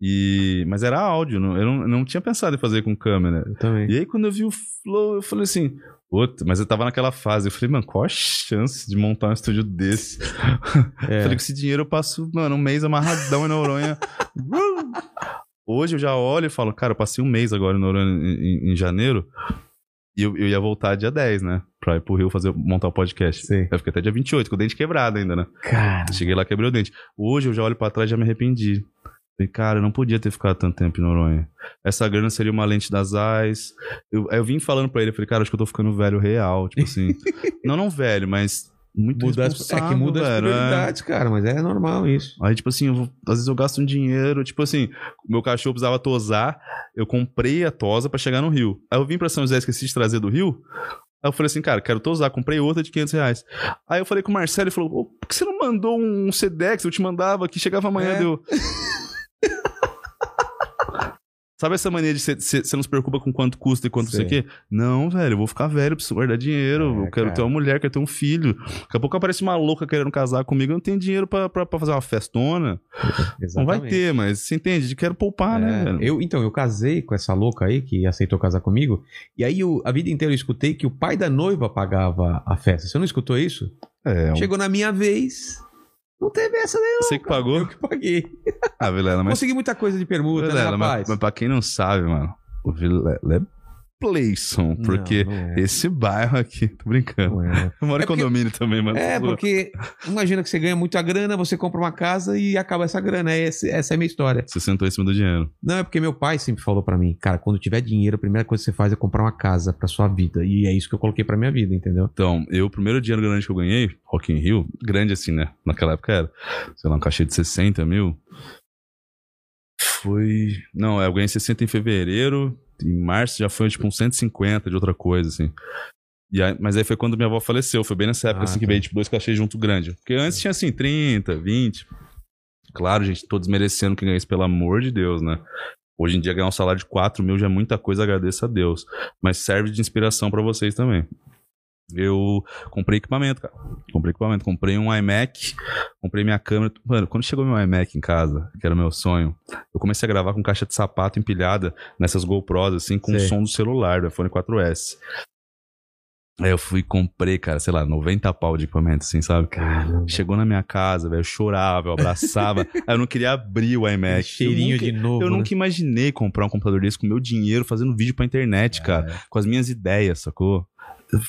Speaker 2: E... Mas era áudio, não- eu não, não tinha pensado em fazer com câmera.
Speaker 1: Eu também. É,
Speaker 2: E aí, quando eu vi o Flow, eu falei assim. Puta, mas eu tava naquela fase. Eu falei, mano, qual a chance de montar um estúdio desse?
Speaker 1: É.
Speaker 2: Falei, com esse dinheiro eu passo, mano, um mês amarradão em Noronha. Rum! Hoje eu já olho e falo, cara, eu passei um mês agora em Noronha em, em- em janeiro. E eu, eu ia voltar dia 10, né? Pra ir pro Rio fazer, montar o podcast.
Speaker 1: Sei.
Speaker 2: Eu fiquei até dia 28, com o dente quebrado ainda, né?
Speaker 1: Cara,
Speaker 2: Eu Cheguei lá, quebrei o dente. Hoje eu já olho pra trás e já me arrependi. Falei, cara, eu não podia ter ficado tanto tempo em Noronha. Essa grana seria uma lente das AIS. Eu, aí eu vim falando pra ele, falei, cara, acho que eu tô ficando velho real. Tipo assim. não, não velho, mas muito
Speaker 1: mudar as, é
Speaker 2: responsável,
Speaker 1: que muda as
Speaker 2: velho, é.
Speaker 1: prioridades, cara, mas é normal isso.
Speaker 2: Aí, tipo assim, eu vou- às vezes eu gasto um dinheiro. Tipo assim, meu cachorro precisava tosar. Eu comprei a tosa pra chegar no Rio. Aí eu vim pra São José, esqueci de trazer do Rio. Aí eu falei assim, cara, quero tosar. Comprei outra de 500 reais. Aí eu falei com o Marcelo, ele falou, "Ô, por que você não mandou um Sedex? Eu te mandava, que chegava amanhã,
Speaker 1: É.
Speaker 2: deu... Sabe essa mania de você não se preocupa com quanto custa e quanto isso
Speaker 1: Sei.
Speaker 2: aqui? Não, velho, eu vou ficar velho, preciso guardar dinheiro.
Speaker 1: É,
Speaker 2: eu quero
Speaker 1: cara.
Speaker 2: ter uma mulher, quero ter um filho. Daqui a pouco aparece uma louca querendo casar comigo, eu não tenho dinheiro pra, pra, pra fazer uma festona. Não vai ter, mas você entende? Quero poupar, né,
Speaker 1: É,
Speaker 2: velho?
Speaker 1: eu, então, eu casei com essa louca aí que aceitou casar comigo. E aí, eu- a vida inteira eu escutei que o pai da noiva pagava a festa. Você não escutou isso?
Speaker 2: É,
Speaker 1: Chegou na minha vez. Não teve essa nenhuma.
Speaker 2: você que pagou?
Speaker 1: Eu um- que paguei.
Speaker 2: Ah, Vilela, mas,
Speaker 1: Consegui muita coisa de permuta, né,
Speaker 2: Vilela, mas,
Speaker 1: rapaz?
Speaker 2: mas pra quem não sabe, mano, o Vilela é Playson,
Speaker 1: Não,
Speaker 2: porque
Speaker 1: não é.
Speaker 2: esse bairro aqui, tô brincando.
Speaker 1: Não é.
Speaker 2: Eu moro
Speaker 1: É
Speaker 2: em
Speaker 1: porque-
Speaker 2: condomínio também, mano.
Speaker 1: É, porque imagina que você ganha muita grana, você compra uma casa e acaba essa grana. É esse- essa é a minha história.
Speaker 2: Você sentou em cima do dinheiro.
Speaker 1: Não, é porque meu pai sempre falou pra mim, cara, quando tiver dinheiro, a primeira coisa que você faz é comprar uma casa pra sua vida. E é isso que eu coloquei pra minha vida, entendeu?
Speaker 2: Então, eu, o primeiro dinheiro grande que eu ganhei, Rock in Rio, grande assim, né? Naquela época era, sei lá, um cachê de 60 mil. Foi. Não, é, eu ganhei 60 em fevereiro, em março já foi tipo uns 150 de outra coisa, assim. E aí- mas aí foi quando minha avó faleceu, foi bem nessa época
Speaker 1: Ah,
Speaker 2: assim que
Speaker 1: tá.
Speaker 2: veio, tipo, dois cachês junto grande. Porque antes tinha assim, 30, 20. Claro, gente, tô desmerecendo quem ganha isso, pelo amor de Deus, né? Hoje em dia ganhar um salário de 4 mil já é muita coisa, agradeço a Deus. Mas serve de inspiração pra vocês também. Eu comprei equipamento, cara. Comprei equipamento, comprei um iMac, comprei minha câmera. Mano, quando chegou meu iMac em casa, que era o meu sonho, eu comecei a gravar com caixa de sapato empilhada nessas GoPros, assim, com o
Speaker 1: Sei.
Speaker 2: som do celular, do iPhone 4S. Aí eu fui e comprei, cara, sei lá, 90 pau de equipamento, assim, sabe?
Speaker 1: Caramba.
Speaker 2: Chegou na minha casa, velho, eu chorava, eu abraçava. aí eu não queria abrir o iMac.
Speaker 1: É, Cheirinho
Speaker 2: eu nunca,
Speaker 1: de novo.
Speaker 2: Eu
Speaker 1: né?
Speaker 2: nunca imaginei comprar um computador desse com meu dinheiro, fazendo vídeo pra internet, cara com as minhas ideias, sacou?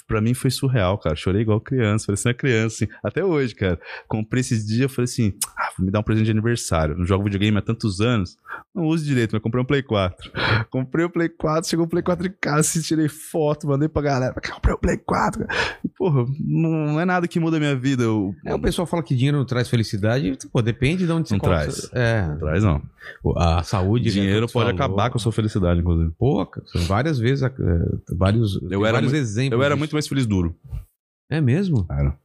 Speaker 2: Pra mim foi surreal, cara. Chorei igual criança, parecia uma criança, assim. Até hoje, cara. Comprei esses dias, falei assim: ah, vou me dar um presente de aniversário. Não jogo videogame há tantos anos, não uso direito, mas comprei um Play 4. Comprei o Play 4, chegou o Play 4 em casa, assim, tirei foto, mandei pra galera. Comprei o Play 4. cara. Porra, não é nada que muda a minha vida. Eu...
Speaker 1: É, o pessoal fala que dinheiro não traz felicidade, pô, depende de onde você
Speaker 2: Não
Speaker 1: coloca-
Speaker 2: traz.
Speaker 1: É,
Speaker 2: Não traz, não.
Speaker 1: a saúde. né,
Speaker 2: Dinheiro pode acabar com a sua felicidade, inclusive.
Speaker 1: Pô, cara, são várias vezes, é, vários, tem
Speaker 2: era
Speaker 1: vários
Speaker 2: muito- Eu
Speaker 1: exemplos.
Speaker 2: era
Speaker 1: disso.
Speaker 2: muito mais feliz duro.
Speaker 1: É mesmo?
Speaker 2: Cara.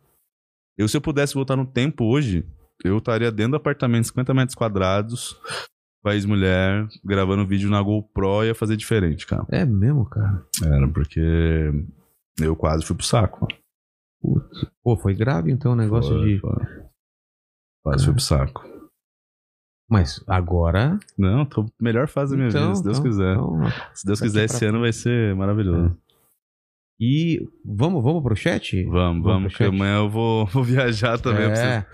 Speaker 2: Eu, se eu pudesse voltar no tempo hoje, eu estaria dentro do apartamento, 50 metros quadrados, país mulher, gravando vídeo na GoPro, ia fazer diferente, cara.
Speaker 1: É mesmo, cara.
Speaker 2: Era porque eu quase fui pro saco. mano.
Speaker 1: Pô, foi grave então o negócio
Speaker 2: Foi,
Speaker 1: de.
Speaker 2: foi. Quase fui pro saco.
Speaker 1: Mas agora.
Speaker 2: Não, tô melhor fase da minha vida, se Deus quiser.
Speaker 1: então,
Speaker 2: se Deus
Speaker 1: daqui
Speaker 2: quiser,
Speaker 1: pra
Speaker 2: esse ano vai ser maravilhoso.
Speaker 1: E vamos, vamos pro chat?
Speaker 2: Vamos, vamos,
Speaker 1: pro
Speaker 2: que
Speaker 1: chat?
Speaker 2: amanhã eu vou, vou viajar também. pra vocês.
Speaker 1: É,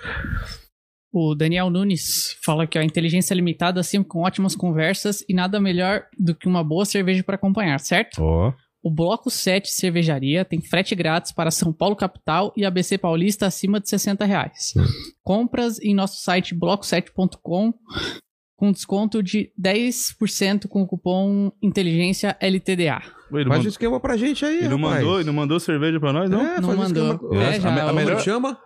Speaker 3: O Daniel Nunes fala que a inteligência é limitada sempre com ótimas conversas e nada melhor do que uma boa cerveja para acompanhar, certo?
Speaker 2: Ó.
Speaker 3: O Bloco 7 Cervejaria tem frete grátis para São Paulo capital e ABC Paulista acima de R$ 60 reais. Compras em nosso site bloco7.com com desconto de 10% com o cupom inteligência LTDA.
Speaker 2: Ele,
Speaker 1: faz o
Speaker 2: mandou,
Speaker 1: esquema pra gente aí,
Speaker 2: ele, não
Speaker 1: rapaz.
Speaker 2: mandou, ele não mandou cerveja pra nós, não?
Speaker 1: É,
Speaker 3: Não
Speaker 1: faz o
Speaker 3: mandou.
Speaker 1: esquema-
Speaker 3: É, já,
Speaker 1: a, me- a
Speaker 3: o-
Speaker 1: melhor chama?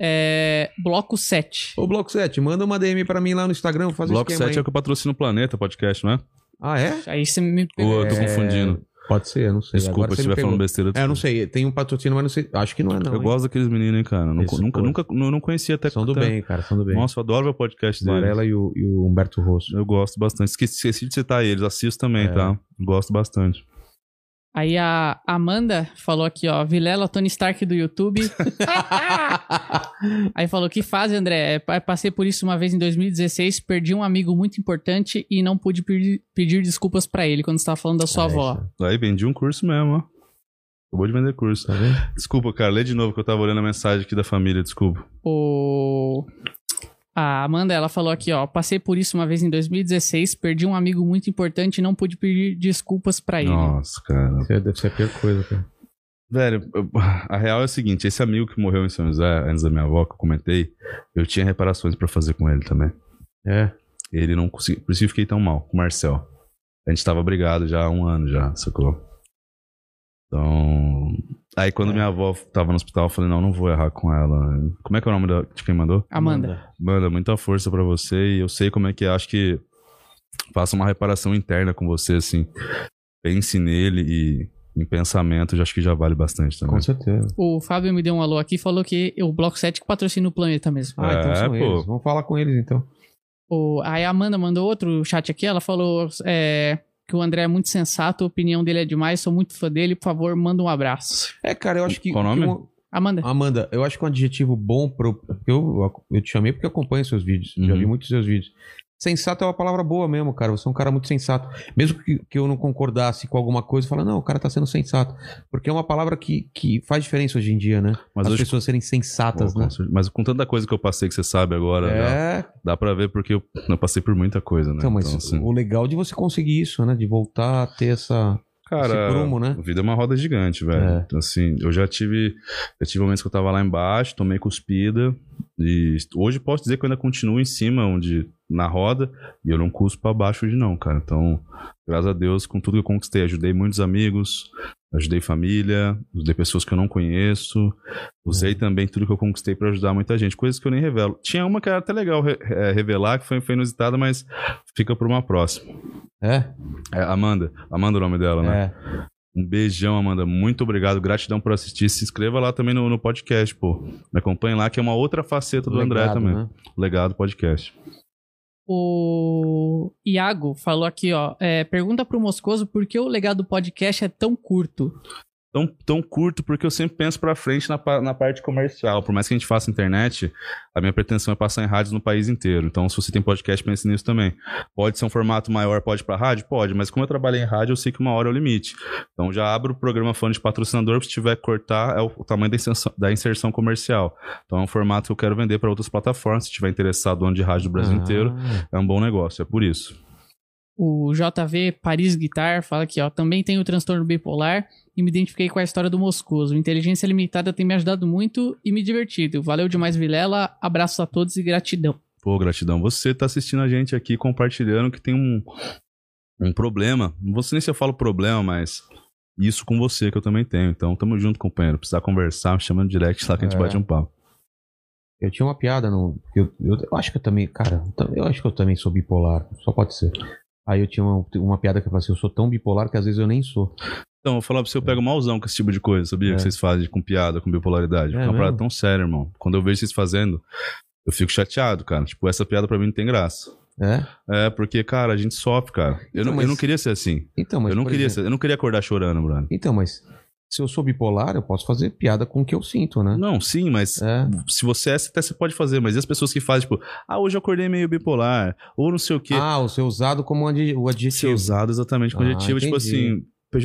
Speaker 3: É, bloco 7.
Speaker 1: Ô, Bloco 7, manda uma DM pra mim lá no Instagram, faz o
Speaker 2: Bloco
Speaker 1: esquema
Speaker 2: 7 é
Speaker 1: aí.
Speaker 2: o que patrocina o Planeta Podcast, não é?
Speaker 1: Ah, é?
Speaker 3: Aí você me pegou.
Speaker 2: Ou eu tô
Speaker 1: É,
Speaker 2: confundindo?
Speaker 1: Pode ser, eu não sei.
Speaker 2: Desculpa
Speaker 1: Agora
Speaker 2: se
Speaker 1: você me
Speaker 2: estiver falando
Speaker 1: pegou.
Speaker 2: besteira.
Speaker 1: É, eu não
Speaker 2: desculpa.
Speaker 1: sei. Tem um patrocínio, mas não sei. Acho que não é, não.
Speaker 2: Eu
Speaker 1: hein?
Speaker 2: gosto daqueles meninos, hein, cara. Não-
Speaker 1: Isso,
Speaker 2: nunca,
Speaker 1: pô.
Speaker 2: nunca, eu não conhecia até tá-
Speaker 1: São do
Speaker 2: até-
Speaker 1: bem, cara, são do bem. é
Speaker 2: Nossa, eu adoro o podcast deles.
Speaker 1: Varela e o, e o Humberto Rosso.
Speaker 2: Eu gosto bastante. Esqueci, esqueci de citar eles, assisto também,
Speaker 1: É.
Speaker 2: tá? Gosto bastante.
Speaker 3: Aí a Amanda falou aqui, ó, Vilela Tony Stark do YouTube. Aí falou, que fase, André? É, pa- Passei por isso uma vez em 2016, perdi um amigo muito importante e não pude pedir, pedir desculpas pra ele quando você tava falando da sua
Speaker 1: É,
Speaker 3: avó.
Speaker 1: isso.
Speaker 2: Aí vendi um curso mesmo, ó. Acabou de vender curso.
Speaker 1: Tá vendo?
Speaker 2: Desculpa, cara. Lê de novo que eu tava olhando a mensagem aqui da família, desculpa.
Speaker 3: O... A Amanda, ela falou aqui, ó, passei por isso uma vez em 2016, perdi um amigo muito importante e não pude pedir desculpas pra ele.
Speaker 2: Nossa, cara.
Speaker 1: Isso deve ser a pior coisa, cara.
Speaker 2: Velho, eu- a real é o seguinte: esse amigo que morreu em São José, antes da minha avó, que eu comentei, eu tinha reparações pra fazer com ele também.
Speaker 1: É.
Speaker 2: Ele não conseguiu. Por isso eu fiquei tão mal com o Marcel. A gente tava brigado já há um ano já, sacou? Então. Aí quando
Speaker 1: É.
Speaker 2: minha avó tava no hospital, eu falei, não, não vou errar com ela. Como é que é o nome da, de quem mandou?
Speaker 3: Amanda.
Speaker 2: Manda, muita força pra você e eu sei como é que é. Acho que faça uma reparação interna com você, assim. Pense nele e em pensamento, já acho que já vale bastante também.
Speaker 1: Com certeza.
Speaker 3: O Fábio me deu um alô aqui e falou que o Bloco 7 que patrocina o planeta mesmo.
Speaker 1: Ah, então
Speaker 2: É,
Speaker 1: são
Speaker 2: pô.
Speaker 1: eles. Vamos falar com eles, então.
Speaker 3: O, aí a Amanda mandou outro chat aqui, ela falou é, que o André é muito sensato, a opinião dele é demais, sou muito fã dele, por favor, manda um abraço.
Speaker 1: É, cara, eu acho que...
Speaker 2: Qual o nome?
Speaker 1: que um-
Speaker 3: Amanda,
Speaker 1: Amanda, eu acho que um adjetivo bom pro... porque Eu, eu te chamei porque eu acompanho seus vídeos. Já
Speaker 2: Uhum.
Speaker 1: vi muitos seus vídeos. Sensato é uma palavra boa mesmo, cara. Você é um cara muito sensato. Mesmo que, que eu não concordasse com alguma coisa, fala, não, o cara tá sendo sensato. Porque é uma palavra que, que faz diferença hoje em dia, né?
Speaker 2: Mas
Speaker 1: As
Speaker 2: hoje-
Speaker 1: pessoas serem sensatas,
Speaker 2: Pô,
Speaker 1: né?
Speaker 2: com cer- Mas com tanta coisa que eu passei que você sabe agora, né?
Speaker 1: É,
Speaker 2: dá pra ver porque eu, eu passei por muita coisa, né?
Speaker 1: então, mas
Speaker 2: assim,
Speaker 1: o legal de você conseguir isso, né? De voltar a ter essa.
Speaker 2: cara,
Speaker 1: esse prumo, né?
Speaker 2: a vida é uma roda gigante, velho.
Speaker 1: É.
Speaker 2: Então, assim, eu já tive, eu tive momentos que eu tava lá embaixo, tomei cuspida e hoje posso dizer que eu ainda continuo em cima, onde na roda e eu não cuspo pra baixo hoje não, cara. Então, graças a Deus, com tudo que eu conquistei, ajudei muitos amigos, ajudei família, ajudei pessoas que eu não conheço,
Speaker 1: É.
Speaker 2: usei também tudo que eu conquistei pra ajudar muita gente, coisas que eu nem revelo. Tinha uma que era até legal re- eh, revelar, que foi, foi inusitada, mas fica pra uma próxima.
Speaker 1: É?
Speaker 2: É, Amanda, Amanda é o nome dela, né?
Speaker 1: É.
Speaker 2: Um beijão, Amanda. Muito obrigado. Gratidão por assistir. Se inscreva lá também no, no podcast, pô. Me acompanhe lá, que é uma outra faceta do André
Speaker 1: Legado,
Speaker 2: também.
Speaker 1: né?
Speaker 2: Legado podcast.
Speaker 3: o Iago falou aqui, ó, é, pergunta pro Moscoso por que o legado do podcast é tão curto.
Speaker 2: Tão, tão curto, porque eu sempre penso pra frente na, pa- na parte comercial. Por mais que a gente faça internet, a minha pretensão é passar em rádios no país inteiro. Então, se você tem podcast, pense nisso também. Pode ser um formato maior, pode ir pra rádio? Pode, mas como eu trabalhei em rádio, eu sei que uma hora é o limite. Então, já abro o programa fã de patrocinador, se tiver que cortar, é o o tamanho da inserção, da inserção comercial. Então, é um formato que eu quero vender pra outras plataformas. Se tiver interessado, dono de rádio do Brasil
Speaker 1: Ah,
Speaker 2: inteiro, é um bom negócio, é por isso.
Speaker 3: O JV Paris Guitar fala aqui, ó, também tenho transtorno bipolar e me identifiquei com a história do Moscoso. Inteligência limitada tem me ajudado muito e me divertido. Valeu demais, Vilela. Abraço a todos e gratidão.
Speaker 2: Pô, gratidão. Você tá assistindo a gente aqui, compartilhando que tem um, um problema. Não vou nem se eu falo problema, mas isso com você que eu também tenho. Então, tamo junto, companheiro. Precisar conversar, me chama no direct lá que a gente
Speaker 1: É.
Speaker 2: bate um papo.
Speaker 1: Eu tinha uma piada no. Eu, eu, eu acho que eu também. Cara, eu tam- eu acho que eu também sou bipolar. Só pode ser. Aí eu tinha uma, uma piada que eu falei assim: eu sou tão bipolar que às vezes eu nem sou.
Speaker 2: Então, eu vou falar pra você, eu pego malzão com esse tipo de coisa, sabia?
Speaker 1: É.
Speaker 2: Que vocês fazem com piada, com bipolaridade.
Speaker 1: É
Speaker 2: É uma parada
Speaker 1: mesmo?
Speaker 2: tão séria, irmão. Quando eu vejo vocês fazendo, eu fico chateado, cara. Tipo, essa piada pra mim não tem graça.
Speaker 1: É?
Speaker 2: É, porque, cara, a gente sofre, cara. Eu,
Speaker 1: Então,
Speaker 2: não, eu
Speaker 1: mas-
Speaker 2: não queria ser assim.
Speaker 1: Então, mas.
Speaker 2: eu não
Speaker 1: por
Speaker 2: queria
Speaker 1: exemplo-
Speaker 2: ser- eu não queria acordar chorando, Bruno.
Speaker 1: Então, mas se eu sou bipolar, eu posso fazer piada com o que eu sinto, né?
Speaker 2: Não, sim, mas
Speaker 1: É.
Speaker 2: Se você é, até você pode fazer, mas e as pessoas que fazem, tipo, ah, hoje eu acordei meio bipolar, ou não sei o quê.
Speaker 1: Ah, o ser usado como adi- o
Speaker 2: ser
Speaker 1: adjetivo.
Speaker 2: usado exatamente com
Speaker 1: Ah,
Speaker 2: adjetivo, tipo
Speaker 1: entendi.
Speaker 2: assim,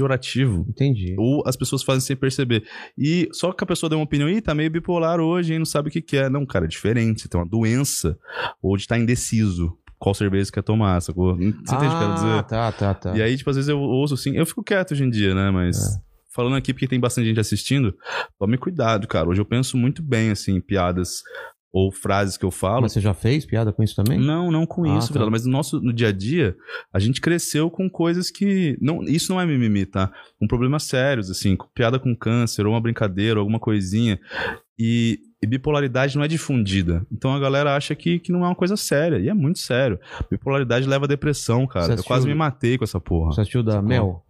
Speaker 2: pejorativo.
Speaker 1: Entendi.
Speaker 2: Ou as pessoas fazem sem perceber. E só que a pessoa deu uma opinião, ih, tá meio bipolar hoje, hein, não sabe o que que é. Não, cara, é diferente. Você tem uma doença, ou de tá indeciso qual cerveja quer tomar, sacou? Você entende o que eu quero dizer?
Speaker 1: Tá, tá, tá. É.
Speaker 2: E aí, tipo, às vezes eu ouço assim, eu fico quieto hoje em dia, né, mas... Falando aqui porque tem bastante gente assistindo, tome cuidado, cara. Hoje eu penso muito bem, assim, em piadas ou frases que eu falo.
Speaker 1: Mas você já fez piada com isso também?
Speaker 2: Não, não com
Speaker 1: Ah,
Speaker 2: isso,
Speaker 1: tá.
Speaker 2: Vilela, mas no nosso no dia a dia, a gente cresceu com coisas que. Não, isso não é mimimi, tá? Com problemas sérios, assim, com piada com câncer, ou uma brincadeira, ou alguma coisinha. E, e bipolaridade não é difundida. Então a galera acha que, que não é uma coisa séria. E é muito sério. Bipolaridade leva a depressão, cara.
Speaker 1: Você
Speaker 2: Eu
Speaker 1: assistiu-
Speaker 2: quase me matei com essa porra.
Speaker 1: Você assistiu o da Mel?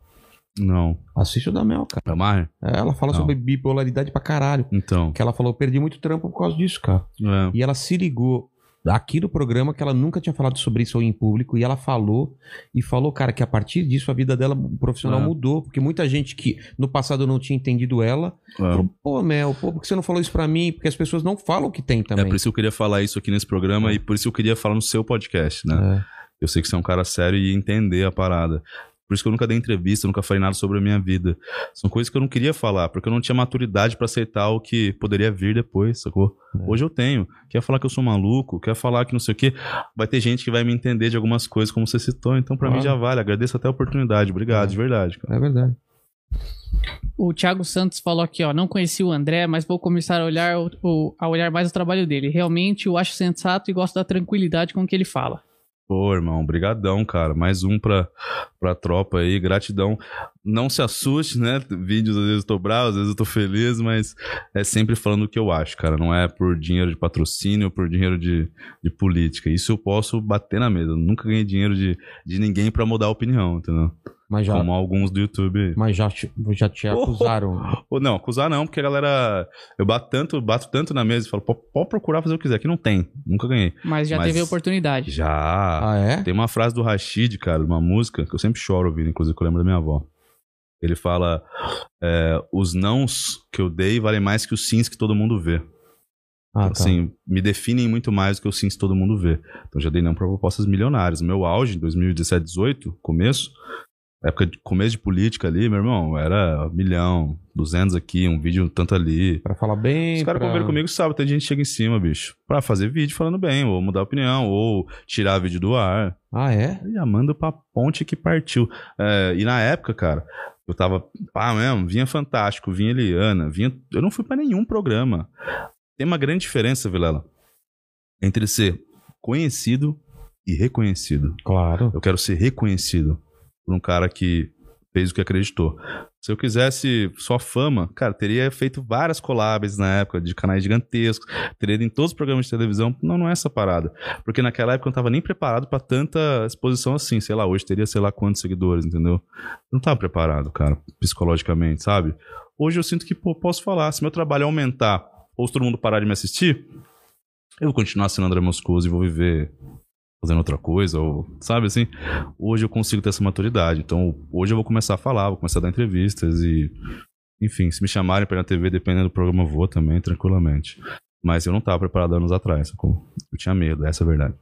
Speaker 2: Não.
Speaker 1: Assiste o da Mel, cara. É,
Speaker 2: Pra mais?
Speaker 1: Ela fala
Speaker 2: Não.
Speaker 1: sobre bipolaridade pra caralho.
Speaker 2: É Então.
Speaker 1: Que ela falou, eu perdi muito trampo por causa disso, cara.
Speaker 2: É.
Speaker 1: E ela se ligou aqui no programa que ela nunca tinha falado sobre isso em público e ela falou e falou, cara, que a partir disso a vida dela profissional
Speaker 2: É.
Speaker 1: mudou, porque muita gente que no passado não tinha entendido ela,
Speaker 2: é.
Speaker 1: falou, pô, Mel, pô, por que você não falou isso pra mim? Porque as pessoas não falam o que tem
Speaker 2: É
Speaker 1: também.
Speaker 2: por isso que eu queria falar isso aqui nesse programa e por isso que eu queria falar no seu podcast, né?
Speaker 1: É.
Speaker 2: Eu sei que você é um cara sério e ia entender a parada. Por isso que eu nunca dei entrevista, nunca falei nada sobre a minha vida. São coisas que eu não queria falar, porque eu não tinha maturidade pra aceitar o que poderia vir depois, sacou?
Speaker 1: É.
Speaker 2: Hoje eu tenho. Quer falar que eu sou maluco, quer falar que não sei o quê. Vai ter gente que vai me entender de algumas coisas, como você citou. Então, pra mim
Speaker 1: Claro.
Speaker 2: já vale. Agradeço até a oportunidade. Obrigado,
Speaker 1: É.
Speaker 2: de verdade, cara.
Speaker 1: É verdade.
Speaker 3: O Thiago Santos falou aqui, ó, não conheci o André, mas vou começar a olhar, o- o- a olhar mais o trabalho dele. Realmente o acho sensato e gosto da tranquilidade com que ele fala.
Speaker 2: Pô, irmão, brigadão, cara. Mais um pra, pra tropa aí, gratidão. Não se assuste, né? Vídeos, às vezes eu tô bravo, às vezes eu tô feliz, mas é sempre falando o que eu acho, cara. Não é por dinheiro de patrocínio, por dinheiro de, de política. Isso eu posso bater na mesa. Eu nunca ganhei dinheiro de, de ninguém pra mudar a opinião, entendeu?
Speaker 1: Mas já,
Speaker 2: Como alguns do YouTube.
Speaker 1: mas já, te- já te
Speaker 2: Oh.
Speaker 1: acusaram.
Speaker 2: Ou não, acusar não, porque a galera. Eu bato tanto, bato tanto na mesa e falo, "Pô, pode procurar fazer o que quiser. Aqui não tem. Nunca ganhei.
Speaker 3: Mas já
Speaker 2: Mas-
Speaker 3: teve oportunidade.
Speaker 2: Já.
Speaker 1: Ah, é?
Speaker 2: Tem uma frase do Rashid, cara, uma música, que eu sempre choro ouvindo, inclusive que eu lembro da minha avó. Ele fala: é, Os nãos que eu dei valem mais que os sims que todo mundo vê.
Speaker 1: Ah, tá.
Speaker 2: Assim, me definem muito mais do que os sims que todo mundo vê. Então já dei não pra propostas milionárias. Meu auge, em 2017, 18, começo, época de começo de política ali, meu irmão, era milhão, 200 aqui, um vídeo tanto ali.
Speaker 1: Pra falar bem.
Speaker 2: Os caras
Speaker 1: pra...
Speaker 2: conversam comigo sabe, tem gente que chega em cima, bicho. Pra fazer vídeo falando bem, ou mudar a opinião, ou tirar vídeo do ar.
Speaker 1: Ah, é?
Speaker 2: Já manda pra ponte que partiu. É, e na época, cara, eu tava. Pá, mesmo, vinha Fantástico, vinha Eliana, vinha. Eu não fui pra nenhum programa. Tem uma grande diferença, Vilela, entre ser conhecido e reconhecido.
Speaker 1: Claro.
Speaker 2: Eu quero ser reconhecido por um cara que fez o que acreditou. Se eu quisesse só fama, cara, teria feito várias collabs na época de canais gigantescos, teria ido em todos os programas de televisão. Não, não é essa parada. Porque naquela época eu não tava nem preparado pra tanta exposição assim, sei lá, hoje teria sei lá quantos seguidores, entendeu? Eu não tava preparado, cara, psicologicamente, sabe? Hoje eu sinto que pô, posso falar, se meu trabalho aumentar ou se todo mundo parar de me assistir, eu vou continuar sendo André Moscoso e vou viver fazendo outra coisa, ou sabe assim? hoje eu consigo ter essa maturidade. Então, hoje eu vou começar a falar, vou começar a dar entrevistas e. Enfim, se me chamarem pra ir na TV, dependendo do programa, eu vou também, tranquilamente. Mas eu não tava preparado anos atrás, sacou? Eu tinha medo, essa é a verdade.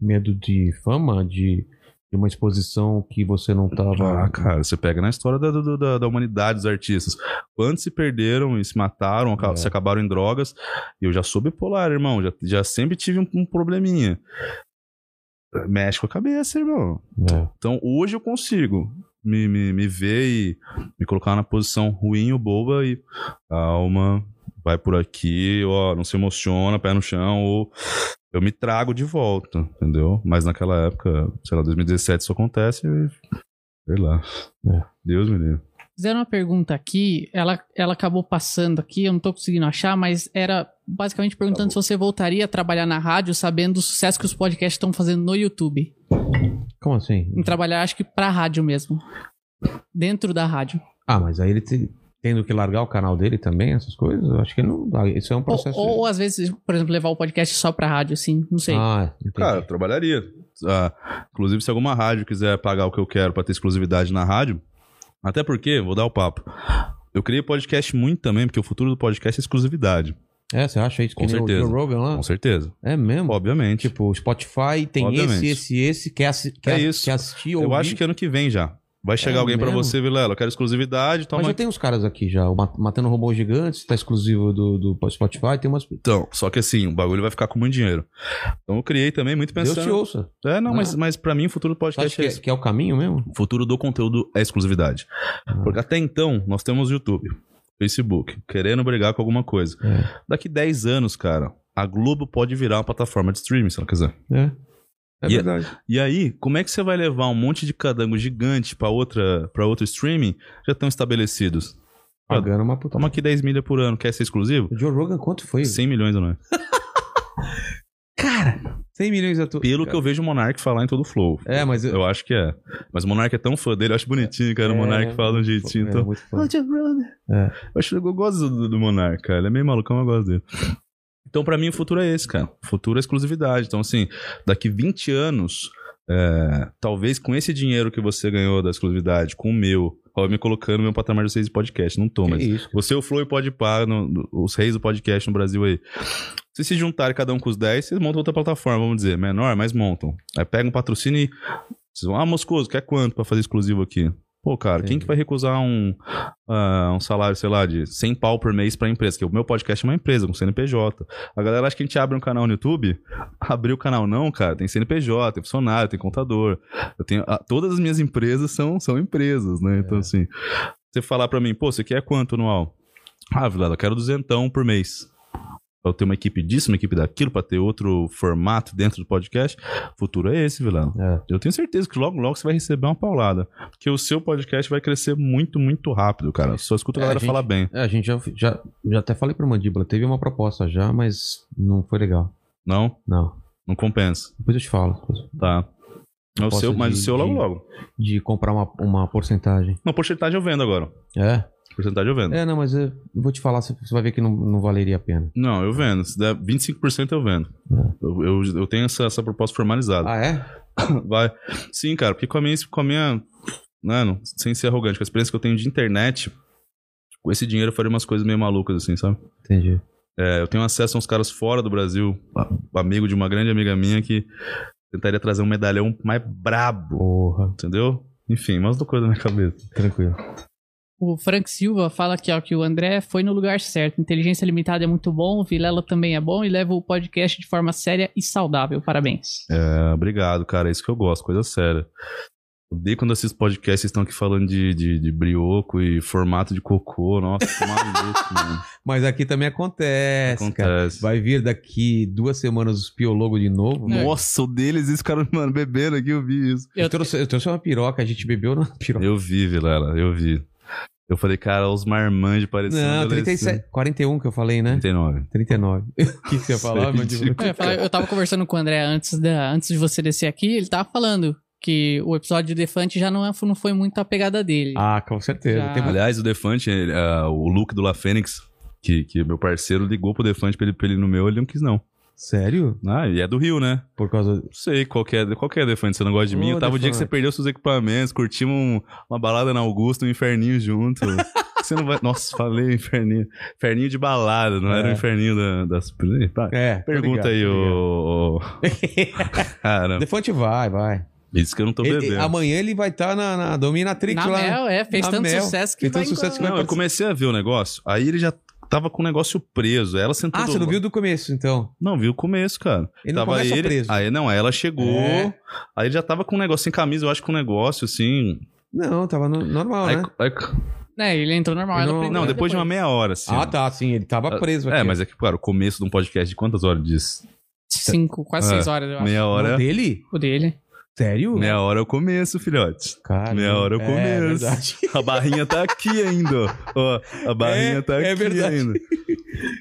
Speaker 1: Medo de fama, de, de uma exposição que você não tava.
Speaker 2: Ah, cara, você pega na história da, do- da, da humanidade dos artistas. Quantos se perderam e se mataram, aca-
Speaker 1: É.
Speaker 2: se acabaram em drogas. E eu já sou bipolar, irmão. Já, já sempre tive um, um probleminha. Mexe com a cabeça, irmão.
Speaker 1: É.
Speaker 2: Então hoje eu consigo me, me, me ver e me colocar na posição ruim ou boba e calma, vai por aqui, ó, não se emociona, pé no chão, ou eu me trago de volta, entendeu? Mas naquela época, sei lá, 2017 isso acontece e. Sei lá.
Speaker 1: É.
Speaker 2: Deus me livre.
Speaker 3: Fizeram uma pergunta aqui, ela, ela acabou passando aqui, eu não tô conseguindo achar, mas era basicamente
Speaker 1: Tá
Speaker 3: perguntando se você voltaria a trabalhar na rádio sabendo o sucesso que os podcasts estão fazendo no YouTube.
Speaker 1: Como assim?
Speaker 3: Em trabalhar, acho que pra rádio mesmo. Dentro da rádio.
Speaker 1: Ah, mas aí ele te- tendo que largar o canal dele também, essas coisas? Eu acho que não dá. Isso é um
Speaker 3: Ou,
Speaker 1: processo.
Speaker 3: ou, às vezes, por exemplo, levar o podcast só pra rádio, assim, não sei.
Speaker 1: Ah, entendi.
Speaker 2: Cara, eu trabalharia. Ah, inclusive, se alguma rádio quiser pagar o que eu quero pra ter exclusividade na rádio, até porque, vou dar o papo. Eu criei podcast muito também, porque o futuro do podcast é exclusividade.
Speaker 1: É, você acha isso que
Speaker 2: Com
Speaker 1: nem o
Speaker 2: certeza.
Speaker 1: Joe Rogan lá?
Speaker 2: Com certeza.
Speaker 1: É mesmo?
Speaker 2: Obviamente.
Speaker 1: Tipo, o Spotify tem
Speaker 2: Obviamente. É
Speaker 1: esse, esse, esse, quer, assi- quer,
Speaker 2: isso.
Speaker 1: quer assistir ou
Speaker 2: eu acho que ano que vem já. Vai chegar
Speaker 1: É
Speaker 2: alguém pra
Speaker 1: mesmo?
Speaker 2: você, Vilela, eu quero exclusividade,
Speaker 1: Mas
Speaker 2: toma
Speaker 1: já tem uns caras aqui já. O Mat- Matando Robôs Gigantes, tá exclusivo do, do Spotify, tem umas.
Speaker 2: Então, só que assim, o bagulho vai ficar com muito dinheiro. Então eu criei também muito
Speaker 1: Deus te
Speaker 2: pensando.
Speaker 1: ouça.
Speaker 2: É, não,
Speaker 1: Não.
Speaker 2: mas, mas pra mim o futuro do
Speaker 1: Você acha
Speaker 2: podcast
Speaker 1: que
Speaker 2: é
Speaker 1: é,
Speaker 2: isso.
Speaker 1: que é o caminho mesmo?
Speaker 2: O futuro do conteúdo é exclusividade.
Speaker 1: Ah.
Speaker 2: Porque até então, nós temos YouTube, Facebook, querendo brigar com alguma coisa.
Speaker 1: É.
Speaker 2: Daqui 10 anos, cara, a Globo pode virar uma plataforma de streaming, se ela quiser.
Speaker 1: É, é
Speaker 2: E-
Speaker 1: verdade.
Speaker 2: E aí, como é que você vai levar um monte de cadango gigante pra outra para outro streaming já estão estabelecidos?
Speaker 1: Pagando uma puta.
Speaker 2: Toma aqui 10 milha por ano, quer ser exclusivo?
Speaker 1: O Joe Rogan, quanto foi?
Speaker 2: 100 milhões ou não é?
Speaker 1: Cara, 100 milhões a tu.
Speaker 2: Pelo que eu vejo o Monark falar em todo o flow.
Speaker 1: É, mas eu.
Speaker 2: Eu acho que é. Mas o Monark é tão fã dele, eu acho bonitinho, cara. O
Speaker 1: É,
Speaker 2: Monark fala de um jeitinho,
Speaker 1: é,
Speaker 2: então.
Speaker 1: muito foda.
Speaker 2: Ah, Jeff Brother.
Speaker 1: É.
Speaker 2: Eu acho que eu gosto do, do Monark, cara. Ele é meio malucão, mas eu gosto dele. Então, pra mim, o futuro é esse, cara. O futuro é exclusividade. Então, assim, daqui 20 anos, é, talvez com esse dinheiro que você ganhou da exclusividade, com o meu, ó, eu me colocando no meu patamar de 6 de podcast. Não tô,
Speaker 1: Que
Speaker 2: mas.
Speaker 1: isso.
Speaker 2: Você, o Flow e o Podpah, no- no- os reis do podcast no Brasil aí. Se se juntarem cada um com os 10, vocês montam outra plataforma, vamos dizer. Menor, mas montam. Aí pega um patrocínio e... Vocês vão, ah, Moscoso, quer quanto pra fazer exclusivo aqui? Pô, cara, quem
Speaker 1: Entendi.
Speaker 2: que vai recusar um, ah, um salário, sei lá, de 100 pau por mês pra empresa? Que o meu podcast é uma empresa, com CNPJ. A galera acha que a gente abre um canal no YouTube. Abrir o canal não, cara. Tem CNPJ, tem funcionário, tem contador. Eu tenho, ah, todas as minhas empresas são, são empresas, né? Então, assim, você falar pra mim, pô, você quer quanto anual? Ah, Vilela, eu quero duzentão por mês. Pra Eu ter uma equipe disso, uma equipe daquilo, pra ter outro formato dentro do podcast. O futuro é esse, Vilela.
Speaker 1: É.
Speaker 2: Eu tenho certeza que logo, logo você vai receber uma paulada. Porque o seu podcast vai crescer muito, muito rápido, cara. Só escuta a
Speaker 1: É,
Speaker 2: galera
Speaker 1: gente-
Speaker 2: falar bem.
Speaker 1: É, a gente já, já, já até falei pro Mandíbula. Teve uma proposta já, mas não foi legal.
Speaker 2: Não?
Speaker 1: Não.
Speaker 2: Não compensa.
Speaker 1: Depois eu te falo.
Speaker 2: Tá. É o
Speaker 1: Proposta
Speaker 2: seu, mas
Speaker 1: de-
Speaker 2: o seu logo,
Speaker 1: de-
Speaker 2: logo.
Speaker 1: De comprar uma, uma porcentagem.
Speaker 2: Não, porcentagem eu vendo agora.
Speaker 1: É?
Speaker 2: Porcentagem eu vendo.
Speaker 1: É, não, mas eu vou te falar, você você vai ver que não, não valeria a pena.
Speaker 2: Não, eu vendo. Se der 25% eu vendo.
Speaker 1: É.
Speaker 2: Eu, eu, eu tenho essa, essa proposta formalizada.
Speaker 1: Ah, é?
Speaker 2: Vai. Sim, cara, porque com a minha. Com a minha mano, sem ser arrogante, com a experiência que eu tenho de internet, com esse dinheiro eu faria umas coisas meio malucas, assim, sabe?
Speaker 1: Entendi.
Speaker 2: É, eu tenho acesso a uns caras fora do Brasil, a- amigo de uma grande amiga minha que tentaria trazer um medalhão mais brabo,
Speaker 1: Porra.
Speaker 2: entendeu? Enfim, umas coisa na minha cabeça.
Speaker 1: Tranquilo.
Speaker 3: O Frank Silva fala aqui, ó, que o André foi no lugar certo. Inteligência limitada é muito bom, o Vilela também é bom e leva o podcast de forma séria e saudável. Parabéns.
Speaker 2: Ah, obrigado, cara, é isso que eu gosto, coisa séria. Odeio quando assisto podcasts, vocês estão aqui falando de, de, de brioco e formato de cocô. Nossa, que maluco, mano.
Speaker 1: Mas aqui também acontece, cara.
Speaker 2: Acontece.
Speaker 1: Vai vir daqui duas semanas os piologos de novo. né?
Speaker 2: Tipo, Nossa, o deles, esse cara, mano, bebendo aqui, eu vi isso.
Speaker 1: Eu, trouxe, eu trouxe uma piroca, a gente bebeu na piroca.
Speaker 2: Eu vi, Vilela, eu vi. Eu falei, cara, os marmanjos parecendo.
Speaker 1: Não,
Speaker 2: adolescente.
Speaker 1: 37, 41 que eu falei, né?
Speaker 2: 39.
Speaker 1: 39. O que, que você ia falar,
Speaker 2: Sei,
Speaker 1: Mandíbula?
Speaker 3: É, eu, falava- eu tava conversando com o André antes, da, antes de você descer aqui, ele tava falando que o episódio de Defante já não, é- não foi muito a pegada dele.
Speaker 1: Ah, com certeza.
Speaker 3: Já.
Speaker 1: Tem muito-
Speaker 2: Aliás, o Defante, ele, ah, o look do La Fênix, que, que meu parceiro ligou pro Defante pra ele, pra ele ir no meu, ele não quis, não.
Speaker 1: Sério?
Speaker 2: Ah, e é do Rio, né?
Speaker 1: Por causa.
Speaker 2: Não sei qual que é, qual que é Defante, você não gosta de mim?
Speaker 1: Ô,
Speaker 2: Eu tava o dia que
Speaker 1: Defante.
Speaker 2: você perdeu seus equipamentos, curtimos um- uma balada na Augusta, um inferninho junto. você não vai. Nossa, falei inferninho. Inferninho de balada, não era
Speaker 1: É.
Speaker 2: o inferninho da- das. Tá,
Speaker 1: É. tô
Speaker 2: Pergunta
Speaker 1: ligado,
Speaker 2: aí,
Speaker 1: tô ligado.
Speaker 2: ô. Cara,
Speaker 1: Defante vai, vai.
Speaker 2: isso que eu não tô
Speaker 1: Ele-
Speaker 2: bebendo.
Speaker 1: amanhã ele vai estar na, na Dominatrix
Speaker 3: na
Speaker 1: lá.
Speaker 3: Mel, é, fez
Speaker 1: na
Speaker 3: tanto
Speaker 1: Mel,
Speaker 3: sucesso que
Speaker 1: fez
Speaker 3: vai
Speaker 1: tanto sucesso que
Speaker 3: embora.
Speaker 2: Não, eu comecei a ver o negócio, aí ele já tava com o negócio preso. Aí ela sentou.
Speaker 1: Ah,
Speaker 2: do
Speaker 1: você não
Speaker 2: lado-
Speaker 1: viu do começo, então.
Speaker 2: Não, viu o começo, cara.
Speaker 1: Ele não
Speaker 2: tava
Speaker 1: começa
Speaker 2: ele,
Speaker 1: preso.
Speaker 2: Aí não, aí ela chegou.
Speaker 1: É.
Speaker 2: Aí ele já tava com um negócio sem camisa, eu acho que um negócio assim.
Speaker 1: Não, tava no- normal,
Speaker 2: aí-
Speaker 1: né?
Speaker 2: aí-
Speaker 3: É, ele entrou normal.
Speaker 1: Eu
Speaker 3: ela
Speaker 1: não-
Speaker 3: pegou
Speaker 2: não, depois de uma meia hora, assim.
Speaker 1: Ah, tá, sim, ele tava preso aqui.
Speaker 2: É, mas é que, cara, o começo de um podcast de quantas horas diz?
Speaker 3: Cinco, quase
Speaker 2: É,
Speaker 3: seis horas, eu acho.
Speaker 2: Meia
Speaker 1: O
Speaker 2: hora.
Speaker 1: dele?
Speaker 3: O dele.
Speaker 1: Sério?
Speaker 2: Meia hora é o começo, filhote.
Speaker 1: Cara,
Speaker 2: Meia hora eu
Speaker 1: É
Speaker 2: começo.
Speaker 1: verdade.
Speaker 2: A barrinha tá aqui ainda, ó. ó. A barrinha
Speaker 1: É,
Speaker 2: tá aqui
Speaker 1: é verdade.
Speaker 2: ainda.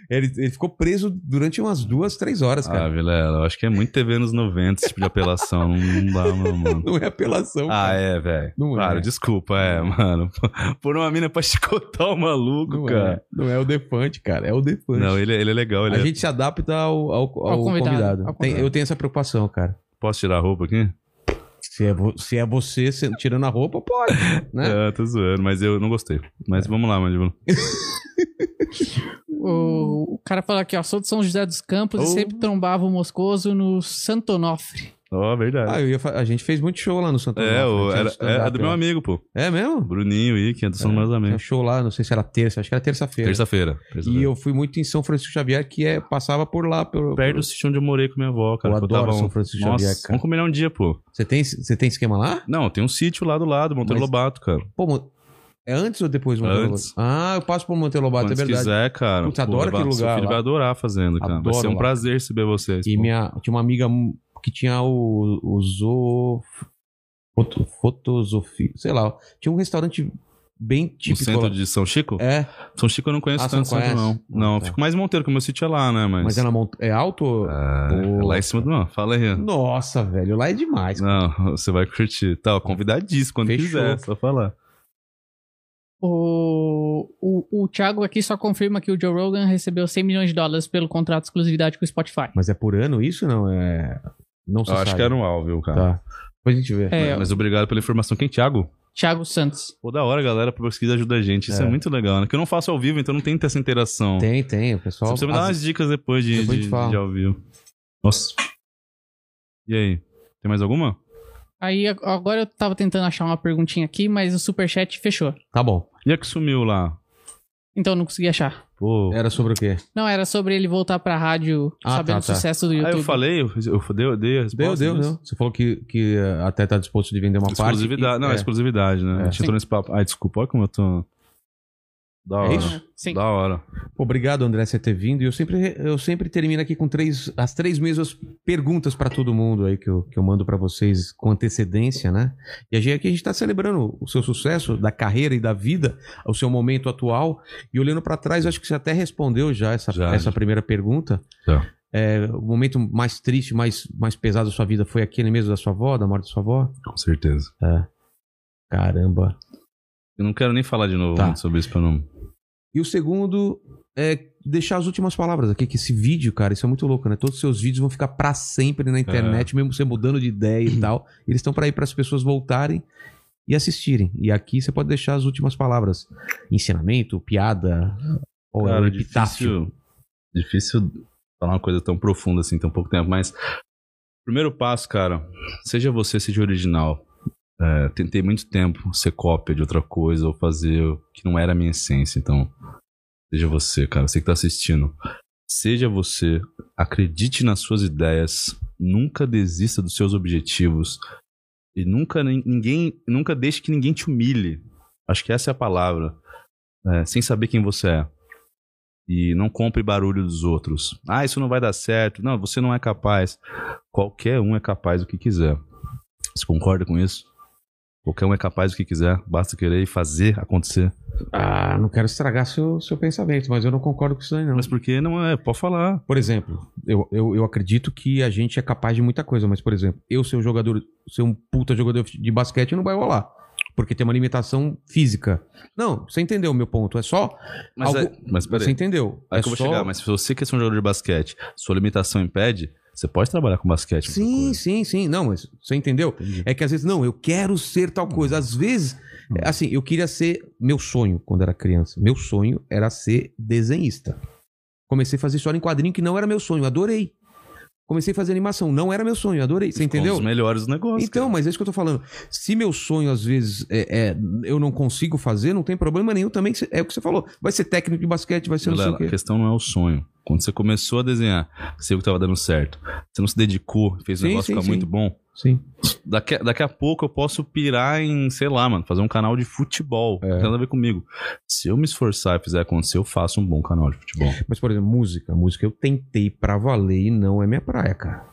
Speaker 1: Ele, ele ficou preso durante umas duas, três horas,
Speaker 2: Ah,
Speaker 1: cara.
Speaker 2: Vilela, eu acho que é muito TV nos 90 esse tipo de apelação. Não, não dá, não, mano.
Speaker 1: Não é apelação.
Speaker 2: Ah,
Speaker 1: cara.
Speaker 2: é, velho.
Speaker 1: Não
Speaker 2: Claro,
Speaker 1: é.
Speaker 2: desculpa, é, mano. Por uma mina pra chicotar o maluco,
Speaker 1: Não,
Speaker 2: cara.
Speaker 1: é. não é o Defante, cara. É o Defante.
Speaker 2: Não, ele, ele é legal. Ele
Speaker 1: A
Speaker 2: é-
Speaker 1: gente se adapta ao, ao- ao
Speaker 3: Ao convidado,
Speaker 1: convidado.
Speaker 3: ao
Speaker 1: Tem-
Speaker 3: convidado.
Speaker 1: eu tenho essa preocupação, cara.
Speaker 2: Posso tirar a roupa aqui?
Speaker 1: Se é, vo- se é você se- tirando a roupa, pode, né?
Speaker 2: É, tô zoando, mas eu não gostei. Mas
Speaker 1: É.
Speaker 2: vamos lá, Mandíbula.
Speaker 3: O, o cara fala aqui, ó, sou de São José dos Campos
Speaker 2: Oh.
Speaker 3: e sempre trombava o Moscoso no Santonofre.
Speaker 2: Ó, verdade.
Speaker 1: Ah, eu ia fa- a gente fez muito show lá no Santa
Speaker 2: é,
Speaker 1: Maria,
Speaker 2: o,
Speaker 1: a gente
Speaker 2: era,
Speaker 1: fez stand-up
Speaker 2: é do meu
Speaker 1: lá.
Speaker 2: amigo, pô.
Speaker 1: É mesmo?
Speaker 2: Bruninho e que é dos
Speaker 1: É,
Speaker 2: meus
Speaker 1: Tinha
Speaker 2: amigos.
Speaker 1: show lá, não sei se era terça, acho que era terça-feira.
Speaker 2: Terça-feira. terça-feira. né?
Speaker 1: E eu fui muito em São Francisco Xavier, que é, passava por lá. Pelo,
Speaker 2: Perto do sítio onde eu morei com minha avó, cara.
Speaker 1: Eu
Speaker 2: que
Speaker 1: adoro
Speaker 2: tava
Speaker 1: São
Speaker 2: um-
Speaker 1: Francisco
Speaker 2: Nossa,
Speaker 1: Xavier, cara.
Speaker 2: Vamos combinar um dia, pô.
Speaker 1: Você tem, você tem esquema lá?
Speaker 2: Não, tem um sítio lá do lado, Monteiro
Speaker 1: Mas-
Speaker 2: Lobato, cara.
Speaker 1: Pô, mo- é antes ou depois do Monteiro
Speaker 2: Antes.
Speaker 1: Lobato? Ah, eu passo por Monteiro Lobato,
Speaker 2: Quando
Speaker 1: é
Speaker 2: você
Speaker 1: verdade.
Speaker 2: quiser, cara.
Speaker 1: Putz, adoro
Speaker 2: vai-
Speaker 1: aquele
Speaker 2: seu
Speaker 1: lugar
Speaker 2: filho
Speaker 1: lá.
Speaker 2: vai adorar fazendo, cara. vai
Speaker 1: Adoro
Speaker 2: ser um
Speaker 1: lá.
Speaker 2: prazer receber vocês.
Speaker 1: E
Speaker 2: pô.
Speaker 1: minha, tinha uma amiga mu- que tinha o, o zo... Foto, fotosofia, sei lá. Tinha um restaurante bem
Speaker 2: O
Speaker 1: típico.
Speaker 2: centro
Speaker 1: lá.
Speaker 2: de São Chico?
Speaker 1: É,
Speaker 2: São Chico eu não conheço
Speaker 1: Ah, você
Speaker 2: tanto,
Speaker 1: não
Speaker 2: santo, não.
Speaker 1: conhece?
Speaker 2: Não,
Speaker 1: Ah,
Speaker 2: eu
Speaker 1: tá.
Speaker 2: fico mais Monteiro, que o meu sítio é lá, né? Mas,
Speaker 1: mas é, na Hum. mont... é alto? ou-
Speaker 2: Ah,
Speaker 1: Boa.
Speaker 2: lá em cima do... Não, fala aí.
Speaker 1: Nossa, velho, lá é demais.
Speaker 2: Não, você vai curtir. Tá, ó, convidadíssimo quando
Speaker 1: Fechou.
Speaker 2: quiser, só falar.
Speaker 3: O, o, o Thiago aqui só confirma que o Joe Rogan recebeu 100 milhões de dólares pelo contrato de exclusividade com o Spotify.
Speaker 1: Mas é por ano isso? Não, é... Não se
Speaker 2: Eu acho
Speaker 1: sabe.
Speaker 2: que era um viu, cara?
Speaker 1: Tá. Depois a gente vê.
Speaker 3: É,
Speaker 2: Mas obrigado pela informação. Quem, Thiago?
Speaker 3: Thiago Santos.
Speaker 2: Pô, da hora, galera, por pesquisa ajuda a gente. Isso é.
Speaker 1: É.
Speaker 2: muito legal, né? Que eu não faço ao vivo, então não tem essa interação.
Speaker 1: Tem, tem, o
Speaker 2: Você
Speaker 1: pessoal...
Speaker 2: precisa me dar umas dicas depois de,
Speaker 1: Depois a
Speaker 2: de,
Speaker 1: gente fala.
Speaker 2: de ao vivo. Nossa. E aí? Tem mais alguma?
Speaker 3: Aí ag- agora eu tava tentando achar uma perguntinha aqui, mas o superchat fechou.
Speaker 1: Tá bom.
Speaker 2: E a que sumiu lá?
Speaker 3: Então eu não consegui achar.
Speaker 2: Pô.
Speaker 1: Era sobre o quê?
Speaker 3: Não, era sobre ele voltar pra rádio
Speaker 1: Ah,
Speaker 3: sabendo
Speaker 1: tá,
Speaker 3: o
Speaker 1: tá.
Speaker 3: sucesso do
Speaker 2: Aí
Speaker 3: YouTube.
Speaker 2: eu falei, eu, eu dei, eu dei a resposta.
Speaker 1: Deu, deu,
Speaker 2: disso?
Speaker 1: deu. Você falou que, que eh, até tá disposto de vender uma
Speaker 2: Exclusividade.
Speaker 1: parte.
Speaker 2: não, é. exclusividade, né?
Speaker 1: É.
Speaker 2: A gente entrou nesse papo. Ai, desculpa, olha como eu tô. Da hora.
Speaker 1: É isso?
Speaker 3: Sim.
Speaker 2: Da hora.
Speaker 1: Obrigado, André, você ter vindo. E eu sempre, eu sempre termino aqui com três, as três mesmas perguntas para todo mundo aí que eu, que eu mando para vocês com antecedência, né? E a gente, aqui a gente está celebrando o seu sucesso da carreira e da vida, o seu momento atual. E olhando para trás, acho que você até respondeu já essa,
Speaker 2: Já,
Speaker 1: essa
Speaker 2: já.
Speaker 1: primeira pergunta.
Speaker 2: Já.
Speaker 1: É, o momento mais triste, mais, mais pesado da sua vida foi aquele mesmo da sua avó, da morte da sua avó?
Speaker 2: Com certeza.
Speaker 1: Caramba.
Speaker 2: Eu não quero nem falar de novo
Speaker 1: Tá.
Speaker 2: muito sobre isso pra não.
Speaker 1: E o segundo é deixar as últimas palavras aqui, que esse vídeo, cara, isso é muito louco, né? Todos os seus vídeos vão ficar pra sempre na internet,
Speaker 2: É.
Speaker 1: mesmo você mudando de ideia e tal. Eles estão pra aí para as pessoas voltarem e assistirem. E aqui você pode deixar as últimas palavras. Ensinamento, piada, ou é um
Speaker 2: Cara,
Speaker 1: epitáfio.
Speaker 2: difícil, difícil falar uma coisa tão profunda assim, em tão pouco tempo, mas primeiro passo, cara, seja você, seja original. É, tentei muito tempo ser cópia de outra coisa ou fazer o que não era a minha essência, então seja você, cara, você que tá assistindo. Seja você, acredite nas suas ideias, nunca desista dos seus objetivos e nunca nin- ninguém, nunca deixe que ninguém te humilhe. Acho que essa é a palavra. É, sem saber quem você é. E não compre barulho dos outros. Ah, isso não vai dar certo. Não, você não é capaz. Qualquer um é capaz do que quiser. Você concorda com isso? Qualquer um é capaz do que quiser. Basta querer e fazer acontecer.
Speaker 1: Ah, não quero estragar seu, seu pensamento, mas eu não concordo com isso aí, não.
Speaker 2: Mas por que não é? Pode falar.
Speaker 1: Por exemplo, eu, eu, eu acredito que a gente é capaz de muita coisa, mas, por exemplo, eu ser um jogador, ser um puta jogador de basquete não vai rolar. Porque tem uma limitação física. Não, você entendeu o meu ponto. É só.
Speaker 2: Mas,
Speaker 1: algo-
Speaker 2: é, mas peraí.
Speaker 1: Você entendeu?
Speaker 2: Aí
Speaker 1: é
Speaker 2: que eu vou
Speaker 1: só-
Speaker 2: chegar. Mas se você quer ser um jogador de basquete, sua limitação impede, você pode trabalhar com basquete.
Speaker 1: Sim, sim, sim. Não, mas você entendeu? É que às vezes, não, eu quero ser tal coisa. Às vezes,
Speaker 2: Hum.
Speaker 1: é, assim, eu queria ser. Meu sonho, quando era criança, meu sonho era ser desenhista. Comecei a fazer história em quadrinho, que não era meu sonho, adorei. Comecei a fazer animação, não era meu sonho, adorei. Você
Speaker 2: Entendeu?
Speaker 1: entendeu?
Speaker 2: Os melhores negócios.
Speaker 1: Então,
Speaker 2: cara.
Speaker 1: mas é isso que eu tô falando. Se meu sonho, às vezes, é, é- eu não consigo fazer, não tem problema nenhum também. que cê- É o que você falou. Vai ser técnico de basquete, vai ser
Speaker 2: Galera,
Speaker 1: não sei
Speaker 2: a
Speaker 1: o quê.
Speaker 2: questão não é o sonho. Quando você começou a desenhar, você viu que tava dando certo. Você não se dedicou, fez o
Speaker 1: Sim,
Speaker 2: negócio
Speaker 1: sim,
Speaker 2: ficar
Speaker 1: sim.
Speaker 2: muito bom.
Speaker 1: Sim.
Speaker 2: Daqui, daqui a pouco eu posso pirar em, sei lá, mano, fazer um canal de futebol.
Speaker 1: É.
Speaker 2: Não tem nada a ver comigo. Se eu me esforçar e fizer acontecer, eu faço um bom canal de futebol.
Speaker 1: Mas, por exemplo, música. Música eu tentei pra valer e não é minha praia, cara.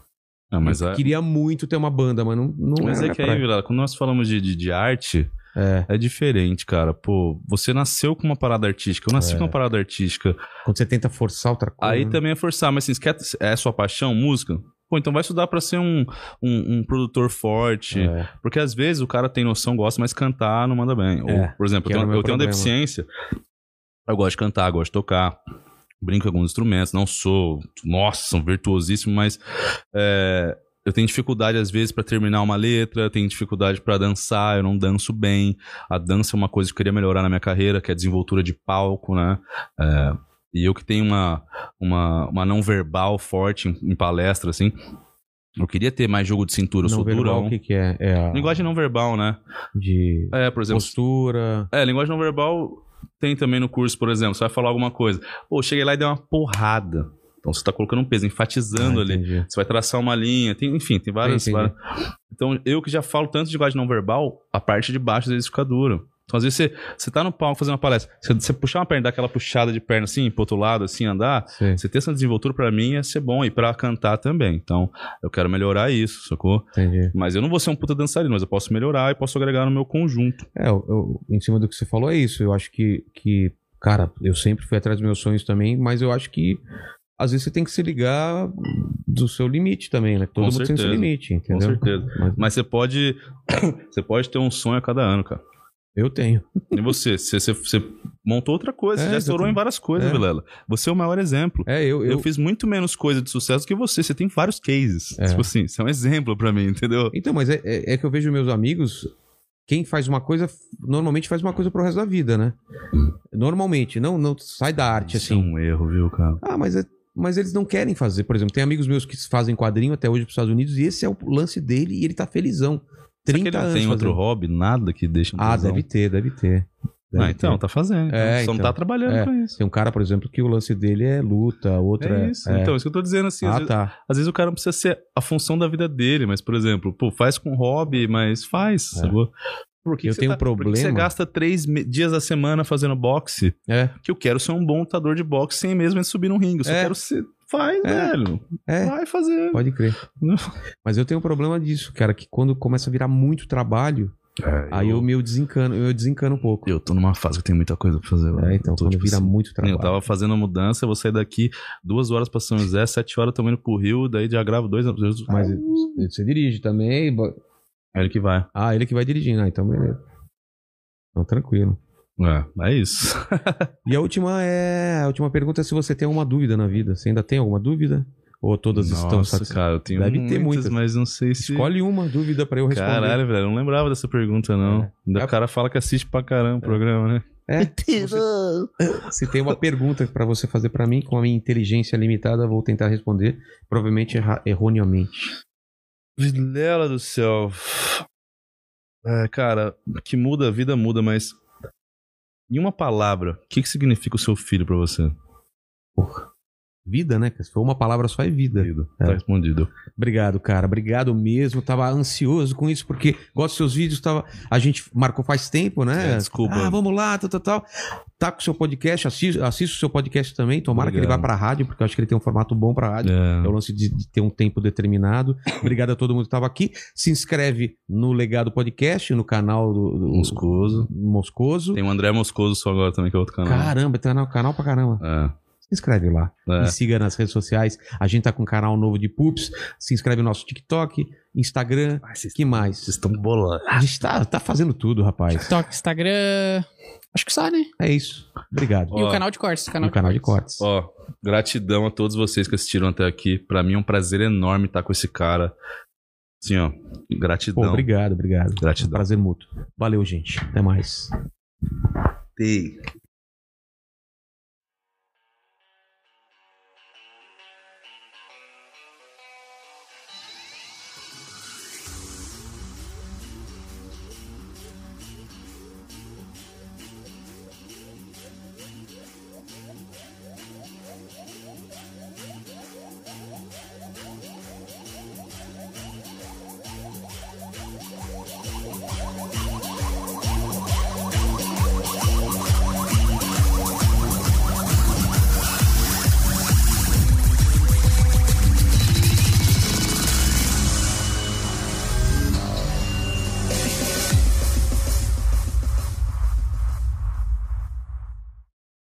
Speaker 2: Ah, mas
Speaker 1: eu
Speaker 2: é,
Speaker 1: queria muito ter uma banda, mas não, não
Speaker 2: mas
Speaker 1: era
Speaker 2: é
Speaker 1: minha
Speaker 2: que aí,
Speaker 1: praia.
Speaker 2: Vilela, quando nós falamos de, de, de arte,
Speaker 1: É.
Speaker 2: é diferente, cara. Pô, você nasceu com uma parada artística. Eu nasci
Speaker 1: É.
Speaker 2: com uma parada artística.
Speaker 1: Quando você tenta forçar outra coisa.
Speaker 2: Aí
Speaker 1: né?
Speaker 2: também é forçar, mas assim, se quer, é sua paixão, música? Pô, então vai estudar pra ser um, um, um produtor forte,
Speaker 1: É.
Speaker 2: Porque às vezes o cara tem noção, gosta, mas cantar não manda bem.
Speaker 1: É,
Speaker 2: Ou, por exemplo,
Speaker 1: que
Speaker 2: eu
Speaker 1: era
Speaker 2: tenho, um,
Speaker 1: o meu
Speaker 2: eu tenho uma
Speaker 1: problema.
Speaker 2: deficiência. Eu gosto de cantar, gosto de tocar. Brinco com alguns instrumentos. Não sou, nossa, um virtuosíssimo, mas é, eu tenho dificuldade às vezes pra terminar uma letra, tenho dificuldade pra dançar, eu não danço bem. A dança é uma coisa que eu queria melhorar na minha carreira, que é a desenvoltura de palco, né? É, e eu que tenho uma, uma, uma não verbal forte em, em palestra, assim. Eu queria ter mais jogo de cintura, eu
Speaker 1: não
Speaker 2: sou
Speaker 1: verbal,
Speaker 2: durão.
Speaker 1: o que, que é? É a
Speaker 2: Linguagem não verbal, né?
Speaker 1: de
Speaker 2: É, por exemplo,
Speaker 1: postura.
Speaker 2: É, linguagem não verbal tem também no curso, por exemplo. Você vai falar alguma coisa. Pô, cheguei lá e dei uma porrada. Então você tá colocando um peso, enfatizando
Speaker 1: Ah,
Speaker 2: ali.
Speaker 1: entendi.
Speaker 2: Você vai traçar uma linha. Tem, enfim, tem várias,
Speaker 1: Entendi.
Speaker 2: várias- Então, eu que já falo tanto de linguagem não verbal, a parte de baixo às vezes fica dura. Então, às vezes, você, você tá no palco fazendo uma palestra, você, você puxar uma perna, dar aquela puxada de perna assim, pro outro lado, assim, andar,
Speaker 1: Sei,
Speaker 2: você ter essa desenvoltura pra mim ia ser bom, e pra cantar também. Então, eu quero melhorar isso, sacou?
Speaker 1: entendi.
Speaker 2: Mas eu não vou ser um puta dançarino, mas eu posso melhorar e posso agregar no meu conjunto.
Speaker 1: É, eu, eu- em cima do que você falou é isso. Eu acho que, que, cara, eu sempre fui atrás dos meus sonhos também, mas eu acho que às vezes você tem que se ligar do seu limite também, né? Todo
Speaker 2: Com
Speaker 1: mundo tem o seu
Speaker 2: certeza.
Speaker 1: limite, entendeu?
Speaker 2: certeza.
Speaker 1: Mas
Speaker 2: Mas você pode. você pode ter um sonho a cada ano, cara.
Speaker 1: eu tenho.
Speaker 2: E você? Você, você- você montou outra coisa,
Speaker 1: É,
Speaker 2: você já estourou
Speaker 1: exatamente.
Speaker 2: em várias coisas,
Speaker 1: É.
Speaker 2: Vilela. Você é o maior exemplo.
Speaker 1: É, eu,
Speaker 2: Eu...
Speaker 1: eu,
Speaker 2: fiz muito menos coisa de sucesso que você. Você tem vários cases.
Speaker 1: É.
Speaker 2: Tipo assim, você é um exemplo pra mim, entendeu?
Speaker 1: Então, mas é, é- é que eu vejo meus amigos. Quem faz uma coisa, normalmente faz uma coisa pro resto da vida, né? Normalmente, não, não sai da arte,
Speaker 2: Isso é
Speaker 1: assim.
Speaker 2: um erro, viu, cara?
Speaker 1: Ah, mas, é- mas eles não querem fazer. Por exemplo, tem amigos meus que fazem quadrinho até hoje pros Estados Unidos e esse é o lance dele e ele tá felizão.
Speaker 2: Será
Speaker 1: 30
Speaker 2: que ele não
Speaker 1: anos.
Speaker 2: tem outro
Speaker 1: fazendo.
Speaker 2: hobby, nada que deixa um
Speaker 1: Ah,
Speaker 2: tesão?
Speaker 1: deve ter, deve ter. Deve
Speaker 2: Ah, então,
Speaker 1: ter.
Speaker 2: tá fazendo. Então,
Speaker 1: É,
Speaker 2: só não
Speaker 1: então.
Speaker 2: tá trabalhando
Speaker 1: É.
Speaker 2: pra isso.
Speaker 1: Tem um cara, por exemplo, que o lance dele é luta, outra
Speaker 2: É
Speaker 1: é.
Speaker 2: isso.
Speaker 1: é.
Speaker 2: Então, isso que eu tô dizendo assim. às
Speaker 1: ah,
Speaker 2: vezes-
Speaker 1: tá.
Speaker 2: Às vezes o cara não precisa ser a função da vida dele, mas, por exemplo, pô, faz com hobby, mas faz.
Speaker 1: É.
Speaker 2: sacou? Por que
Speaker 1: Eu
Speaker 2: que você
Speaker 1: tenho um
Speaker 2: tá- por que que
Speaker 1: problema.
Speaker 2: você gasta três me- dias a semana fazendo boxe,
Speaker 1: É,
Speaker 2: que eu quero ser um bom lutador de boxe sem mesmo subir num ringue. Eu só
Speaker 1: É.
Speaker 2: quero ser. Faz,
Speaker 1: É.
Speaker 2: velho.
Speaker 1: é.
Speaker 2: Vai fazer.
Speaker 1: Pode crer.
Speaker 2: Não.
Speaker 1: Mas eu tenho um problema disso, cara, que quando começa a virar muito trabalho, Aí eu meio desencano, eu desencano um pouco.
Speaker 2: É, Eu tô numa fase que eu tenho muita coisa pra fazer. velho.
Speaker 1: É, então,
Speaker 2: tô,
Speaker 1: quando
Speaker 2: tipo
Speaker 1: vira
Speaker 2: assim,
Speaker 1: muito trabalho.
Speaker 2: Eu tava fazendo a mudança, eu vou sair daqui duas horas pra São José, sete horas eu tô indo pro Rio, daí já gravo dois anos.
Speaker 1: Mas você dirige também. bo-
Speaker 2: é ele que vai.
Speaker 1: Ah, ele que vai dirigindo. Ah, então beleza. Então, tranquilo.
Speaker 2: É, é isso.
Speaker 1: E a última é. A última pergunta é se você tem alguma dúvida na vida. Você ainda tem alguma dúvida? Ou todas estão
Speaker 2: Nossa,
Speaker 1: satisfeitas?
Speaker 2: cara, eu tenho
Speaker 1: Deve ter muitas.
Speaker 2: mas não sei se.
Speaker 1: Escolhe uma dúvida pra eu responder.
Speaker 2: Caralho, velho, eu não lembrava dessa pergunta, não.
Speaker 1: É.
Speaker 2: Ainda
Speaker 1: É.
Speaker 2: O cara fala que assiste pra caramba o programa, né?
Speaker 1: É, se, você, se tem uma pergunta pra você fazer pra mim, com a minha inteligência limitada, eu vou tentar responder, provavelmente erra- erroneamente.
Speaker 2: Vilela do céu. É, cara, que muda, a vida muda, mas. Em uma palavra, o que, que significa o seu filho pra você?
Speaker 1: Porra. Vida, né? cara? Se for uma palavra só, é vida. É.
Speaker 2: Tá respondido.
Speaker 1: Obrigado, cara. Obrigado mesmo. Tava ansioso com isso, porque gosto dos seus vídeos. Tava... A gente marcou faz tempo, né?
Speaker 2: É, desculpa.
Speaker 1: Ah, vamos lá, tal, tal, tal. Tá com o seu podcast, assista o seu podcast também. Tomara que ele
Speaker 2: Obrigado.
Speaker 1: vá pra rádio, porque eu acho que ele tem um formato bom pra rádio. É o lance de, de ter um tempo determinado. Obrigado a todo mundo que estava aqui. Se inscreve no Legado Podcast, no canal do, do-
Speaker 2: Moscoso.
Speaker 1: Moscoso.
Speaker 2: Tem o André Moscoso só agora também, que é outro canal.
Speaker 1: Caramba, tem canal, canal pra caramba.
Speaker 2: É,
Speaker 1: Se inscreve lá.
Speaker 2: é.
Speaker 1: Me siga nas redes sociais. A gente tá com um canal novo de pups. Se inscreve no nosso TikTok, Instagram. que mais?
Speaker 2: estão bolando.
Speaker 1: A gente tá, tá fazendo tudo, rapaz.
Speaker 3: TikTok, Instagram. Acho que só, né?
Speaker 1: É isso. Obrigado.
Speaker 2: Ó,
Speaker 3: E o canal de cortes. O canal,
Speaker 1: no canal de cortes.
Speaker 2: Ó, gratidão a todos vocês que assistiram até aqui. Pra mim é um prazer enorme estar com esse cara. Assim, ó,
Speaker 1: Pô,
Speaker 2: gratidão.
Speaker 1: obrigado, obrigado.
Speaker 2: Gratidão.
Speaker 1: Prazer mútuo. Valeu, gente. Até mais.
Speaker 2: Gratei.